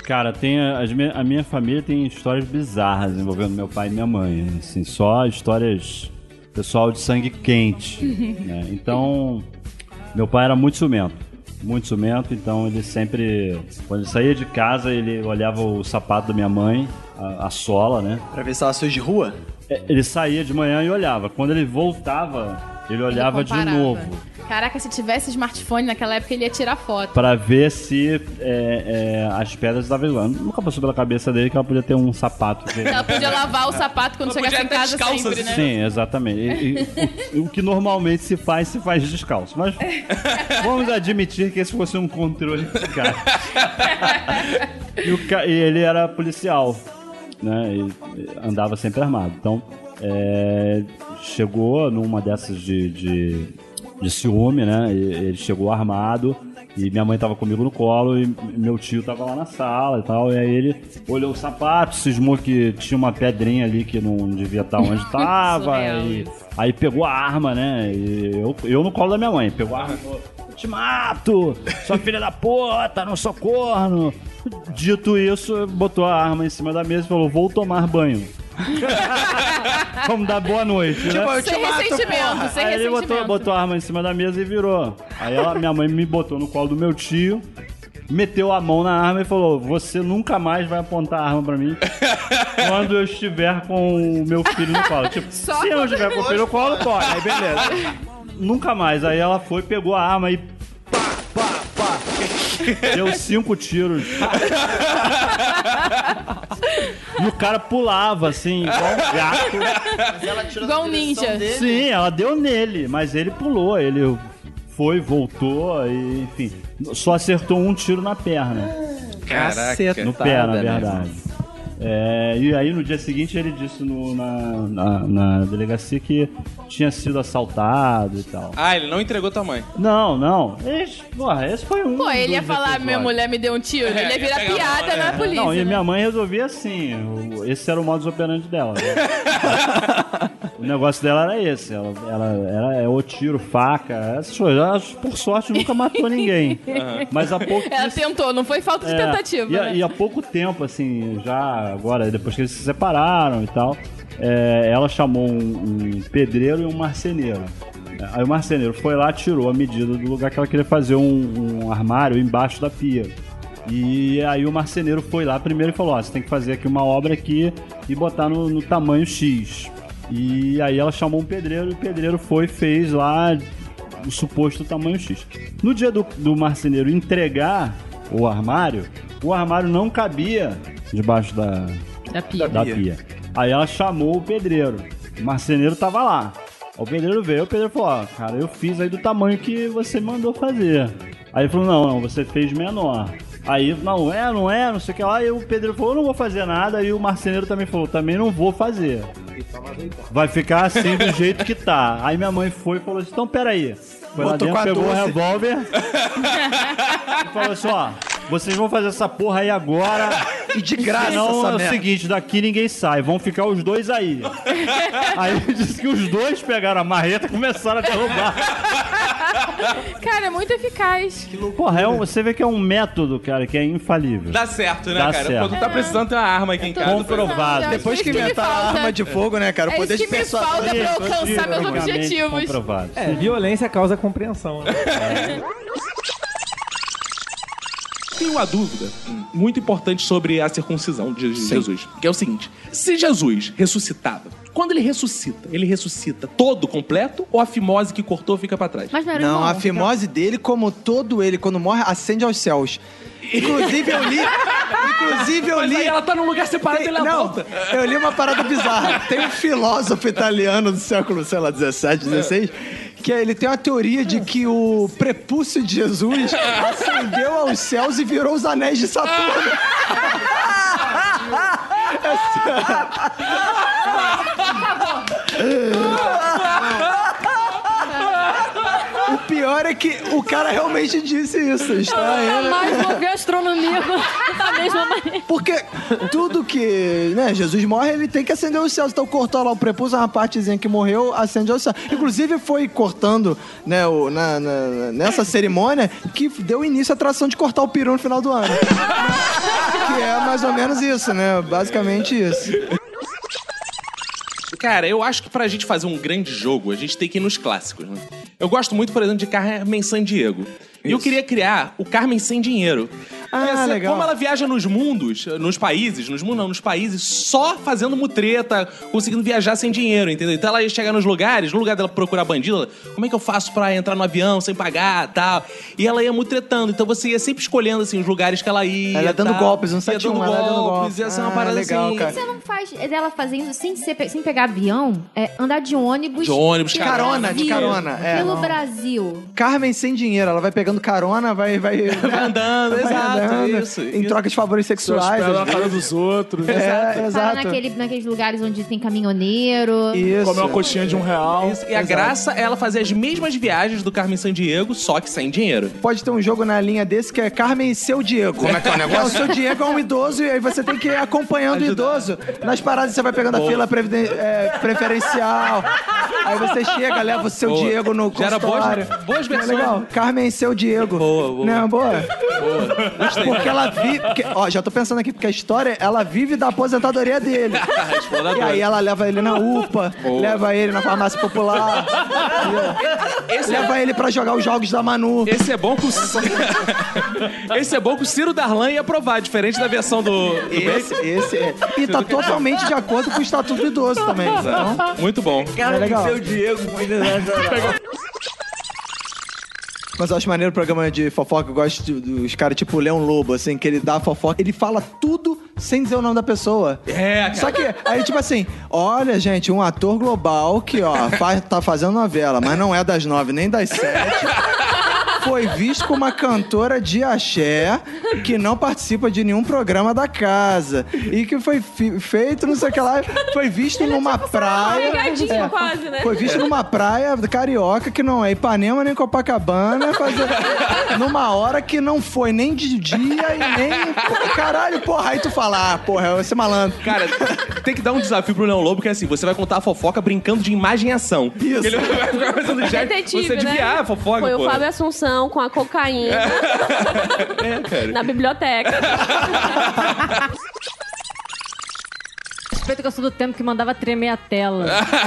S30: Cara, tem as mi- a minha família tem histórias bizarras envolvendo meu pai e minha mãe. Assim, só histórias pessoal de sangue quente. né? Então, meu pai era muito ciumento. Muito ciumento, então ele sempre. Quando ele saía de casa, ele olhava o sapato da minha mãe, a, a sola, né? É,
S2: Pra ver se ela suja de rua?
S30: Ele saía de manhã e olhava. Quando ele voltava, ele olhava de
S12: comparava.
S30: novo.
S12: Caraca, se tivesse smartphone naquela época, ele ia tirar foto.
S30: Pra ver se é, é, as pedras estavam lá. Nunca passou pela cabeça dele que ela podia ter um sapato. que-
S12: Ela podia lavar o sapato quando chegasse em casa sempre,
S1: assim.
S12: né?
S30: Sim, exatamente. E- e o, o que normalmente se faz, se faz descalço. Mas vamos admitir que esse fosse um controle de cara. E, o ca- e ele era policial, né? E- e andava sempre armado. Então, é, chegou numa dessas de, de, de ciúme, né? E- ele chegou armado. E minha mãe tava comigo no colo e meu tio tava lá na sala e tal. E aí ele olhou o sapato, cismou que tinha uma pedrinha ali que não devia estar onde tava.
S9: Surreal
S30: e- aí pegou a arma, né? E eu, eu no colo da minha mãe. Pegou a arma e falou, "Eu te mato! Sua filha da puta, não sou corno! Dito isso, botou a arma em cima da mesa e falou, vou tomar banho. Vamos dar boa noite. né?
S12: Tipo, eu te Sem mato, ressentimento, porra. sem
S30: Aí ele botou,
S12: ressentimento.
S30: botou a arma em cima da mesa e virou. Aí ela- minha mãe me botou no colo do meu tio, meteu a mão na arma e falou: Você nunca mais vai apontar a arma pra mim quando eu estiver com o meu filho no colo. Tipo,
S9: Só
S30: se eu
S9: quando-
S30: estiver com o filho no colo, pode. Aí beleza. Nunca mais. Aí ela foi, pegou a arma e. Pá, pá, pá. Deu cinco tiros. e o cara pulava assim, igual um gato.
S12: Igual um ninja.
S30: Sim, ela deu nele, mas ele pulou, ele foi, voltou, e, enfim. Só acertou um tiro na perna.
S9: Caraca. Cacetada,
S30: No pé, na
S9: né,
S30: verdade. É, e aí no dia seguinte ele disse no- na, na- na delegacia que tinha sido assaltado e tal.
S21: Ah, ele não entregou tua mãe.
S30: Não, não. Esse, porra, esse foi um.
S12: Pô, ele ia
S30: dos
S12: falar,
S30: episódios.
S12: minha mulher me deu um tiro.
S21: É,
S12: ele ia
S21: ia
S12: virar
S21: pegar a
S12: piada
S30: É.
S12: na polícia.
S30: Não, e
S12: né?
S30: minha mãe resolvia assim. o- Esse era o modus operandi dela. né? o negócio dela era esse. Ela, ela era é, o tiro, faca, essas coisas. Ela, por sorte, nunca matou ninguém.
S6: né?
S30: Mas há pouco.
S12: Ela tentou, não foi falta de
S30: é,
S12: tentativa.
S30: e, a-
S12: né?
S30: e há pouco tempo, assim, já agora, depois que eles se separaram e tal, é, ela chamou um, um pedreiro e um marceneiro. É, Aí o marceneiro foi lá, tirou a medida do lugar que ela queria fazer um, um armário embaixo da pia. E aí o marceneiro foi lá primeiro e falou: Ó, você tem que fazer aqui uma obra aqui e botar no, no tamanho X. E aí ela chamou um pedreiro e o pedreiro foi, fez lá o suposto tamanho X. No dia do, do marceneiro entregar o armário, o armário não cabia debaixo da, da, pia. Aí ela chamou o pedreiro. O marceneiro tava lá. O pedreiro veio, o pedreiro falou: Ó, cara, eu fiz aí do tamanho que você mandou fazer. Aí ele falou: Não, não, você fez menor. Aí, não é, não é, não sei o que lá. E o pedreiro falou: Eu não vou fazer nada. E o marceneiro também falou: Também não vou fazer. Vai ficar assim do jeito que tá. Aí minha mãe foi e falou assim: então peraí. Foi lá
S9: Botou
S30: dentro, pegou o
S9: 14.
S30: revólver e falou assim: ó, vocês vão fazer essa porra aí agora. E de
S9: graça
S30: Senão
S9: essa
S30: é o
S9: merda.
S30: seguinte: daqui ninguém sai, vão ficar os dois aí. aí disse que os dois pegaram a marreta e começaram a derrubar.
S6: Cara, é muito eficaz. Que
S30: Porra, é um- você vê que é um método, cara, que é infalível.
S1: Dá certo, né,
S30: Dá
S1: cara?
S30: certo.
S1: Pô, tu tá precisando ter uma arma aqui em casa.
S30: Comprovado.
S2: Depois que inventaram a arma de fogo, né, cara? O
S6: É
S2: poder
S6: isso
S2: de
S6: que me
S2: persuasão.
S6: falta pra eu alcançar meus objetivos.
S17: É, violência causa compreensão. né?
S1: É. Tenho uma dúvida muito importante sobre a circuncisão de Jesus, que é o seguinte: se Jesus ressuscitava, quando ele ressuscita, ele ressuscita todo completo ou a fimose que cortou fica pra trás?
S2: Não, a fimose dele, como todo ele, quando morre, ascende aos céus. Inclusive, eu li. Inclusive, eu li.
S1: ela tá num lugar separado e ela
S2: Não,
S1: volta.
S2: eu li uma parada bizarra. Tem um filósofo italiano do século, sei lá,
S1: É.
S2: 17, 16, que ele tem uma teoria de que o prepúcio de Jesus ascendeu aos céus e virou os anéis de Saturno. O pior é que o cara realmente disse isso. Estranho. né?
S5: Jamais vou ver astronomia da mesma maneira.
S2: Porque tudo que, né, Jesus morre, ele tem que acender os céus. Então cortou lá o prepúcio, uma partezinha que morreu, acendeu os céus. Inclusive foi cortando, né, o- na- na- nessa cerimônia, que deu início à atração de cortar o peru no final do ano. que é mais ou menos isso, né? Basicamente isso.
S1: Cara, eu acho que pra gente fazer um grande jogo, a gente tem que ir nos clássicos, né? Eu gosto muito, por exemplo, de Carmen San Diego. E eu queria criar o Carmen Sem Dinheiro.
S2: Ah,
S1: Ia ser
S2: legal.
S1: Como ela viaja nos mundos, nos países, nos mundos não, nos países, só fazendo mutreta, conseguindo viajar sem dinheiro, entendeu? Então ela ia chegar nos lugares, no lugar dela procurar bandido, ela, como é que eu faço pra entrar no avião sem pagar tal? E ela ia mutretando, então você ia sempre escolhendo assim, os lugares que ela ia.
S2: Ela ia dando
S1: tal.
S2: golpes, um
S1: ia dando
S2: 71, ela ia dando golpes.
S1: ia ser uma
S2: Ah,
S1: parada
S2: legal,
S1: assim.
S2: cara.
S7: Você não faz dela fazendo assim, sem, ser- sem pegar avião? É andar de ônibus.
S2: De ônibus,
S7: pelo
S2: carona, de
S7: Brasil,
S2: carona, é.
S7: Pelo
S2: Não.
S7: Brasil.
S2: Carmen sem dinheiro, ela vai pegando carona, vai. Vai,
S1: vai andando, exato, isso,
S2: Em troca de favores é sexuais.
S4: Pela
S2: às
S4: cara
S2: vezes.
S4: dos outros.
S2: É,
S7: Parar
S2: exato.
S7: naquele- naqueles lugares onde tem caminhoneiro.
S4: Comer uma coxinha de um real.
S1: Isso, E a graça é ela fazer as mesmas viagens do Carmen San Diego, só que sem dinheiro.
S2: Pode ter um jogo na linha desse que é Carmen e seu Diego.
S1: Como é que é o negócio?
S2: o seu Diego é um idoso e aí você tem que ir acompanhando o idoso. Nas paradas você vai pegando a
S1: Boa.
S2: fila previden- é, preferencial. Aí você chega, leva o seu
S1: Boa.
S2: Diego no
S1: Gera boas-
S2: consultório.
S1: boas
S2: Não é
S1: versões.
S2: legal? Carmen e seu Diego. Boa, boa. Não, boa.
S1: Gostei.
S2: Porque ela vive. porque- ó, já tô pensando aqui, porque a história, ela vive da aposentadoria dele.
S1: Exploradora.
S2: e aí ela leva ele na UPA, leva ele na farmácia popular, leva ele pra jogar os jogos da Manu.
S1: é Esse é bom com Esse é bom que o Ciro Darlan ia aprovar, diferente da versão do. do
S2: Esse,
S1: Bacon.
S2: esse é. E tá totalmente de acordo com o Estatuto do Idoso também. Então,
S1: Muito bom.
S2: é legal.
S1: Diego.
S2: Mas eu acho maneiro o programa de fofoca. Eu gosto de- dos caras tipo o Leão Lobo, assim, que ele dá fofoca. Ele fala tudo sem dizer o nome da pessoa.
S1: É, cara.
S2: Só que aí, tipo assim, olha, gente, um ator global que, ó, faz- tá fazendo novela, mas não é das nove nem das sete. Foi visto como uma cantora de axé que não participa de nenhum programa da casa. E que foi fi- feito, não sei o que lá, foi visto numa praia. é,
S5: Pegadinha quase, né?
S2: Foi visto numa praia carioca que não é Ipanema nem Copacabana, fazer numa hora que não foi nem de dia e nem. Pô, Caralho, porra, aí tu fala, ah, porra, você é malandro.
S1: Cara, tem que dar um desafio pro Leão Lobo, que é assim: você vai contar a fofoca brincando de imagem e ação. Isso. Ele vai ficar fazendo gesto,
S5: Detetive,
S1: você desviar
S5: né?
S1: a fofoca.
S5: Foi
S1: pô.
S5: o Fábio Assunção com a cocaína
S1: É, cara.
S5: na biblioteca.
S7: Respeito que eu sou do tempo que mandava tremer a tela.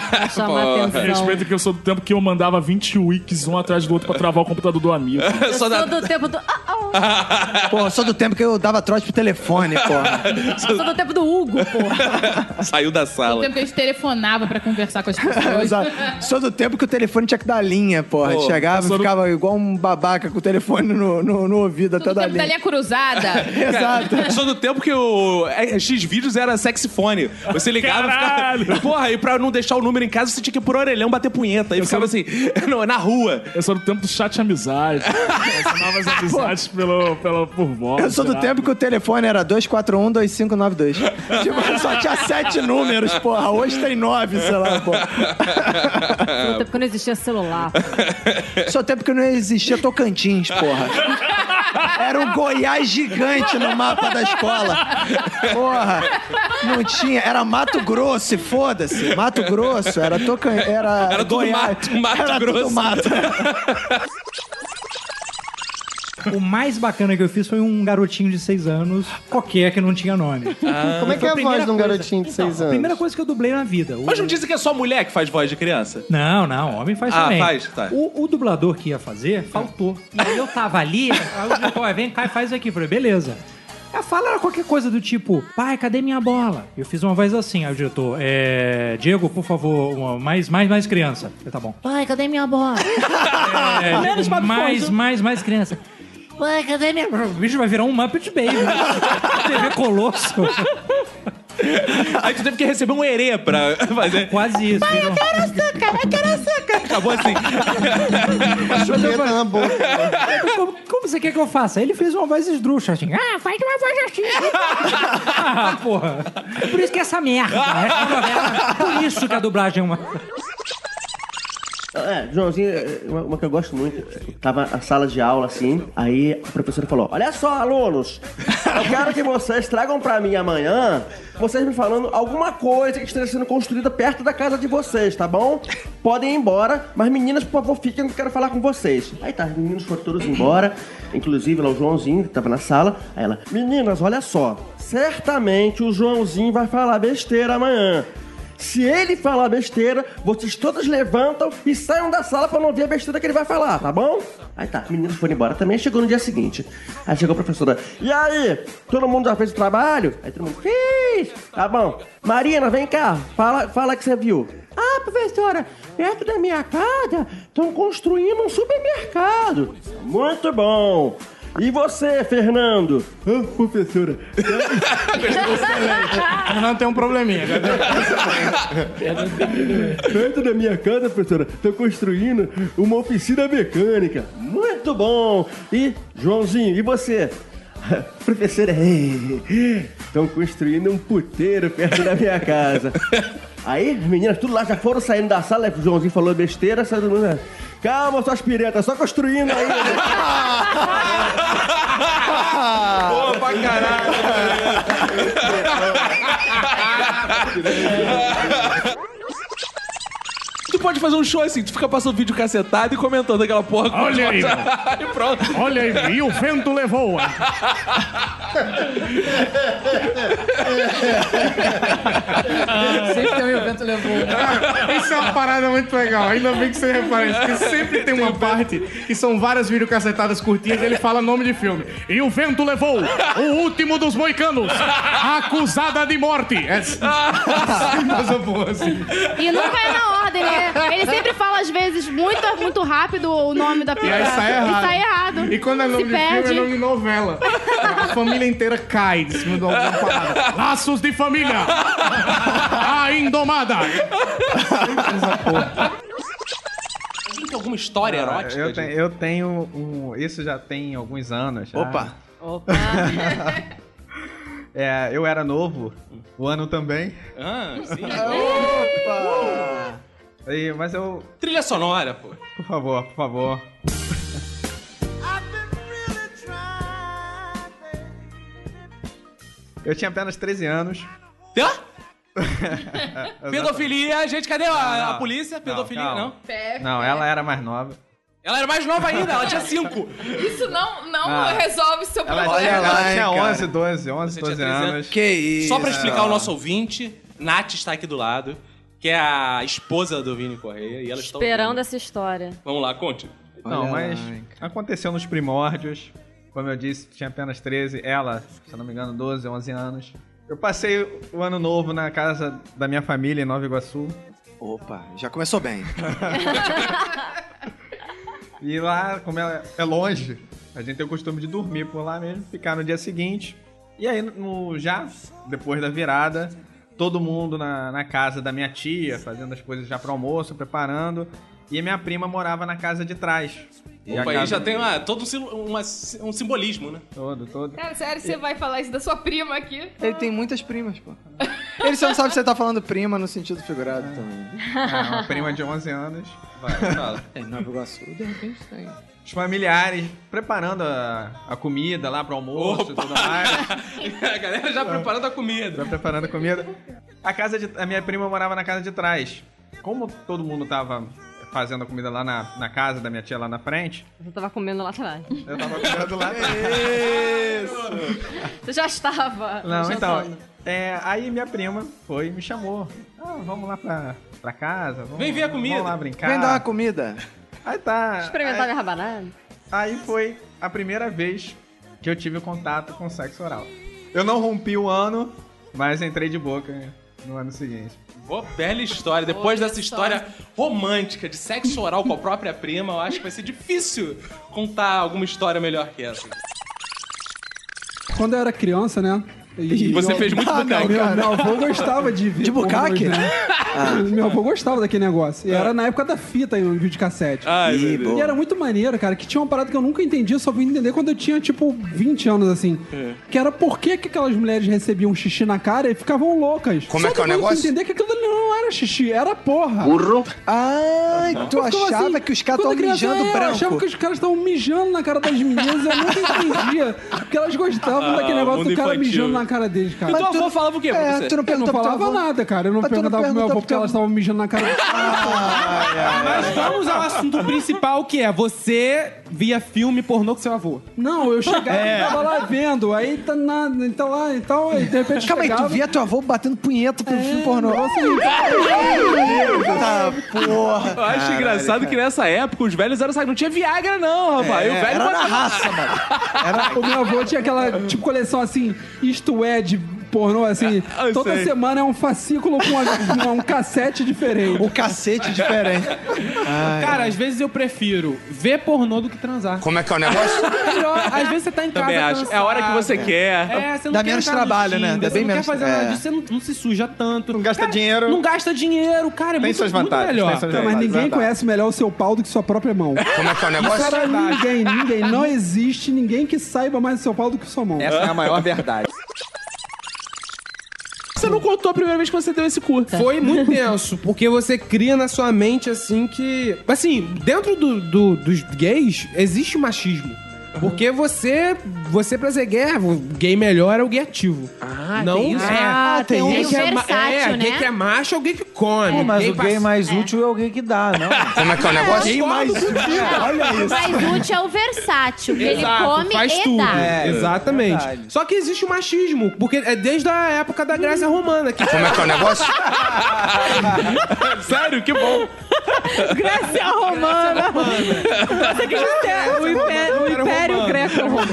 S7: pra chamar
S4: Porra.
S7: atenção.
S4: Respeito que eu sou do tempo que eu mandava 20 wikis um atrás do outro pra travar o computador do amigo.
S7: Eu sou do tempo do. Ah, ah,
S2: Porra, só do tempo que eu dava trote pro telefone, porra.
S7: eu sou do tempo do Hugo, porra.
S1: Saiu da
S6: O
S1: sala.
S6: tempo que a gente telefonava pra conversar com as pessoas.
S2: Exato. Só do tempo que o telefone tinha que dar linha, porra.
S1: Pô,
S2: Chegava e
S1: só do-
S2: ficava igual um babaca com o telefone no, no, no ouvido até dar
S6: Tempo da
S2: linha.
S6: linha cruzada.
S1: Cara, Sou do tempo que o é, X-Vídeos era sexifone. Você ligava e ficava. Porra, e pra não deixar o número em casa, você tinha que ir por orelhão bater punheta. Aí ficava assim, não, na rua.
S4: Eu sou do tempo do chat amizade. Chamava as amizades pelo, pelo, por voz.
S2: Eu sou do
S4: sei lá.
S2: tempo que o telefone era 241-2592. tipo, só tinha sete números, porra. Hoje tem nove, sei lá, porra.
S5: Tá
S7: Sou do tempo que não existia celular.
S2: Só tempo que não existia Tocantins, porra. Era um Goiás gigante no mapa da escola. Porra. Não tinha, era Mato Grosso, e foda-se. Mato Grosso, era Tocan... Era,
S1: Era tudo
S2: Goiás.
S1: mato, Mato
S2: era
S1: Grosso.
S2: Tudo mato.
S17: O mais bacana que eu fiz foi um garotinho de 6 anos, qualquer que não tinha nome.
S1: Ah. Como é que
S17: Foi
S1: é a
S17: primeira
S1: voz de um
S17: coisa-
S1: garotinho de
S17: Então,
S1: seis
S17: A
S1: anos?
S17: primeira coisa que eu dublei na vida. O-
S1: Mas não dizem que é só mulher que faz voz de criança?
S17: Não, não, homem faz
S1: Ah,
S17: também. Um,
S1: faz, tá.
S17: O, o dublador que ia fazer faltou. E aí eu tava ali, aí o diretor, "Ó, vem cá e faz isso aqui. Eu falei, beleza. A fala era qualquer coisa do tipo, pai, cadê minha bola? Eu fiz uma voz assim, aí o diretor, é, Diego, por favor, uma- mais, mais, mais criança. Eu, tá bom.
S15: Pai, cadê minha bola?
S17: É,
S15: Menos Bob
S17: mais,
S15: Esponja.
S17: mais, mais criança.
S15: Pai, cadê minha
S17: O bicho vai virar um Muppet Baby. né? TV Colosso.
S1: Aí tu teve que receber um herê pra fazer. é
S17: Quase isso.
S15: Pai, eu quero açúcar, eu quero açúcar.
S1: Acabou assim.
S2: é
S17: Chupeta na boca. Como, como você quer que eu faça? Ele fez uma voz esdrúxula, assim. "Ah,
S15: Ah, faz uma voz assim.
S17: Ah, porra. Por isso que é essa merda. Essa novela. Por isso que a dublagem é uma.
S3: É, Joãozinho, é, uma, uma que eu gosto muito. Tava a sala de aula assim, aí a professora falou: Olha só, alunos, eu quero que vocês tragam pra mim amanhã vocês me falando alguma coisa que esteja sendo construída perto da casa de vocês, tá bom? Podem ir embora, mas meninas, por favor, fiquem, que eu quero falar com vocês. Aí tá, os meninos foram todos embora, inclusive lá o Joãozinho, que tava na sala. Aí ela: Meninas, olha só, certamente o Joãozinho vai falar besteira amanhã. Se ele falar besteira, vocês todos levantam e saiam da sala pra não ver a besteira que ele vai falar, tá bom? Aí tá, os meninos foram embora também, chegou no dia seguinte. Aí chegou a professora, e aí, todo mundo já fez o trabalho? Aí todo mundo, fez! Tá bom. Marina, vem cá, fala, fala que você viu. Ah, professora, perto da minha casa estão construindo um supermercado. Muito bom. E você, Fernando? Ah, professora.
S11: Fernando tem um
S14: É,
S11: probleminha.
S3: Perto da minha casa, professora, tô construindo uma oficina mecânica. Muito bom! E, Joãozinho, e você? Professora, estão construindo um puteiro perto da minha casa. Aí, as meninas, tudo lá já foram saindo da sala, o Joãozinho falou besteira, saiu do mundo. Calma, suas piretas, só construindo né? aí.
S1: Boa pra caralho. Tu pode fazer um show assim, tu fica passando vídeo cacetado e comentando aquela porra com
S11: Olha aí,
S1: e pronto.
S11: Olha aí, e o vento levou.
S15: Sempre tem um evento levou.
S11: Isso é uma parada muito legal. Ainda bem que você repara isso. Porque sempre tem uma parte que são várias videocacetadas curtinhas e ele fala nome de filme. E o vento levou o último dos moicanos, acusada de morte. É assim, mas eu vou assim.
S15: E nunca é na ordem, né? Ele sempre fala, às vezes, muito, muito rápido o nome da
S11: E
S15: pessoa.
S11: aí sai errado.
S15: E sai errado.
S11: E quando é
S15: Se
S11: nome de
S15: perde.
S11: filme, é nome de novela. A família inteira cai de cima de alguma parada. Laços de família. A Indomada.
S1: Tem alguma história
S8: Ah,
S1: erótica?
S8: Eu,
S1: gente?
S8: tenho- eu tenho um. Isso já tem alguns anos. já. Opa.
S15: Opa.
S8: É, eu era novo, o ano também.
S1: Ah, sim.
S8: Opa! E- mas eu.
S1: Trilha sonora, pô.
S8: Por favor, por favor. Eu tinha apenas 13 anos.
S1: Pedofilia, gente, cadê
S8: Não,
S1: a,
S8: não.
S1: a polícia? Pedofilia,
S8: calma.
S1: não?
S8: Não, ela era mais nova.
S1: Ela era mais nova ainda, ela tinha cinco. é
S6: Isso não, não
S8: Ah.
S6: resolve seu
S8: Ela,
S6: problema.
S8: tinha- ela
S1: lá, hein,
S8: tinha
S1: cara.
S8: 11, 12, 11, 12 anos.
S1: Que isso. Só pra explicar
S8: o
S1: ao nosso ouvinte, Nath está aqui do lado, que é a esposa do Vini Correia, e ela está
S5: Esperando essa história.
S1: ouvindo. Vamos lá, conte.
S8: Não, mas aconteceu nos primórdios. Como eu disse, tinha apenas 13. Ela, se eu não me engano, 12, 11 anos. Eu passei o ano novo na casa da minha família em Nova Iguaçu. Opa, já começou bem. e lá, como é, é longe, a gente tem o costume de dormir por lá mesmo, ficar no dia seguinte. E aí, no, já depois da virada, todo mundo na, na casa da minha tia, fazendo as coisas já pro almoço, preparando. E minha prima morava na casa de trás.
S1: O país já tem uma, todo um, sil- uma- um simbolismo, né?
S54: Todo, todo.
S6: Cara, sério, você vai falar isso da sua prima aqui?
S2: Ele tem muitas primas, pô. Ele só não sabe se você tá falando prima no sentido figurado também.
S54: Ah, uma prima de 11 anos. Vai, fala.
S2: Tem É, Nova Iguaçu, de repente tem.
S54: Os familiares preparando a, a comida lá pro almoço e tudo mais.
S1: a galera já preparando a comida.
S54: Já preparando a comida. A, casa de, a minha prima morava na casa de trás. Como todo mundo tava fazendo a comida lá na, na casa da minha tia lá na frente,
S5: Eu tava comendo lá atrás.
S54: eu tava comendo lá atrás.
S5: Você já estava.
S54: Não, então.
S5: jantando.
S54: é, aí minha prima foi e me chamou. Ah, vamos lá pra, pra casa. Vamos,
S1: Vem ver a comida.
S54: Vamos lá brincar.
S2: Vem dar uma comida.
S54: Aí tá.
S5: Experimentar
S54: aí-
S5: minha rabanada.
S54: Aí foi a primeira vez que eu tive contato com sexo oral. Eu não rompi o ano, mas entrei de boca no ano seguinte.
S1: Boa, bela história. Depois dessa história romântica de sexo oral com a própria prima, eu acho que vai ser difícil contar alguma história melhor que essa.
S3: Quando eu era criança, né?
S1: E você fez muito
S3: Ah,
S1: bucaque,
S3: não, meu,
S1: cara.
S3: meu avô gostava de ver.
S1: De Ah. bucaque?
S3: pornôs, né? Meu avô gostava daquele negócio. E era na época da fita, no vídeo de cassete.
S1: Ah, é
S3: e,
S1: verdade.
S3: e era muito maneiro, cara, que tinha uma parada que eu nunca entendi, eu só vim entender quando eu tinha, tipo, 20 anos, assim.
S1: É.
S3: Que era por que, que aquelas mulheres recebiam xixi na cara e ficavam loucas.
S22: Como
S3: Só
S22: é que é
S3: depois eu
S22: o
S3: fui
S22: negócio?
S3: entender que aquilo ali não era xixi, era porra.
S22: Burro.
S3: Ai,
S2: tu achava
S3: assim?
S2: que os caras tavam mijando
S3: é, Eu
S2: branco?
S3: achava que os caras estavam mijando na cara das meninas, eu nunca entendia. Porque elas gostavam
S1: Ah,
S3: daquele negócio do
S1: mundo
S3: cara
S1: infantil.
S3: mijando na cara deles, cara.
S1: E teu Mas tu- avô falava o quê pra
S3: É,
S1: você?
S3: tu não
S1: Eu não
S3: perguntou
S1: falava
S3: falava nada, cara. Eu não perguntava pro meu avô porque elas estavam mijando na cara
S8: Mas vamos ao assunto principal que é: você via filme pornô com seu avô.
S3: Não, eu chegava
S8: É.
S3: e tava lá vendo, aí tá na, tá lá e tal, aí de repente É.
S2: Calma aí, tu
S3: chegava...
S2: via teu avô batendo punheta pro filme pornô.
S3: Assim,
S2: Eita
S3: Tá,
S2: porra.
S1: Eu acho
S2: Caralho,
S1: engraçado que nessa época É, os velhos eram sabe, não tinha Viagra não, rapaz.
S3: É,
S1: E o velho
S3: era
S1: botava-
S3: na raça, O meu avô tinha aquela, tipo, coleção assim, isto é de pornô, assim.
S1: eu
S3: toda
S1: sei.
S3: semana é um fascículo com uma- uma- um cacete diferente.
S2: O cacete diferente.
S8: Cara, às vezes eu prefiro ver pornô do que transar.
S22: Como é que é o negócio?
S8: É melhor, às vezes você tá em casa.
S1: Também acho. É a hora que você
S8: cansado.
S1: quer.
S8: É, você não
S1: Dá
S8: quer
S1: menos
S8: entrar no
S1: trabalho, né? Dá
S8: Tinder,
S1: bem
S8: você não
S1: menos-
S8: quer fazer nada
S1: é.
S8: disso, você não, não se suja tanto. Não
S54: gasta dinheiro.
S8: Não gasta dinheiro, cara. É
S3: Tem
S8: muito,
S3: suas
S8: muito
S3: vantagens,
S8: melhor.
S3: tem suas Então, mas vantagens, ninguém verdade. conhece melhor o seu pau do que sua própria mão. Como
S22: é que é o
S3: Isso era ninguém, ninguém. Não existe ninguém que saiba mais o seu pau do que sua mão.
S8: Essa é a maior
S3: verdade.
S8: Você não contou a primeira vez que você deu esse cu.
S17: Tá.
S8: Foi muito tenso, porque você cria na sua mente assim que. Assim, dentro do, do- dos gays, existe o machismo. Porque você, você pra ser gay, o gay melhor é o gay ativo. Ah, não
S17: tem isso.
S8: é.
S17: Ah, tem
S8: gay
S17: isso.
S8: que é, ma-
S17: Versátil,
S8: é, gay
S17: né?
S8: que é macho é o gay que come.
S17: Pô, mas o gay
S8: pass-
S17: mais útil é o gay que dá, não?
S22: Como é que é o negócio?
S17: Gay mais útil. Olha
S7: O
S17: isso.
S7: mais útil é o versátil, que ele
S8: Exato,
S7: come
S8: faz
S7: e
S8: tudo.
S7: dá.
S8: É, exatamente. Só que existe o machismo, porque é desde a época da Grécia Romana. Que... Como é que é o negócio?
S1: um Sério, que bom.
S8: Grécia
S1: Romana.
S8: Você quis dizer É, o Império, Greco-Romano.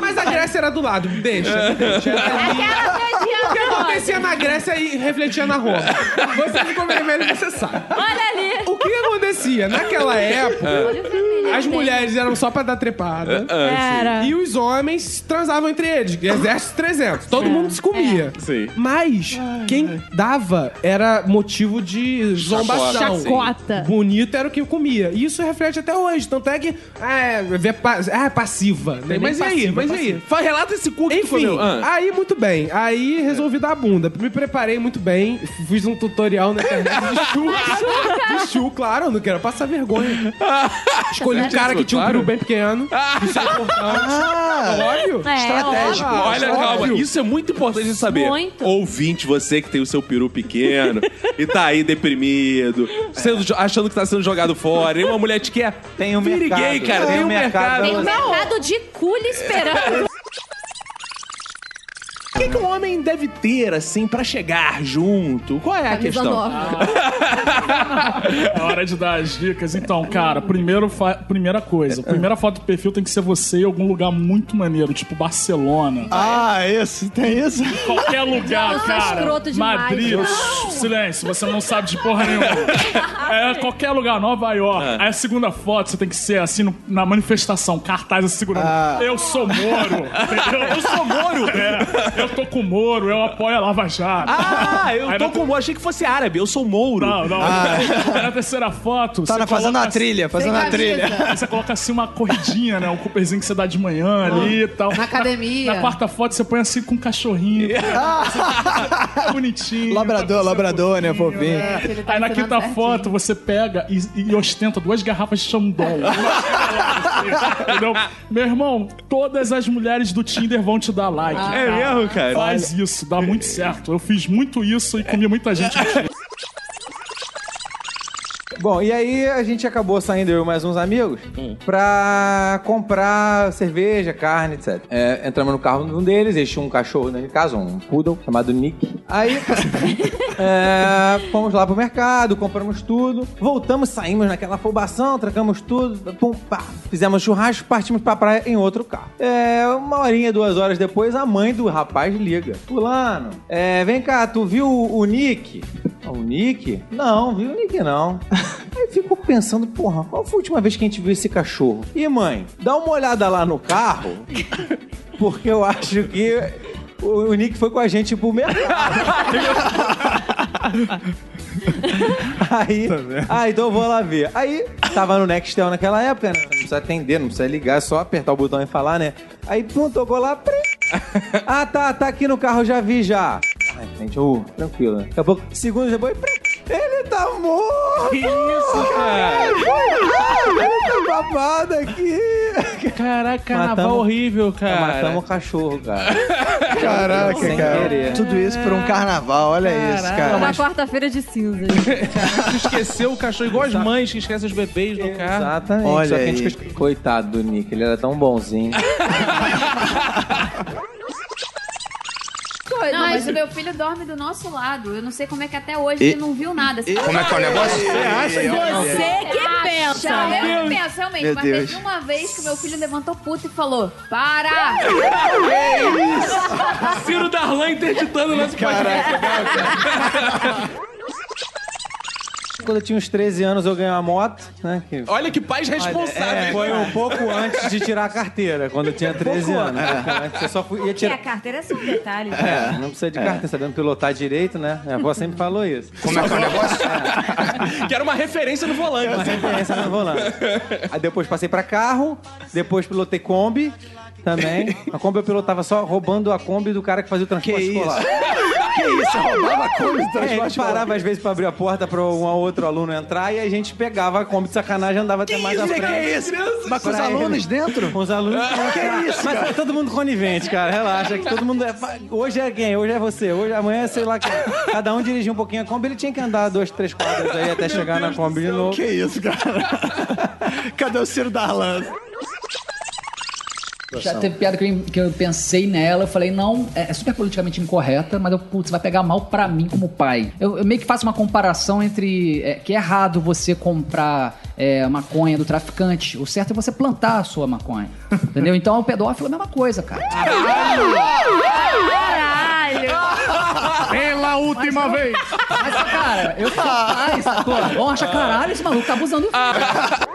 S8: Mas a Grécia era do lado, deixa. deixa. Era ali. O que acontecia na Grécia e refletia na Roma? Você ficou vermelho, você sabe.
S55: Olha ali.
S8: O que acontecia? Naquela época, as mulheres eram só pra dar trepada.
S1: É, é, sim. Era.
S8: E os homens transavam entre eles. Exército 300. Todo mundo se comia.
S1: Sim.
S8: Mas quem dava era motivo de zombação.
S55: Chacota.
S8: Bonito era o que comia. E isso reflete até hoje. Tanto é que. Ah, é, vê pa- ah, é passiva. né?
S1: É
S8: mas e
S1: bem
S8: aí?
S1: passiva,
S8: Mas e aí?
S1: passiva. Fa- relata esse cu que tu
S8: Enfim,
S1: comeu. Ah.
S8: aí muito bem. Aí resolvi dar a bunda. Me preparei muito bem. Fiz um tutorial na internet de chu. de chu, claro. Eu não quero passar vergonha. Escolhi um cara que tinha um peru bem pequeno. Isso é importante. óbvio.
S3: ah,
S1: Estratégico. é, tipo, Olha, calma,
S8: Óbvio.
S1: isso é muito importante de saber.
S8: Muito.
S1: Ouvinte, você que tem o seu peru pequeno e tá aí deprimido, sendo jo- achando que tá sendo jogado fora, e uma mulher te quer. Tem um Vire
S17: mercado.
S1: gay, cara, tem, um mercado.
S7: Tem um mercado de culha esperando.
S1: O que, que um homem deve ter, assim, pra chegar junto? Qual é a
S7: Camisa
S1: questão?
S4: É hora de dar as dicas. Então, cara, primeiro fa- primeira coisa. Primeira foto do perfil tem que ser você em algum lugar muito maneiro, tipo Barcelona.
S2: Ah, esse, tem isso?
S4: Qualquer
S5: Eu
S4: lugar,
S5: sou
S4: cara.
S5: escroto demais.
S4: Madrid.
S5: Não.
S4: Shh, Silêncio, você não sabe de porra nenhuma. É qualquer lugar, Nova York. Aí a segunda foto você tem que ser assim no- na
S2: Ah.
S4: manifestação, cartaz assim, segurando. Eu sou Moro. entendeu? Eu sou Moro. É, eu tô com o Moro, eu apoio a Lava Jato.
S1: Ah, eu tô com o Moro, achei que fosse árabe, eu sou Mouro.
S4: Não, não.
S1: Ah.
S4: Aí Na terceira foto.
S1: Tá
S4: você
S1: na- fazendo
S4: coloca
S1: a trilha,
S4: assim-
S1: fazendo Sem a trilha. camisa.
S4: Aí Você coloca assim uma corridinha, né? Um cooperzinho que você dá de manhã ali e tal.
S6: Na academia.
S4: Na, quarta foto você põe assim com um cachorrinho.
S2: Ah!
S4: Bonitinho.
S2: Labrador, labrador, né, fofinho?
S6: É, tá
S4: Aí na quinta foto você pega e, e ostenta duas garrafas de Xandol. Entendeu? Meu irmão, todas as mulheres do Tinder vão te dar like.
S1: Ah. É mesmo, cara?
S4: Faz
S1: Olha.
S4: isso, dá muito certo. Eu fiz muito isso e comi muita gente. no Tinder.
S17: Bom, e aí a gente acabou saindo, eu e mais uns amigos, pra comprar cerveja, carne, etc. É, entramos no carro de um deles, eles tinham um cachorro dentro de casa, um poodle, chamado Nick. Aí é, fomos lá pro mercado, compramos tudo, voltamos, saímos naquela afobação, trocamos tudo, pum, pá, fizemos churrasco, partimos pra praia em outro carro. É, uma horinha, duas horas depois, a mãe do rapaz liga. Fulano, é, vem cá, tu viu o o Nick? Ah, O Nick? Não, viu o Nick não. Aí ficou pensando, porra, qual foi a última vez que a gente viu esse cachorro? E mãe, dá uma olhada lá no carro, porque eu acho que o, o Nick foi com a gente pro mercado. Aí, ah, então eu vou lá ver. Aí, tava no Nextel naquela época, né? Não precisa atender, não precisa ligar, é só apertar o botão e falar, né? Aí, pum, tocou lá. prim. Ah, tá, tá aqui no carro, já vi já. Ai, gente, uh, tranquilo. né? Daqui a pouco, segundos depois, prim. ele tá morto! Que isso,
S1: cara?
S17: Ele tá babado aqui!
S1: Caraca,
S17: Matamos-
S1: horrível, cara.
S17: Matamos o cachorro, cara.
S2: Caraca,
S17: Sem
S2: cara.
S17: querer.
S2: Tudo isso por um carnaval, olha isso,
S7: É
S2: cara.
S5: Na quarta-feira de cinzas.
S1: Tu esqueceu o cachorro, igual as mães que esquecem os bebês
S4: É.
S1: no carro.
S17: É. Exatamente.
S1: Olha
S17: Só que a gente
S1: aí.
S17: ficou- Coitado do Nick, ele era tão bonzinho.
S10: Coisa,
S7: Não,
S10: mas
S7: mas o meu filho dorme do nosso lado. Eu não sei como é que até hoje
S10: E-
S7: ele não viu nada. assim.
S10: Como é que é o negócio? Você acha que-
S7: Você que
S10: Acha.
S7: pensa.
S10: Meu
S7: Eu
S10: Deus.
S7: penso, realmente.
S10: Meu
S7: mas
S10: Deus.
S7: teve uma vez que meu filho levantou puto e falou, para!
S1: Que isso? Ciro Darlan interditando o nosso
S17: Quando eu tinha uns 13 anos, eu ganhei uma moto, né? que-
S1: Olha que pais responsáveis.
S17: É, foi um pouco antes de tirar a carteira, quando eu tinha 13
S1: Pouco
S17: anos.
S1: antes.
S17: Um Pouco antes, eu só fui, ia
S10: Porque a
S17: tirar...
S10: carteira é só um detalhe.
S17: É, não precisa de carteira, sabendo pilotar direito, né? Minha avó sempre falou isso. Como é que é o negócio?
S1: Que era uma referência no volante.
S17: Uma referência no volante. Aí depois passei pra carro, depois pilotei Kombi também. A Kombi eu pilotava só roubando a Kombi do cara que fazia o transporte escolar.
S1: Que isso? Roubava a Kombi do transporte
S17: É, ele
S1: escolar?
S17: parava às vezes pra abrir a porta pra um outro aluno entrar e a gente pegava a Kombi de sacanagem e andava até mais à
S56: isso, que
S17: frente.
S56: isso? Mas com os
S17: Pra ele.
S56: alunos
S17: dentro? Com os alunos dentro.
S56: Que isso,
S17: Mas
S56: cara?
S17: é todo mundo conivente, cara. Relaxa, que todo mundo é... Hoje é quem? Hoje é você. Hoje, amanhã é sei lá quem. Cada um dirigia um pouquinho a Kombi. Ele tinha que andar dois, três quadras aí até chegar na Kombi de novo.
S2: Que isso, cara? Cadê o Ciro Darlan?
S3: Já teve piada que eu, que eu pensei nela, eu falei, não, é, é super politicamente incorreta, mas eu, putz, vai pegar mal pra mim como pai. Eu, eu meio que faço uma comparação entre é, que é errado você comprar é, maconha do traficante, o certo é você plantar a sua maconha, entendeu? Então o pedófilo é a mesma coisa, cara.
S11: Pela última vez.
S3: Mas, cara, eu sou pai, sacou? Vão achar, caralho, esse maluco tá abusando do
S1: Ah,
S3: filho.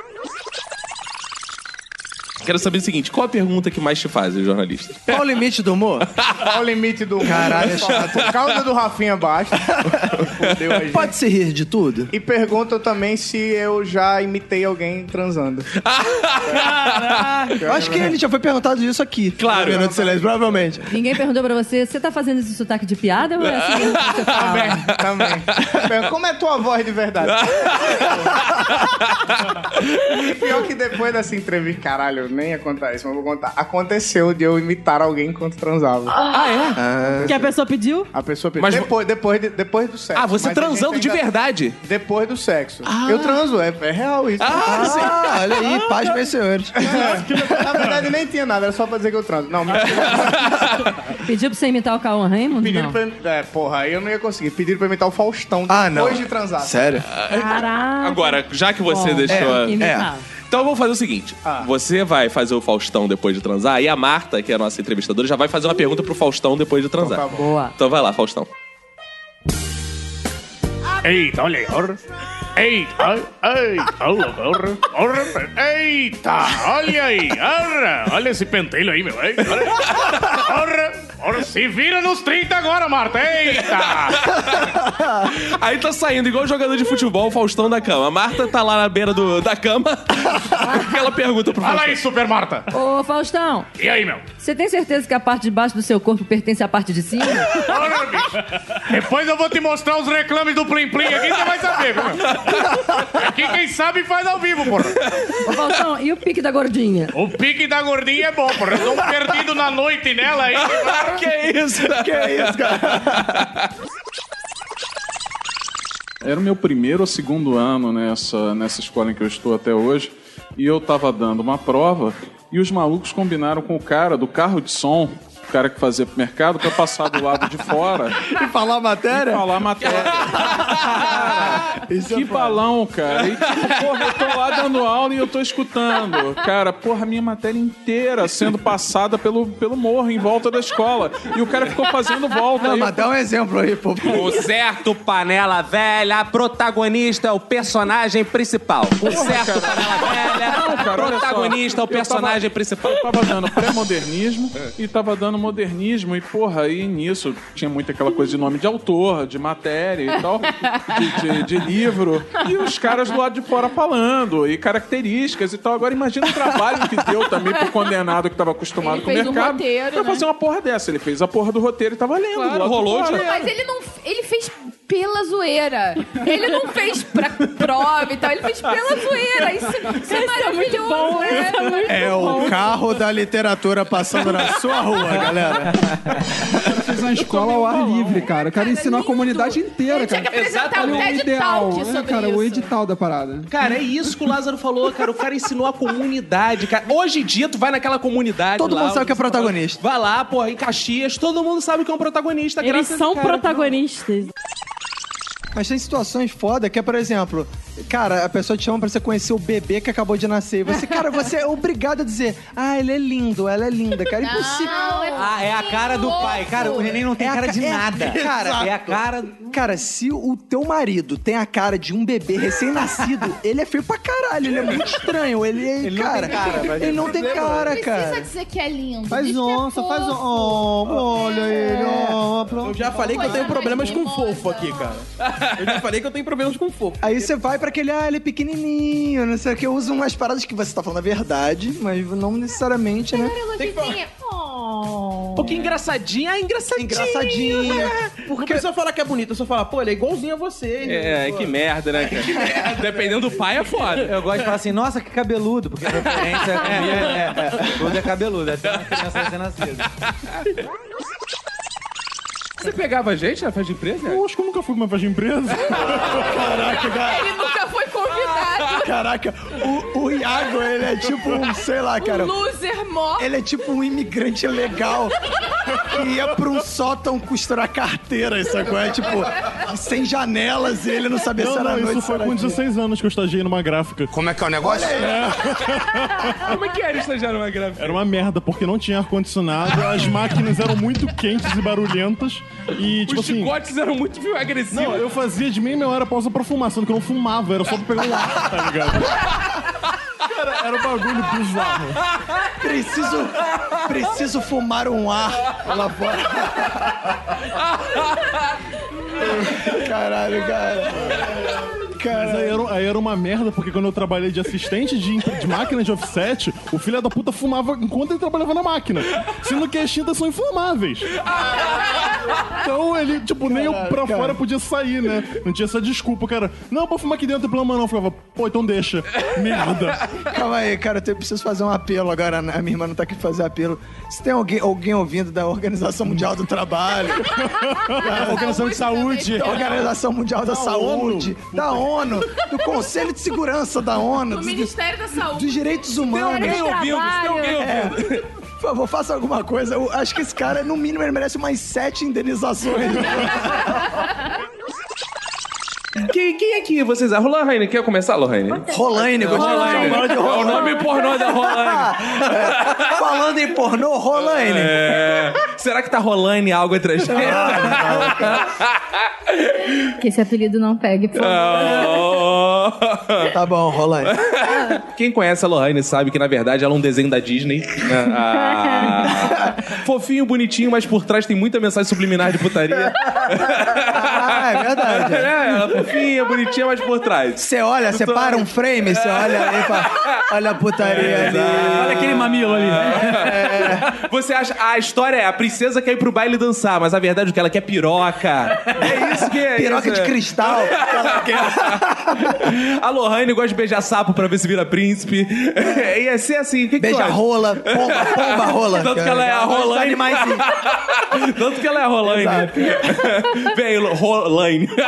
S1: Quero saber o seguinte, qual a pergunta que mais te fazem, jornalista?
S2: Qual o limite do humor?
S1: Qual o limite do
S2: Caralho, é chato.
S8: Por causa do Rafinha Basta. fudeu a gente.
S2: Pode se rir de tudo?
S8: E pergunta também se eu já imitei alguém transando.
S2: Eu Acho que ele já foi perguntado isso aqui. Claro. Minuto de Silêncio, provavelmente.
S7: Ninguém perguntou pra você, você tá fazendo esse sotaque de piada ou é assim mesmo que você fala?
S2: É.
S8: também, também. Como é tua voz de verdade? e pior que depois dessa entrevista, caralho, eu nem ia contar isso, mas eu vou contar. Aconteceu de eu imitar alguém enquanto transava.
S10: Ah, é? Que a
S8: pessoa pediu? A pessoa pediu.
S10: Mas vo-
S8: depois, depois, de- depois do sexo.
S10: Ah, você
S8: Mas a gente
S10: transando de
S1: verdade?
S8: Depois do sexo. Eu transo, é, é real isso.
S2: Ah, sim. olha aí, paz, meus senhores.
S8: Na verdade, nem tinha nada, era só pra dizer que eu transo. Não, mas...
S7: Pediu pra você imitar o Cauã Raymond?
S8: Pediram
S7: Não.
S8: pra... É, porra, aí eu não ia conseguir. Pediram pra imitar o Faustão
S2: Ah,
S1: não.
S8: depois de transar.
S1: Sério?
S7: Caraca.
S1: Agora, já que você
S8: Ah, Bom,
S1: deixou...
S8: é, imitar.
S1: Então eu vou fazer o seguinte:
S57: Ah.
S1: você vai fazer o Faustão depois de transar, e a Marta, que é a nossa entrevistadora, já vai fazer uma pergunta pro Faustão depois de transar.
S8: Então tá bom. Boa.
S1: Então vai lá, Faustão.
S11: Eita, olha aí, olha. Eita, eita, olha, olha, olha. Eita, olha aí, olha. Olha esse pentelho aí, meu. Eita, olha. Olha. Ora, se vira nos 30 agora, Marta. Eita!
S57: Aí tá saindo, igual jogador de futebol, o Faustão da cama. A Marta tá lá na beira do- da cama. Aquela pergunta pro Fala
S11: aí, Super Marta.
S5: Ô, Faustão,
S11: E aí, meu?
S5: você tem certeza que a parte de baixo do seu corpo pertence à parte de cima?
S11: Ora, bicho. Depois eu vou te mostrar os reclames do Plim Plim aqui, você vai saber. viu, meu? Aqui quem sabe faz ao vivo, porra.
S5: Ô, Faustão, e o pique da gordinha?
S11: O pique da gordinha é bom, porra. Eu tô perdido na noite nela aí.
S57: que isso?
S11: Que isso, cara?
S12: Era o meu primeiro ou segundo ano nessa, nessa escola em que eu estou até hoje. E eu tava dando uma prova e os malucos combinaram com o cara do carro de som, o cara que fazia pro mercado, pra passar do lado de fora.
S2: E falar a matéria? é
S12: falar a matéria. que balão, cara. E, tipo, porra, eu tô lá dando aula e eu tô escutando. Cara, porra, a minha matéria inteira sendo passada pelo, pelo morro, em volta da escola. E o cara ficou fazendo volta.
S2: Não,
S12: E eu-
S2: mas dá um exemplo aí, pô.
S1: Concerto Panela Velha, protagonista é o personagem principal. Concerto Panela Velha, é protagonista é o personagem principal.
S12: Eu tava dando pré-modernismo e tava dando modernismo. E, porra, aí nisso tinha muito aquela coisa de nome de autor, de matéria e tal, de, de- de livro. E os caras do lado de fora falando, e características e tal. Agora imagina o trabalho que deu também pro condenado que tava acostumado
S6: Ele
S12: com o
S6: fez um
S12: mercado.
S6: roteiro,
S12: pra
S6: né?
S12: fazer uma porra dessa. Ele fez a porra do roteiro e tava lendo. do lado de fora.
S6: Mas ele não. Ele fez pela zoeira. Ele não fez pra prova e tal. Ele fez pela zoeira. Isso, isso é maravilhoso. né?
S2: É o carro da literatura passando na sua rua, galera.
S8: Fiz uma escola
S17: um
S8: ao ar livre, cara. Eu quero ensinar a comunidade inteira, cara.
S3: que apresentar um
S8: Olha
S3: TED Talk
S8: né,
S3: sobre
S8: cara,
S3: isso.
S8: o edital da parada.
S1: Cara, é isso que o Lázaro falou, cara. O cara ensinou a comunidade, cara. Hoje em dia, tu vai naquela comunidade.
S2: Todo
S1: lá,
S2: mundo sabe que é
S1: você tá falando.
S2: protagonista.
S1: Vai lá, porra, em Caxias, todo mundo sabe que é um protagonista.
S58: Eles
S1: graças a
S58: são
S1: cara.
S58: protagonistas.
S2: Mas tem situações foda que é, por exemplo, cara, a pessoa te chama pra você conhecer o bebê que acabou de nascer. E você, cara, você é obrigado a dizer, ah, ele é lindo, ela é linda, cara, é impossível.
S17: Ah, é a cara do pai. Cara, o neném não tem
S2: É a
S17: cara
S2: ca-
S17: de
S2: é a-
S17: nada.
S2: Cara,
S17: é a cara.
S2: Cara, se o teu marido tem a cara de um bebê recém-nascido, ele é feio pra caralho, ele é muito estranho. Ele, é-
S17: Ele não
S2: cara,
S17: tem cara, mas
S2: ele não tem cara,
S6: Não
S2: cara. um.
S6: precisa dizer que é lindo.
S2: Faz
S6: Diz que é
S2: onça, faz
S6: fofo.
S2: onça. olha
S8: É.
S2: ele, ó.
S17: Eu já falei que eu tenho problemas com fofo aqui, cara. Eu já falei que eu tenho problemas com fofo.
S2: Aí você vai pra aquele, ah, ele é pequenininho, não sei o que. Eu uso umas paradas que você tá falando a verdade, mas não necessariamente, né?
S17: Tem que falar.
S6: Um
S17: pouquinho engraçadinho. Ah, engraçadinho.
S2: Engraçadinho.
S17: Porque... Não precisa falar que é bonito, eu só falar, pô, ele é igualzinho a você. né?
S57: É,
S17: Pô.
S57: que merda, né, cara? Dependendo do pai, é foda.
S17: Eu gosto de falar assim, nossa, que cabeludo, porque a referência é, é, é, é, tudo é cabeludo, é até uma criança recém-nascida.
S57: Você pegava a gente na festa de empresa?
S12: Eu acho que eu nunca fui pra uma festa de empresa.
S2: Caraca, cara.
S6: Ele nunca foi convidado.
S2: Caraca, o, o Iago, ele é tipo um, sei lá, cara.
S6: Um loser mó.
S2: Ele é tipo um imigrante legal que ia pra um sótão costurar carteira, isso agora é tipo, sem janelas e ele não sabia
S12: Não,
S2: se era
S12: não, isso
S2: noite.
S12: foi com 16 anos que eu estagiei numa gráfica.
S59: Como é que é o negócio?
S57: Como é que era estagiar numa gráfica?
S12: Era uma merda, porque não tinha ar-condicionado, as máquinas eram muito quentes e barulhentas. E, tipo
S57: Os
S12: assim.
S57: chicotes eram muito viu, agressivos.
S12: Não, eu fazia de meia meia hora pausa pra fumar, sendo que eu não fumava, era só pra pegar o ar, tá ligado? Cara, era um bagulho bizarro.
S2: Preciso, preciso fumar um ar lá fora. Caralho, cara.
S12: Mas aí era, aí era uma merda, porque quando eu trabalhei de assistente de, de máquina de offset, o filho da puta fumava enquanto ele trabalhava na máquina. Sendo que as tintas são inflamáveis. Então ele, tipo, nem eu pra fora podia sair, né? Não tinha essa desculpa, cara. Não, pra fumar aqui dentro, pelo amor não. Eu ficava, pô, então deixa. Merda.
S2: Calma aí, cara, eu preciso fazer um apelo agora. A minha irmã não tá aqui pra fazer apelo. Se tem alguém, alguém ouvindo da Organização Mundial do Trabalho, da Organização de Saúde, Organização Mundial da, Saúde, da ONU, do Conselho de Segurança da ONU,
S6: Do
S2: dos-
S6: Ministério da Saúde.
S2: dos Direitos Humanos.
S6: Tem alguém ouvindo, tem alguém
S2: É. Por favor, faça alguma coisa. Eu acho que esse cara, no mínimo, ele merece umas sete indenizações.
S17: Que
S1: E quem aqui vocês acham? Lohane, quer começar, Lohane?
S2: Rolaine, gostei de
S1: Rolaine.
S2: chamar de
S1: É o nome pornô da Rolaine.
S2: Falando em pornô, Rolaine.
S1: É. Será que tá Rolaine algo entre as
S2: Ah,
S7: Que esse apelido não pegue, por
S1: Tá bom, Rolaine. Quem conhece a Lohane sabe que, na verdade, ela é um desenho da Disney. né? Ah. Fofinho, bonitinho, mas por trás tem muita mensagem subliminar de putaria.
S2: Ah, é verdade.
S1: É, ela é fofinha, bonitinha, mas por trás.
S2: Você olha, você para um frame, você olha ali, pra, olha a putaria ali. É.
S1: Olha aquele mamilo ali. Você acha, a história é a princesa quer ir pro baile dançar, mas a verdade é que ela quer piroca. É isso que é.
S2: Piroca
S1: isso,
S2: de
S1: é.
S2: cristal.
S1: A Lohane gosta de beijar sapo pra ver se vira príncipe. E é ser assim, o que que
S2: Beija
S1: tu acha?
S2: rola, pomba, pomba rola.
S1: Tanto que ela é a
S2: gosta de
S1: Rolaine.
S2: animaizinho.
S1: Tanto que ela é a Rolaine. Vem, Lo- Rolaine.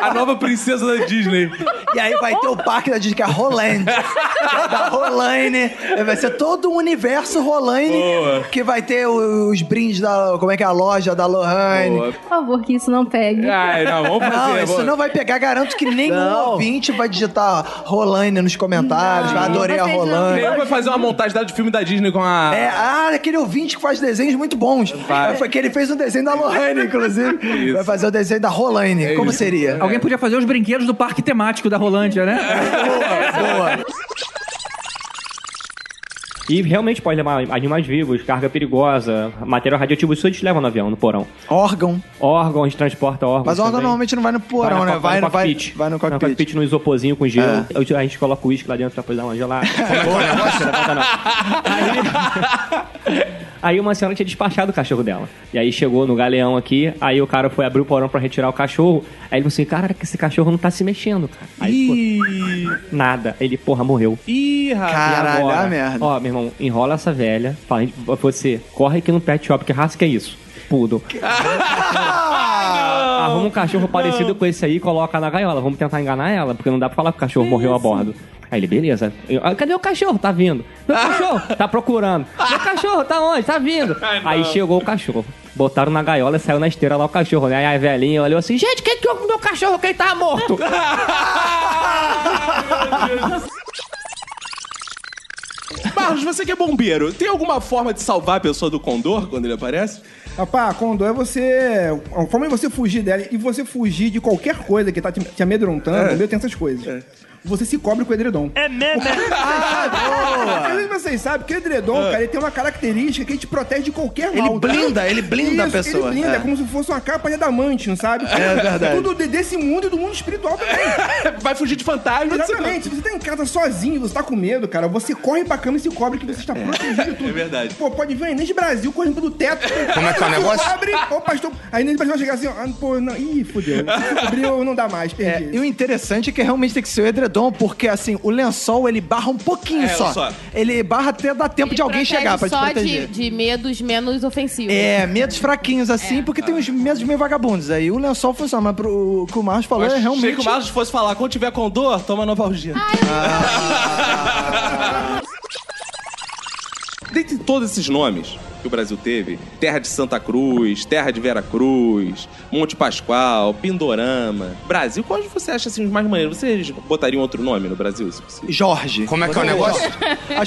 S1: A nova princesa da Disney.
S2: E aí vai ter o parque da Disney, que é Roland. da Rolaine. Vai ser todo um universo Rolaine
S1: Boa.
S2: que vai ter os brindes da. Como é que é a loja da Lohane.
S1: Boa.
S7: favor, que isso não pegue.
S1: Ai, não, vamos fazer,
S2: Não, isso
S1: vamos.
S2: não vai pegar. Garanto que nenhum
S1: Não.
S2: ouvinte vai digitar Rolaine nos comentários. vai adorei a Rolaine.
S1: Eu vou fazer uma montagem dela de filme da Disney com a.
S2: É, ah, aquele ouvinte que faz desenhos muito bons.
S1: Vai.
S2: Foi que ele fez um desenho da Lohane, inclusive. Vai fazer o desenho da Rolaine.
S8: É
S2: Como
S8: isso.
S2: seria?
S8: Alguém podia fazer os brinquedos do parque temático da Rolândia, né?
S2: boa,
S8: boa.
S21: E realmente pode levar animais vivos, carga perigosa, material radioativo, isso a gente leva no avião, no porão.
S2: Órgão.
S21: Órgão, a gente transporta órgãos.
S2: Mas o órgão
S21: também.
S2: normalmente não vai no porão, né?
S21: na-
S2: Vai,
S21: no
S2: vai,
S21: cockpit.
S2: vai no
S21: Vai no
S2: cockpit. É.
S21: cockpit, no isoporzinho com gelo. Eu- A gente coloca o uísque lá dentro pra poder dar uma gelada.
S30: é
S21: Aí uma senhora tinha despachado o cachorro dela. E aí chegou no galeão aqui, aí o cara foi abrir o porão pra retirar o cachorro. Aí ele falou assim: cara, que esse cachorro não tá se mexendo, cara. Aí, pô, nada. Ele, porra, morreu.
S1: Ih,
S3: é
S21: E agora?
S2: ah,
S17: é
S2: merda.
S21: Ó, meu irmão, enrola essa velha. Fala, você corre aqui no pet shop, que raça que é isso? Pudo. Arruma um cachorro parecido com esse aí e coloca na gaiola. Vamos tentar enganar ela, porque não dá pra falar que o cachorro morreu a bordo. Aí ele, beleza. Eu, ah, Cadê o cachorro? Tá vindo. Meu cachorro? Tá procurando. Meu cachorro? Tá onde? Tá vindo. Aí chegou o cachorro. Botaram na gaiola e saiu na esteira lá o cachorro, né? Aí a velhinha olhou assim, gente,
S3: é
S21: quem que houve com o meu cachorro? Quem tá morto?
S1: Barros, você que é bombeiro, tem alguma forma de salvar a pessoa do condor quando ele aparece?
S22: Rapaz, quando é você. A forma é você fugir dela e você fugir de qualquer coisa que tá te, te amedrontando,
S1: É.
S22: entendeu? Tem essas coisas. Você se cobre com o edredom. É mesmo?
S13: né?
S22: ah, boa! Porque vocês sabem que o edredom, cara, ele tem uma característica que ele te protege de qualquer
S2: É. Ele
S22: mal.
S2: blinda, ele blinda a pessoa.
S22: Ele blinda,
S2: É.
S22: é. como se fosse uma capa de adamantium, sabe?
S2: É verdade.
S22: Tudo de- desse mundo e do mundo espiritual também.
S1: Vai fugir de fantasma.
S22: Exatamente. Se você tá em casa sozinho, você tá com medo, cara, você corre pra cama e se cobre que você está protegido de tudo.
S1: É verdade.
S22: Pô, pode ver a Inês Brasil correndo pelo teto.
S2: Como é que é o
S22: Se
S2: negócio?
S22: Abre, ô pastor. A Inês Brasil vai chegar assim, ó. ah, Pô, não, ih, fudeu. Se abriu, não dá mais, perdi.
S2: E o interessante é que realmente tem que ser o edredom, porque assim, o lençol ele barra um pouquinho
S21: É,
S2: só.
S21: só.
S2: Ele barra até dar tempo de alguém
S6: Protege
S2: chegar pra te
S6: só de,
S2: proteger.
S6: um. de medos menos ofensivos.
S2: É, medos fraquinhos
S6: É.
S2: assim, porque tem uns medos meio vagabundos. Aí o lençol funciona, mas pro, o que o Marcos falou é realmente.
S1: Achei que o Barros fosse falar, quando tiver condor, toma novalgia. Dentre todos esses nomes que o Brasil teve, Terra de Santa Cruz, Terra de Vera Cruz, Monte Pascoal, Pindorama, Brasil, qual você acha assim os mais maneiros? Vocês botariam outro nome no Brasil, se possível?
S2: Jorge.
S1: Como
S2: Acho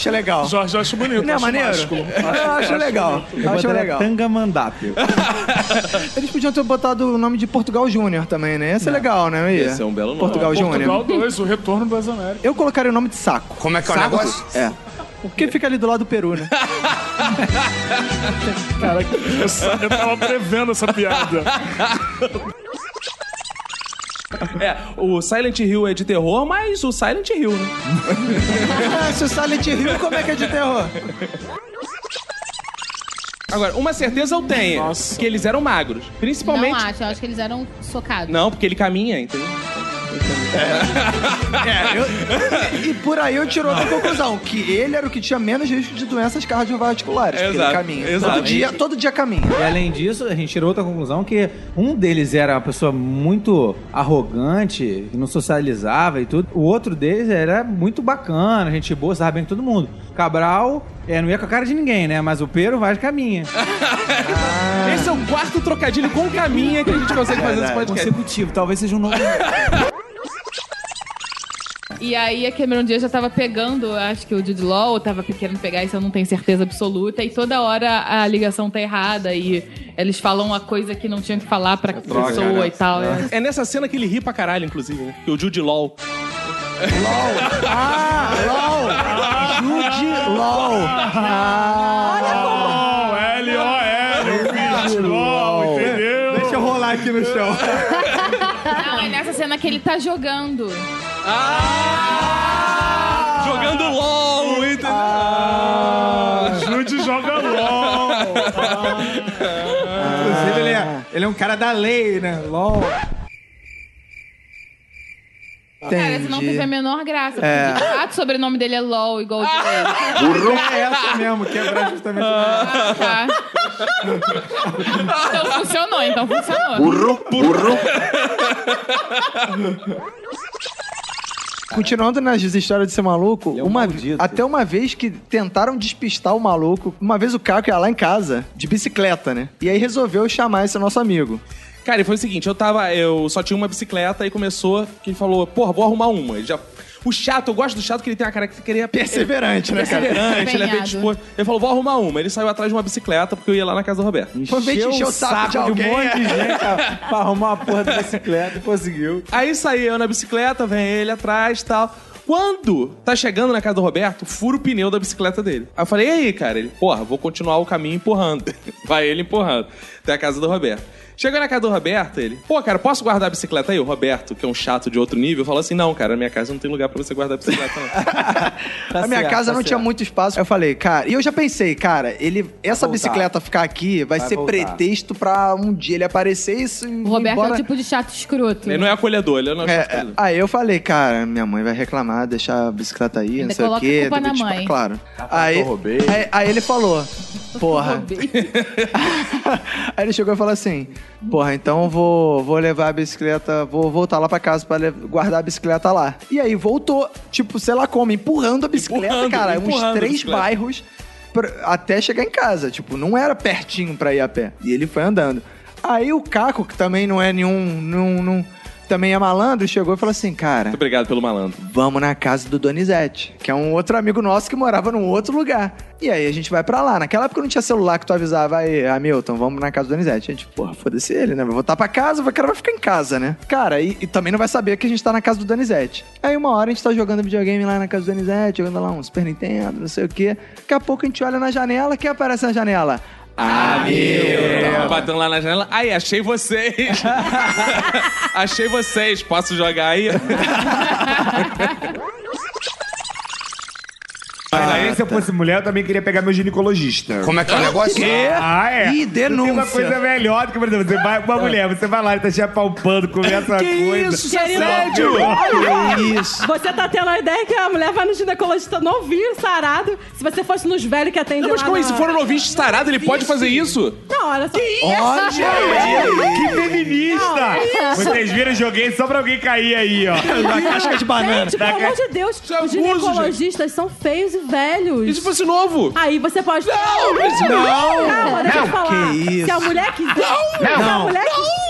S2: legal.
S1: Jorge, eu acho bonito.
S2: Não é maneiro? Eu acho legal. Eu acho legal.
S17: Tangamandápio.
S2: Eles podiam ter botado o nome de Portugal Júnior também, né? Esse é legal, né? Ia.
S1: Esse é um belo nome.
S2: Portugal Júnior.
S4: Portugal 2, o retorno das Américas.
S2: Eu colocaria o nome de saco.
S1: Como é que é o
S2: Saco?
S1: negócio?
S2: É. Porque fica ali do lado do Peru, né?
S4: Cara, eu, eu tava prevendo essa piada.
S1: É, o Silent Hill é de terror, mas o Silent Hill, né?
S2: Se o Silent Hill, como é que é de terror?
S1: Agora, uma certeza eu tenho, que eles eram magros. Principalmente...
S6: Não acho, eu acho que eles eram socados.
S1: Não, porque ele caminha, entendeu?
S2: É. E, e por aí eu tiro outra conclusão, que ele era o que tinha menos risco de doenças cardiovasculares. porque
S17: Exato,
S2: Ele caminha.
S17: exato.
S2: Todo dia, todo dia caminha.
S17: E além disso, a gente tirou outra conclusão que um deles era uma pessoa muito arrogante, que não socializava e tudo. O outro deles era muito bacana, gente boa, sabe bem com todo mundo. Cabral é, não ia com a cara de ninguém, né? Mas o Pero vai de caminha.
S1: Esse é o quarto trocadilho com caminha que a gente consegue fazer nesse podcast.
S17: Consecutivo, talvez seja um novo.
S6: E aí a Cameron Diaz já tava pegando, acho que o Jude Law tava querendo pegar, isso eu não tenho certeza absoluta. E toda hora a ligação tá errada e eles falam uma coisa que não tinham que falar
S8: É
S6: pra
S1: Droga,
S6: pessoa
S1: né?
S6: e tal. é.
S1: É nessa cena que ele ri pra caralho, inclusive, né? Que o Jude LOL.
S60: Ah, LOL! Jude LOL!
S61: LOL, L-O-L, Jude LOL, entendeu? Deixa eu rolar aqui no chão.
S6: Não, é nessa cena que ele tá jogando.
S1: Jogando LOL, entendeu?
S3: Ah,
S61: Jude joga LOL.
S8: Inclusive, ele
S2: Ah.
S8: é, ele é um cara da lei, né? LOL.
S6: Cara, senão teve a menor graça. Porque
S8: É.
S6: de fato o sobrenome dele é LOL, igual o dele.
S8: Burro. É essa mesmo, quebrar justamente.
S6: Ah, tá. Então funcionou, então funcionou.
S8: burro.
S2: Continuando nas histórias de ser maluco,
S1: é um
S2: uma, até uma vez que tentaram despistar o maluco, uma vez o Caco ia lá em casa, de bicicleta, né? E aí resolveu chamar esse nosso amigo.
S1: Cara, e foi o seguinte, eu tava. Eu só tinha uma bicicleta e começou que ele falou, porra, vou arrumar uma. Ele já. O chato, eu gosto do chato que ele tem a característica
S2: Perseverante, né, cara?
S1: Perseverante, ele é bem
S2: Empenhado.
S1: disposto. Ele falou, vou arrumar uma. Ele saiu atrás de uma bicicleta porque eu ia lá na casa do Roberto.
S2: Provavelmente Encheu encheu o o saco de saco de alguém. um monte de gente,
S1: pra arrumar a porra da bicicleta e conseguiu. Aí saí eu na bicicleta, vem ele atrás e tal. Quando tá chegando na casa do Roberto, fura o pneu da bicicleta dele. Aí eu falei, e aí, cara? Ele, porra, vou continuar o caminho empurrando. Vai ele empurrando até a casa do Roberto. Chegou na casa do Roberto, ele, pô, cara, posso guardar a bicicleta aí? O Roberto, que é um chato de outro nível, falou assim: não, cara, na minha casa não tem lugar pra você guardar a bicicleta, não.
S2: a minha
S1: certo,
S2: casa
S1: tá
S2: não
S1: certo.
S2: tinha muito espaço. Eu falei, cara, e eu já pensei, cara, ele essa
S1: voltar.
S2: bicicleta ficar aqui vai,
S1: Vai
S2: ser
S1: voltar.
S2: pretexto pra um dia ele aparecer e isso.
S6: O Roberto é
S2: embora.
S6: o tipo de chato escroto.
S1: Ele não é acolhedor, ele não é, um chato
S2: É,
S1: acolhedor.
S2: aí eu falei, cara, minha mãe vai reclamar, deixar a bicicleta aí,
S6: Ainda
S2: não sei o
S6: coloca
S2: quê.
S6: a culpa
S2: depois
S6: na
S2: te-
S6: mãe.
S2: Claro.
S1: Ah,
S2: Aí, aí, aí ele falou, porra. aí ele chegou e falou assim, porra, então eu vou, vou levar a bicicleta, vou voltar lá pra casa pra le- guardar a bicicleta lá. E aí voltou, tipo, sei lá como, empurrando a bicicleta,
S1: Empurrando,
S2: cara,
S1: empurrando
S2: uns
S1: a
S2: três
S1: bicicleta.
S2: bairros pra- até chegar em casa. Tipo, não era pertinho pra ir a pé. E ele foi andando. Aí o Caco, que também não é nenhum. nenhum, nenhum- também é malandro, chegou e falou assim, cara.
S1: Muito obrigado pelo malandro.
S2: Vamos na casa do Donizete, que é um outro amigo nosso que morava num outro lugar. E aí a gente vai pra lá. Naquela época não tinha celular que tu avisava, aí, Hamilton, vamos na casa do Donizete. A gente, porra, foda-se ele, né? Vai voltar pra casa, o cara vai ficar em casa, né? Cara, e, e também não vai saber que a gente tá na casa do Donizete. Aí uma hora a gente tá jogando videogame lá na casa do Donizete, jogando lá um Super Nintendo, não sei o quê. Daqui a pouco a gente olha na janela, quem aparece na janela?
S1: Tava Batendo lá na janela. Aí, achei vocês. achei vocês. Posso jogar aí?
S9: Mas se eu fosse mulher, eu também queria pegar meu ginecologista.
S8: Como é que é o negócio? Quê?
S9: Ah, é.
S8: Ih, denúncia.
S9: Tem uma coisa melhor do que, por exemplo, você vai, uma mulher, você vai lá, ele tá te apalpando, começa a coisa.
S10: isso? Você tá tendo a ideia que a mulher vai no ginecologista novinho, sarado. Se você fosse nos velhos que atendem
S1: Não, mas
S10: lá
S1: como é
S10: na-
S1: isso? Se for um novinho tarado, ele pode fazer isso?
S10: Não, olha só. é Que
S9: Olha, que feminista! Vocês viram, joguei só pra alguém cair aí, ó.
S10: Gente,
S9: Da
S10: pelo
S9: ca-
S10: amor de Deus, os ginecologistas são feios e velhos. E se
S1: fosse novo?
S10: Aí você pode... Não!
S9: mas- Não!
S10: Calma, deixa eu
S9: Não,
S10: falar.
S9: que isso.
S10: Se a mulher quiser...
S2: Não!
S10: Se a mulher quiser... se a mulher quiser-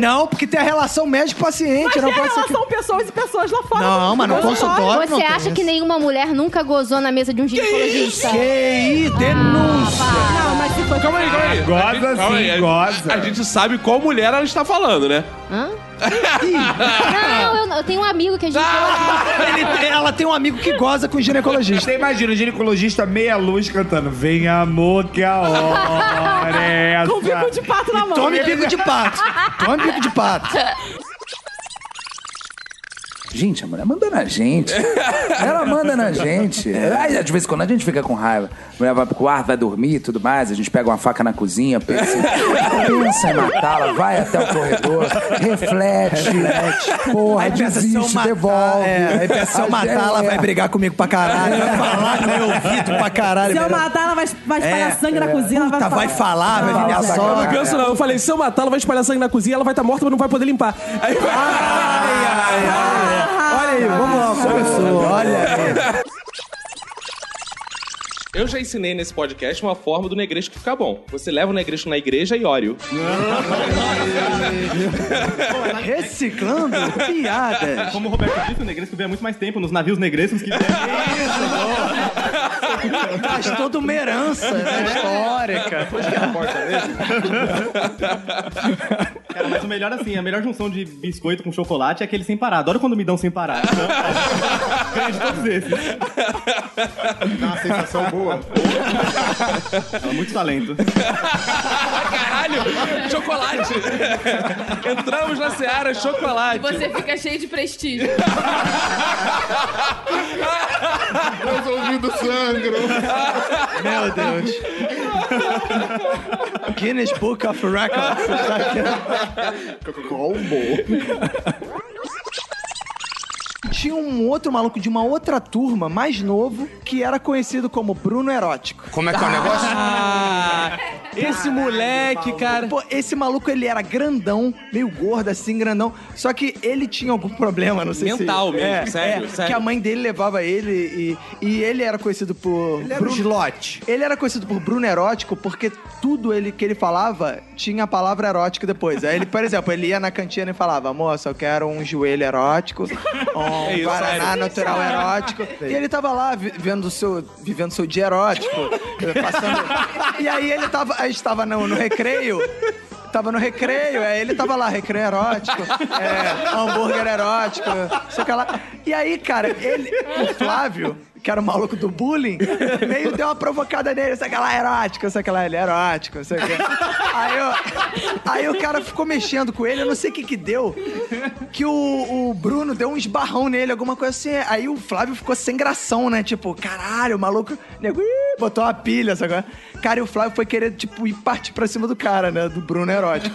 S2: Não, porque tem a relação médico-paciente,
S10: Mas tem
S2: não pode ser. que-
S10: relação pessoas e pessoas lá fora.
S2: Não, mas no consultório
S7: Você
S2: não tem
S7: acha que nenhuma mulher nunca gozou na mesa de um ginecologista? Ah,
S2: Que denúncia!
S10: não, mas se for...
S1: Calma aí, calma aí.
S9: Goza
S1: A gente- calma
S9: sim,
S1: aí, a-
S9: goza.
S1: A, gente sabe qual mulher ela está falando, né?
S7: Hã? Não, eu, eu tenho um amigo que é ginecologista.
S9: ela tem um amigo que goza com ginecologista. Você imagina, o ginecologista meia luz cantando: Vem amor, que a hora é essa.
S10: Com bico de pato na mão.
S9: Tome bico de pato.
S2: Tome bico de pato.
S3: Gente, a mulher manda na gente. Ela manda na gente. Aí, de vez em quando a gente fica com raiva. A mulher vai pro quarto, vai dormir e tudo mais. A gente pega uma faca na cozinha, pensa, pensa em matá-la, vai até o corredor, reflete. né? Porra,
S8: Aí pensa, se eu
S3: desiste,
S8: matar-
S3: devolve.
S8: é, aí pensa, se eu
S3: Aí,
S8: matar, ela
S3: é.
S8: vai brigar
S2: comigo pra caralho. Vai falar no meu ouvido pra caralho.
S10: Se eu
S2: verdade.
S10: matar, ela vai, vai espalhar
S2: É,
S10: sangue na
S2: é.
S10: cozinha. ela
S2: Puta, vai falar, vai virar
S10: Não,
S2: só.
S1: Eu não penso, não. Eu falei, se eu matar, ela vai espalhar sangue na cozinha, ela vai estar morta, mas não vai poder limpar. Aí vai.
S8: Olha aí, vamos lá, começou. Olha aí.
S1: Eu já ensinei nesse podcast uma forma do negresco ficar bom. Você leva o negresco na igreja e óleo.
S2: Reciclando piadas.
S17: Como o Roberto disse, o negresco ganha muito mais tempo nos navios negrescos que
S2: Faz toda uma herança né, histórica.
S17: Cara, mas o melhor assim, a melhor junção de biscoito com chocolate é aquele sem parar. Adoro quando me dão sem parar. Ganho de todos esses. Dá uma sensação boa. muito talento.
S1: Caralho! Chocolate! Entramos na Seara Chocolate.
S7: Você fica cheio de prestígio.
S1: Meus ouvidos sangram.
S2: Meu Deus. Guinness Book of Records. Combo. Tinha um outro maluco de uma outra turma, mais novo, que era conhecido como Bruno Erótico.
S21: Como é que é o negócio?
S2: Esse moleque, cara. Pô, esse maluco ele era grandão, meio gordo assim, grandão. Só que ele tinha algum problema, não sei
S21: Mental
S2: se. É,
S21: mesmo, sério, sério.
S2: Que a mãe dele levava ele e, e ele era conhecido por.
S21: Ele era
S2: Bruno
S21: um
S2: Gilote. Ele era conhecido por Bruno Erótico porque tudo ele, que ele falava tinha a palavra erótico depois. Aí ele, por exemplo, ele ia na cantina e falava: moça, eu quero um joelho erótico, um
S21: É isso,
S2: guaraná
S21: sério.
S2: natural erótico. E ele tava lá vi- vendo seu, vivendo seu dia erótico, passando. E aí ele tava, a gente tava no, no recreio. Tava no recreio, aí ele tava lá, recreio erótico, é, hambúrguer erótico, não sei o que lá. E aí, cara, ele, o Flávio, que era o maluco do bullying, meio deu uma provocada nele, sei o que lá, erótico, sei o que lá, ele é erótico, sei o que. Aí, eu- aí o cara ficou mexendo com ele, eu não sei o que que deu, que o, o Bruno deu um esbarrão nele, alguma coisa assim. Aí o Flávio ficou sem gração, né? Tipo, caralho, o maluco. Nego, ih, botou uma pilha, sabe? Cara, e o Flávio foi querer, tipo, ir partir pra cima do cara, né? Do Bruno Erótico.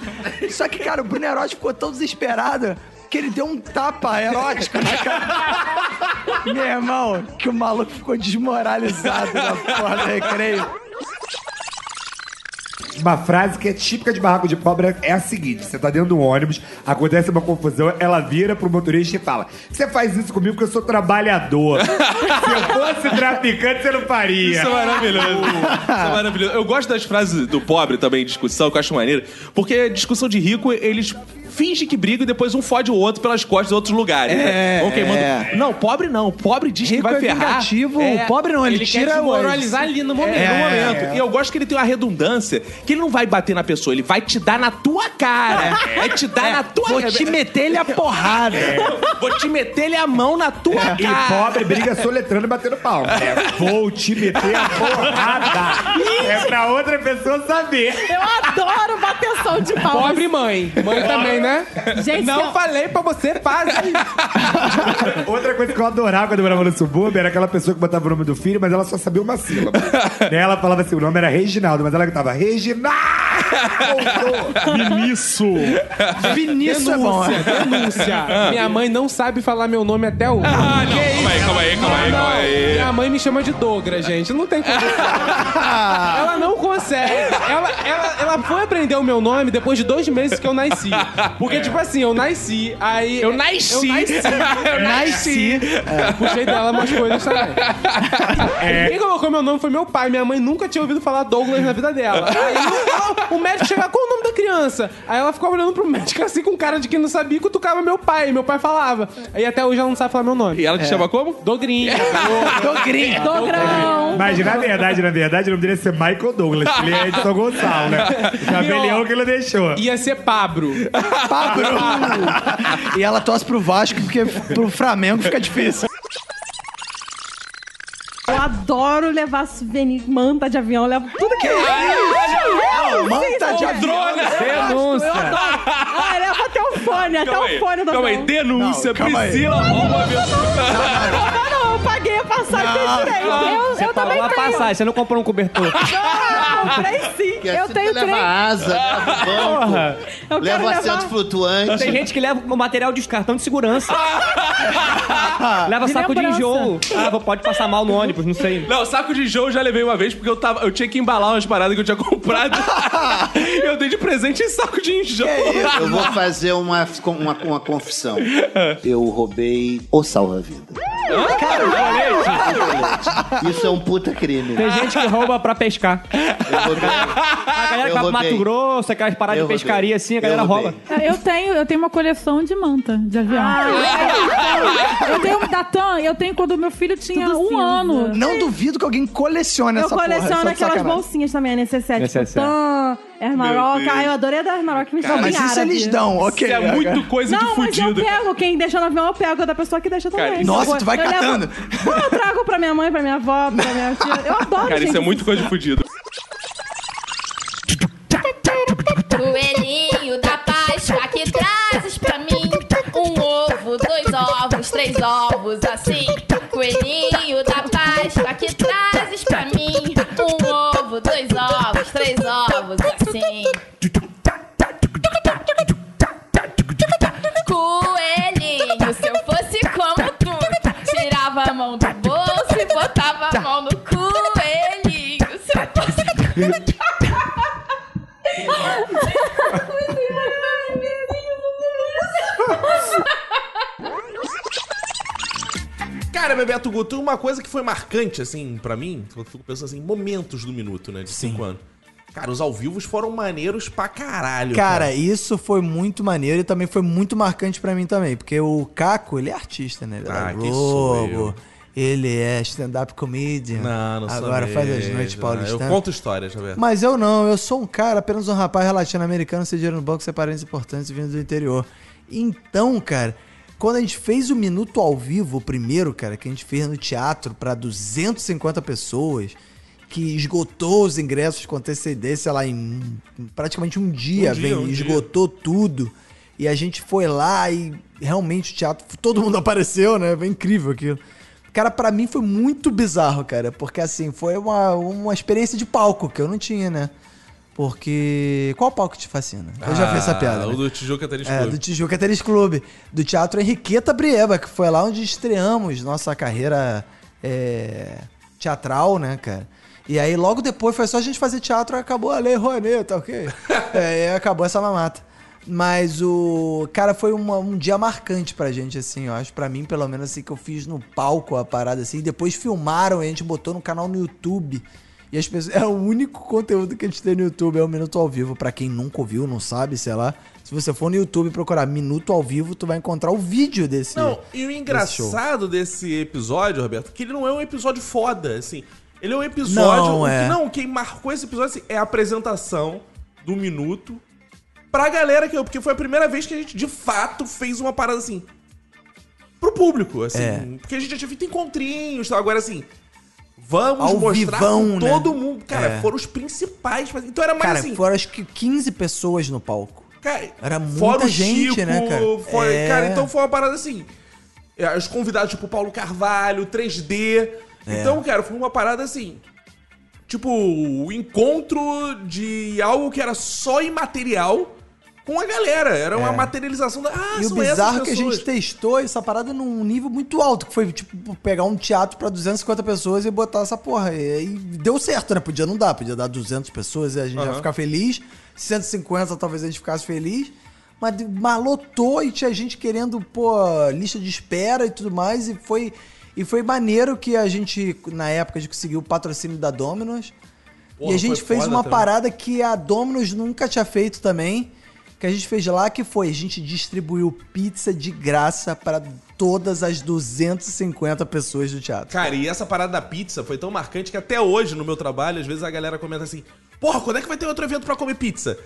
S2: Só que, cara, o Bruno Erótico ficou tão desesperado que ele deu um tapa erótico na cara. Meu irmão, que o maluco ficou desmoralizado na porra né, do recreio.
S9: Uma frase que é típica de barraco de pobre é a seguinte: você tá dentro de um ônibus, acontece uma confusão, ela vira pro motorista e fala: Você faz isso comigo porque eu sou trabalhador. Se eu fosse traficante, você não faria.
S1: Isso é maravilhoso. Isso é maravilhoso. Eu gosto das frases do pobre também, discussão, que eu acho maneiro. Porque discussão de rico, eles fingem que brigam e depois um fode o outro pelas costas de outros lugares. né?
S21: É,
S1: Vão queimando-
S21: é.
S1: Não, pobre não. Pobre diz que
S21: Rico
S1: vai
S21: é
S1: ferrar.
S21: vingativo, o pobre não, ele tira
S1: quer
S21: o-
S1: moralizar ali no momento.
S21: É.
S1: no momento. E eu gosto que ele tem uma redundância que ele não vai bater na pessoa, ele vai te dar na tua cara.
S21: É.
S1: Vai te dar
S21: É.
S1: na tua
S21: Vou te meter-lhe a porrada.
S1: É. Vou te meter-lhe a mão na tua cara.
S9: E pobre briga soletrando e batendo palma. É, vou te meter a porrada. É pra outra pessoa saber.
S10: Eu adoro bateção de palmas.
S9: Pobre
S62: mãe. Mãe também, né?
S10: Gente,
S62: Não
S10: se eu-
S62: falei pra você, faz
S9: Outra coisa que eu adorava quando eu morava no subúrbio era aquela pessoa que botava o nome do filho, mas ela só sabia uma sílaba. Daí ela falava assim, o nome era Reginaldo, mas ela gritava Reginaldo!
S62: Viniço.
S9: Vinícius é bom,
S62: denúncia,
S9: é.
S62: denúncia. Minha mãe não sabe falar meu nome até hoje.
S21: Ah, não, calma aí, calma aí, calma aí,
S62: Não,
S21: calma aí.
S62: Minha mãe me chama de Dogra, gente. Não tem como.
S9: Ah.
S62: ela não consegue. Ela, ela, ela foi aprender o meu nome depois de dois meses que eu nasci. Porque, tipo assim, eu nasci, aí.
S21: Eu nasci.
S62: Eu nasci.
S21: Eu nasci.
S62: É, Puxei dela umas coisas também.
S2: É.
S62: Quem colocou meu nome foi meu pai. Minha mãe nunca tinha ouvido falar Douglas na vida dela. Aí ela- o médico chegava, qual o nome da criança? Aí ela ficava olhando pro médico assim com cara de que não sabia que tocava meu pai. Meu pai falava. Aí até hoje ela não sabe falar meu nome. E
S1: ela te chama como?
S62: É. Dogrinha.
S9: Dogrinha.
S62: Dogrão.
S9: Mas na verdade, na verdade, o nome dele ia ser Michael Douglas, que ele é de São Gonçalo, né? Já peleou que ele deixou.
S62: Ia ser Pabro.
S2: Pabro! e ela torce pro Vasco, porque pro Flamengo fica difícil.
S10: Eu adoro levar souvenir, manta de avião, eu levo tudo que eu
S21: Não,
S10: levo.
S21: manta de avião. Denúncia.
S10: Eu adoro. Ah, leva até o fone, até
S21: Calma
S10: o
S21: aí,
S10: fone do
S21: calma aí,
S10: avião.
S21: denúncia, Priscila rouba avião.
S10: Não, não, não, eu paguei a passagem
S21: Não,
S10: tem direito.
S21: não.
S10: Eu,
S21: Você
S10: eu também
S21: pagou a
S10: tenho.
S21: passagem,
S29: você não comprou um cobertor.
S10: Não, eu comprei sim.
S19: E
S10: eu
S19: assim
S10: tenho
S19: tu leva
S10: três.
S19: asa, leva banco,
S29: Porra.
S10: Eu
S19: leva
S10: quero
S19: assento
S10: levar-
S19: flutuante.
S29: Tem gente que leva o material de cartão de segurança. leva
S21: De
S29: saco de
S21: lembrança.
S29: enjoo. Ah, vou- pode passar mal no ônibus, não sei.
S1: Não, saco de jogo eu já levei uma vez, porque eu, tava, eu tinha que embalar umas paradas que eu tinha comprado. eu dei de presente em saco de enjoo.
S19: Eu vou fazer uma, uma, uma confissão.
S9: é
S19: Eu roubei o salva-vida.
S21: Cara, o
S1: assim,
S19: colete.
S8: Isso é um puta crime.
S21: Tem gente que rouba pra pescar. A galera que
S8: Eu
S21: vai pro
S8: roubei.
S21: Mato Grosso, aquelas paradas
S8: Eu
S21: de pescaria
S8: roubei.
S21: assim, a galera
S8: Eu roubei.
S21: rouba.
S63: Ah, Eu tenho, eu tenho uma coleção de manta de avião.
S10: Ah,
S63: eu tenho um da TAM, eu tenho quando meu filho tinha um ano.
S2: Não duvido que alguém colecione
S63: Eu
S2: essa porra. é
S63: coleciono
S2: só de
S63: aquelas
S2: sacanagem.
S10: bolsinhas também, a necessaire. Tipo,
S2: Necessaire.
S10: tan,
S2: Meu
S10: Ermaroca.
S2: Deus.
S10: Ai, eu adorei a da Ermaroca que me
S2: Cara,
S10: chamou
S2: mas isso eles dão, ok. Isso é muito coisa de
S10: Não, mas eu
S2: fudido, cara.
S10: pego. Quem deixa no avião, eu pego. é Da pessoa que deixa também.
S2: Cara, Nossa,
S10: Então,
S2: tu vai
S10: eu levo-
S2: catando.
S10: Não, eu trago pra minha mãe, pra minha avó, pra minha tia. Eu adoro,
S3: Cara,
S10: gente.
S3: isso é muito coisa de fudido.
S6: Coelhinho da Páscoa que trazes pra mim um ovo, dois ovos, três ovos, assim. Coelhinho da Páscoa que trazes pra mim um ovo, dois ovos, três ovos, assim. Coelhinho, se eu fosse como tu, tirava a mão do bolso e botava a mão no coelhinho. Se eu fosse
S1: Cara, Bebeto Guto, uma coisa que foi marcante, assim, pra mim, eu fico pensando assim, momentos do minuto, né? De cinco anos. Cara, os ao vivos foram maneiros pra caralho.
S2: Cara, isso foi muito maneiro e também foi muito marcante pra mim também, porque o Caco, ele é artista, né? Ele é da
S1: Ah, que sou eu.
S2: Globo, ele é stand-up comedian.
S1: Não, não sou
S2: Agora faz as
S1: mesmo,
S2: noites
S1: né?
S2: paulistanas.
S1: Eu conto histórias, Roberto.
S2: Mas eu não, eu sou um cara, apenas um rapaz relatino americano, sem dinheiro no banco, sem parentes importantes, vindo do interior. Então, cara, quando a gente fez o Minuto ao Vivo, o primeiro, cara, que a gente fez no teatro pra 250 pessoas, que esgotou os ingressos com antecedência lá em praticamente um dia,
S1: Um dia,
S2: vem,
S1: um dia.
S2: esgotou tudo. E a gente foi lá e realmente o teatro, todo mundo apareceu, né? Foi incrível aquilo. Cara, pra mim foi muito bizarro, cara, porque assim, foi uma, uma experiência de palco que eu não tinha, né? Porque. Qual palco te fascina? Eu já
S1: Ah,
S2: fiz essa piada.
S1: O
S2: né?
S1: do Tijuca tá Tênis
S2: É,
S1: Clube.
S2: do Tijuca Tênis Clube, do Teatro Henriqueta Brieba, que foi lá onde estreamos nossa carreira é, teatral, né, cara? E aí logo depois foi só a gente fazer teatro, acabou a Lei Rouanet, tá ok? é, e acabou essa mamata. Mas o. Cara, foi uma- um dia marcante pra gente, assim, eu acho. Pra mim, pelo menos, assim, que eu fiz no palco a parada, assim. E depois filmaram e a gente botou no canal no YouTube. E as pessoas. É o único conteúdo que a gente tem no YouTube, é o Minuto ao Vivo. Pra quem nunca ouviu, não sabe, sei lá. Se você for no YouTube e procurar Minuto ao Vivo, tu vai encontrar o vídeo desse.
S1: Não, e o
S2: desse show.
S1: engraçado desse episódio, Roberto, que ele não é um episódio foda, assim. Ele é um episódio.
S2: Não,
S1: o que-
S2: é.
S1: não, quem marcou esse episódio assim, é a apresentação do minuto pra galera que eu. Porque foi a primeira vez que a gente de fato fez uma parada assim. Pro público, assim.
S2: É.
S1: Porque a gente já tinha feito encontrinhos e tal. Agora, assim. Vamos
S2: Ao
S1: mostrar pra
S2: vivão, né?
S1: todo mundo. Cara,
S2: É.
S1: foram os principais. mas- Então era mais
S2: Cara,
S1: assim.
S2: foram acho que 15 pessoas no palco.
S1: Cara,
S2: Era muita
S1: Fora o
S2: gente,
S1: Chico,
S2: né, cara?
S1: fora-
S2: É.
S1: Cara, então foi uma parada assim. é, Os convidados, tipo, Paulo Carvalho, 3D.
S2: É.
S1: Então, cara, foi uma parada assim. Tipo, o encontro de algo que era só imaterial com a galera. Era uma
S2: É.
S1: materialização da. Ah,
S2: e o
S1: são essas
S2: bizarro é que a
S1: pessoas.
S2: gente testou essa parada num nível muito alto, que foi tipo pegar um teatro pra 250 pessoas e botar essa porra. E, e deu certo, né? Podia não dar, podia dar 200 pessoas e a gente ia
S1: Aham.
S2: ficar feliz. 150 talvez a gente ficasse feliz. Mas malotou e tinha gente querendo, pô, lista de espera e tudo mais. E foi, e foi maneiro que a gente, na época, a gente conseguiu o patrocínio da Domino's.
S1: Porra,
S2: e a gente
S1: foi
S2: fez
S1: foda
S2: uma
S1: também.
S2: parada que a Domino's nunca tinha feito também. Que a gente fez lá, que foi: a gente distribuiu pizza de graça para todas as 250 pessoas do teatro.
S1: Cara, e essa parada da pizza foi tão marcante que até hoje no meu trabalho, às vezes a galera comenta assim: Porra, quando é que vai ter outro evento pra comer pizza?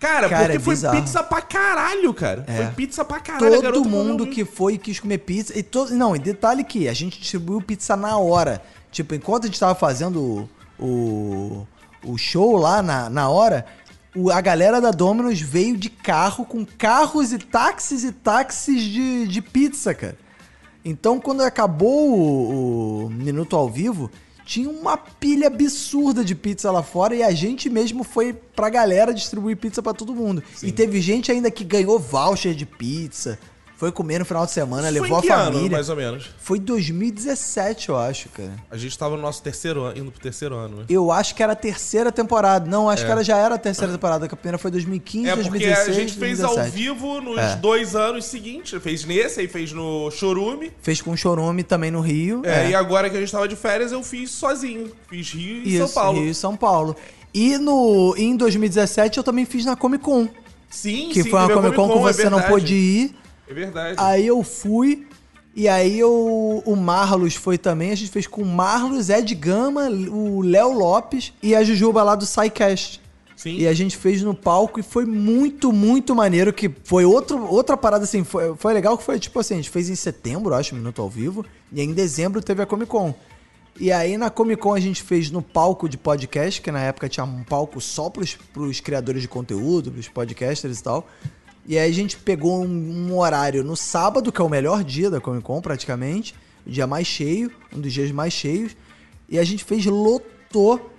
S1: Cara,
S2: Cara,
S1: porque
S2: é
S1: foi
S2: bizarro.
S1: pizza pra caralho, cara.
S2: É.
S1: Foi pizza pra caralho. a garota
S2: Todo
S1: comeu
S2: mundo que foi e quis comer pizza. E todo, não, e detalhe que a gente distribuiu pizza na hora. Tipo, enquanto a gente tava fazendo o, o, o show lá na, na hora, o- a galera da Domino's veio de carro, com carros e táxis e táxis de, de pizza, cara. Então, quando acabou o, o Minuto ao Vivo, tinha uma pilha absurda de pizza lá fora e a gente mesmo foi pra galera distribuir pizza pra todo mundo. E teve gente ainda que ganhou voucher de pizza. Foi comer no final de semana,
S1: Isso
S2: né, levou
S1: foi em
S2: a
S1: que ano,
S2: família.
S1: mais ou menos?
S2: Foi 2017, eu acho, cara.
S1: A gente tava no nosso terceiro ano, indo pro terceiro ano, né?
S2: Eu acho que era a terceira temporada. Não, acho
S1: É.
S2: que ela já era a terceira temporada, que a primeira foi 2015,
S1: É porque
S2: 2016,
S1: a gente fez ao
S2: 2017.
S1: vivo nos
S2: É.
S1: dois anos seguintes. Fez nesse, aí fez no Chorume.
S2: Fez com o Chorume também no Rio.
S1: É, E agora que a gente tava de férias, eu fiz sozinho. Fiz Rio e São Paulo.
S2: Rio e São Paulo. E no, em 2017 eu também fiz na Comic Con.
S1: Sim,
S2: Que
S1: sim,
S2: foi uma
S1: teve a
S2: Comic Con que
S1: Comic Con, é
S2: você não
S1: verdade.
S2: pôde ir.
S1: É verdade.
S2: Aí eu fui. E aí eu, o Marlos foi também. A gente fez com o Marlos, Ed Gama, o Léo Lopes e a Jujuba lá do SciCast.
S1: Sim.
S2: E a gente fez no palco e foi muito, muito maneiro. Que foi outro, outra parada assim. Foi, foi legal que foi tipo assim: a gente fez em setembro, acho, um minuto ao vivo. E aí em dezembro teve a Comic Con. E aí na Comic Con a gente fez no palco de podcast, que na época tinha um palco só pros, pros criadores de conteúdo, pros podcasters e tal. E aí a gente pegou um, um horário no sábado, que é o melhor dia da Comic Con praticamente, o dia mais cheio, um dos dias mais cheios, e a gente fez, lotou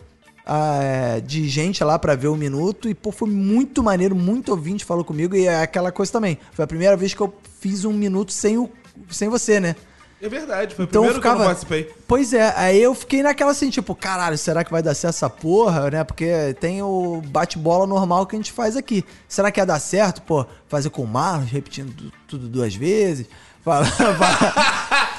S2: ah, é, de gente lá pra ver o minuto, e pô, foi muito maneiro, muito ouvinte falou comigo, e é aquela coisa também, foi a primeira vez que eu fiz um minuto sem, o, sem você, né?
S1: É verdade, foi
S2: Então
S1: o
S2: eu
S1: primeiro que eu
S2: ficava.
S1: não participei.
S2: Pois é, aí eu fiquei naquela assim, tipo, caralho, será que vai dar certo essa porra, né? Porque tem o bate-bola normal que a gente faz aqui. Será que ia dar certo, pô? Fazer com o Marlos, repetindo du- tudo duas vezes? Fala- fala-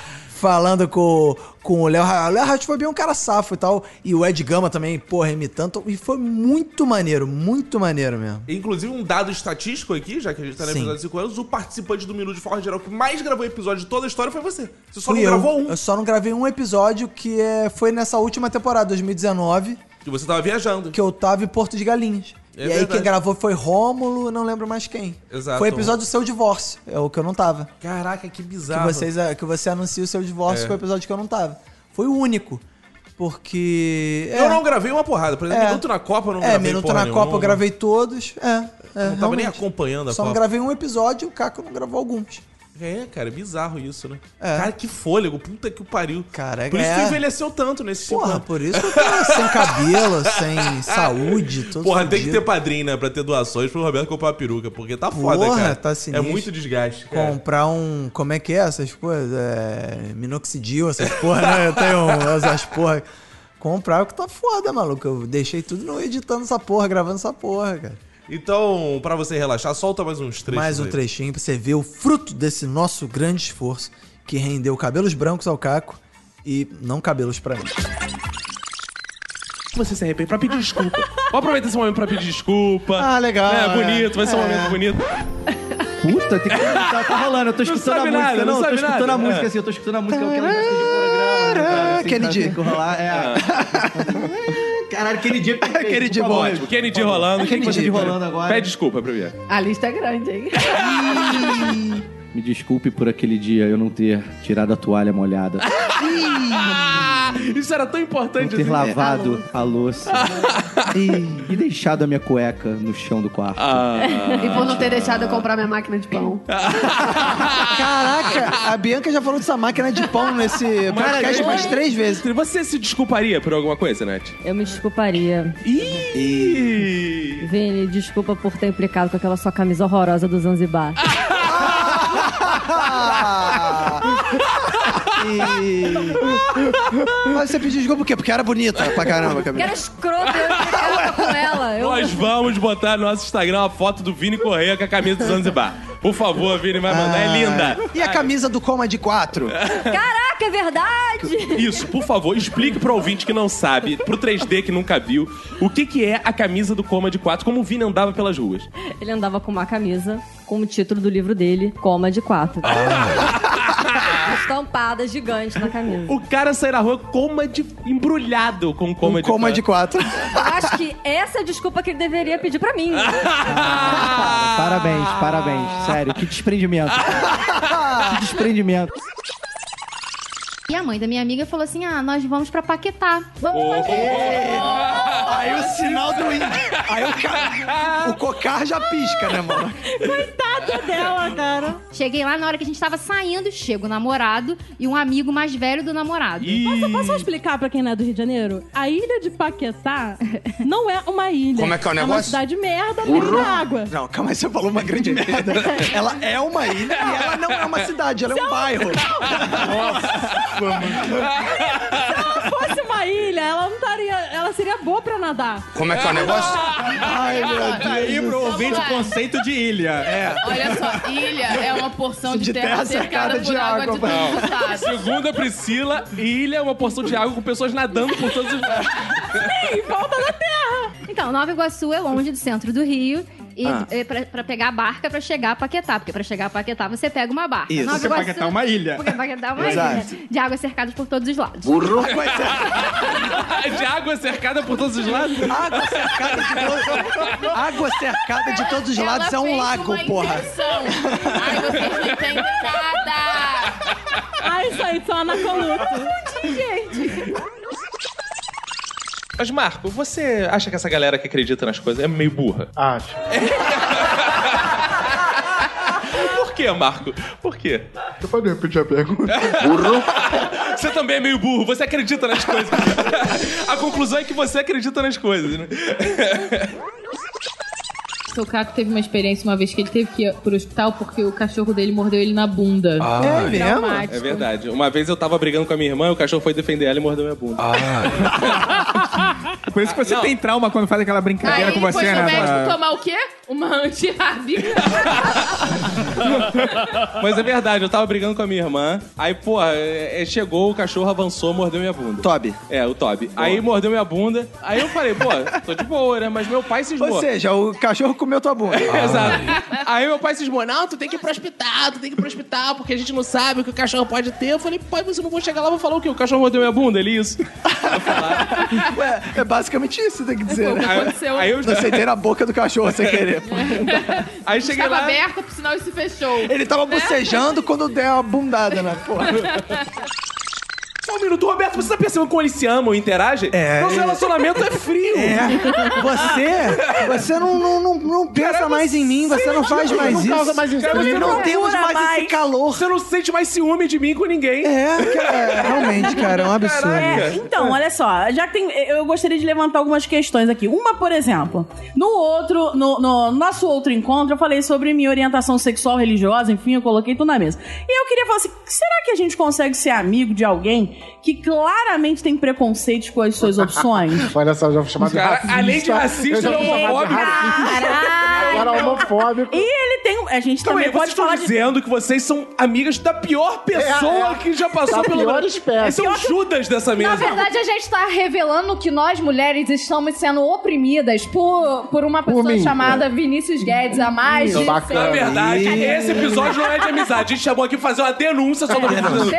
S2: Falando com, com o Léo Ra- O Léo Ratifobia é um cara safo e tal. E o Ed Gama também, porra, imitando. E foi muito maneiro, muito maneiro mesmo.
S1: Inclusive, um dado estatístico aqui, já que a gente tá no
S2: Sim.
S1: episódio de 5 anos, o participante do Minuto de Forma Geral que mais gravou episódio de toda a história foi você. Você só
S2: Fui
S1: não gravou
S2: eu.
S1: um.
S2: Eu só não gravei um episódio que é, foi nessa última temporada, 2019.
S1: Que você tava viajando.
S2: que eu tava em Porto de Galinhas.
S1: É
S2: e aí
S1: verdade.
S2: quem gravou foi Rômulo, não lembro mais quem.
S1: Exato.
S2: Foi o episódio do seu divórcio, é o que eu não tava.
S1: Caraca, que bizarro.
S2: Que, vocês, que você anuncia o seu divórcio
S1: É.
S2: foi o episódio que eu não tava. Foi o único. Porque.
S1: Eu não gravei uma porrada. Por exemplo,
S2: É.
S1: Minuto na Copa eu não
S2: É,
S1: gravei
S2: Minuto
S1: porra
S2: na
S1: nenhuma.
S2: Copa eu gravei todos. É. é
S1: Não tava nem
S2: realmente.
S1: acompanhando a
S2: Só não
S1: Copa.
S2: gravei um episódio e o Caco não gravou alguns.
S1: É, cara, é bizarro isso, né?
S2: É.
S1: Cara, que fôlego, puta que o pariu.
S2: Caraca,
S1: Por isso que tu
S2: é.
S1: envelheceu tanto nesse
S2: Porra, por isso que eu tô sem cabelo, sem saúde, todo
S1: Porra, tem que
S2: fudido.
S1: ter padrinho, né? Pra ter doações pro Roberto comprar uma peruca, porque tá foda,
S2: Porra,
S1: cara.
S2: tá sinistro.
S1: É muito desgaste, cara.
S2: comprar um. Como é que é essas coisas? É, minoxidil, essas porra, né? Eu tenho essas porra. Comprar o que tá foda, maluco. Eu deixei tudo no editando essa porra, gravando essa porra, cara.
S1: Então, pra você relaxar, solta mais uns trechos.
S2: Mais um
S1: aí.
S2: trechinho pra você ver o fruto desse nosso grande esforço que rendeu cabelos brancos ao caco e não cabelos pra mim.
S3: Você se arrepende pra pedir desculpa. Vou aproveitar esse momento pra pedir desculpa.
S2: Ah, legal,
S3: É,
S2: é.
S3: bonito, vai ser um
S2: É.
S3: momento bonito.
S8: Puta, tem que... tá, tá rolando, eu tô
S3: Não
S8: escutando a
S3: sabe
S8: música.
S3: nada, não
S8: não, eu tô
S3: sabe
S8: escutando
S3: nada.
S8: a música
S3: É.
S8: assim, eu tô escutando a música, eu quero assim,
S3: Caraca,
S8: Aquele
S3: Kennedy.
S8: dia. Rolar, é.
S3: Caralho, É. aquele dia.
S8: Aquele dia bom.
S3: Ótimo. Kennedy rolando.
S8: Kennedy
S3: Kennedy
S8: rolando agora.
S3: Pede desculpa pra mim.
S7: A lista é grande, hein?
S8: Me desculpe por aquele dia eu não ter tirado a toalha molhada.
S3: Isso era tão importante.
S8: Não ter
S3: assim.
S8: lavado
S2: É.
S8: a louça. e, e deixado a minha cueca no chão do quarto.
S7: E por não ter deixado eu comprar minha máquina de pão.
S2: Caraca, a Bianca já falou dessa máquina de pão nesse
S3: Cara,
S2: podcast
S3: eu-
S2: mais três vezes.
S3: Você se desculparia por alguma coisa, Nath?
S5: Eu me desculparia.
S3: Ih!
S5: Vini, desculpa por ter implicado com aquela sua camisa horrorosa do Zanzibar.
S2: Mas você pediu desculpa por quê? Porque era bonita pra caramba,
S5: Que
S2: cabelo.
S5: era escroto, eu implicava com ela. Eu...
S3: Nós vamos botar no nosso Instagram a foto do Vini Correia com a camisa do Zanzibar. Por favor, Vini, vai mandar. É linda.
S2: Ah. E a camisa do Coma de 4?
S5: Caraca, é verdade!
S3: Isso, por favor, explique pro ouvinte que não sabe, pro 3D que nunca viu, o que, que é a camisa do Coma de 4, como o Vini andava pelas ruas.
S5: Ele andava com uma camisa com o título do livro dele, Coma de Quatro.
S2: Ah.
S5: Estampada gigante na camisa.
S3: O cara sair na rua coma de. embrulhado com coma de
S2: coma de 4.
S5: Eu acho que essa é a desculpa que ele deveria pedir pra mim.
S8: Parabéns, parabéns. Sério, que desprendimento. que desprendimento.
S7: E a mãe da minha amiga falou assim: ah, nós vamos pra Paquetá. Vamos pra Paquetá.
S2: Aí o sinal do. in- Aí o, ca... o cocar já pisca, né, mano?
S7: Coitada dela, cara. Cheguei lá na hora que a gente tava saindo, chega o namorado e um amigo mais velho do namorado.
S64: Posso, posso explicar pra quem não é do Rio de Janeiro? A ilha de Paquetá não é uma ilha.
S2: Como é que é o
S64: É uma
S2: negócio?
S64: cidade merda, meio
S10: é
S64: da água.
S2: Não, calma aí, você falou uma grande merda. Ela é uma ilha e ela não é uma cidade, ela é um bairro.
S64: Se ela fosse uma ilha, ela não estaria. Ela seria boa pra nadar.
S3: Como é que é o negócio?
S2: Ai, meu Deus.
S29: Tá aí pro ouvinte o
S6: Vamos lá.
S29: conceito de ilha. É.
S6: Olha só, ilha é uma porção de, terra, cercada, por água, de todos os
S1: Não.
S6: lados.
S1: Segundo a Priscila, ilha é uma porção de água com pessoas nadando por todos os lados.
S64: Sim, volta tá na terra.
S7: Então, Nova Iguaçu é longe do centro do Rio. E
S29: Ah.
S7: é, pra, pra pegar a barca pra chegar a Paquetá. Porque pra chegar a Paquetá você pega uma barca.
S29: Isso.
S7: Nova
S29: Porque
S7: Iguaçu-
S29: Paquetá é uma ilha.
S7: Porque Paquetá é uma
S29: Exato.
S7: ilha. De águas cercadas por todos os lados.
S29: Burro.
S1: De água cercada por todos os lados.
S6: Ah, tá
S2: Água cercada de todos Água cercada de todos os
S65: Ela
S2: lados é um
S65: fez
S2: lago,
S65: uma
S2: porra.
S65: Intenção. Ai, vocês não entendem nada.
S64: Ah, isso aí, só na gente.
S1: Mas, Marco, você acha que essa galera que acredita nas coisas é meio burra?
S3: Acho.
S1: Por quê, Marco? Por quê?
S3: Você pode repetir a pergunta?
S1: Você também é meio burro, você acredita nas coisas. A conclusão é que você acredita nas coisas, né?
S6: O seu Caco teve uma experiência uma vez que ele teve que ir pro hospital porque o cachorro dele mordeu ele na
S2: É
S6: bunda. Traumático.
S1: É verdade. Uma vez eu tava brigando com a minha irmã e o cachorro foi defender ela e mordeu minha bunda. Ah.
S3: Por
S8: Ah,
S3: isso que você tem trauma quando faz aquela
S6: Aí
S3: brincadeira
S6: ele foi no médico tomar o quê? Uma antirrábica.
S1: Mas é verdade, eu tava brigando com a minha irmã. Aí, porra, é, é, chegou, o cachorro avançou, mordeu minha bunda.
S2: Toby.
S1: É, o Toby. Aí mordeu minha bunda. Aí eu falei, pô, tô de boa, né? Mas meu pai se esmou.
S2: Ou seja, o cachorro comeu tua bunda.
S1: Exato. Aí meu pai se esmou, não, tu tem que ir pro hospital, tu tem que ir pro hospital, porque a gente não sabe o que o cachorro pode ter. Eu falei, pai, mas eu não vou chegar lá, vou falar o quê? O cachorro mordeu minha bunda, ele isso?
S2: Ué, é basicamente isso, tem que dizer.
S6: Pô,
S2: Né?
S6: aconteceu. Aí Ah, eu-
S2: eu aceitei na boca do cachorro sem querer. pô.
S1: Aí
S6: Estava aberto, por sinal, e se fechou.
S2: Ele tava
S6: Né?
S2: bocejando quando der uma bundada, né? Porra.
S1: Só um minuto, Roberto, você tá pensando como eles se amam e interagem? É. Nosso relacionamento é frio.
S2: É. Você, você não, não, não, não pensa mais em mim, você não faz mais isso.
S1: Cara, você
S2: não, temos
S1: procura
S2: mais, esse calor.
S1: Você não sente mais ciúme de mim com ninguém.
S2: É, cara, realmente, cara, é um absurdo.
S10: É, então, olha só, já que tem. Eu gostaria de levantar algumas questões aqui. Uma, por exemplo, no outro, no, no nosso outro encontro, eu falei sobre minha orientação sexual, religiosa, enfim, eu coloquei tudo na mesa. E eu queria falar assim: será que a gente consegue ser amigo de alguém que claramente tem preconceitos com as suas opções?
S3: Olha só, eu já fui chamado de
S10: Cara,
S3: racista.
S10: além de racista,
S3: eu já fui
S10: ele é
S3: chamado de racista. Agora homofóbico.
S10: E ele tem. um, A gente
S1: Calma
S10: também
S1: aí, vocês
S10: pode
S1: estão
S10: falar de-
S1: dizendo que vocês são amigos da pior pessoa
S10: É, é.
S1: que já passou
S10: Da
S1: pelo
S10: pior
S1: lugar.
S10: espécie.
S1: Eles são
S10: Pior
S1: os Judas dessa mesa.
S15: Na verdade, a gente tá revelando que nós, mulheres, estamos sendo oprimidas por, por uma pessoa
S1: mim,
S17: é.
S15: chamada Vinícius Guedes há
S10: é
S15: mais de...
S1: Na verdade,
S15: Ih.
S1: esse episódio não é de amizade. A gente chamou aqui pra fazer uma denúncia
S13: tá
S1: sobre
S15: Denúncia,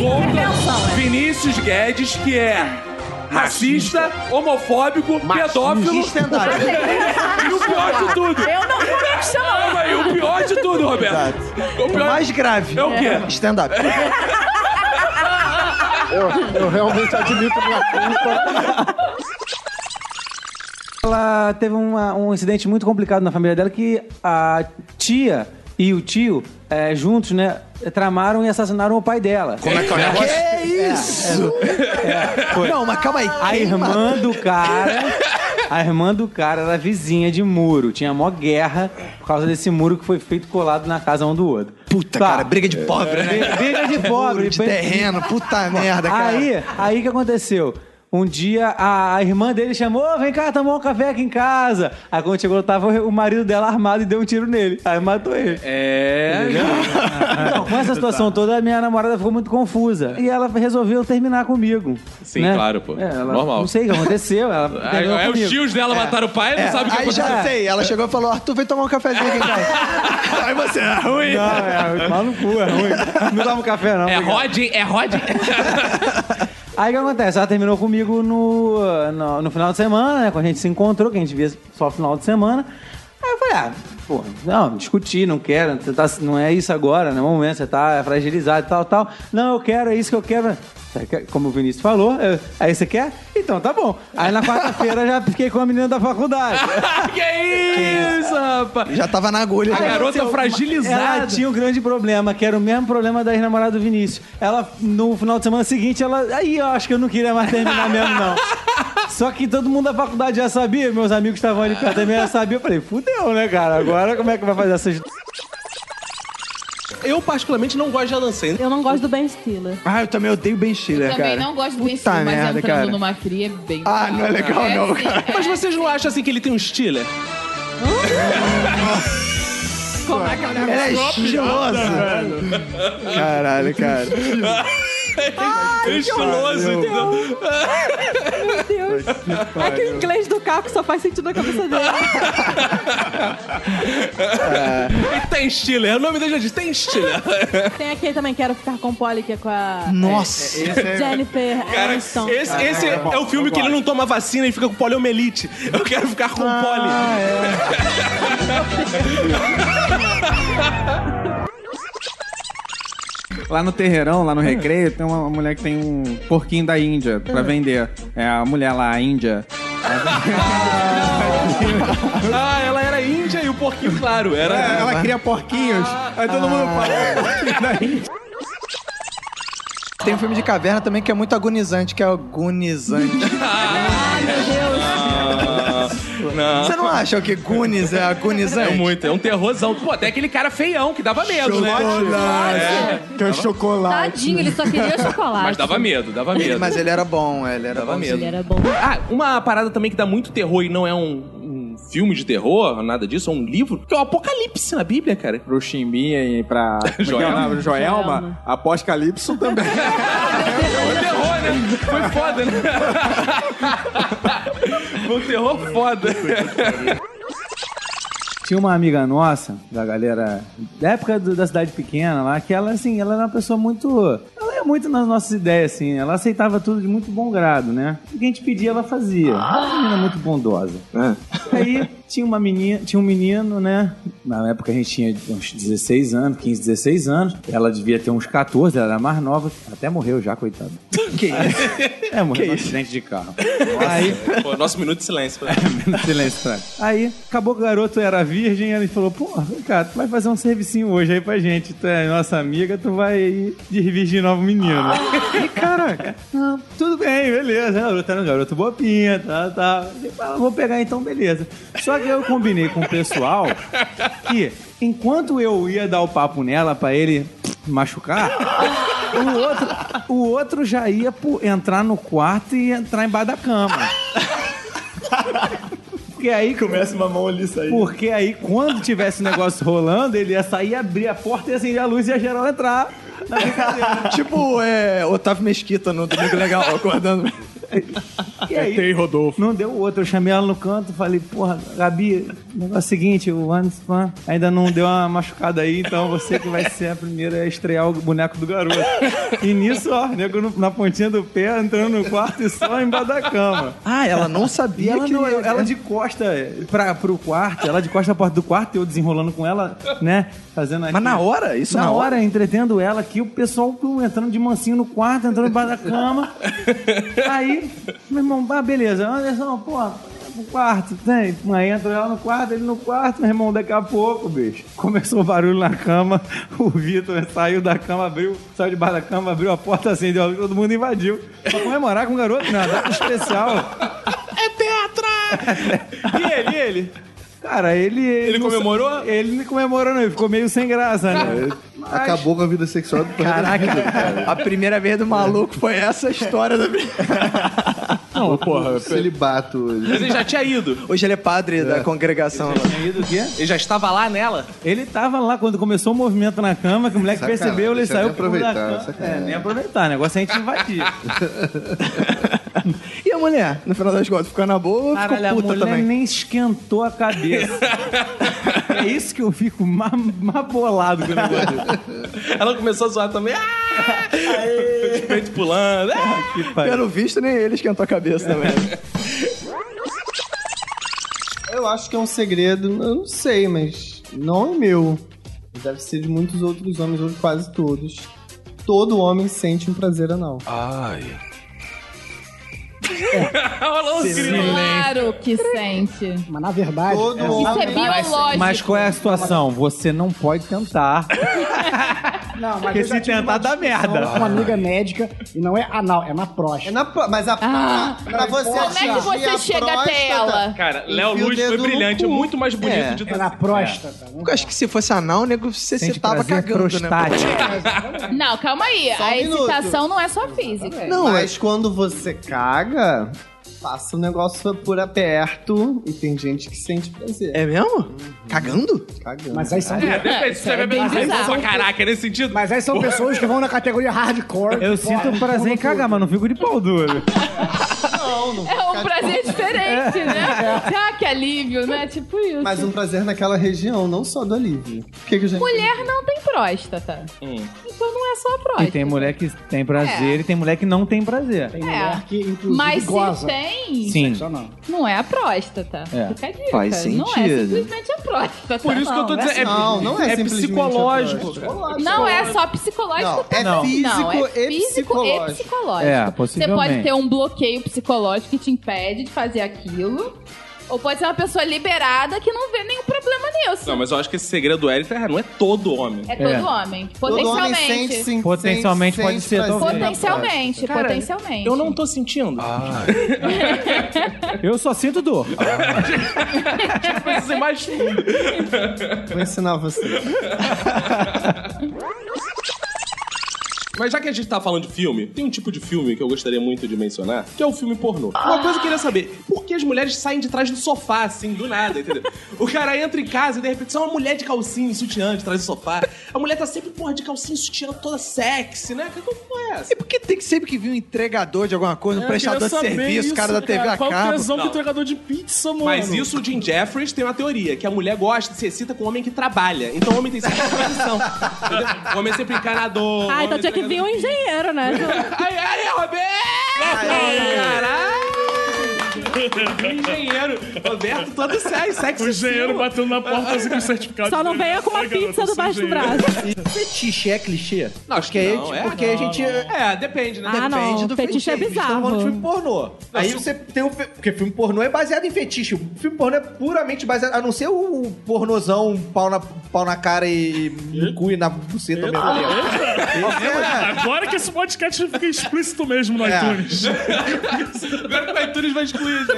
S15: intervenção, é.
S1: Vinícius Guedes, que é racista, homofóbico, pedófilo. E o pior de tudo.
S10: Eu não conheço, não.
S1: Calma aí, É o pior de tudo, Roberto. O pior...
S2: mais grave.
S1: É o quê?
S2: Stand-up.
S3: Eu, eu realmente admito minha culpa.
S17: Ela teve uma- um incidente muito complicado na família dela que a tia e o tio, eh, juntos, né, tramaram e assassinaram o pai dela. Como é que é o negócio?
S2: Que
S1: é,
S2: isso? Não, mas calma aí.
S17: A irmã do cara. A irmã do cara era vizinha de muro. Tinha mó guerra por causa desse muro que foi feito colado na casa um do outro. Puta,
S2: cara, briga de pobre, né?
S17: Briga de pobre.
S2: Muro de terreno, puta merda, cara.
S17: Aí, aí que aconteceu? Um dia a, a irmã dele chamou, "Ô, vem cá tomar um café aqui em casa. Aí quando chegou, tava o marido dela armado e deu um tiro nele. Aí matou ele.
S1: É.
S17: Então, com essa situação toda, a minha namorada ficou muito confusa. E ela resolveu terminar comigo.
S1: Sim,
S17: né?
S1: claro, pô.
S17: É, ela-
S1: Normal.
S17: Não sei o que aconteceu. Ela
S1: Ah,
S17: terminou
S1: é, os
S17: comigo.
S1: tios dela
S17: É.
S1: mataram o pai, né? não
S17: É,
S1: sabe o que
S17: aí já
S1: aconteceu.
S2: Sei, ela chegou e falou: Arthur, vem tomar um cafezinho aqui em casa. Aí você, é ruim.
S17: Não, é mal no cu, é ruim. Não toma café, não.
S1: É
S17: obrigado.
S1: Rod, hein? é Rod.
S17: Aí o que acontece? Ela terminou comigo no, no, no final de semana, né? Quando a gente se encontrou, que a gente via só final de semana. Aí eu falei, ah, pô, não, discutir, não quero, você tá- não é isso agora, não é o momento, você tá fragilizado e tal, tal. Não, eu quero, é isso que eu quero. Você quer- Como o Vinícius falou, é, aí você quer? Então tá bom. Aí na quarta-feira já fiquei com a menina da faculdade.
S66: que isso, rapaz?
S2: Já tava na agulha.
S17: A garota fragilizada. Ela tinha um grande problema, que era o mesmo problema da ex-namorada do Vinícius. Ela, no final de semana seguinte, ela. Aí eu acho que eu não queria mais terminar mesmo, não. Só que todo mundo da faculdade já sabia, meus amigos estavam ali perto também já sabia. Eu falei, fudeu, né, cara? Agora como é que vai fazer essas.
S1: Eu, particularmente, não gosto de Alan Sandler.
S10: Eu não gosto do Ben Stiller.
S17: Ah, eu também odeio Ben
S8: Né,
S10: Stiller,
S1: Eu
S6: Também não gosto do Ben Stiller, mas entrando numa fria é bem... É, sim.
S1: Mas vocês não acham assim que ele tem um Stiller?
S6: Como é que
S1: Ele é estiloso.
S13: Caralho, cara.
S1: Estiloso,
S6: então.
S1: entendeu?
S10: Meu Deus. É que o inglês do Caco só faz sentido na cabeça dele.
S17: É.
S1: Ele tem Stiller. O nome dele já diz, tem Stiller.
S17: Ah,
S10: Tem aquele também, Quero Ficar com Polly, que é com a...
S1: Nossa.
S10: é- é- Jennifer
S1: Cara, esse,
S17: então,
S10: Aniston.
S1: esse é, o filme que ele não toma vacina e fica com poliomielite. Eu quero ficar com
S17: Ah,
S1: poli.
S17: é.
S8: Lá no terreirão, lá no recreio, tem uma mulher que tem um porquinho da Índia pra
S6: Uhum.
S8: vender. É a mulher lá, a Índia.
S66: Ah,
S1: é.
S66: ela era índia e o porquinho, claro, era.
S8: É, ela Ah, cria Ah."
S66: porquinhos. aí todo mundo
S8: "É,
S66: fala.
S2: Tem um filme de caverna também que é muito agonizante, que é agonizante.
S1: Não.
S2: Você não acha que Goonies é agonizante?
S1: Ah. É muito, é um terrorzão. Pô, até aquele cara feião que dava medo, né?
S2: Chocolate.
S1: É.
S2: Tem
S1: Dava-
S2: chocolate.
S3: Tadinho, ele só queria chocolate.
S1: Mas dava medo, dava medo.
S2: Mas ele era bom, ele era
S1: Dava
S2: bonzinho.
S1: medo. Ah, uma parada também que dá muito terror e não é um, um filme de terror, nada disso, é um livro, que é o Apocalipse na Bíblia, cara.
S8: Pro Chimbinha e pra. como é que é o
S1: Joelma.
S8: nome? Joelma.
S1: Joelma.
S8: Apocalipse também.
S1: Foi terror, né? Foi foda, né? Foi um terror foda.
S17: Tinha uma amiga nossa, da galera da época do- da cidade pequena lá, que ela, assim, ela era uma pessoa muito. Ela ia muito nas nossas ideias, assim. Ela aceitava tudo de muito bom grado, né? O que a gente pedia, ela fazia. Ela era uma menina muito bondosa. né? Ah. Aí tinha uma menina, tinha um menino, né? Na época a gente tinha uns 16 anos, 15, 16 anos. Ela devia ter uns 14, ela era mais nova. Até morreu já, coitado. Que isso? É, morreu num acidente de carro. Aí.
S1: Pô, nosso minuto de silêncio. né?
S8: Silêncio, Fran.
S17: Aí, acabou que o garoto era virgem, ele falou, pô, vem cá, tu vai fazer um servicinho hoje aí pra gente, tu é nossa amiga, tu vai desvirginar o menino. E, caraca, não, tudo bem, beleza, garoto era um garoto bobinha, tá, tá. Ele fala, vou pegar então, beleza. Só que eu combinei com o pessoal que, enquanto eu ia dar o papo nela pra ele machucar, o outro, o outro já ia pô, entrar no quarto e entrar embaixo da cama. Porque aí começa uma mão ali sair. Porque aí quando tivesse o negócio rolando, ele ia sair, abrir a porta e acender a luz e a geral entrar. na brincadeira.
S2: Tipo, é, Otávio Mesquita no Domingo Legal, acordando.
S17: É E aí, Rodolfo. Não deu outro. Eu chamei ela no canto falei, porra, Gabi, o negócio é o seguinte, o Anderson ainda não deu uma machucada aí, então você que vai ser a primeira a estrear o boneco do garoto. E nisso, ó, nego no- na pontinha do pé, entrando no quarto e só embaixo da cama. é
S2: Ah, ela não sabia
S17: ela
S2: que
S17: não,
S2: ia-
S17: Ela de costa eh, pra, pro quarto, ela de costa pra porta do quarto, eu desenrolando com ela, né, fazendo aqui.
S2: Mas na hora? Isso
S17: na,
S2: na
S17: hora?
S2: hora?
S17: entretendo ela aqui, o pessoal entrando de mansinho no quarto, entrando embaixo da cama. Aí, meu irmão, ah, beleza, Anderson, pô, no quarto, tem. Aí entra ela no quarto, ele no quarto, meu irmão, daqui a pouco, bicho. Começou o barulho na cama, o Vitor saiu da cama, abriu, saiu de baixo da cama, abriu a porta, acendeu a luz, todo mundo invadiu. Pra comemorar com o garoto, né? Uma data especial. E
S1: é
S17: ele, e ele? Cara, ele. Ele, não
S1: comemorou?
S17: sa- Ele não
S8: Tá
S17: comemorou, não. Ele ficou meio sem graça,
S1: É.
S17: né?
S2: Acabou
S17: com a vida sexual do
S2: Caraca, a primeira vez do maluco foi essa história da minha.
S17: Não,
S2: porra.
S12: Celibato hoje.
S1: Mas ele já tinha ido.
S2: Hoje ele é padre da congregação. Ele
S17: tinha ido o quê?
S1: Ele já estava lá nela?
S17: Ele tava lá quando começou o movimento na cama, que o moleque
S1: Sacanagem,
S17: percebeu, ele
S1: deixa
S17: saiu
S1: nem
S17: pro fundo da
S1: aproveitar,
S17: cama. É,
S1: sacanagem.
S17: nem aproveitar. O negócio é a gente invadir.
S2: E a mulher, no final das contas, ficou na boa ou
S17: Caralho, a
S2: ficou puta
S17: mulher
S2: também?
S17: nem esquentou a cabeça. é isso que eu fico ma- ma- bolado com o negócio.
S1: Ela começou a zoar também. Ah! Os peitos pulando. Ah!
S2: Pelo visto, nem ele esquentou a cabeça também.
S8: Eu eu acho que é um segredo, eu não sei, mas não é meu. Deve ser de muitos outros homens, ou de quase todos. Todo homem sente um prazer anal. Ai.
S6: Olha o
S8: Silêncio.
S6: Claro que sente.
S14: Mas na verdade.
S6: é- Isso é
S17: Mas-
S6: biológico.
S17: Mas qual é a situação? Você não pode tentar.
S8: um
S14: Não, mas
S17: Porque
S14: eu já
S17: se
S14: tive
S17: tentar,
S14: uma
S17: dá
S14: discussão
S17: merda.
S14: Com uma amiga médica, e não é anal, é na próstata. É
S8: na próstata, mas a.
S14: Ah,
S8: pra você
S6: é
S3: é
S8: atingir a próstata,
S1: Cara,
S8: enfia
S1: Léo
S8: o
S1: Luz foi
S8: dedo no
S1: brilhante, é
S8: cu.
S1: muito mais bonito
S8: É.
S1: de
S8: É na
S14: próstata.
S8: Eu acho que se fosse anal, o nego você
S14: Sente
S8: citava
S14: prazer
S8: cagando, né?
S6: Não, calma aí.
S8: Só um
S6: a
S8: minuto.
S6: excitação não é só física.
S8: Não,
S14: é
S8: mas quando você caga, passa o negócio por aperto e tem gente que sente prazer. É
S2: mesmo?
S8: Cagando? Cagando.
S14: Mas aí são-
S1: É, depende, você vai beber
S14: bizarro.
S1: pra caraca, nesse sentido.
S14: Mas
S3: É,
S14: aí são pessoas que vão na categoria hardcore.
S17: Eu
S14: Porra,
S17: sinto prazer em cagar, mas não fico de pau duro.
S8: Não, não.
S6: É um prazer diferente, né? Ah, que alívio, né? Tipo isso.
S8: É. Mas um prazer naquela região, não só do alívio. O que, que a gente.
S6: Mulher não tem próstata. Então não é só a
S17: E
S6: próstata.
S17: tem mulher que tem
S14: É.
S17: prazer e tem mulher que não tem prazer.
S6: É. Mas se tem,
S17: Sim.
S6: não é a próstata.
S17: É.
S6: Fica a dica.
S17: Faz
S6: Não é
S17: sentido.
S6: simplesmente a próstata.
S8: Por isso que eu tô dizendo, é- Não, não é é simplesmente psicológico. a próstata.
S6: Não é só psicológico.
S8: Não, é
S6: também.
S8: físico
S6: Não, é
S8: e
S6: físico
S8: psicológico.
S6: e psicológico.
S17: É, possivelmente.
S6: Você pode ter um bloqueio psicológico que te impede de fazer aquilo. Ou pode ser uma pessoa liberada que não vê nenhum problema nisso.
S1: Não, mas eu acho que esse segredo do Eric é, não é todo homem.
S6: É todo homem.
S8: homem
S6: Potencialmente.
S8: sente, sim,
S17: Potencialmente
S8: sente,
S17: pode ser,
S8: prazer
S17: talvez.
S8: na
S6: Potencialmente,
S8: próstata.
S6: potencialmente.
S1: Eu não tô sentindo.
S8: Ah.
S17: Eu só sinto dor.
S1: Você mais fundo.
S8: Vou ensinar você.
S1: Mas já que a gente tá falando de filme, tem um tipo de filme que eu gostaria muito de mencionar, que é o filme pornô. Uma coisa que eu queria saber, por que as mulheres saem de trás do sofá, assim, do nada, entendeu? o cara entra em casa e de repente só uma mulher de calcinha e sutiã de trás do sofá. A mulher tá sempre, porra, de calcinha e sutiã toda sexy, né? Que porra é essa?
S2: E por que tem que sempre que vir um entregador de alguma coisa, um
S1: É,
S2: prestador
S1: eu
S2: de
S1: queria saber
S2: serviço,
S1: isso,
S2: cara da TV
S1: cara.
S2: a
S1: Qual
S2: cabo?
S1: tesão que é
S2: Não.
S1: o entregador-
S8: de pizza, mano.
S1: Mas isso o Jim Jeffries tem uma teoria, que a mulher gosta, se excita com o homem que trabalha. Então o homem tem sempre uma posição. entendeu? O homem é sempre encanador. é
S10: Ah, então tinha que vir um engenheiro, né?
S1: ai, ai, Roberto! Engenheiro, Roberto todo sério, sexy.
S4: O engenheiro bateu na porta assim com o certificado.
S10: Só não
S4: dele.
S10: venha com uma
S4: Ai, garoto,
S10: pizza
S4: eu sou
S10: debaixo do
S4: engenheiro.
S10: braço.
S14: Fetiche é clichê?
S1: Não, acho que
S14: Porque aí,
S1: não,
S14: tipo,
S1: é.
S14: porque a gente-
S1: É, depende, né?
S14: Ah, não,
S1: Depende do
S14: fetiche é
S1: fetiche.
S14: bizarro.
S1: Então,
S14: Uhum.
S8: filme pornô. Aí
S1: Assim,
S8: você tem o. fi- Porque filme pornô é baseado em fetiche. O filme pornô é puramente baseado. A não ser o o pornozão, um pau na, pau na cara e no cu e na buceta ao mesmo tempo. Esse é-
S4: Agora que esse podcast fica explícito mesmo no
S8: É.
S4: iTunes.
S1: Agora é que o iTunes vai excluir, gente.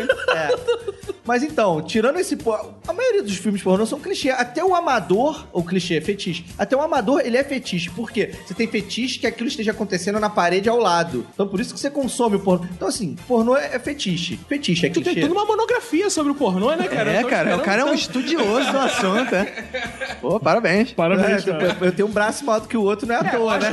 S8: Mas então, tirando esse. po- A maioria dos filmes pornô são clichê. Até o amador. Ou clichê, fetiche. Até o amador, ele é fetiche. Por quê? Você tem fetiche que aquilo esteja acontecendo na parede ao lado. Então por isso que você consome o pornô. Então assim, pornô é é fetiche. Fetiche é
S1: Tu
S8: clichê.
S1: tem toda uma monografia sobre o pornô, né, cara?
S8: É,
S1: Eu tô
S8: cara,
S1: esperando
S8: o cara é um
S1: tanto.
S8: estudioso do assunto, é. Pô, parabéns.
S1: Parabéns,
S8: É,
S1: cara.
S8: eu- Eu tenho um braço maior do que o outro, não é à toa, né?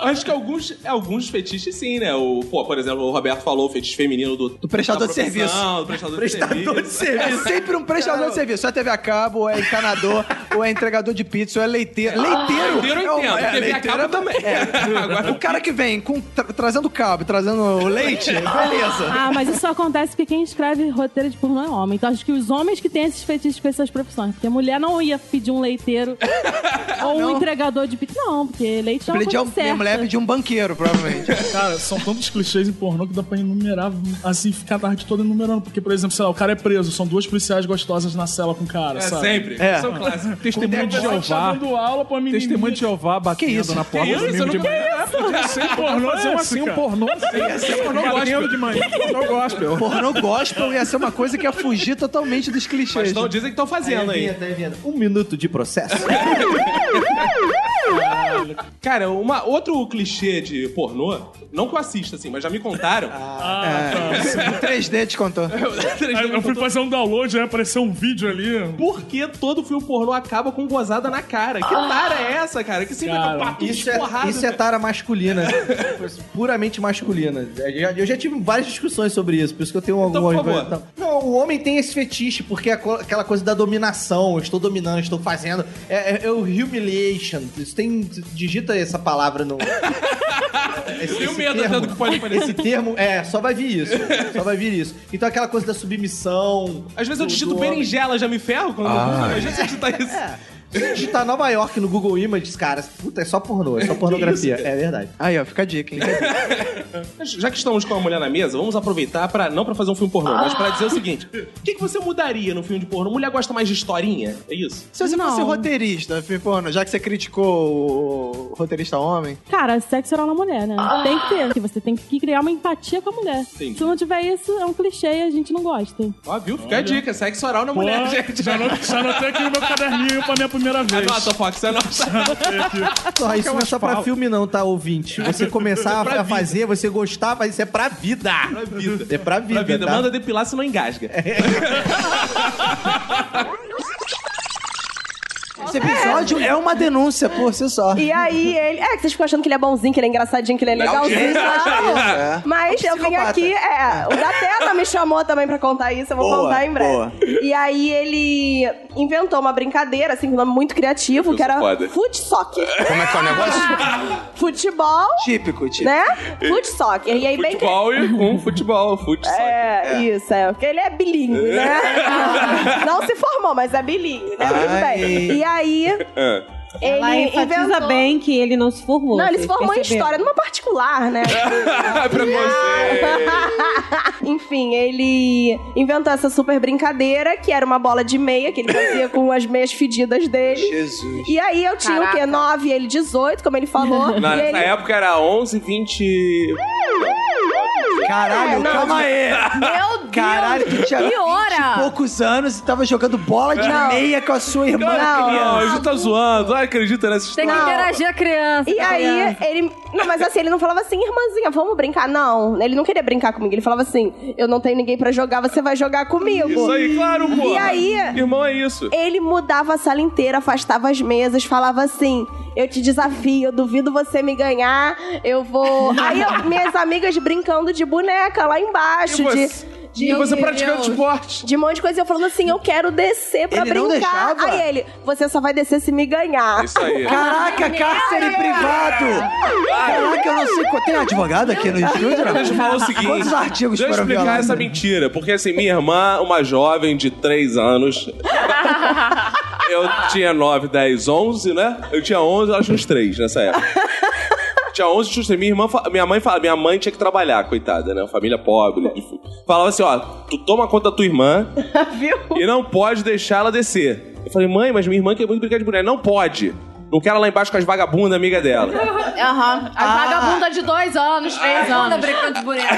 S1: Acho que alguns, alguns fetiches sim, né? O, pô, por exemplo, o Roberto falou o fetiche feminino do, do
S2: prestador de serviço.
S1: Do prestador, de serviço.
S2: É sempre um prestador de serviço. Ou é TV a cabo, ou é encanador, ou é entregador de pizza, ou é leiteiro. Leiteiro!
S1: leiteiro eu
S2: é o-
S1: entendo,
S2: é,
S1: TV a
S2: leiteiro
S1: cabo
S2: é-
S1: também.
S2: é.
S1: Agora-
S2: O cara que vem com, tra- trazendo cabo, trazendo leite, beleza.
S10: Ah, mas isso só acontece porque quem escreve roteiro de pornô é homem. Então acho que os homens que têm esses fetiches com essas profissões. Porque a mulher não ia pedir um leiteiro ou um entregador de pizza. Não, porque leite é uma
S2: Pedir
S10: coisa
S2: um, minha mulher
S10: certa.
S2: pedir um banqueiro, provavelmente.
S4: Cara, são tantos clichês em pornô que dá pra enumerar, assim, ficar a tarde toda enumerando. Porque, por exemplo, sei lá, o cara é preso, são duas policiais gostosas na cela com o cara,
S1: É,
S4: sabe?
S1: sempre.
S4: É.
S1: São clássicos. é
S4: Testemunho de
S1: tá
S4: Jeová. dando aula pra menininha.
S17: Testemunho de Jeová batendo
S4: isso?
S17: na porta
S4: Que
S17: do
S4: isso?
S17: domingo de
S4: Eu não-
S17: manhã.
S4: Que isso? Podia ser pornô,
S17: Pornôzão
S4: esse,
S17: assim, um
S4: cara.
S17: pornô.
S4: Ia ser pornô gospel.
S17: de manhã. Pornô gospel.
S2: Pornô gospel ia ser uma coisa que ia fugir totalmente dos clichês.
S1: Mas não Então, dizem que estão fazendo aí.
S8: Um minuto de processo.
S1: Cara, uma, outro clichê de pornô, não que eu assista, assim, mas já me contaram. tipo, assim.
S2: É, o 3D te contou.
S4: Aí eu fui fazer um download, aí apareceu um vídeo ali.
S1: Por que todo filme pornô acaba com um gozada na cara? Que tara é essa, cara? Que sempre
S4: Cara,
S1: tá papo
S8: Isso
S1: esporrado.
S8: é, isso é tara masculina. Puramente masculina. Eu já- Eu já tive várias discussões sobre isso, por isso que eu tenho alguma
S1: Então, por favor.
S8: Não, o homem tem esse fetiche, porque é co- aquela coisa da dominação, eu estou dominando, eu estou fazendo. É, é- é o humiliation. Isso tem. Digita essa palavra no. esse,
S1: tenho
S8: esse
S1: medo
S8: termo.
S1: até do que pode aparecer.
S8: Esse termo, é, só vai vir isso. Só vai vir isso. Então aquela coisa da submissão.
S1: Às vezes eu
S8: do-
S1: digito
S8: do homem.
S1: berinjela, já me ferro quando
S8: Ah.
S1: eu já sei digitar isso.
S8: Se você digitar Nova York no Google Images, cara, puta, é só pornô, é só pornografia.
S1: Que isso,
S8: é verdade.
S2: Aí, ó, fica a dica, hein?
S1: Mas Já que estamos com a mulher na mesa, vamos aproveitar para não para fazer um filme pornô, mas para dizer o seguinte: o que, que você mudaria no filme de pornô? Mulher gosta mais de historinha? É isso?
S2: Se você fosse roteirista, filme porno, já que você criticou o roteirista homem.
S10: Cara, sexo oral na mulher, né? Tem que ter. que Você tem que criar uma empatia com a mulher.
S2: Entendi.
S10: Se não tiver isso, é um clichê e a gente não gosta.
S1: Ó, viu? Fica a dica: sexo oral na
S4: Pô,
S1: mulher, gente. Ah,
S4: já anotei- já anotei aqui no meu caderninho pra minha primeira vez.
S1: Anota, Fox, anota.
S8: Só, isso não é só pra filme, não, tá, ouvinte? Você começar
S1: É. Pra
S8: a- a
S1: vida.
S8: fazer, você gostar, mas isso é pra vida. Pra
S1: vida.
S8: É pra vida.
S1: Pra vida,
S8: tá? É.
S1: manda depilar se não engasga.
S2: Esse episódio é uma denúncia por si só.
S67: E aí ele. É, que vocês ficam achando que ele é bonzinho, que ele é engraçadinho, que ele é
S2: Não,
S67: legalzinho.
S2: gente,
S67: não.
S2: é.
S67: Mas eu vim aqui, é. O Datena me chamou também pra contar isso, eu vou
S3: Boa,
S67: contar em breve.
S3: boa.
S67: E aí ele inventou uma brincadeira, assim, com um nome muito criativo, que era
S3: foda.
S67: foot soccer.
S3: Como é que é o negócio?
S67: Futebol.
S2: Típico, típico.
S67: Né? Foot soccer. E aí bem que.
S1: Futebol e com um futebol, futsal.
S67: É, isso, é. Porque ele é bilíngue, né? Não se formou, mas é bilíngue, né? Tudo
S3: Ai.
S67: bem. E aí, ele
S3: Ela enfatiza
S67: inventou-
S3: bem que ele não se formou.
S67: Não, ele se
S3: vocês
S67: formou em
S3: perceberam.
S67: história, numa particular, né?
S1: É
S67: Enfim, ele inventou essa super brincadeira, que era uma bola de meia, que ele fazia com as meias fedidas dele.
S2: Jesus.
S67: E aí eu tinha o quê? 9 e ele 18, como ele falou.
S1: Na,
S67: e ele... é
S1: na época era 11, 20.
S2: Caralho,
S67: É, não,
S2: calma aí.
S67: Meu Deus.
S2: Caralho, tu tinha
S67: Que hora?
S2: 20 e poucos anos e tava jogando bola de
S1: Não.
S2: meia com a sua irmã.
S1: Não,
S2: criança.
S1: não, a gente tá zoando. Ai, acredita nessa história.
S67: Não.
S15: a criança. tá
S67: E
S15: com a
S67: aí,
S15: criança.
S67: ele. Não, mas assim, ele não falava assim, irmãzinha, vamos brincar. Não, ele não queria brincar comigo. Ele falava assim: eu não tenho ninguém pra jogar, você vai jogar comigo.
S1: Isso aí, claro, pô.
S67: E aí.
S1: Irmão, é isso.
S67: Ele mudava a sala inteira, afastava as mesas, falava assim: Eu te desafio, eu duvido você me ganhar, eu vou. Aí eu- minhas amigas brincando de boneca lá embaixo,
S1: E você-
S67: de.
S1: e
S67: de-
S1: você praticando esporte.
S67: De um monte de coisa. E eu falando assim: Eu quero descer pra
S2: Ele não
S67: brincar.
S2: deixava?
S67: aí ele: Você só vai descer se me ganhar.
S1: Isso aí.
S2: Caraca, cárcere privado! Caraca, eu não sei. qual- Tem advogado aqui no estúdio? não? Ah,
S1: Deixa eu falar o seguinte.
S2: Quantos artigos
S1: Deixa eu
S2: foram
S1: explicar
S2: violados?
S1: essa mentira. Porque assim, minha irmã, uma jovem de 3 anos. Eu tinha 9, 10, 11, né? Eu tinha 11, ela tinha uns 3 nessa época. Tinha 11, tinha uns 3. Minha, irmã, fa- minha mãe fala, minha mãe tinha que trabalhar, coitada, né? Família pobre. enfim. Falava assim, ó, tu toma conta da tua irmã e não pode deixar ela descer. Eu falei, mãe, mas minha irmã quer muito brincar de boneca. Não pode. Não quero ela lá embaixo com as vagabundas, amiga dela.
S5: Aham. A vagabunda de dois anos, três anos. brincando de boneca.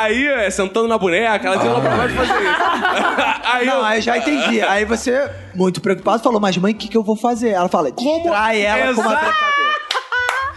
S1: Aí, é, sentando na boneca, ela tinha lá pra baixo fazer isso. Aí
S2: não,
S1: eu...
S2: aí já entendi. Aí você, muito preocupado, falou, mas mãe, o que, que eu vou fazer? Ela fala, distrai ela com
S1: Exato.
S2: uma brincadeira.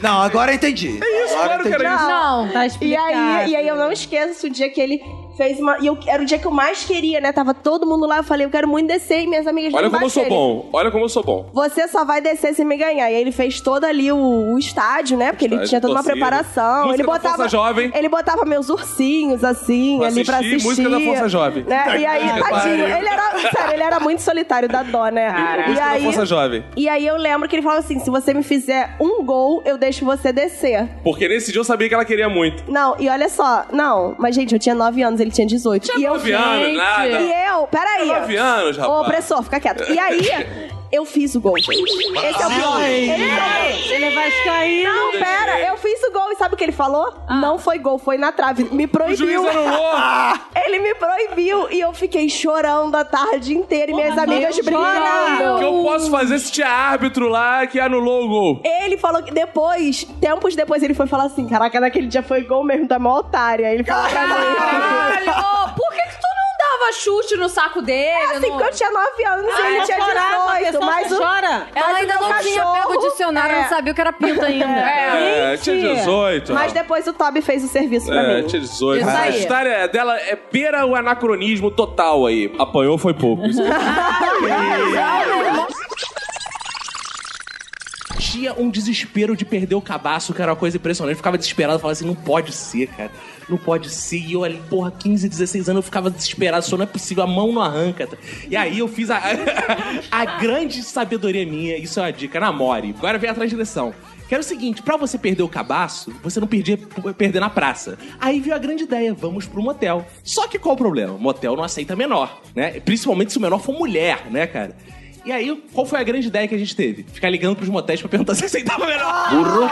S2: Não, agora eu entendi. É isso, agora eu entendi.
S67: Não,
S3: tá
S67: e
S3: explicado.
S67: aí, e aí eu não esqueço o dia que ele fez uma. E eu, era o dia que eu mais queria, né? Tava todo mundo lá, eu falei, eu quero muito descer e minhas amigas
S1: Olha
S67: lá
S1: como eu
S67: embaixo
S1: sou
S67: dele,
S1: bom. Olha como eu sou bom.
S67: Você só vai descer se me ganhar. E aí ele fez todo ali o, o estádio, né? Porque ele
S1: Estádio,
S67: tinha toda uma
S1: torcida.
S67: preparação.
S1: Música
S67: ele
S1: da
S67: botava.
S1: Força Jovem.
S67: Ele botava meus ursinhos, assim,
S1: Pra
S67: ali pra
S1: assistir,
S67: assistir.
S1: música da Força Jovem.
S67: Né? E aí,
S1: Puta que
S67: tadinho,
S1: pariu.
S67: ele era. Sério, ele era muito solitário da dó, né? E
S1: Música da
S67: aí.
S1: Força Jovem.
S67: E aí eu lembro que ele falava assim: se você me fizer um gol, eu deixo você descer.
S1: Porque nesse dia eu sabia que ela queria muito.
S67: Não, e olha só, não, mas gente, eu tinha 9 anos, ele tinha 18. e eu,
S1: 9 anos,
S67: Gente.
S1: nada.
S67: E eu, peraí.
S1: Tinha 9 anos, rapaz.
S67: Ô, opressor, fica quieto. E aí, eu fiz o gol, gente. Esse é o pior.
S3: Ai.
S67: Esse é o Ele vai cair. Não, Ah. pera, eu fiz o gol e sabe o que ele falou? Não foi gol, foi na trave. Me proibiu.
S3: juiz anulou.
S67: ele me proibiu e eu fiquei chorando a tarde inteira e minhas amigas
S1: Não chora. O que eu
S67: brincando.
S1: posso fazer se tinha árbitro lá que anulou o gol?
S67: Ele falou que depois, tempos depois, ele foi falar assim: Caraca, naquele dia foi gol mesmo da maior otária. Ele falou pra mim.
S5: Caralho! ô, Por que, que tu não dava chute no saco dele?
S67: É assim, porque eu tinha 9 anos e
S5: Ah,
S67: ele
S5: é
S67: tinha
S5: chorar, essa
S67: 18.
S5: pessoa
S67: Mas o,
S5: chora.
S67: mas
S5: Ela
S67: o
S5: ainda
S67: um? meu
S5: não tinha
S67: cachorro- É.
S5: pego o dicionário, não sabia o que era pinto ainda.
S1: É,
S67: Gente.
S1: tinha 18.
S67: Mas
S1: ó.
S67: depois o Toby fez o serviço pra
S1: É,
S67: mim.
S1: tinha 18.
S67: Isso
S1: A
S67: aí.
S1: história dela é beira o anacronismo total aí. Apanhou foi pouco. sentia um desespero de perder o cabaço, que era uma coisa impressionante. Eu ficava desesperado, falava assim, não pode ser, cara. Não pode ser. E eu ali, porra, 15, 16 anos, eu ficava desesperado. Só não é possível, a mão não arranca. E aí eu fiz a, a grande sabedoria minha. Isso é uma dica, namore. Agora vem a transgressão. Que era o seguinte, pra você perder o cabaço, você não perdia perder na praça. Aí veio a grande ideia, vamos pro motel. Só que qual o problema? Motel não aceita menor, né? Principalmente se o menor for mulher, né, cara? E aí, qual foi a grande ideia que a gente teve? Ficar ligando pros motéis pra perguntar se aceitava menor. Burro.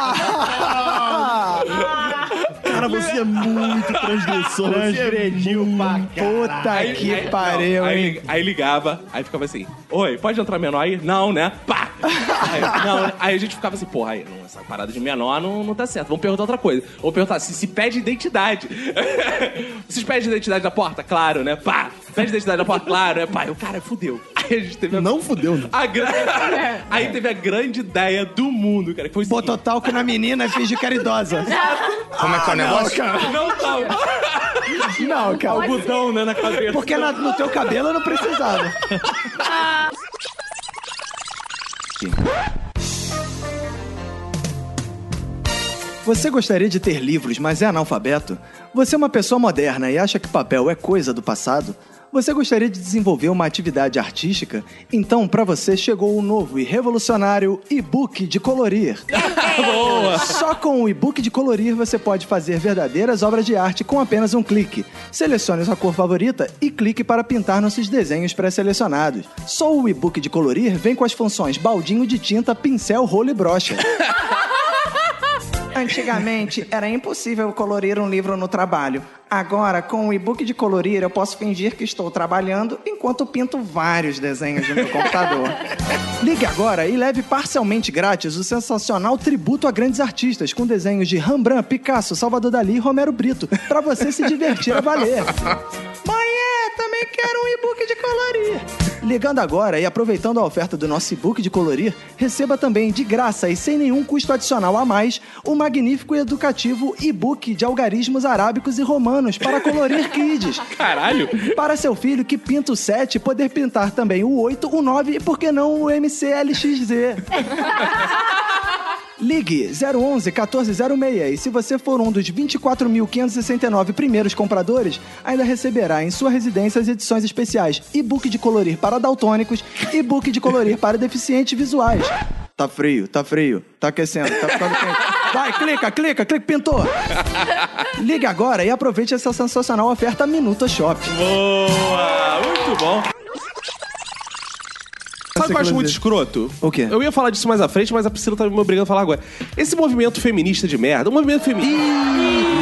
S12: Cara, você é muito transgressor. Transgrediu pra
S3: Puta
S1: Aí-
S3: que
S1: aí-
S3: pariu,
S1: não, aí,
S3: hein?
S1: li- aí ligava, aí ficava assim: Oi, pode entrar menor aí? Não, né? Pá! Aí, não, né? Aí a gente ficava assim: Porra, aí, não, essa parada de menor não, não tá certo. Vamos perguntar outra coisa. Ou perguntar se se pede identidade. Vocês pedem identidade da porta? Claro, né? Pá! Pede identidade da porta? Claro, né? Pá! Eu, cara, fudeu. Aí a gente teve a... Não fudeu, né?
S3: É.
S1: Aí teve a grande ideia do mundo, cara. Que foi Botou
S3: talco na menina e finge que era idosa.
S8: Como é que é o negócio?
S1: Não, não.
S3: Não, cara.
S8: O botão, né, na cabeça.
S3: Porque na- no teu cabelo eu não precisava.
S2: Você gostaria de ter livros, mas é analfabeto? Você é uma pessoa moderna e acha que papel é coisa do passado? Você gostaria de desenvolver uma atividade artística? Então, para você chegou o novo e revolucionário e-book de colorir.
S1: Boa!
S2: Só com o e-book de colorir você pode fazer verdadeiras obras de arte com apenas um clique. Selecione sua cor favorita e clique para pintar nossos desenhos pré-selecionados. Só o e-book de colorir vem com as funções baldinho de tinta, pincel, rolo e brocha. Antigamente era impossível colorir um livro no trabalho. Agora, com o e-book de colorir, eu posso fingir que estou trabalhando enquanto pinto vários desenhos no meu computador. Ligue agora e leve parcialmente grátis o sensacional tributo a grandes artistas com desenhos de Rembrandt, Picasso, Salvador Dali e Romero Brito, para você se divertir a valer. Mãe, é, também quero um e-book de colorir. Ligando agora e aproveitando a oferta do nosso e-book de colorir, receba também de graça e sem nenhum custo adicional a mais o magnífico e educativo e-book de algarismos arábicos e romanos para colorir kids.
S1: Caralho!
S2: Para seu filho que pinta o 7, poder pintar também o 8, o 9 e, por que não, o MCLXZ. Ligue 011 1406 e se você for um dos 24.569 primeiros compradores, ainda receberá em sua residência as edições especiais e-book de colorir para daltônicos e book de colorir para deficientes visuais. Tá frio, tá frio, tá aquecendo, tá ficando quente. Vai, clica, clica, clica, pintou! Ligue agora e aproveite essa sensacional oferta Minuta Shop.
S1: Boa! Muito bom. Sabe o que eu acho muito escroto?
S2: O quê?
S1: Eu ia falar disso mais à frente, mas a Priscila tá me obrigando a falar agora. Esse movimento feminista de merda, o movimento feminista.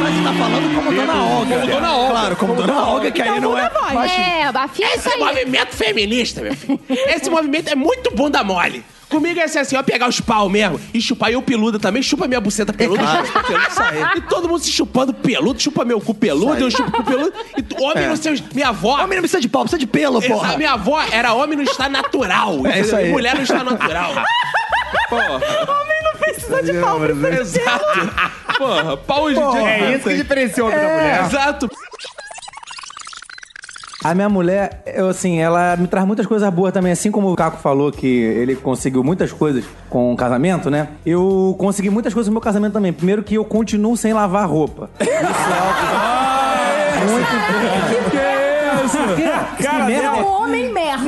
S1: Mas você tá falando como
S3: Dona Olga,
S1: Como Dona Olga.
S3: Claro, como Dona Olga, que aí Então não é muda a voz. machismo.
S15: É, afia isso
S8: Esse
S15: aí.
S8: movimento feminista, meu filho. Esse movimento é muito bunda mole. Comigo é assim, assim, ó, pegar os pau mesmo e chupar eu peluda também, chupa minha buceta peluda,
S12: claro.
S8: chupa eu peluda.
S12: Isso aí.
S8: E todo mundo se chupando peludo, chupa meu cu peludo, eu chupo cu peludo. E tu- homem
S12: É.
S8: não seus. Minha avó. Homem
S2: não precisa de pau, precisa de pelo,
S12: porra.
S8: Minha avó era homem no estado natural.
S12: É isso aí.
S8: Mulher no estado natural.
S12: Homem não precisa de pau, precisa
S1: Exato. Porra, pau hoje em dia.
S68: É isso que diferencia o homem da mulher.
S1: Exato.
S17: A minha mulher, eu, assim, ela me traz muitas coisas boas também, assim como o Caco falou que ele conseguiu muitas coisas com o casamento, né? Eu consegui muitas coisas no meu casamento também. Primeiro que eu continuo sem lavar roupa. Isso é algo muito importante. Por quê? Que
S15: Você é
S17: merda.
S15: um homem merda.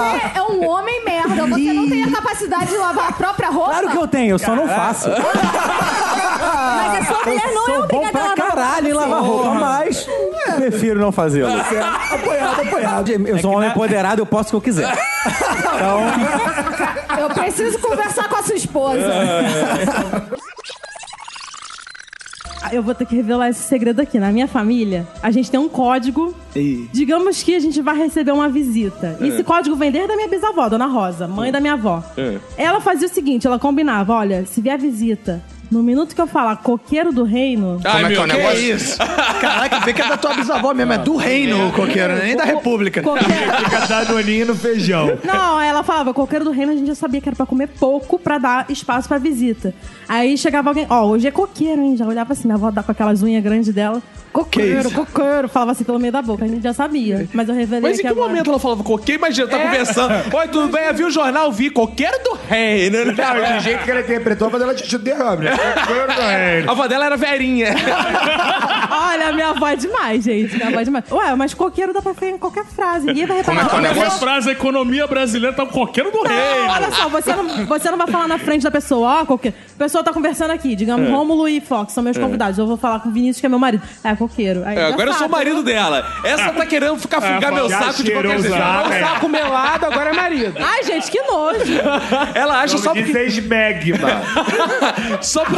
S15: Você é um homem merda. Você não tem a capacidade de lavar a própria roupa?
S17: Claro que eu tenho, eu só não faço.
S15: Mas a sua mulher não é
S17: Sou bom
S15: obrigada a
S17: pra
S15: lavar
S17: caralho em
S15: roupa.
S17: lavar roupa, mas prefiro não fazê-lo. Apoiado, apoiado. Eu sou um homem empoderado, eu posso o que eu quiser.
S15: Eu preciso conversar com a sua esposa.
S10: Ah, Eu vou ter que revelar esse segredo aqui. Na minha família, a gente tem um código. Digamos que a gente vai receber uma visita. E
S12: É.
S10: esse código vem desde a minha
S1: Hum. É.
S10: bisavó, Dona Rosa, mãe da minha avó. Ela fazia o seguinte, ela combinava, olha, se vier visita, No minuto que eu falar coqueiro do reino.
S2: Como é que é o negócio? Caraca, vê que é da tua bisavó mesmo, é do reino o coqueiro, nem da república.
S10: Fica
S2: dando olhinho no feijão.
S10: Não, ela falava, coqueiro do reino a gente já sabia que era pra comer pouco pra dar espaço pra visita. Aí chegava alguém, ó, hoje é coqueiro, hein? Já olhava assim, minha avó dá com aquelas unhas grandes dela. Coqueiro,
S1: isso?
S10: coqueiro. Falava assim pelo meio da boca, a gente já sabia. Mas eu revelei
S1: Mas em
S10: aqui
S1: que
S10: agora.
S1: momento ela falava coqueiro? Imagina, tá
S10: É.
S1: conversando. Oi, tudo bem? Viu o jornal? Vi coqueiro do rei. né? Não,
S22: do é jeito que ela interpretou, mas ela te derrame.
S1: A avó dela era verinha.
S10: Olha, minha avó é demais, gente. Minha avó é demais. Ué, mas coqueiro dá pra fazer em qualquer frase. Ninguém vai
S1: é
S10: reparar.
S4: Quando eu frase, a economia brasileira tá com coqueiro do rei.
S10: É, tá Não, olha só, você não, você não vai falar na frente da pessoa, ó, qualquer. A pessoa tá conversando aqui, digamos,
S1: É.
S10: Rômulo e Fox são meus
S1: É.
S10: convidados. Eu vou falar com o Vinícius, que é meu marido. É, coqueiro. Aí
S1: É,
S10: já
S1: agora eu sou o
S10: sabe. né?
S1: marido dela. Essa tá querendo ficar
S10: É,
S1: fugar meu
S10: já
S1: saco de qualquer
S10: cheirou
S1: jeito.
S10: usado,
S1: Meu
S10: é.
S1: saco melado, agora é marido.
S10: Ai, gente, que nojo.
S1: Ela acha só porque...
S22: Seis magma.
S1: só, por...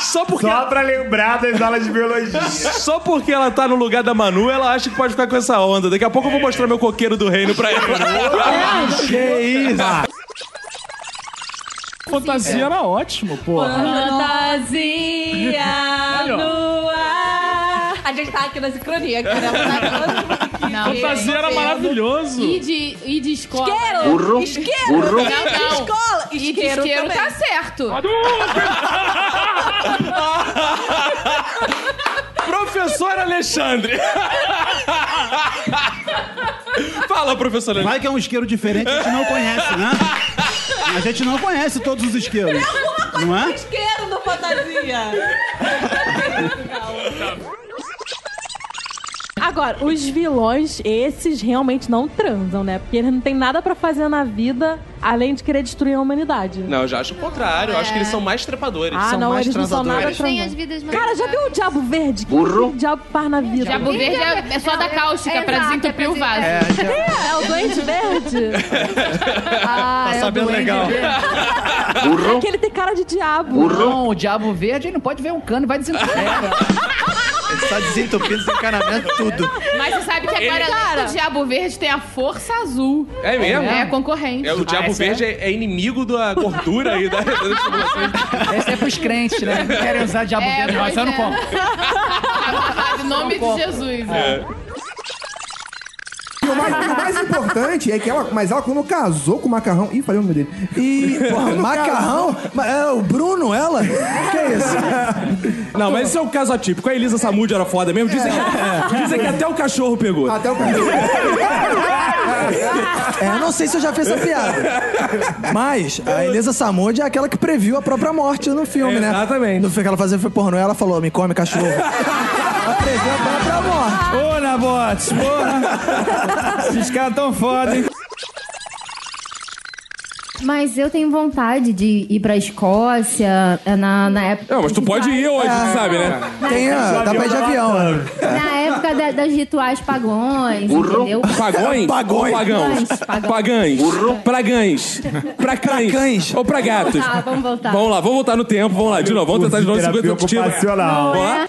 S1: só porque... Só
S22: pra lembrar das é aulas de biologia.
S1: Só porque ela tá no lugar da Manu, ela acha que pode ficar com essa onda. Daqui a pouco eu vou mostrar meu coqueiro do reino pra ela.
S10: É.
S22: que isso?
S4: Fantasia era ótimo, porra.
S69: Fantasia
S4: Olha, ó.
S69: no ar. A gente tá aqui na sincronia, cara.
S6: Não,
S4: Fantasia era maravilhoso.
S6: E de, e de escola.
S69: Isqueiro!
S6: Burro.
S69: Isqueiro!
S6: Burro.
S69: Não, não. Escola!
S6: E de
S69: Isqueiro
S6: isqueiro
S69: também.
S6: tá certo.
S1: Professor Alexandre. Fala, professor Alexandre.
S70: Vai que é um isqueiro diferente, a gente não conhece, né? A gente não conhece todos os isqueiros. Não é?
S69: Isqueiro do fantasia!
S10: Agora, os vilões, esses realmente não transam, né? Porque eles não têm nada pra fazer na vida além de querer destruir a humanidade. né?
S1: Não, eu já acho o contrário. Eu acho
S3: É.
S1: que eles são mais trepadores.
S10: Ah, não, eles não são nada
S1: Eles têm
S10: transando. Cara, já viu o diabo verde? Que
S1: Burro.
S10: que O diabo faz na vida.
S6: Diabo verde é, é só da cáustica pra desentupir o vaso.
S10: É, é, o doente verde.
S3: Ah,
S10: Tá
S3: é o
S10: sabendo
S3: duende
S10: legal.
S3: verde.
S10: É que ele tem cara de diabo.
S3: Não, o diabo verde, ele não pode ver um cano, vai desentupir.
S2: Tá desentupindo, desencanamento, tudo.
S6: Mas você sabe que agora, além do Diabo Verde, tem a Força Azul.
S1: É mesmo?
S6: É, concorrente.
S1: É,
S3: Ah,
S1: o Diabo Verde é, é inimigo da gordura aí. Da...
S3: Esse é pros crentes, né? Não querem usar diabo
S6: É,
S3: verde, mas
S6: pois
S3: eu não
S6: é.
S3: compro.
S6: Em nome de Jesus.
S3: É.
S22: E o mais, o mais importante é que ela. Mas ela quando casou com o macarrão. Ih, falei o nome dele. E.
S2: Porra,
S22: quando
S2: macarrão?
S22: casou-
S2: Mas é o Bruno, ela? Que isso?
S13: Não, mas esse é um caso atípico. A Elisa Samud era foda mesmo. Dizem, é, dizem que até o cachorro pegou.
S22: Até o cachorro.
S2: É, eu não sei se eu já fiz essa piada. Mas a Elisa Samud é aquela que previu a própria morte no filme, né? Exatamente. No filme que ela fazia foi pornô, ela falou: me come, cachorro.
S71: Ô, Nabotes, porra! Esses caras tão foda, hein?
S7: Mas eu tenho vontade de ir pra Escócia é, na, na época.
S13: Não, mas tu pode ir hoje,
S7: É.
S13: tu sabe, né?
S7: Tem a- dá pra ir de avião,
S13: né?
S7: Na época da- das rituais pagões, entendeu?
S13: Pagões?
S7: Pagões.
S13: Ou pagãos? Pagães. Pragães. Pra cães. Ou pra gatos.
S7: Vamos voltar, vamos voltar.
S13: Vamos lá, vamos voltar no tempo, vamos lá, de novo. Vamos tentar de novo 50 tiros.
S22: ocupacional.
S13: Vamos
S7: é.
S13: lá?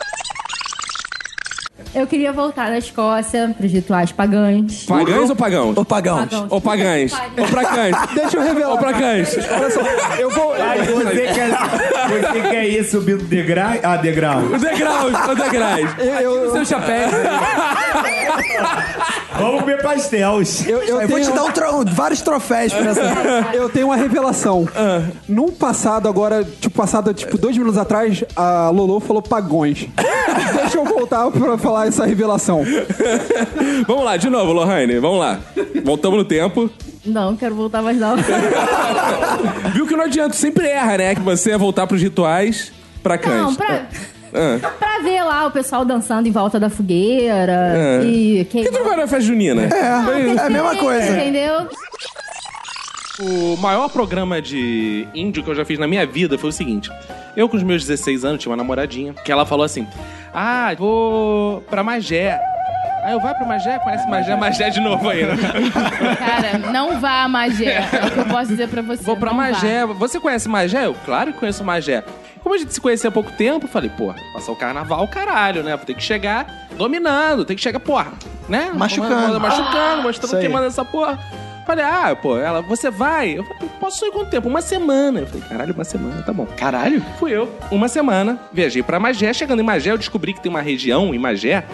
S7: Eu queria voltar da Escócia pros rituais pagães.
S13: Pagães ou pagãos? Ou
S7: pagãos.
S13: Ou pagães. Ou pra cães.
S22: Deixa eu revelar.
S13: Ou pra cães.
S22: Olha só, eu vou. Ai, você quer, você quer ir subindo é degrau? Ah, degrau.
S13: Os degraus, os degraus.
S22: Eu,
S13: Seu chapéu.
S22: Vamos ver pastéis. Eu,
S2: Eu vou te dar um tro- vários troféus por essa.
S8: Eu tenho uma revelação.
S1: Ah.
S8: Num passado agora, tipo, passado, tipo, dois minutos atrás, a Lolo falou pagões. Deixa eu voltar pra falar essa revelação.
S13: Vamos lá, de novo, Lohane. Vamos lá. Voltamos no tempo.
S7: Não, quero voltar mais não.
S13: Viu que não adianta, sempre erra, né? Que você ia voltar pros rituais pra cães.
S7: Não, pra,
S13: Ah.
S7: pra ver lá o pessoal dançando em volta da fogueira
S13: É.
S7: e...
S13: Por que tu não vai na festa junina?
S1: É,
S7: Não, tem- Entendeu?
S1: O maior programa de índio que eu já fiz na minha vida foi o seguinte. Eu, com os meus 16 anos, tinha uma namoradinha que ela falou assim: Ah, vou pra Magé. Aí eu, vai pra Magé? Conhece Magé? Magé de novo né? ainda.
S6: Cara, não vá a Magé. É o que eu posso dizer pra você. Vou
S1: pra Magé. Você conhece Magé? Eu, claro que conheço Magé. Como a gente se conhecia há pouco tempo, eu falei, porra, passar o carnaval, caralho, né? Vou ter que chegar dominando, tem que chegar, porra, né?
S2: Machucando. Ah,
S1: Machucando, machucando, mostrando
S2: Isso aí.
S1: quem manda essa porra. Falei, ah, pô, ela, você vai? Eu falei, posso ir quanto tempo? Uma semana. Eu falei, caralho, uma semana, tá bom. Caralho, fui eu. Uma semana, viajei pra Magé. Chegando em Magé, eu descobri que tem uma região em Magé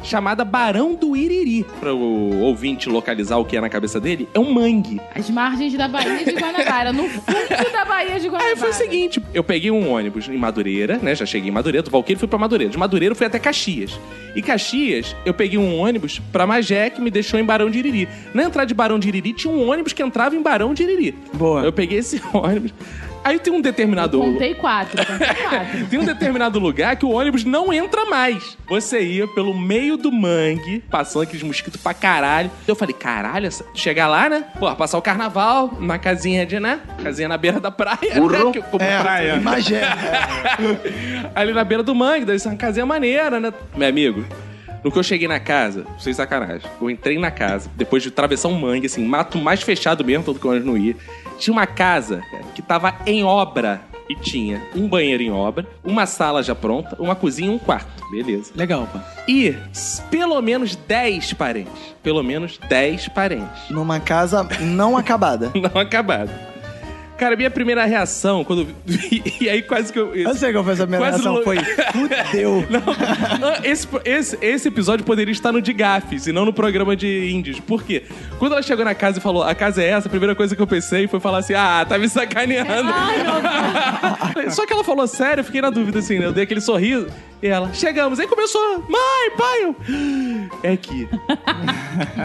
S1: chamada Barão do Iriri. Pra o ouvinte localizar o que é na cabeça dele, é um mangue.
S7: As margens da Bahia de Guanabara, no fundo da Bahia de Guanabara. Aí foi o
S1: seguinte, Eu peguei um ônibus em Madureira, né? Já cheguei em Madureira, do Valqueiro fui pra Madureira. De Madureira eu fui até Caxias. E Caxias, eu peguei um ônibus pra Magé, que me deixou em Barão de Iriri. Na entrada de Barão de Iriri, tinha um ônibus que entrava em Barão de Iriri. Boa. Eu peguei esse ônibus. Aí tem um determinado...
S7: contei quatro, contei quatro.
S1: Tem um determinado lugar que o ônibus não entra mais. Você ia pelo meio do mangue, passando aqueles mosquitos pra caralho. Eu falei, caralho, essa- chegar lá, né? Pô, passar o carnaval na casinha de, né? Casinha na beira da praia.
S2: Burro.
S1: Né? Que eu- como
S2: É,
S1: praia.
S2: em Magé.
S1: Ali na beira do mangue, deve ser uma casinha maneira, né? Meu amigo. No que eu cheguei na casa, sem sacanagem, eu entrei na casa, depois de atravessar um mangue, assim, mato mais fechado mesmo, todo que eu não ia. Tinha uma casa cara, que tava em obra e tinha um banheiro em obra, uma sala já pronta, uma cozinha e um quarto. Beleza. Legal, pá. E s- pelo menos 10 parentes. Pelo menos 10 parentes.
S2: Numa casa não acabada.
S1: não acabada. Cara, minha primeira reação quando eu vi. E aí quase que eu.
S2: Eu sei que eu fiz a minha
S1: Quase
S2: reação.
S1: lo-
S2: Foi, fudeu.
S1: não, ah, esse, esse, esse episódio poderia estar no de gafes e não no programa de índios. Por quê? Quando ela chegou na casa e falou, a casa é essa, a primeira coisa que eu pensei foi falar assim, ah, tá me sacaneando. Só que ela falou sério, eu fiquei na dúvida assim, né? Eu dei aquele sorriso e ela, chegamos. Aí começou, mãe, pai, eu... É que...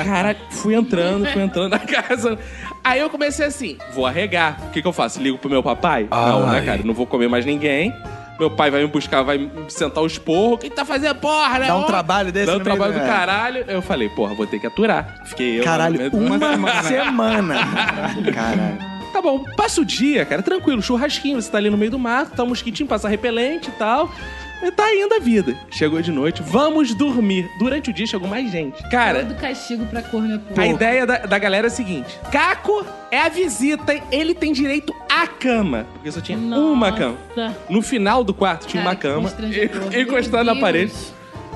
S1: Caralho, fui entrando, fui entrando na casa. Aí eu comecei assim, vou arregar. O que, que eu faço? Ligo pro meu papai? Não, né,
S21: Ai.
S1: cara? Não vou comer mais ninguém. Meu pai vai me buscar, vai me sentar os porros. Quem tá fazendo porra, né?
S2: Dá um
S1: Ó,
S2: trabalho desse
S1: Dá um
S2: no meio
S1: trabalho
S2: do-
S1: do
S2: é.
S1: caralho. Eu falei, porra, vou ter que aturar. Fiquei eu. né,
S2: Caralho, uma semana.
S1: Caralho. Tá bom, passa o dia, cara, tranquilo, churrasquinho, você tá ali no meio do mato, tá um mosquitinho, passa repelente e tal. E tá indo a vida. Chegou de noite, vamos dormir. Durante o dia chegou mais gente. Cara,
S7: Todo castigo pra corno é pouco.
S1: a ideia da, da galera é a seguinte: Caco é a visita, hein? ele tem direito à cama. Porque só tinha uma cama. No final do quarto tinha uma cama, e- encostada na parede.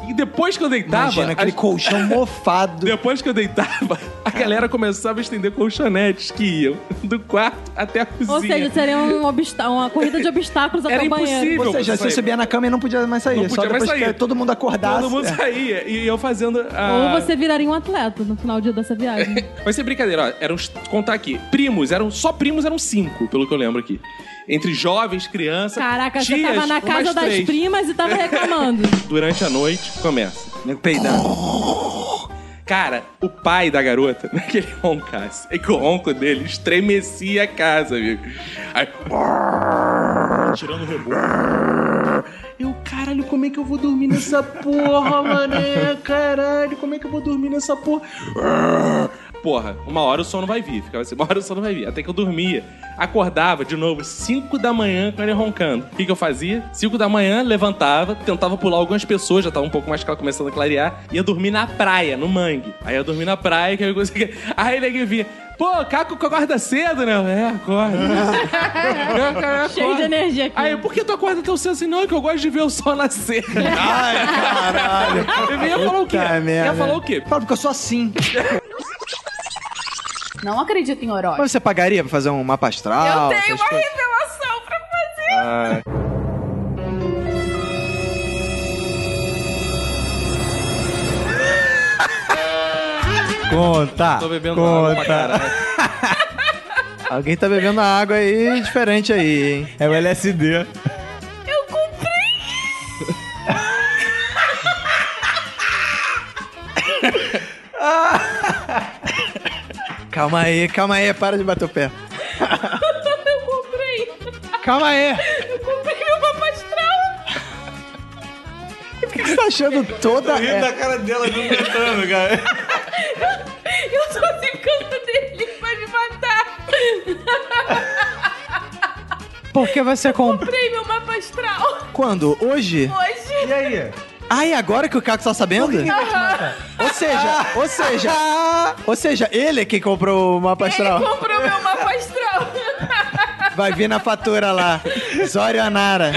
S1: E depois que eu deitava.
S2: Imagina aquele
S1: colchão mofado. Depois que eu deitava, a galera começava a estender colchonetes que iam do quarto até a cozinha.
S10: Ou seja, seria um obsta- uma corrida de obstáculos até
S1: Era
S10: o banheiro.
S1: impossível.
S2: Ou seja, se eu
S1: sair.
S2: subia na cama e não podia mais sair. É
S1: Não
S2: só
S1: podia mais
S2: depois
S1: sair.
S2: que todo mundo acordasse.
S1: Todo mundo
S2: É.
S1: saía. E eu fazendo. a-
S10: Ou você viraria um atleta no final do dia dessa viagem.
S1: Vai ser brincadeira, ó. Eram, contar aqui. Primos, eram só primos eram cinco, pelo que eu lembro aqui. Entre jovens, crianças.
S10: Caraca,
S1: tias,
S10: você tava na casa
S1: umas
S10: das
S1: três.
S10: primas e tava reclamando.
S1: Durante a noite, começa. Nego peidando. Cara, o pai da garota, naquele roncasse, é que o ronco dele estremecia a casa, amigo. Aí. Tirando o
S15: Eu, caralho, como é que eu vou dormir nessa porra, mané? Caralho, como é que eu vou dormir nessa porra?
S1: Porra, uma hora o sono vai vir. Ficava assim, uma hora o sono vai vir. Até que eu dormia. Acordava de novo, 5 da manhã, com ele roncando. O que, que eu fazia? 5 da manhã, levantava, tentava pular algumas pessoas, já tava um pouco mais cla- começando a clarear. Ia dormir na praia, no mangue. Aí eu dormi na praia, que eu conseguia. Aí ele vinha. Pô, Caco acorda cedo, né? É, acorda.
S10: Cheio de energia aqui.
S1: Aí, por que tu acorda tão cedo assim? Não, é que eu gosto de ver o sol nascer.
S2: Ai, caralho.
S1: Eu ia falar o quê?
S2: Puta merda.
S1: Ia falar o quê?
S2: Fala, porque eu sou assim.
S17: Não acredito em horóscopo.
S2: Mas você pagaria pra fazer um mapa astral?
S17: Eu tenho
S2: essas
S17: uma
S2: coisas?
S17: revelação pra fazer.
S2: Ah. Conta.
S1: Tô bebendo água pra
S2: conta.
S1: caralho.
S2: Alguém tá bebendo água aí diferente aí, hein? É o LSD.
S17: Eu comprei.
S2: Calma aí, calma aí, para de bater o pé.
S17: Eu comprei.
S2: Calma aí.
S17: Eu comprei meu mapa astral.
S2: Por que você tá achando toda. é-
S17: Tô rindo da
S2: cara dela não cantando, cara.
S17: Eu tô ficando dele, ele vai me matar.
S2: Por que você comprou?
S17: Comprei meu mapa astral.
S2: Quando? Hoje?
S17: Hoje.
S2: E aí? Ah, e agora que o Caco tá sabendo? Ou seja, ou seja, ou seja, ele é quem comprou o mapa astral.
S17: Comprou meu mapa astral.
S2: Vai vir na fatura lá. Zório Anara.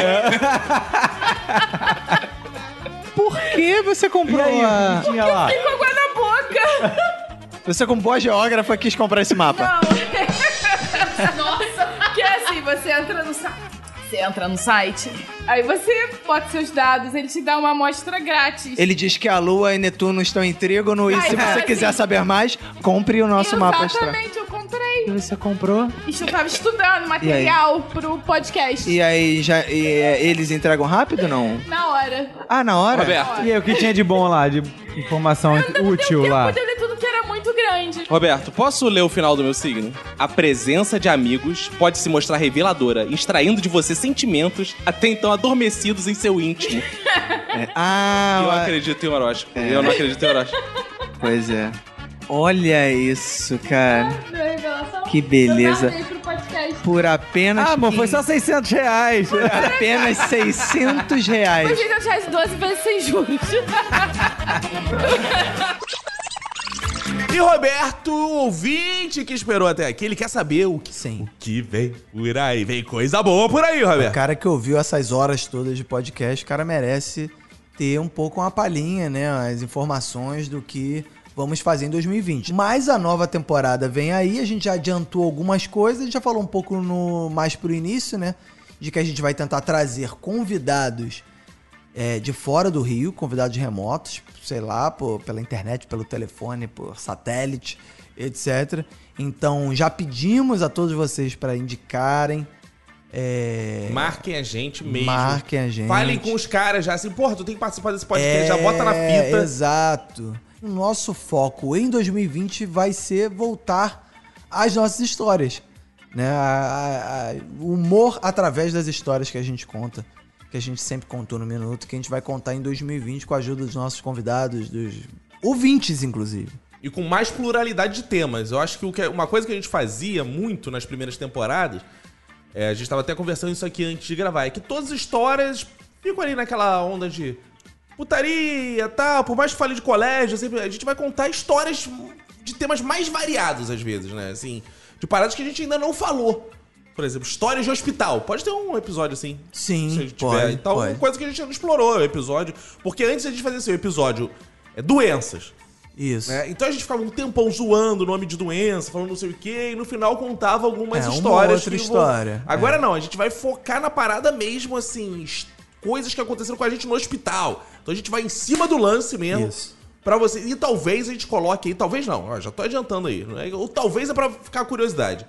S2: Por que você comprou a...
S17: Ficou água na boca.
S8: Você, como boa geógrafa, quis comprar esse mapa.
S6: Nossa, que é assim, você entra no site. Você entra no site, aí você bota seus dados, ele te dá uma amostra grátis.
S8: Ele diz que a Lua e Netuno estão em trígono e
S6: Ai,
S8: se
S6: cara,
S8: você
S6: assim-
S8: quiser saber mais, compre o nosso mapa astral.
S6: Exatamente, eu comprei.
S8: Você comprou?
S6: Isso eu tava estudando material pro podcast.
S8: E aí, já, e, é, eles entregam rápido ou não?
S6: Na hora.
S8: Ah, na hora?
S6: Roberto.
S72: E aí, o que tinha de bom lá, de informação útil lá?
S6: Podia ler tudo que era muito grande.
S3: Roberto, posso ler o final do meu signo? A presença de amigos pode se mostrar reveladora, extraindo de você sentimentos até então adormecidos em seu íntimo.
S1: É,
S8: Ah,
S3: eu
S8: a-
S3: acredito em horóscopo. Eu não acredito em horóscopo.
S8: Pois é. Olha isso, cara.
S6: Minha revelação.
S8: Que beleza.
S6: Eu guardei pro podcast.
S8: Por apenas. Ah, amor, foi só 600 reais. Por apenas 600
S6: Mas
S8: reais.
S6: gente, reais 12 vezes sem juros.
S2: é
S1: E Roberto, o ouvinte que esperou até aqui, ele quer saber o que, Sim. O que vem por aí. Vem coisa boa por aí,
S2: O
S1: Roberto.
S2: cara que ouviu essas horas todas de podcast, o cara merece ter um pouco uma palhinha, né? As informações do que vamos fazer em 2020. Mas a nova temporada vem aí, a gente já adiantou algumas coisas, a gente já falou um pouco no mais pro início, né? De que a gente vai tentar trazer convidados é, de fora do Rio, convidados remotos, sei lá, por- pela internet, pelo telefone, por satélite, etc. Então já pedimos a todos vocês para indicarem. é,
S1: Marquem a gente mesmo.
S2: Marquem a gente.
S1: Falem com os caras já, assim, porra, tu tem que participar desse podcast, já bota na
S2: É,
S1: fita.
S2: Exato. O nosso foco em 2020 vai ser voltar às nossas histórias. Né? A- a- a- o humor através das histórias que a gente conta. Que a gente sempre contou no Minuto, que a gente vai contar em 2020 com a ajuda dos nossos convidados, dos ouvintes, inclusive.
S1: E com mais pluralidade de temas. Eu acho que, o que- uma coisa que a gente fazia muito nas primeiras temporadas, é, a gente tava até conversando isso aqui antes de gravar, é que todas as histórias ficam ali naquela onda de putaria tal, por mais que fale de colégio, sempre- a gente vai contar histórias de temas mais variados às vezes, né? Assim, de paradas que a gente ainda não falou. Por exemplo, histórias de hospital. Pode ter um episódio assim.
S2: Sim,
S1: se a gente
S2: pode,
S1: Então,
S2: pode.
S1: coisa que a gente não explorou, é o episódio. Porque antes a gente fazia assim, o episódio é doenças.
S2: Isso.
S1: né? Então a gente ficava um tempão zoando o nome de doença, falando não sei o quê, e no final contava algumas
S2: É, uma
S1: histórias.
S2: outra
S1: que envol-
S2: história,
S1: Agora
S2: é.
S1: não, a gente vai focar na parada mesmo, assim, es- coisas que aconteceram com a gente no hospital. Então a gente vai em cima do lance mesmo. Pra você. E talvez a gente coloque aí, talvez não, ó, já tô adiantando aí. né? Ou talvez é pra ficar curiosidade.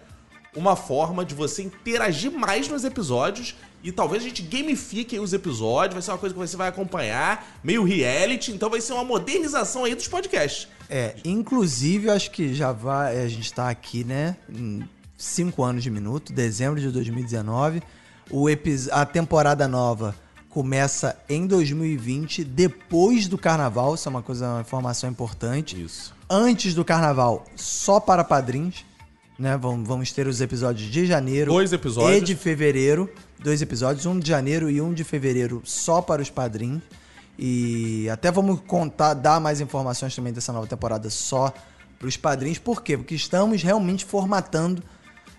S1: Uma forma de você interagir mais nos episódios. E talvez a gente gamifique aí os episódios. Vai ser uma coisa que você vai acompanhar. Meio reality. Então vai ser uma modernização aí dos podcasts.
S2: É, inclusive, eu acho que já vai. A gente tá aqui, né? Em cinco anos de minuto, dezembro de 2019. O epis- a temporada nova começa em 2020, depois do carnaval. Isso é uma coisa, uma informação importante.
S1: Isso.
S2: Antes do carnaval, só para padrinhos. Né? Vamos, vamos ter os episódios de janeiro.
S1: Dois episódios.
S2: E de fevereiro. Dois episódios, um de janeiro e um de fevereiro, só para os padrinhos. E até vamos contar, dar mais informações também dessa nova temporada só para os padrinhos. Por quê? Porque estamos realmente formatando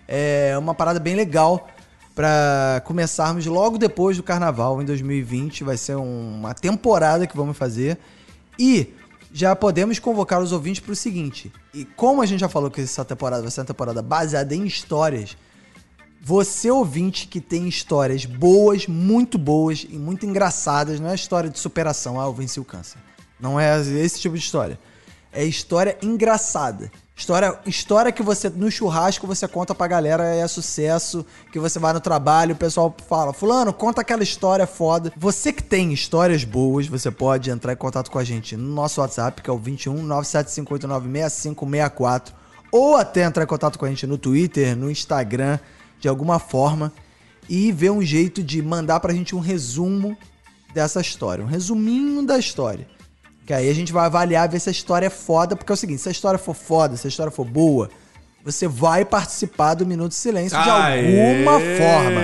S2: é, uma parada bem legal para começarmos logo depois do carnaval em 2020. Vai ser um- uma temporada que vamos fazer. E já podemos convocar os ouvintes para o seguinte. E como a gente já falou que essa temporada vai ser uma temporada baseada em histórias, você ouvinte que tem histórias boas, muito boas e muito engraçadas, não é história de superação, ah, eu venci o câncer. Não é esse tipo de história. É história engraçada. História, história que você, no churrasco, você conta pra galera, é sucesso, que você vai no trabalho, o pessoal fala, fulano, conta aquela história foda. Você que tem histórias boas, você pode entrar em contato com a gente no nosso WhatsApp, que é o 21 975896564, ou até entrar em contato com a gente no Twitter, no Instagram, de alguma forma, e ver um jeito de mandar pra gente um resumo dessa história, um resuminho da história. Que aí a gente vai avaliar, ver se a história é foda, porque é o seguinte, se a história for foda, se a história for boa, você vai participar do Minuto de Silêncio de alguma
S1: Aê!
S2: forma.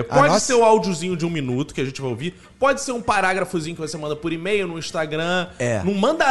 S2: A
S1: Pode
S2: nossa-
S1: ser o áudiozinho de um minuto que a gente vai ouvir. Pode ser um parágrafozinho que você manda por e-mail, no Instagram.
S2: É.
S1: Não manda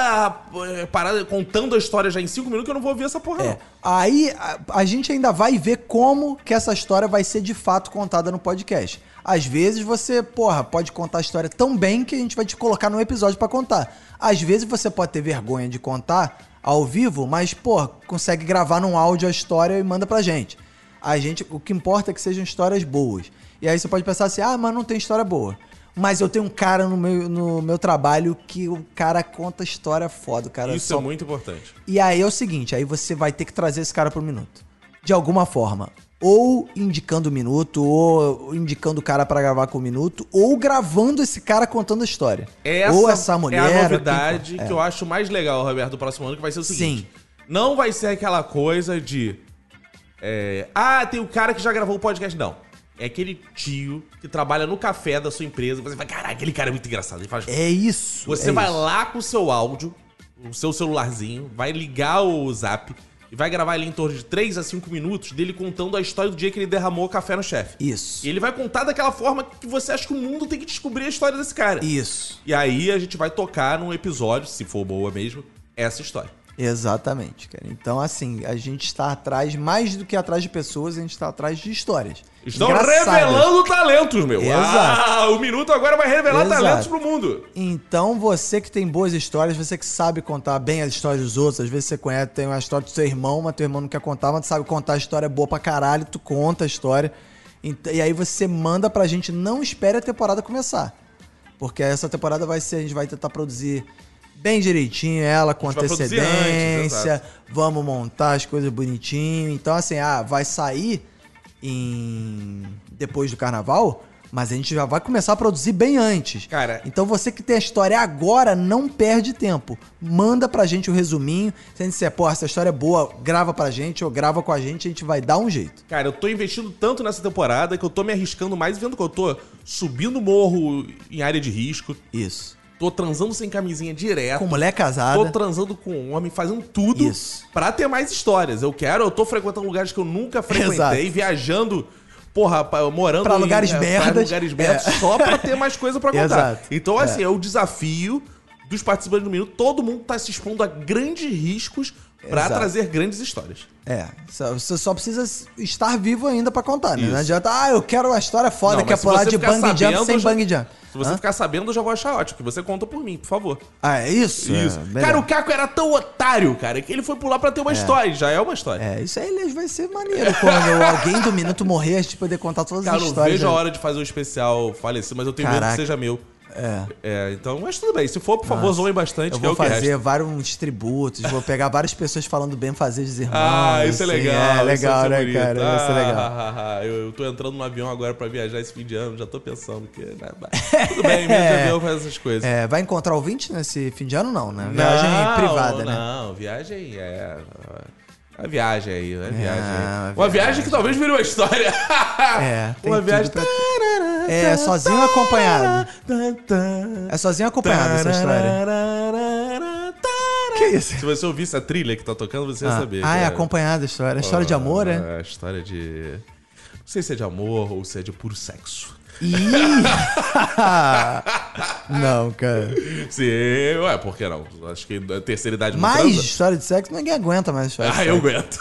S1: eh, parada contando a história já em cinco minutos que eu não vou ouvir essa
S2: É,
S1: porra, não.
S2: Aí a, a gente ainda vai ver como que essa história vai ser de fato contada no podcast. Às vezes você, porra, pode contar a história tão bem que a gente vai te colocar num episódio pra contar. Às vezes você pode ter vergonha de contar, ao vivo, mas, pô, consegue gravar num áudio a história e manda pra gente. A gente, o que importa é que sejam histórias boas. E aí você pode pensar assim, ah, mas não tem história boa. Mas eu tenho um cara no meu, no meu trabalho que o cara conta história foda. o Cara
S1: Isso
S2: só-
S1: é muito importante.
S2: E aí é o seguinte, aí você vai ter que trazer esse cara pro minuto. De alguma forma. Ou indicando o minuto, ou indicando o cara pra gravar com o minuto, ou gravando esse cara contando a história.
S1: Essa
S2: ou essa mulher.
S1: é a
S2: ou
S1: novidade
S2: quem
S1: que
S2: for. É.
S1: eu acho mais legal, Roberto, do próximo ano, que vai ser o seguinte. Não vai ser aquela coisa de... é, ah, tem o cara que já gravou o podcast. Não. É aquele tio que trabalha no café da sua empresa. Você fala, caraca, aquele cara é muito engraçado. Ele faz...
S2: É isso.
S1: Você
S2: é
S1: vai
S2: isso.
S1: lá com o seu áudio, o seu celularzinho, vai ligar o zap e vai gravar ali em torno de 3 a 5 minutos dele contando a história do dia que ele derramou o café no chefe.
S2: Isso.
S1: E ele vai contar daquela forma que você acha que o mundo tem que descobrir a história desse cara.
S2: Isso.
S1: E aí a gente vai tocar num episódio, se for boa mesmo, essa história.
S2: Exatamente, cara. Então, assim, a gente está atrás, mais do que atrás de pessoas, a gente está atrás de histórias.
S1: Estão
S2: Engraçadas.
S1: revelando talentos, meu.
S2: Exato.
S1: Ah, o minuto agora vai revelar
S2: Exato.
S1: talentos pro mundo.
S2: Então, você que tem boas histórias, você que sabe contar bem as histórias dos outros, às vezes você conhece, tem uma história do seu irmão, mas teu irmão não quer contar, mas tu sabe contar a história é boa pra caralho, tu conta a história. Ent- E aí você manda pra gente, não espere a temporada começar. Porque essa temporada vai ser, a gente vai tentar produzir bem direitinho ela, com
S1: A gente vai produzir antes,
S2: antecedência,
S1: exato.
S2: vamos montar as coisas bonitinho. Então, assim, ah, vai sair em depois do carnaval, mas a gente já vai começar a produzir bem antes.
S1: Cara.
S2: Então você que tem a história agora, não perde tempo. Manda pra gente o resuminho. Se a gente disser, pô, essa história é boa, grava pra gente ou grava com a gente, a gente vai dar um jeito.
S1: Cara, eu tô investindo tanto nessa temporada que eu tô me arriscando mais, vendo que eu tô subindo morro em área de risco.
S2: Isso.
S1: Tô transando sem camisinha direto.
S2: Com mulher casada.
S1: Tô transando com um homem, fazendo tudo
S2: Isso.
S1: pra ter mais histórias. Eu quero, eu tô frequentando lugares que eu nunca frequentei,
S2: Exato.
S1: viajando, porra, pa- morando
S2: Pra lugares
S1: é, Pra
S2: merdas.
S1: lugares merdas,
S2: É.
S1: só pra ter mais coisa pra contar.
S2: Exato.
S1: Então, assim,
S2: É.
S1: é o desafio dos participantes do Minuto. Todo mundo tá se expondo a grandes riscos pra
S2: Exato.
S1: trazer grandes histórias.
S2: É, só- você só precisa estar vivo ainda pra contar, né?
S1: Isso.
S2: Não adianta, ah, eu quero uma história foda,
S1: Não,
S2: quer
S1: mas se
S2: pular
S1: você
S2: de
S1: ficar
S2: bang
S1: sabendo,
S2: jump sem
S1: já-
S2: bang jump.
S1: Se você
S2: Hã?
S1: ficar sabendo, eu já vou achar ótimo. que Você conta por mim, por favor.
S2: Ah, é isso?
S1: Isso.
S2: É,
S1: cara,
S2: melhor.
S1: o Caco era tão otário, cara, que ele foi pular pra ter uma
S2: É.
S1: história. Já é uma história.
S2: É, isso aí Elias, vai ser maneiro quando alguém do minuto morrer, a gente poder contar todas
S1: Cara,
S2: as
S1: não
S2: histórias.
S1: vejo a
S2: né?
S1: hora de fazer um especial falecido, mas eu tenho medo
S2: Caraca.
S1: que seja meu.
S2: É.
S1: Então, mas tudo bem. Se for, por favor,
S2: Nossa.
S1: zoem bastante,
S2: Eu
S1: que é
S2: vou
S1: o que
S2: fazer
S1: resta.
S2: vários tributos, vou pegar várias pessoas falando bem fazer dos irmãos.
S1: Ah, isso é
S2: assim,
S1: legal.
S2: É
S1: isso
S2: legal,
S1: vai
S2: né,
S1: ser bonito.
S2: cara? Isso é
S1: Ah,
S2: legal.
S1: ah, ah, eu, eu tô entrando no avião agora pra viajar esse fim de ano, já tô pensando que. né, mas Tudo bem, mesmo de avião faz essas coisas.
S2: É, vai encontrar ouvinte nesse fim de ano, não, né? Viagem privada, né?
S1: Não, viagem é. A viagem aí, né? Viagem.
S2: Ah,
S1: Uma viagem que talvez vire uma história.
S2: É, tem
S1: uma
S2: tudo
S1: viagem.
S2: pra- É, sozinho ou acompanhado. É sozinho ou acompanhado essa história.
S1: Que isso? Se você ouvir essa trilha que tá tocando, você vai
S2: Ah,
S1: saber.
S2: ah, é
S1: cara.
S2: acompanhada a história. É história de amor, é?
S1: É, história de. Não sei se é de amor ou se é de puro sexo.
S2: Ih! não, cara.
S1: Sim, ué, por que não? Acho que a terceira idade não
S2: É. Mais
S1: transa.
S2: história de sexo, ninguém aguenta mais história de
S1: Ah,
S2: sexo. Ah,
S1: eu aguento.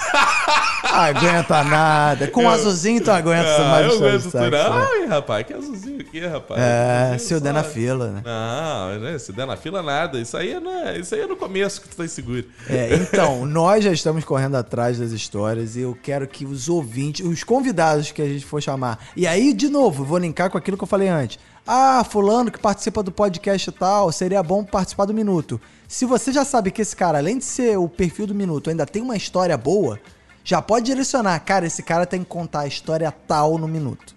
S2: Aguenta nada. Com
S1: Eu-
S2: azulzinho tu aguenta essa
S1: Ah,
S2: mais
S1: eu
S2: história de
S1: aguento
S2: sexo.
S1: tudo.
S2: né?
S1: Ai, rapaz, que azulzinho aqui, rapaz.
S2: É,
S1: Eu
S2: se eu der na fila, né?
S1: Não, né, se der na fila, nada. Isso aí, é na- isso aí é no começo que tu tá inseguro.
S2: É, então, nós já estamos correndo atrás das histórias e eu quero que os ouvintes, os convidados que a gente for chamar. E aí, de novo, eu vou linkar com aquilo que eu falei antes. Ah, fulano que participa do podcast e tal, seria bom participar do Minuto. Se você já sabe que esse cara, além de ser o perfil do Minuto, ainda tem uma história boa, já pode direcionar. Cara, esse cara tem que contar a história tal no Minuto.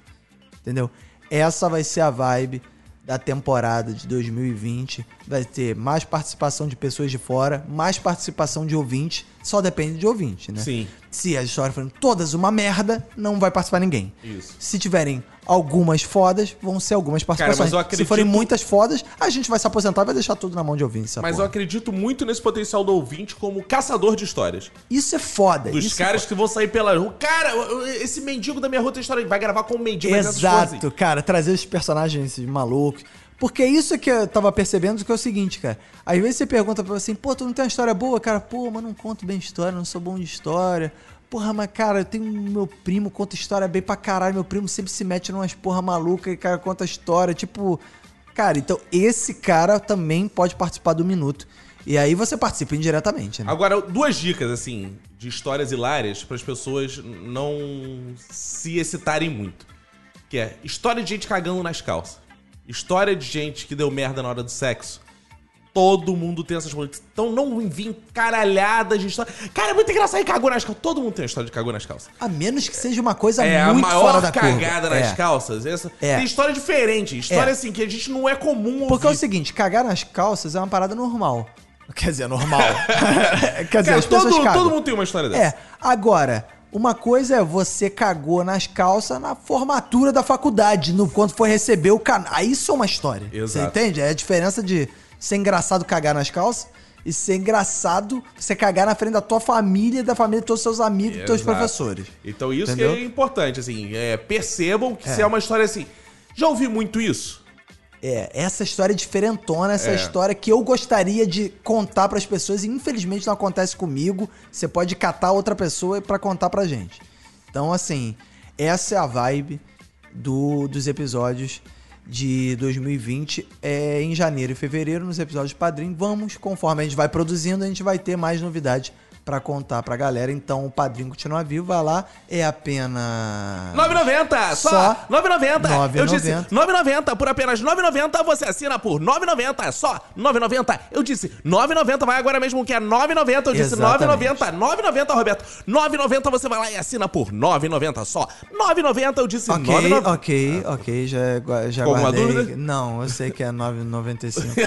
S2: Entendeu? Essa vai ser a vibe da temporada de 2020. Vai ter mais participação de pessoas de fora, mais participação de ouvinte. Só depende de ouvinte, né?
S1: Sim.
S2: Se as histórias forem todas uma merda, não vai participar ninguém.
S1: Isso.
S2: Se tiverem algumas fodas, vão ser algumas participações.
S1: mas eu acredito-
S2: Se forem muitas fodas, a gente vai se aposentar e vai deixar tudo na mão de ouvinte. essa
S1: Mas
S2: porra.
S1: eu acredito muito nesse potencial do ouvinte como caçador de histórias.
S2: Isso é foda.
S1: Dos
S2: isso é
S1: caras que vão sair pela rua. Cara, esse mendigo da minha rua tem história. Vai gravar com o mendigo. mas essas coisas
S2: Exato, cara, trazer os personagens esses malucos. Porque isso que eu tava percebendo que é o seguinte, cara. Às vezes você pergunta pra você assim, pô, tu não tem uma história boa, cara? Pô, mas não conto bem história, não sou bom de história. Porra, mas cara, eu tenho um, meu primo, conta história bem pra caralho. Meu primo sempre se mete numas porra maluca e, cara, conta história. Tipo, Cara, então esse cara também pode participar do Minuto. E aí você participa indiretamente, né?
S1: Agora, duas dicas, assim, de histórias hilárias para as pessoas não se excitarem muito. Que é história de gente cagando nas calças. História de gente que deu merda na hora do sexo. Todo mundo tem essas políticas. Então não enviem caralhadas de história. Cara, é muito engraçado e cagou nas calças. Todo mundo tem uma história de cagou nas calças.
S2: A menos que seja uma coisa
S1: É a
S2: muito fora
S1: maior
S2: da curva.
S1: cagada nas
S2: É.
S1: calças. Essa...
S2: É.
S1: Tem história diferente. História
S2: É.
S1: assim que a gente não é comum
S2: Porque é o seguinte, cagar nas calças é uma parada normal. Quer dizer, normal. Quer dizer,
S1: é Cara,
S2: as pessoas
S1: todo,
S2: cagam.
S1: todo mundo tem uma história dessa.
S2: É, agora, uma coisa é você cagou nas calças na formatura da faculdade, no quando foi receber o canal. Aí isso é uma história.
S1: Exato.
S2: Você entende? É a diferença de ser engraçado cagar nas calças e ser engraçado você cagar na frente da tua família, da família de todos os seus amigos, dos teus
S1: Exato.
S2: professores.
S1: Então isso
S2: Entendeu?
S1: que é importante, assim, é, percebam que
S2: É.
S1: se é uma história assim. Já ouvi muito isso?
S2: É, essa história é diferentona, essa
S1: É.
S2: história que eu gostaria de contar pras pessoas e infelizmente não acontece comigo. Você pode catar outra pessoa pra contar pra gente. Então, assim, essa é a vibe do- dos episódios de 2020 é, em janeiro e fevereiro nos episódios Padrim. Vamos, conforme a gente vai produzindo, a gente vai ter mais novidades pra contar pra galera. Então, o Padrim continua vivo, vai lá. É apenas...
S1: 9,90! Só,
S2: Só
S1: 9,90! Eu disse
S2: 9,90.
S1: 9,90 por apenas 9,90 você assina por 9,90! Só 9,90! Eu disse 9,90, vai agora mesmo que é 9,90! Eu disse
S2: Exatamente.
S1: 9,90! 9,90, Roberto! 9,90 você vai lá e assina por 9,90! Só 9,90 eu disse
S2: Ok,
S1: 9,90!
S2: ok, ok, já, é gua- já
S1: assim, Ficou alguma
S2: guardei.
S1: dúvida?
S2: Não, eu sei que é 9,95.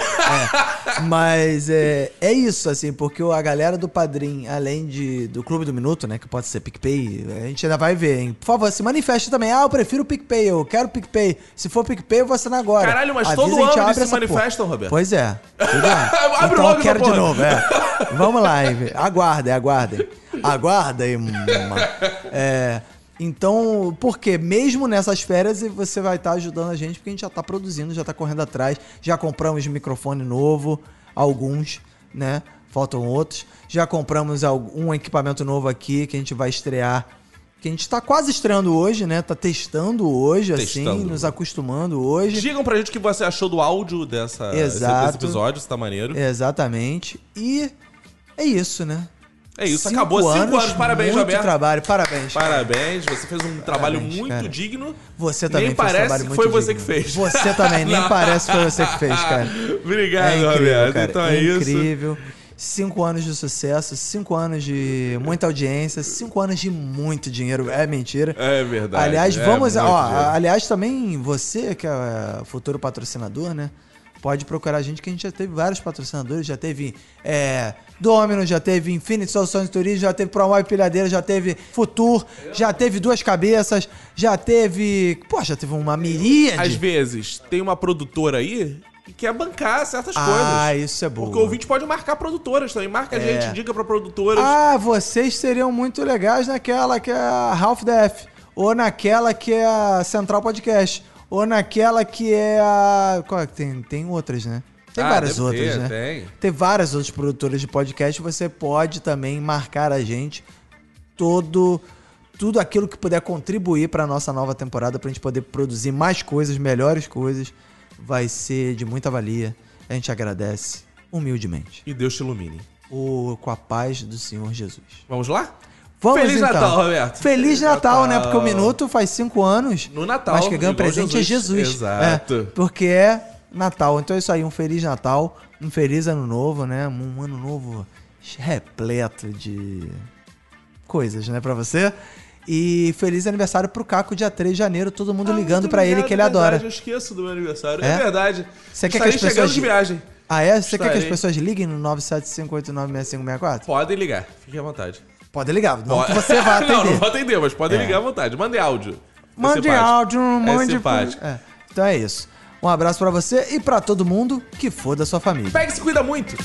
S2: é. Mas é, é isso, assim, porque o- a galera do Padrim, além de, do Clube do Minuto, né, que pode ser PicPay, a gente ainda vai ver, hein? Por favor, se manifeste também. Ah, eu prefiro o PicPay, eu quero o PicPay. Se for PicPay, eu vou assinar agora.
S1: Caralho, mas
S2: Avisa,
S1: todo
S2: a gente
S1: ano
S2: abre
S1: eles se
S2: essa porra.
S1: manifestam, Roberto.
S2: Pois é. Entendeu?
S1: Abre
S2: então,
S1: logo
S2: eu
S1: essa
S2: quero de
S1: porra.
S2: novo, é. Vamos lá, hein? aguardem, aguardem. Aguardem, mano. É, então, porque mesmo nessas férias você vai estar ajudando a gente, porque a gente já tá produzindo, já tá correndo atrás, já compramos microfone novo, alguns, né? Faltam outros. Já compramos al- um equipamento novo aqui que a gente vai estrear. Que a gente tá quase estreando hoje, né? Tá testando hoje, assim,
S1: Testando.
S2: nos acostumando hoje.
S1: Digam pra gente o que você achou do áudio dessa,
S2: Exato.
S1: desse episódio, se tá maneiro.
S2: Exatamente. E é isso, né?
S1: É isso, acabou. Cinco anos, parabéns,
S2: muito
S1: Roberto.
S2: trabalho, parabéns.
S1: Parabéns, você fez um trabalho
S2: Parabéns,
S1: muito
S2: cara.
S1: digno.
S2: Você também
S1: nem
S2: fez um
S1: parece
S2: trabalho
S1: que
S2: muito
S1: foi você
S2: digno.
S1: que fez.
S2: Você também, nem
S1: Não.
S2: parece que foi você que fez, cara.
S1: Obrigado,
S2: É incrível,
S1: Roberto.
S2: cara,
S1: Então é isso.
S2: incrível. Cinco anos de sucesso, cinco anos de muita audiência, cinco anos de muito dinheiro. É mentira.
S1: É verdade.
S2: aliás,
S1: é
S2: vamos.
S1: muito
S2: ó,
S1: digno.
S2: aliás, também você, que é futuro patrocinador, né? Pode procurar a gente, que a gente já teve vários patrocinadores, já teve é, Domino, já teve Infinity Soluções de Turismo, já teve Promove Pilhadeira, já teve Futur, já teve Duas Cabeças, já teve. Pô, já teve uma miríade.
S1: Às vezes, tem uma produtora aí que quer bancar certas coisas.
S2: Ah, isso é bom.
S1: Porque o ouvinte pode marcar produtoras também. Marca a
S2: É.
S1: gente, diga pra produtoras.
S2: Ah, vocês seriam muito legais naquela que é a Half Def, ou naquela que é a Central Podcast, ou naquela que é a. Qual é que tem? Tem outras, né? Tem
S1: Ah,
S2: várias
S1: deve
S2: outras,
S1: ter,
S2: né?
S1: tem.
S2: Tem várias outras produtoras de podcast. Você pode também marcar a gente todo tudo aquilo que puder contribuir para nossa nova temporada para a gente poder produzir mais coisas, melhores coisas, vai ser de muita valia. A gente agradece humildemente.
S1: E Deus te ilumine.
S2: O, com a paz do Senhor Jesus.
S1: Vamos lá?
S2: Vamos
S1: Feliz
S2: então.
S1: Natal, Roberto.
S2: Feliz Natal, né? Porque o
S1: Natal.
S2: minuto faz cinco anos.
S1: No Natal,
S2: Mas que ganha
S1: igual
S2: presente é
S1: Jesus.
S2: Jesus.
S1: Exato.
S2: É, porque é Natal. Então é isso aí. Um feliz Natal. Um feliz ano novo, né? Um ano novo repleto de coisas, né? Pra você. E feliz aniversário pro Caco, dia 3 de janeiro. Todo mundo ligando pra ele, que ele
S1: Ah, Verdade,
S2: adora.
S1: Eu esqueço do meu aniversário. É,
S2: É?
S1: verdade.
S2: Você quer que
S1: Estarei
S2: as pessoas...
S1: chegando de viagem.
S2: Ah, é? Você quer que as
S1: Estarei.
S2: pessoas liguem no 975896564?
S1: Podem ligar, fiquem à vontade.
S2: Podem ligar, não
S1: Pode-
S2: que você vá
S1: Não,
S2: atender.
S1: não vou atender, mas podem
S2: É.
S1: ligar à vontade. Mandem áudio. É
S2: Mande
S1: simpático.
S2: áudio,
S1: É
S2: mande.
S1: simpático.
S2: É. Então é isso. Um abraço pra você e pra todo mundo que foda a sua família.
S1: Pega e se cuida muito.